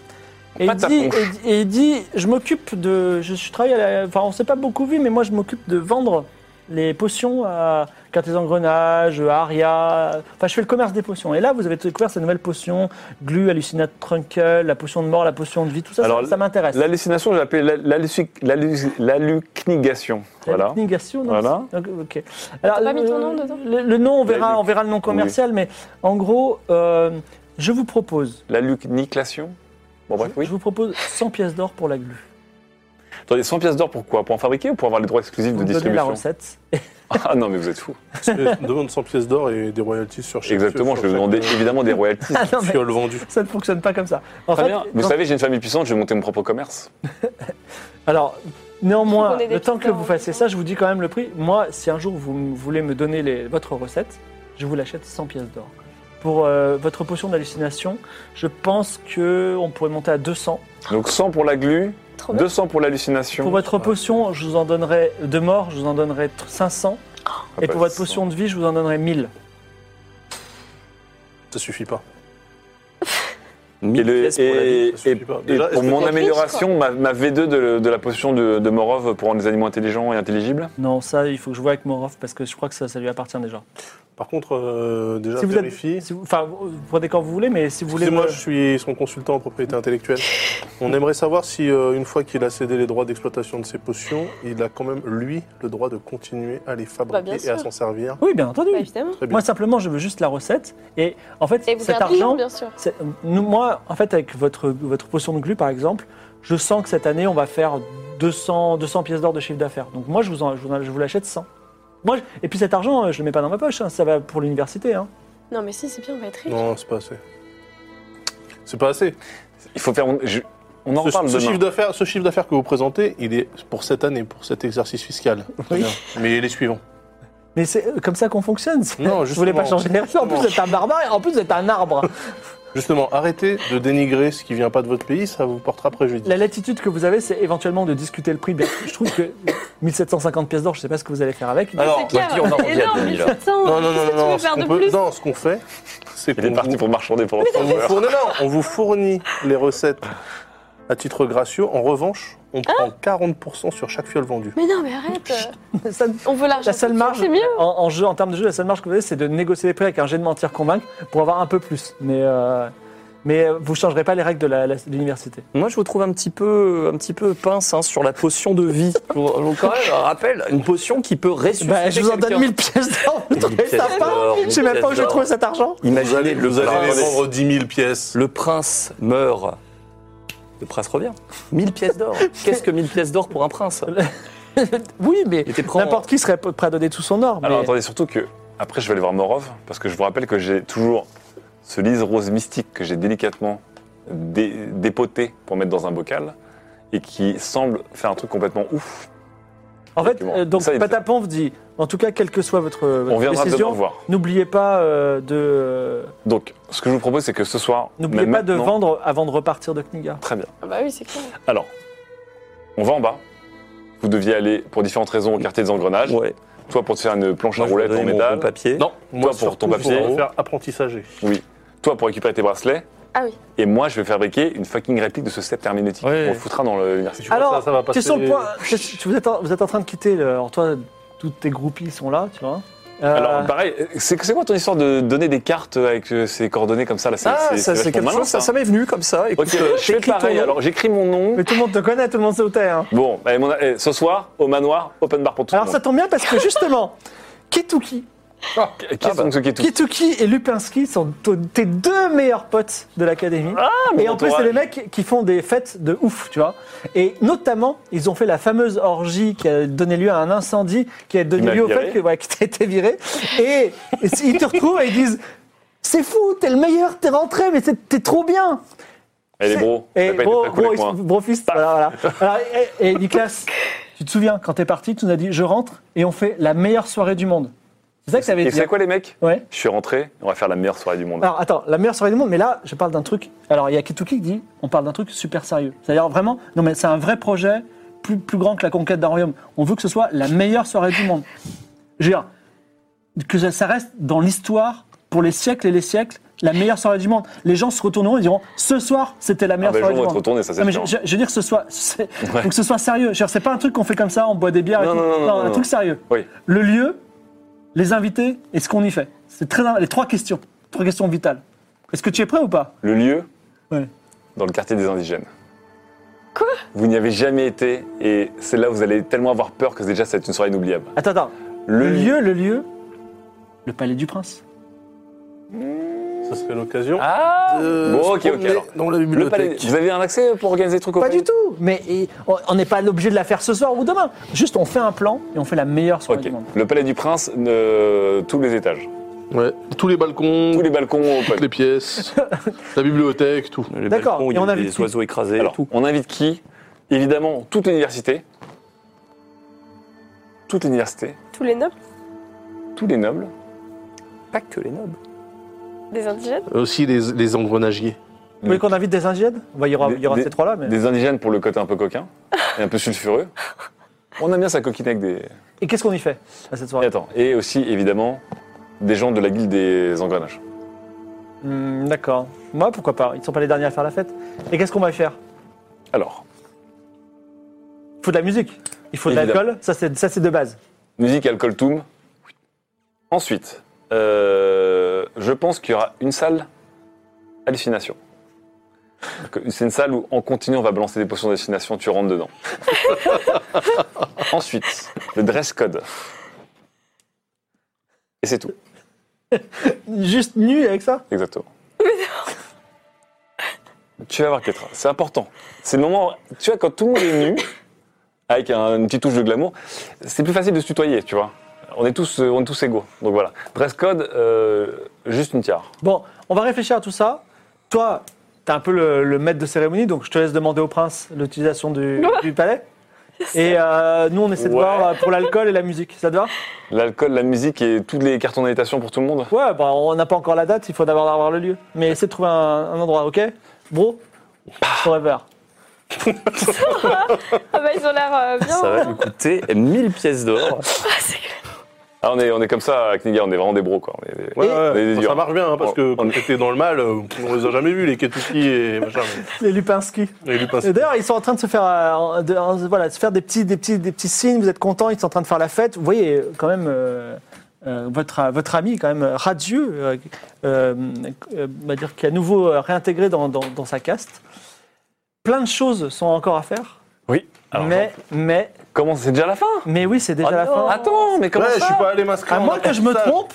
Speaker 1: Et il, dit,
Speaker 6: Pataponche.
Speaker 1: et- et il dit, je m'occupe de, je, suis travaille, à la- enfin on s'est pas beaucoup vu, mais moi je m'occupe de vendre les potions à Cartes Engrenages, à Aria, enfin je fais le commerce des potions. Et là vous avez découvert ces nouvelles potions, Glu, Hallucinate, Trunkle, la potion de mort, la potion de vie, tout ça,
Speaker 6: Alors,
Speaker 1: ça, ça m'intéresse.
Speaker 6: L'hallucination, je l'appelle la- l'halluci- l'halluci- l'hallucinigation. Voilà.
Speaker 1: Négation, non
Speaker 6: Voilà.
Speaker 1: Donc, ok. Alors,
Speaker 4: pas mis
Speaker 1: le-
Speaker 4: ton nom dedans
Speaker 1: le, le nom, on verra,
Speaker 6: L'allu-
Speaker 1: on verra le nom commercial, mais en gros, euh, je vous propose,
Speaker 6: L'hallucination Bon, bref, oui.
Speaker 1: je vous propose 100 pièces d'or pour la glu.
Speaker 6: Attendez, 100 pièces d'or pour quoi Pour en fabriquer ou pour avoir les droits exclusifs
Speaker 1: Vous
Speaker 6: de
Speaker 1: me donnez la
Speaker 6: distribution
Speaker 1: recette.
Speaker 6: Ah non, mais vous êtes fous.
Speaker 7: Demande 100 pièces d'or et des royalties sur chaque.
Speaker 6: Exactement, je
Speaker 7: sur
Speaker 6: vais vous
Speaker 7: chaque,
Speaker 6: demander
Speaker 7: euh,
Speaker 6: évidemment des royalties.
Speaker 1: Ah non, mais
Speaker 7: Fiole vendue.
Speaker 1: ça ne fonctionne pas comme ça. En
Speaker 6: Très
Speaker 1: fait,
Speaker 6: bien. Vous
Speaker 1: dans-
Speaker 6: savez, j'ai une famille puissante, je vais monter mon propre commerce.
Speaker 1: Alors,
Speaker 4: Je
Speaker 1: néanmoins,
Speaker 4: trouve qu'on est des
Speaker 1: le temps que
Speaker 4: petits
Speaker 1: vous
Speaker 4: gars,
Speaker 1: fassiez
Speaker 4: en
Speaker 1: ça, je vous dis quand même le prix. Moi, si un jour vous m- voulez me donner les- votre recette, je vous l'achète 100 pièces d'or. Pour euh, votre potion d'hallucination, je pense que on pourrait monter à 200.
Speaker 6: Donc 100 pour la glu,
Speaker 4: Trop bien.
Speaker 6: 200 pour
Speaker 1: Pour
Speaker 6: l'hallucination.
Speaker 1: votre potion, je vous en donnerai de mort, je vous en donnerai tr- 500.
Speaker 2: Ah.
Speaker 1: Et
Speaker 7: Ah,
Speaker 1: pour
Speaker 7: bah,
Speaker 1: votre potion de vie, je vous en donnerai 1000.
Speaker 7: Ça suffit pas.
Speaker 6: Et, le-
Speaker 3: pièces pour la
Speaker 6: et-
Speaker 7: vie, ça
Speaker 6: et-
Speaker 7: suffit pas.
Speaker 6: et
Speaker 7: Déjà, est-ce
Speaker 6: pour
Speaker 7: que
Speaker 6: mon
Speaker 7: t'es
Speaker 6: amélioration, ma, ma V2 de, de la potion de, de Morov pour rendre les animaux intelligents et intelligibles.
Speaker 1: Non, ça, il faut que je vois avec Morov parce que je crois que ça, ça lui appartient déjà.
Speaker 7: Par contre, euh, déjà,
Speaker 1: Si vous êtes-
Speaker 7: vérifie.
Speaker 1: Si vous- Enfin, vous prenez quand vous voulez, mais si vous voulez.
Speaker 7: Excusez-moi,
Speaker 1: me-
Speaker 7: je suis son consultant en propriété intellectuelle. On aimerait savoir si, euh, une fois qu'il a cédé les droits d'exploitation de ses potions, il a quand même, lui, le droit de continuer à les fabriquer
Speaker 2: Bah, bien
Speaker 7: et à
Speaker 2: sûr.
Speaker 7: s'en servir.
Speaker 1: Oui, bien entendu.
Speaker 2: Bah, évidemment.
Speaker 7: Très bien.
Speaker 1: Moi, simplement, je veux juste la recette. Et en fait,
Speaker 2: Et vous
Speaker 1: cet
Speaker 2: perdez
Speaker 1: argent,
Speaker 2: bien sûr.
Speaker 1: c'est- nous, moi, en fait, avec votre, votre potion de glu, par exemple, je sens que cette année, on va faire 200, 200 pièces d'or de chiffre d'affaires. Donc, moi, je vous, en- je vous, en- je vous l'achète 100. Moi, je- et puis cet argent, euh, je ne le mets pas dans ma poche, hein, ça va pour l'université. hein.
Speaker 4: Non, mais si, c'est bien, on va être riche.
Speaker 7: Non, c'est pas assez. C'est pas assez.
Speaker 6: Il faut faire. je- on en
Speaker 7: Ce,
Speaker 6: reparle
Speaker 7: ce
Speaker 6: demain.
Speaker 7: chiffre d'affaires, ce chiffre d'affaires que vous présentez, il est pour cette année, pour cet exercice fiscal. Très bien. Mais les suivants.
Speaker 1: Mais c'est euh, comme ça qu'on fonctionne.
Speaker 7: Non,
Speaker 1: Je voulais pas
Speaker 7: justement.
Speaker 1: changer les règles. En plus, vous êtes un barbare et en plus, vous êtes un arbre.
Speaker 7: Justement, arrêtez de dénigrer ce qui vient pas de votre pays, ça vous portera préjudice.
Speaker 1: La latitude que vous avez, c'est éventuellement de discuter le prix. Bien, Je trouve que 1750 pièces d'or, je sais pas ce que vous allez faire avec.
Speaker 7: Alors,
Speaker 3: bah,
Speaker 4: C'est clair,
Speaker 8: on va dire, on en revient à
Speaker 4: énorme,
Speaker 8: 2000.
Speaker 4: 1700.
Speaker 7: Non, non,
Speaker 4: Qu'est-ce
Speaker 7: non,
Speaker 4: que
Speaker 7: non, non,
Speaker 4: tu
Speaker 7: ce
Speaker 4: veux faire
Speaker 7: qu'on
Speaker 4: de
Speaker 7: peut-
Speaker 4: plus
Speaker 7: non, ce qu'on fait, c'est
Speaker 6: Il est
Speaker 7: qu'on
Speaker 6: parti
Speaker 7: vous-
Speaker 6: pour marchander pour
Speaker 7: on vous, fournit, non, on vous fournit les recettes à titre gracieux. En revanche, on prend
Speaker 4: Hein
Speaker 7: 40% sur chaque fiole vendue.
Speaker 4: Mais non, mais arrête.
Speaker 1: Ça-
Speaker 4: On veut l'argent.
Speaker 1: la seule marge
Speaker 4: C'est mieux.
Speaker 1: en, en jeu, en termes de jeu, la seule marge que vous avez, c'est de négocier les prix avec un jet de mentir convaincre pour avoir un peu plus. Mais euh, mais euh, vous changerez pas les règles de la- la- de l'université.
Speaker 3: Moi, je vous trouve un petit peu, un petit peu pince hein, sur la potion de vie. Je vous, je vous quand même rappelle, une potion qui peut ressusciter.
Speaker 1: Bah, je vous en
Speaker 3: quelqu'un.
Speaker 1: donne 1000 pièces d'or. Vous trouvez
Speaker 8: pièces
Speaker 1: ça pas
Speaker 8: d'or,
Speaker 1: Je sais même pas où j'ai trouvé cet argent.
Speaker 7: Vous allez,
Speaker 3: Imaginez,
Speaker 7: vous allez
Speaker 3: le,
Speaker 7: les
Speaker 3: prince,
Speaker 7: vendre 10 000 pièces.
Speaker 3: le prince meurt. Le prince revient. 1000 pièces d'or. Qu'est-ce que 1000 pièces d'or pour un prince
Speaker 1: Oui, mais
Speaker 3: Il était prêt en-
Speaker 1: n'importe qui serait p- prêt à donner tout son or.
Speaker 6: Alors
Speaker 1: mais-
Speaker 6: attendez, surtout que après je vais aller voir Morov parce que je vous rappelle que j'ai toujours ce lys rose mystique que j'ai délicatement dé- dépoté pour mettre dans un bocal et qui semble faire un truc complètement ouf.
Speaker 1: en fait,
Speaker 6: Exactement.
Speaker 1: euh, donc
Speaker 6: Ça, il-
Speaker 1: Patapon vous dit, en tout cas, quelle que soit votre,
Speaker 6: On
Speaker 1: votre
Speaker 6: viendra demain
Speaker 1: décision,
Speaker 6: voir.
Speaker 1: n'oubliez pas euh, de
Speaker 6: Donc ce que je vous propose c'est que ce soir,
Speaker 1: n'oubliez
Speaker 6: même
Speaker 1: pas de
Speaker 6: maintenant-
Speaker 1: vendre avant de repartir de Kniga.
Speaker 6: Très bien.
Speaker 4: Ah bah oui, c'est clair.
Speaker 6: Alors, on va en bas. Vous deviez aller pour différentes raisons au quartier des engrenages.
Speaker 3: Ouais.
Speaker 6: Toi pour te faire une planche à
Speaker 3: Moi, je vais
Speaker 6: roulettes en
Speaker 3: donner mon,
Speaker 6: métal.
Speaker 3: mon papier.
Speaker 7: Non, moi
Speaker 6: pour ton
Speaker 7: surtout,
Speaker 6: papier.
Speaker 7: je vais faire apprentissager.
Speaker 6: Toi pour récupérer tes bracelets.
Speaker 4: Ah oui.
Speaker 6: Et moi je vais fabriquer une fucking réplique de ce sceptre herméneutique.
Speaker 8: Ouais.
Speaker 6: On le foutra dans le- l'université.
Speaker 7: Tu vois,
Speaker 1: Alors,
Speaker 7: ça, ça va passer-
Speaker 1: Question de point. qu'est-ce- Vous êtes, en, vous êtes en train de quitter. le- alors toi, toutes tes groupies sont là, tu vois. Euh,
Speaker 6: Alors, pareil, c'est c'est quoi ton histoire de donner des cartes avec euh, ces coordonnées comme ça là
Speaker 3: Ah, ça, c'est
Speaker 6: vachement
Speaker 3: quelque
Speaker 6: malin, hein.
Speaker 3: chose, ça, ça m'est venu comme ça. Écoute,
Speaker 6: Ok, je fais
Speaker 3: j'écris ton
Speaker 6: pareil.
Speaker 3: nom.
Speaker 6: Alors, j'écris mon nom.
Speaker 1: mais tout le monde te connaît, tout le monde sait où t'es. hein.
Speaker 6: Bon, allez, mon- eh, ce soir, au manoir, open bar pour tout
Speaker 1: Alors
Speaker 6: le
Speaker 1: ça
Speaker 6: monde.
Speaker 1: tombe bien parce que justement, Ketuki, ah,
Speaker 6: Qui est
Speaker 1: bah.
Speaker 6: donc ce qui est tout
Speaker 1: Ketuki et Lupinski sont t- tes deux meilleurs potes de l'académie. et en plus, c'est
Speaker 6: entourage.
Speaker 1: les mecs qui font des fêtes de ouf, tu vois. Et notamment, ils ont fait la fameuse orgie qui a donné lieu à un incendie, qui a
Speaker 6: Il
Speaker 1: donné
Speaker 6: m'a
Speaker 1: lieu au
Speaker 6: viré.
Speaker 1: fait que ouais, que t'as été viré. Et ils te retrouvent et ils disent. C'est fou, t'es le meilleur, t'es rentré, mais t'es- t'es trop bien.
Speaker 6: Elle est Eh, bro.
Speaker 1: Et
Speaker 6: Elle a pas été
Speaker 1: bro,
Speaker 6: très cool
Speaker 1: bro,
Speaker 6: avec moi. hein.
Speaker 1: ils- bro fist, voilà, voilà. Alors, et, et Nicolas, tu te souviens, quand t'es parti, tu nous as dit je rentre et on fait la meilleure soirée du monde. C'est ça que ça avait
Speaker 6: Et
Speaker 1: dit.
Speaker 6: c'est quoi les mecs
Speaker 1: Ouais.
Speaker 6: Je suis rentré, on va faire la meilleure soirée du monde.
Speaker 1: Alors attends, la meilleure soirée du monde, mais là, je parle d'un truc. Alors il y a Kituki qui dit on parle d'un truc super sérieux. C'est-à-dire vraiment, non mais c'est un vrai projet plus, plus grand que la conquête d'un royaume. On veut que ce soit la meilleure soirée du monde. Je veux dire, que ça, ça reste dans l'histoire pour les siècles et les siècles la meilleure soirée du monde. Les gens se retourneront et diront ce soir, c'était la
Speaker 6: Ah,
Speaker 1: meilleure
Speaker 6: bah, le
Speaker 1: soirée
Speaker 6: jour
Speaker 1: du
Speaker 6: où on va te
Speaker 1: monde.
Speaker 6: retourner, ça c'est
Speaker 1: Non, mais je,
Speaker 6: sûr.
Speaker 1: je- je veux dire que ce soit, c'est-
Speaker 6: Ouais.
Speaker 1: faut que ce soit sérieux. Je veux dire, C'est pas un truc qu'on fait comme ça, on boit des bières. et
Speaker 6: Non,
Speaker 1: tout.
Speaker 6: non, non, non, non,
Speaker 1: un
Speaker 6: non.
Speaker 1: truc sérieux.
Speaker 6: Oui.
Speaker 1: Le lieu, les invités et ce qu'on y fait. C'est très les trois questions, trois questions vitales. Est-ce que tu es prêt ou pas
Speaker 6: Le lieu
Speaker 1: Ouais.
Speaker 6: Dans le quartier des indigènes. Quoi Vous n'y avez jamais été et c'est là où vous allez tellement avoir peur que déjà ça va être une soirée inoubliable.
Speaker 1: Attends, attends. Le, lieu, le lieu, le palais du prince.
Speaker 7: Ça serait l'occasion.
Speaker 6: Ah
Speaker 7: de
Speaker 6: Bon,
Speaker 7: se
Speaker 6: ok, ok,
Speaker 7: promener
Speaker 6: alors.
Speaker 7: Dans la
Speaker 6: Le palais.
Speaker 7: bibliothèque.
Speaker 6: Vous avez un accès pour organiser des trucs au
Speaker 1: Pas
Speaker 6: palais
Speaker 1: du tout. Mais et, on- on n'est pas obligé de la faire ce soir ou demain. Juste, on fait un plan et on fait la meilleure soirée
Speaker 6: Ok.
Speaker 1: du monde.
Speaker 6: Le palais du prince, euh, tous les étages,
Speaker 7: Ouais. Tous les balcons,
Speaker 6: tous les balcons
Speaker 7: toutes
Speaker 6: open.
Speaker 7: les pièces, la bibliothèque, tout.
Speaker 3: Les
Speaker 1: D'accord,
Speaker 3: balcons,
Speaker 1: et
Speaker 3: il y
Speaker 1: on
Speaker 3: a
Speaker 1: invite
Speaker 3: des
Speaker 1: qui
Speaker 3: oiseaux écrasés.
Speaker 6: Alors, on invite qui Évidemment, toute l'université. Toute l'université,
Speaker 4: Tous les nobles,
Speaker 6: tous les nobles.
Speaker 3: Pas que les nobles.
Speaker 4: des indigènes.
Speaker 7: Euh, Aussi les, les engrenagiers.
Speaker 1: Vous voulez qu'on invite des indigènes Bah, Il y aura, il y aura
Speaker 6: Des-
Speaker 1: ces trois-là. Mais...
Speaker 6: Des indigènes pour le côté un peu coquin et un peu sulfureux. On aime bien sa coquine avec des.
Speaker 1: Et qu'est-ce qu'on y fait à cette
Speaker 6: Et
Speaker 1: soirée
Speaker 6: attends, et aussi évidemment des gens de la guilde des engrenages.
Speaker 1: Hmm, D'accord. Moi, pourquoi pas Ils sont pas les derniers à faire la fête. Et qu'est-ce qu'on va y faire
Speaker 6: Alors,
Speaker 1: Il faut de la musique. Il faut de
Speaker 6: Évidemment.
Speaker 1: l'alcool. Ça, c'est ça, c'est de base.
Speaker 6: musique alcool toum. Ensuite, euh, je pense qu'il y aura une salle hallucination. Que- C'est une salle où en continu on va balancer des potions d'hallucination, tu rentres dedans. Ensuite, le dress code. Et c'est tout,
Speaker 1: Juste nu avec ça
Speaker 6: exactement. Tu vas voir Ketra, c'est important. C'est le moment, tu vois, quand tout le monde est nu, avec un- une petite touche de glamour, c'est plus facile de se tutoyer, tu vois. On est tous, euh, on est tous égaux. Donc voilà. Dress code, euh, juste une tiare.
Speaker 1: Bon, on va réfléchir à tout ça. Toi, t'es un peu le, le maître de cérémonie, donc je te laisse demander au prince l'utilisation du, du palais. Et euh, nous, on essaie de
Speaker 6: Ouais.
Speaker 1: voir euh, pour l'alcool et la musique. Ça te va
Speaker 6: L'alcool, la musique et toutes les cartons d'invitation pour tout le monde.
Speaker 1: Ouais, bah, on n'a pas encore la date, il faut d'abord avoir le lieu. Mais essaie de trouver un, un endroit, ok Bro Forever.
Speaker 2: Ah bah ils ont l'air euh, bien.
Speaker 3: Ça va lui coûter 1000 pièces d'or.
Speaker 6: Ah, on est, on est comme ça à Kniga, on est vraiment des bros, quoi. On est des-
Speaker 7: Ouais,
Speaker 6: on est des
Speaker 7: ouais,
Speaker 6: durs.
Speaker 7: ça marche bien, hein, parce que
Speaker 6: On-
Speaker 7: quand t'étais dans le mal, euh, on les a jamais vus, les Ketuki et machin.
Speaker 1: Les Lupinski.
Speaker 7: Et Lupin.
Speaker 1: Et D'ailleurs, ils sont en train de se faire, euh, de- euh, voilà, de se faire des, petits, des, petits, des petits signes, vous êtes contents, ils sont en train de faire la fête. Vous voyez euh, quand même euh, euh, votre, votre ami, quand même, euh, radieux, euh, euh, euh, on va dire, qui est à nouveau euh, réintégré dans, dans- dans sa caste. Plein de choses sont encore à faire.
Speaker 6: Oui. Alors,
Speaker 1: mais, mais,
Speaker 6: Comment c'est déjà la fin
Speaker 1: mais oui, c'est déjà
Speaker 6: Oh
Speaker 3: Ah
Speaker 1: la
Speaker 6: non.
Speaker 1: fin.
Speaker 6: Attends, mais comment
Speaker 7: Ouais, je
Speaker 6: ça
Speaker 7: suis pas allé m'inscrire.
Speaker 1: À
Speaker 7: en
Speaker 1: moins que je me
Speaker 7: apprentissage.
Speaker 1: trompe,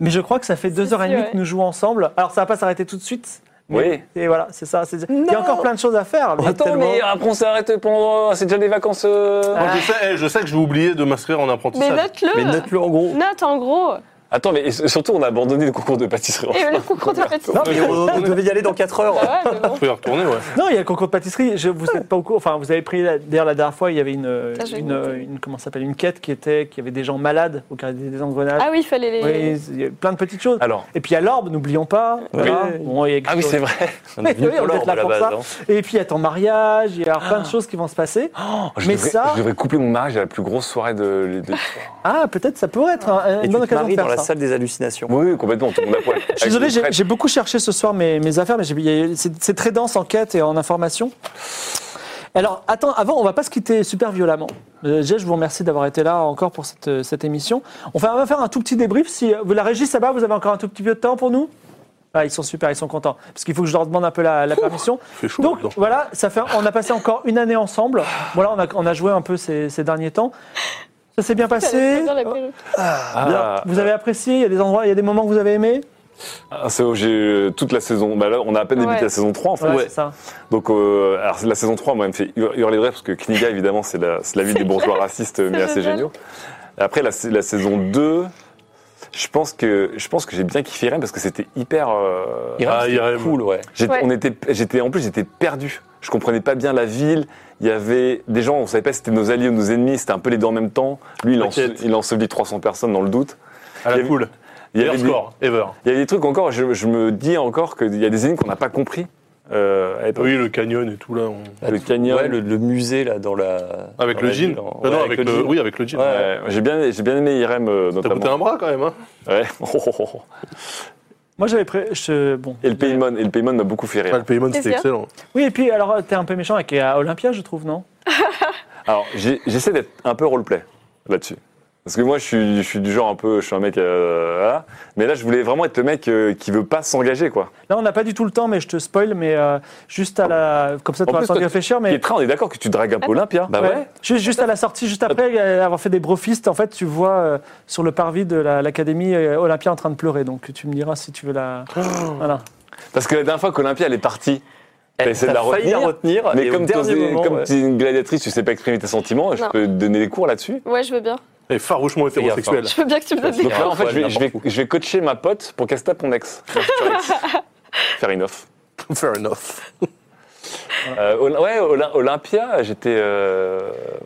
Speaker 1: mais je crois que ça fait deux heures et
Speaker 2: si,
Speaker 1: demie
Speaker 2: ouais.
Speaker 1: que nous jouons ensemble. Alors ça va pas s'arrêter tout de suite.
Speaker 6: Oui.
Speaker 1: Et voilà, c'est ça. c'est- Il y a encore plein de choses à faire. mais
Speaker 6: Attends,
Speaker 1: tellement-
Speaker 6: mais euh, après on s'arrête pendant. C'est déjà des vacances. euh,
Speaker 7: Moi, je, sais, eh, je sais que j'ai oublié de m'inscrire en
Speaker 2: Mais
Speaker 7: apprentissage.
Speaker 2: note-le.
Speaker 3: Mais note-le en gros.
Speaker 2: Note en gros.
Speaker 6: Attends, mais surtout on a abandonné le concours de
Speaker 7: Oh,
Speaker 6: pâtisserie.
Speaker 2: Et le concours de petit.
Speaker 3: Non, mais on, on devait y aller dans 4
Speaker 4: Bah
Speaker 3: heures.
Speaker 2: Ah ouais, mais bon.
Speaker 7: On peut y retourner, ouais.
Speaker 1: Non, il y a le concours de pâtisserie. Je, vous êtes pas au courant. Enfin, vous avez pris la- d'ailleurs la dernière fois, il y avait une,
Speaker 2: Ça, je vais
Speaker 1: une,
Speaker 2: goûter.
Speaker 1: une- comment ça s'appelle une quête qui était qui avait des gens malades au carré des engrenages.
Speaker 2: Ah oui, il fallait les.
Speaker 1: oui, il y a plein de petites choses.
Speaker 6: Alors.
Speaker 1: Et puis il y a l'orbe, n'oublions pas. voilà. Bon, il y a quelque
Speaker 6: Ah oui,
Speaker 1: chose.
Speaker 6: c'est vrai.
Speaker 1: Mais oui, on est là pour ça.
Speaker 3: hein.
Speaker 1: Et puis il y a ton mariage, il y a
Speaker 3: Ah.
Speaker 1: plein de choses qui vont se passer.
Speaker 6: Je
Speaker 1: mais
Speaker 6: devrais,
Speaker 1: ça,
Speaker 6: je devrais coupler mon mariage à la plus grosse soirée de, de l'histoire.
Speaker 1: ah peut-être ça pourrait être un-
Speaker 3: Et
Speaker 1: une
Speaker 3: tu
Speaker 1: bonne
Speaker 3: te
Speaker 1: occasion de
Speaker 3: maries dans
Speaker 1: faire
Speaker 3: la
Speaker 1: ça.
Speaker 3: salle des hallucinations.
Speaker 6: Oui, oui, complètement, tout le monde à poil.
Speaker 1: Je suis désolé, j'ai- j'ai beaucoup cherché ce soir mes, mes affaires, mais j'ai- il y a- c'est c'est très dense en quête et en information. Alors, attends, avant, on va pas se quitter super violemment. Euh, Déjà, je vous remercie d'avoir été là encore pour cette, euh, cette émission. On va, on va faire un tout petit débrief. Si euh, vous la régie, ça va Vous avez encore un tout petit peu de temps pour nous ah, Ils sont super, ils sont contents. Parce qu'il faut que je leur demande un peu la, la permission.
Speaker 7: Fait chaud.
Speaker 1: Donc
Speaker 7: dedans.
Speaker 1: voilà, ça fait, on a passé encore une année ensemble. Voilà, on a, on a joué un peu ces, ces derniers temps. Ça s'est bien passé.
Speaker 2: Fallait choisir la perruque.
Speaker 6: Ah,
Speaker 1: Vous avez apprécié Il y a des endroits, il y a des moments que vous avez aimés
Speaker 6: ah, c'est- j'ai euh, toute la saison. Bah là, on a à peine débuté
Speaker 2: Ouais.
Speaker 6: la saison 3 en fait.
Speaker 1: Voilà, c'est ça.
Speaker 6: Donc, euh, alors, la saison 3, moi, elle me fait hur- hurler de rire parce que Kniga, évidemment, c'est la, c'est la vie des bourgeois racistes, mais assez
Speaker 2: génial.
Speaker 6: géniaux. Après, la, sa- la saison 2, je pense que je pense que j'ai bien kiffé Irem parce que c'était hyper. euh,
Speaker 7: Ah, Irem.
Speaker 8: cool, ouais.
Speaker 6: j'étais-
Speaker 2: Ouais.
Speaker 6: on était, j'étais en plus, j'étais perdu. Je comprenais pas bien la ville. Il y avait des gens, on savait pas si c'était nos alliés ou nos ennemis. C'était un peu les deux en même temps. Lui, il, ense-
Speaker 7: T'inquiète.
Speaker 6: il ensevelit 300 personnes dans le doute.
Speaker 7: À
Speaker 6: Il y
Speaker 7: la
Speaker 6: avait-
Speaker 7: cool.
Speaker 6: Il y avait des,
Speaker 7: score, ever.
Speaker 6: il y a des trucs encore. Je, je me dis encore qu'il y a des énigmes qu'on n'a pas compris. euh, à l'époque.
Speaker 7: Oui, le canyon et tout, là. on-
Speaker 6: Le canyon,
Speaker 8: Ouais, le, le musée, là, dans la.
Speaker 7: Avec
Speaker 8: dans
Speaker 7: le
Speaker 8: la
Speaker 7: jean.
Speaker 8: ville, en-
Speaker 7: Ah non,
Speaker 8: ouais,
Speaker 7: avec le...
Speaker 8: jean.
Speaker 7: Oui, avec le jean.
Speaker 8: Ouais.
Speaker 6: Ouais, j'ai bien, j'ai bien aimé Irem euh,
Speaker 7: T'as coûté
Speaker 6: notamment.
Speaker 7: un bras, quand même, hein
Speaker 6: Ouais. Oh, oh, oh.
Speaker 1: Moi, j'avais pré... je- Bon.
Speaker 6: Et le Paymon, et le Paymon m'a beaucoup fait
Speaker 7: Ah,
Speaker 6: rire.
Speaker 7: le Paymon, c'était
Speaker 2: Plaisir.
Speaker 7: excellent.
Speaker 1: Oui, et puis, alors, t'es un peu méchant avec à Olympia, je trouve, non
Speaker 6: Alors j'ai- j'essaie d'être un peu roleplay là-dessus. Parce que moi je suis, je suis du genre un peu, je suis un mec, euh, voilà. mais là je voulais vraiment être le mec euh, qui veut pas s'engager quoi.
Speaker 1: Là, on n'a pas du tout le temps, mais je te spoil, mais euh, juste à la. Comme ça, tu
Speaker 6: En
Speaker 1: auras le
Speaker 6: plus,
Speaker 1: temps de
Speaker 6: toi,
Speaker 1: réfléchir, mais.
Speaker 6: Kétra, on est d'accord que tu dragues un
Speaker 3: Ah,
Speaker 6: peu Olympia.
Speaker 8: Bah ouais.
Speaker 1: Juste, juste à la sortie, juste après euh, avoir fait des brofistes, en fait, tu vois euh, sur le parvis de la- l'académie euh, Olympia en train de pleurer. Donc, tu me diras si tu veux la. voilà.
Speaker 6: Parce que la dernière fois qu'Olympia elle est partie, t'as essayé de la
Speaker 3: T'as failli
Speaker 6: retenir.
Speaker 3: la retenir,
Speaker 6: Mais
Speaker 3: Ah, et
Speaker 6: comme
Speaker 3: au
Speaker 6: t'es
Speaker 3: dernier moment,
Speaker 6: comme
Speaker 3: ouais.
Speaker 6: t'es une gladiatrice, tu sais pas exprimer tes sentiments, je
Speaker 2: Non.
Speaker 6: peux te donner des cours là-dessus.
Speaker 4: Oh.
Speaker 2: Ouais, je veux bien.
Speaker 7: Et farouchement hétérosexuel.
Speaker 2: Je veux bien que tu me donnes des.
Speaker 6: Donc là en fait
Speaker 8: Ouais,
Speaker 6: je vais, je, vais,
Speaker 8: n'importe
Speaker 6: je vais coacher ma pote pour qu'elle se tape ton ex. Faire une offre.
Speaker 7: Fair enough.
Speaker 6: Euh, Oly- ouais, Oly- Olympia, j'étais. euh,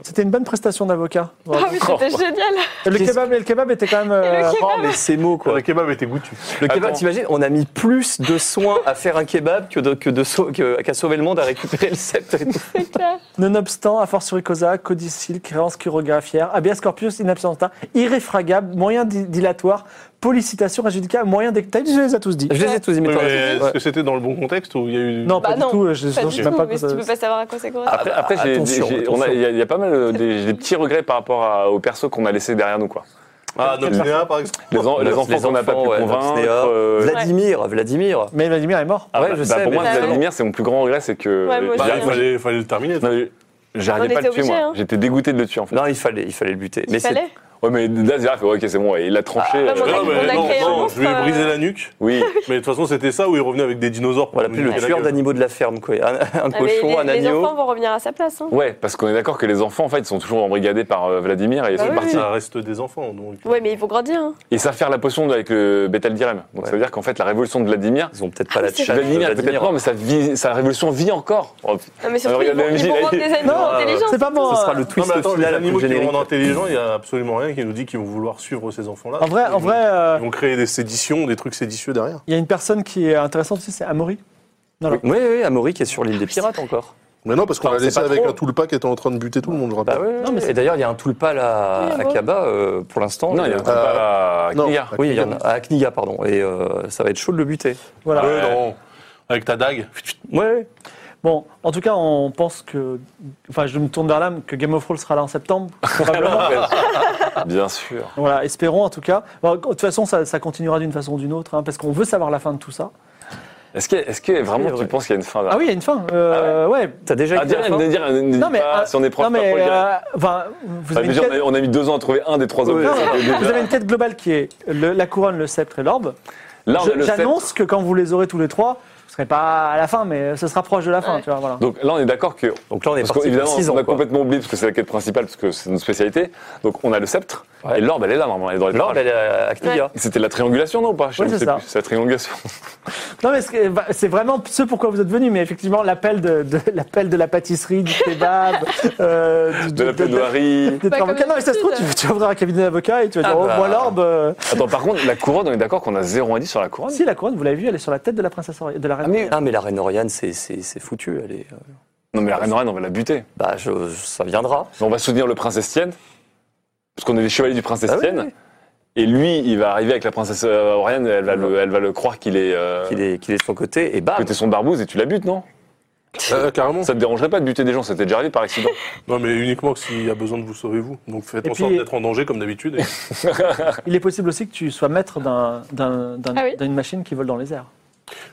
Speaker 1: C'était une bonne prestation d'avocat.
Speaker 4: Ah oui, c'était génial.
Speaker 1: Le kebab, le kebab était quand même.
Speaker 4: Et
Speaker 1: euh,
Speaker 4: le
Speaker 3: Oh, mais ces mots, quoi.
Speaker 7: Le kebab était goûtu.
Speaker 3: Le kebab,
Speaker 6: Attends.
Speaker 3: t'imagines, on a mis plus de soins à faire un kebab que de, que de sau- que- qu'à sauver le monde à récupérer le sceptre. et tout.
Speaker 4: C'est clair.
Speaker 1: Nonobstant, a fortiori causa, codicile, créance chirographiaire, habeas corpus in absentia, irréfragable, moyen di- dilatoire, pollicitation adjudicat, moyen d'ec- T'as dit, Je les ai tous dit.
Speaker 3: Je les ai tous imités.
Speaker 7: Mais est-ce
Speaker 3: Ouais.
Speaker 7: que c'était dans le bon contexte ou il y a eu.
Speaker 1: Non, pas
Speaker 4: Bah
Speaker 1: du
Speaker 4: non,
Speaker 1: tout. Je,
Speaker 4: Pas
Speaker 1: je
Speaker 4: du
Speaker 1: sais
Speaker 4: tout,
Speaker 1: même pas
Speaker 4: mais
Speaker 1: quoi ça.
Speaker 4: tu peux pas savoir à quoi c'est
Speaker 3: Ah,
Speaker 4: correspond.
Speaker 6: Après, après, j'ai-
Speaker 3: bah, attention,
Speaker 6: j'ai- on a-
Speaker 3: attention.
Speaker 6: il y, a- il y a pas mal euh, des, j'ai des petits regrets par rapport à- aux persos qu'on a laissés derrière nous, quoi.
Speaker 7: Ah, Noctinéa, par exemple.
Speaker 6: Les, en- les enfants qu'on n'a pas pu
Speaker 3: ouais,
Speaker 6: convaincre.
Speaker 3: Noctéa,
Speaker 6: euh,
Speaker 3: Vladimir, Vladimir.
Speaker 1: Mais Vladimir est mort.
Speaker 6: ah
Speaker 3: ouais,
Speaker 6: bah-
Speaker 3: je
Speaker 6: bah,
Speaker 3: sais,
Speaker 6: Pour moi,
Speaker 4: mais-
Speaker 6: Vladimir, c'est mon plus grand regret, c'est que
Speaker 4: Ouais, moi aussi.
Speaker 7: Bah,
Speaker 6: j'arrive-
Speaker 7: il fallait, fallait le terminer.
Speaker 6: non, mais j'arrivais
Speaker 4: On
Speaker 6: pas à le
Speaker 4: était
Speaker 6: tuer, moi.
Speaker 4: obligés, hein.
Speaker 6: J'étais dégoûté de le tuer, en fait.
Speaker 3: Non, il fallait, il fallait le buter.
Speaker 4: Il
Speaker 3: c'est-
Speaker 4: fallait.
Speaker 6: Ouais, mais là, Zera fait, ouais, ok, c'est bon, ouais, il a tranché.
Speaker 4: Ah,
Speaker 6: euh,
Speaker 4: bah, on a-
Speaker 7: Non, mais
Speaker 4: on a
Speaker 7: non,
Speaker 4: créé un
Speaker 7: non,
Speaker 4: monstre,
Speaker 7: je lui ai
Speaker 4: euh,
Speaker 7: brisé la nuque.
Speaker 6: Oui,
Speaker 7: Mais de toute façon, c'était ça où il revenait avec des dinosaures. pour
Speaker 3: on
Speaker 7: nous
Speaker 3: l'appelait le
Speaker 7: niquer la
Speaker 3: tueur
Speaker 7: gueule.
Speaker 3: d'animaux de la ferme, quoi. Un, un
Speaker 4: Ah, mais
Speaker 3: cochon, un
Speaker 4: les, les enfants
Speaker 3: agneau.
Speaker 4: vont revenir à sa place. hein.
Speaker 6: ouais, parce qu'on est d'accord que les enfants, en fait, ils sont toujours embrigadés par euh, Vladimir et ils
Speaker 4: Bah
Speaker 6: sont
Speaker 4: oui,
Speaker 6: partis.
Speaker 7: Ça reste des enfants, donc.
Speaker 4: Ouais, mais ils vont grandir. hein.
Speaker 6: Ils savent faire la potion avec le Bethel Direm. Donc ça veut dire qu'en fait, la révolution de Vladimir,
Speaker 3: Ils ont peut-être pas la
Speaker 4: Ah, c'est
Speaker 3: tchatche de
Speaker 6: Vladimir, peut-être pas, mais sa, vie- sa révolution vit encore. Oh,
Speaker 4: Non, mais surtout,
Speaker 6: Alors,
Speaker 4: ils vont,
Speaker 6: regarde,
Speaker 4: ils vont
Speaker 6: MJ,
Speaker 4: rendre
Speaker 6: là,
Speaker 4: des
Speaker 6: il-
Speaker 4: animaux
Speaker 3: Non, euh,
Speaker 4: intelligents.
Speaker 1: C'est pas bon.
Speaker 3: Ce sera
Speaker 1: euh,
Speaker 3: le
Speaker 7: Non,
Speaker 3: twist
Speaker 7: mais attends, les
Speaker 3: final après
Speaker 7: animaux
Speaker 3: le
Speaker 7: qui les
Speaker 3: générique.
Speaker 7: rendent intelligents, il n'y a absolument rien qui nous dit qu'ils vont vouloir suivre ces enfants-là.
Speaker 1: En vrai, en
Speaker 7: Ils-
Speaker 1: vrai, euh,
Speaker 7: Ils vont créer des séditions, des trucs séditieux derrière.
Speaker 1: il y a une personne qui est intéressante aussi, c'est Amaury.
Speaker 3: Oui, oui, oui, Amaury qui est sur l'île des pirates encore.
Speaker 7: Mais non, parce qu'on
Speaker 3: Enfin,
Speaker 7: l'a
Speaker 3: c'est
Speaker 7: laissé
Speaker 3: pas
Speaker 7: avec
Speaker 3: trop.
Speaker 7: un Toulpa qui était en train de buter tout le monde, je
Speaker 3: Bah
Speaker 7: rappelle.
Speaker 3: oui, oui,
Speaker 1: Non, mais
Speaker 3: oui.
Speaker 1: c'est-
Speaker 3: Et d'ailleurs, il y a un tulpa là
Speaker 4: Oui,
Speaker 3: à
Speaker 4: bon.
Speaker 3: Kaba euh, pour l'instant.
Speaker 6: Non, il y a un
Speaker 3: Euh,
Speaker 6: truc à
Speaker 7: non.
Speaker 6: Kniga.
Speaker 3: Oui, il y en a à Kniga, pardon. Et euh, ça va être chaud de le buter.
Speaker 1: Voilà.
Speaker 7: Ouais, non. Avec ta dague.
Speaker 3: Ouais.
Speaker 1: Bon, en tout cas, on pense que. Enfin, je me tourne vers l'âme que Game of Thrones sera là en septembre. Probablement.
Speaker 6: Bien sûr.
Speaker 1: voilà, espérons en tout cas. Bon, de toute façon, ça, ça continuera d'une façon ou d'une autre, hein, parce qu'on veut savoir la fin de tout ça.
Speaker 6: Est-ce que, est-ce que vraiment tu penses qu'il y a une fin là
Speaker 1: Ah oui, il y a une fin. Euh, ouais.
Speaker 3: T'as déjà
Speaker 6: Ah,
Speaker 3: écrit la
Speaker 6: Dylan,
Speaker 3: fin
Speaker 6: ne dire, ne dis
Speaker 1: Non, mais.
Speaker 6: pas
Speaker 1: euh,
Speaker 6: si on est proche,
Speaker 1: non, mais.
Speaker 6: pas proche, Dylan.
Speaker 1: euh, enfin, vous
Speaker 6: Enfin,
Speaker 1: avez une
Speaker 6: déjà, on, a,
Speaker 1: quête-
Speaker 6: on a mis Bah, deux ans à trouver un des trois hommes.
Speaker 3: Ouais.
Speaker 6: Ça, c'était
Speaker 1: vous
Speaker 6: déjà-
Speaker 1: avez une quête globale qui est le- la couronne, le sceptre et l'orbe.
Speaker 6: Là, on
Speaker 1: Je-
Speaker 6: a le sept.
Speaker 1: J'annonce que quand vous les aurez tous les trois, ce serait pas à la fin, mais ce sera proche de la fin,
Speaker 4: Ouais.
Speaker 1: tu vois. Voilà.
Speaker 6: Donc là, on est d'accord que.
Speaker 3: Donc là, on est
Speaker 6: Parce
Speaker 3: parti
Speaker 6: qu'évidemment,
Speaker 3: pour 6
Speaker 6: on a
Speaker 3: ans. quoi.
Speaker 6: complètement oublié, parce que c'est la quête principale, parce que c'est notre spécialité. Donc on a le sceptre,
Speaker 3: Ouais.
Speaker 6: et l'orbe, elle est là, normalement, elle est dans les
Speaker 3: L'orbe, elle est euh, à Kniga.
Speaker 6: C'était la triangulation, non ou pas Je
Speaker 1: Oui,
Speaker 6: sais
Speaker 1: c'est
Speaker 6: plus.
Speaker 1: ça.
Speaker 6: C'est la triangulation.
Speaker 1: Non, mais ce que- bah, c'est vraiment ce pourquoi vous êtes venu, mais effectivement, l'appel de, de- l'appel de la pâtisserie, du kebab, euh, du-
Speaker 6: De la plaidoirie.
Speaker 1: des
Speaker 4: Pas Bah, comme
Speaker 1: avocats. Non, mais ça se trouve, tu,
Speaker 4: d'habitude.
Speaker 1: tu vas ouvrir un cabinet d'avocats et tu vas dire,
Speaker 3: Ah
Speaker 1: oh,
Speaker 3: bah.
Speaker 1: moi, l'orbe. euh,
Speaker 6: Attends, par contre, la couronne, on est d'accord qu'on a 0 indice sur la couronne
Speaker 1: Si, la couronne, vous l'avez vu, elle est sur la tête de la princesse, Ori- de la reine.
Speaker 3: Ah, mais la reine Oriane, c'est- c'est c'est foutu. Elle est, euh,
Speaker 6: Non, mais la reine Reine, on va la buter.
Speaker 3: bah, je- je- ça viendra.
Speaker 6: Mais on va soutenir le prince Estienne, parce qu'on est les chevaliers du prince
Speaker 3: Ah oui,
Speaker 6: Estienne.
Speaker 3: oui.
Speaker 6: Et lui, il va arriver avec la princesse euh, Oriane, elle va, le, elle va le croire qu'il est. euh,
Speaker 3: Qu'il est, qu'il est de son côté. Et
Speaker 6: que
Speaker 3: bam
Speaker 6: t'es son barbouze et tu la butes, non
Speaker 7: Euh, carrément.
Speaker 6: Ça te dérangerait pas de buter des gens, ça t'est déjà arrivé par accident.
Speaker 7: Non, mais uniquement s'il y a besoin de vous sauver, vous. Donc faites
Speaker 1: Et
Speaker 7: en sorte
Speaker 1: puis-
Speaker 7: d'être en danger, comme d'habitude. et-
Speaker 1: Il est possible aussi que tu sois maître d'un, d'un- d'un-
Speaker 4: Ah oui.
Speaker 1: d'une machine qui vole dans les airs.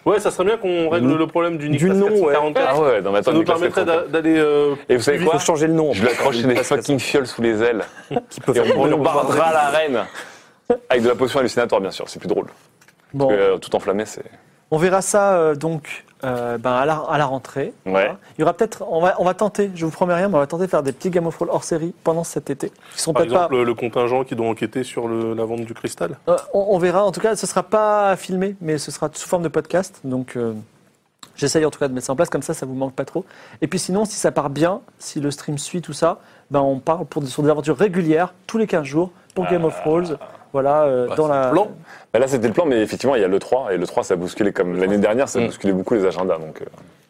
Speaker 7: Ouais, ça serait bien qu'on règle le problème du Nicolas
Speaker 3: nom, ouais.
Speaker 7: 44.
Speaker 6: Ah ouais, non, mais attends,
Speaker 7: Ça nous
Speaker 6: Nicolas,
Speaker 7: permettrait
Speaker 6: c'est trop
Speaker 7: d'a- d'aller. euh,
Speaker 6: Et vous savez
Speaker 3: Il faut
Speaker 6: quoi
Speaker 3: changer le nom.
Speaker 6: Je lui accroche des fucking fioles sous les ailes.
Speaker 3: qui peut
Speaker 6: Et
Speaker 3: faire
Speaker 6: on,
Speaker 3: brûler
Speaker 6: on
Speaker 3: au
Speaker 6: bardera
Speaker 3: bordel.
Speaker 6: la reine. Avec de la potion hallucinatoire, bien sûr, c'est plus drôle.
Speaker 1: Bon,
Speaker 6: Parce que, euh, tout enflammé, c'est.
Speaker 1: on verra ça euh, donc euh, ben, à, la, à la rentrée.
Speaker 6: Ouais.
Speaker 1: Il y aura peut-être, on va, on va tenter, je vous promets rien, mais on va tenter de faire des petits Game of Thrones hors série pendant cet été. Qui sont
Speaker 7: Par
Speaker 1: peut-être pas,
Speaker 7: exemple, le contingent qui doit enquêter sur le- la vente du cristal.
Speaker 1: Euh, on, on verra. En tout cas, ce sera pas filmé, mais ce sera sous forme de podcast. Donc, euh, j'essaye en tout cas de mettre ça en place. Comme ça, ça vous manque pas trop. Et puis, sinon, si ça part bien, si le stream suit tout ça, ben, on parle pour, sur des aventures régulières tous les 15 jours pour Game of Thrones. Voilà, euh, dans la.
Speaker 3: Blanc.
Speaker 6: Bah là, c'était le Ah. plan, mais effectivement, il y a le 3, et le 3, ça a bousculé comme l'année dernière, ça a
Speaker 3: Mm.
Speaker 6: bousculé beaucoup les agendas. Donc, euh,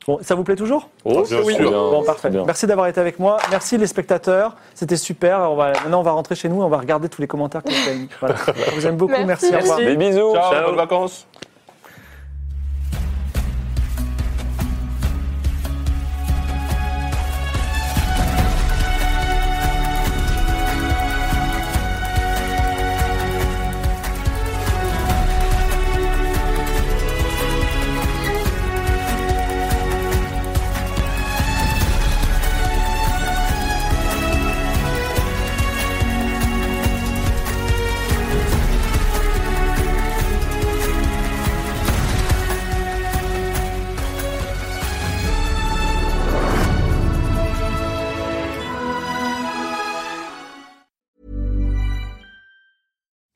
Speaker 1: Bon, ça vous plaît toujours
Speaker 7: Oh, bien
Speaker 6: oui.
Speaker 7: sûr.
Speaker 6: Bien,
Speaker 1: Bon, parfait.
Speaker 6: c'est bien.
Speaker 1: Merci d'avoir été avec moi. Merci les spectateurs. C'était super. On va, maintenant, on va rentrer chez nous et on va regarder tous les commentaires que vous avez mis. Voilà. Je vous aime beaucoup. Merci.
Speaker 4: Merci.
Speaker 1: Au revoir.
Speaker 6: Des bisous.
Speaker 7: Ciao, bonnes vacances.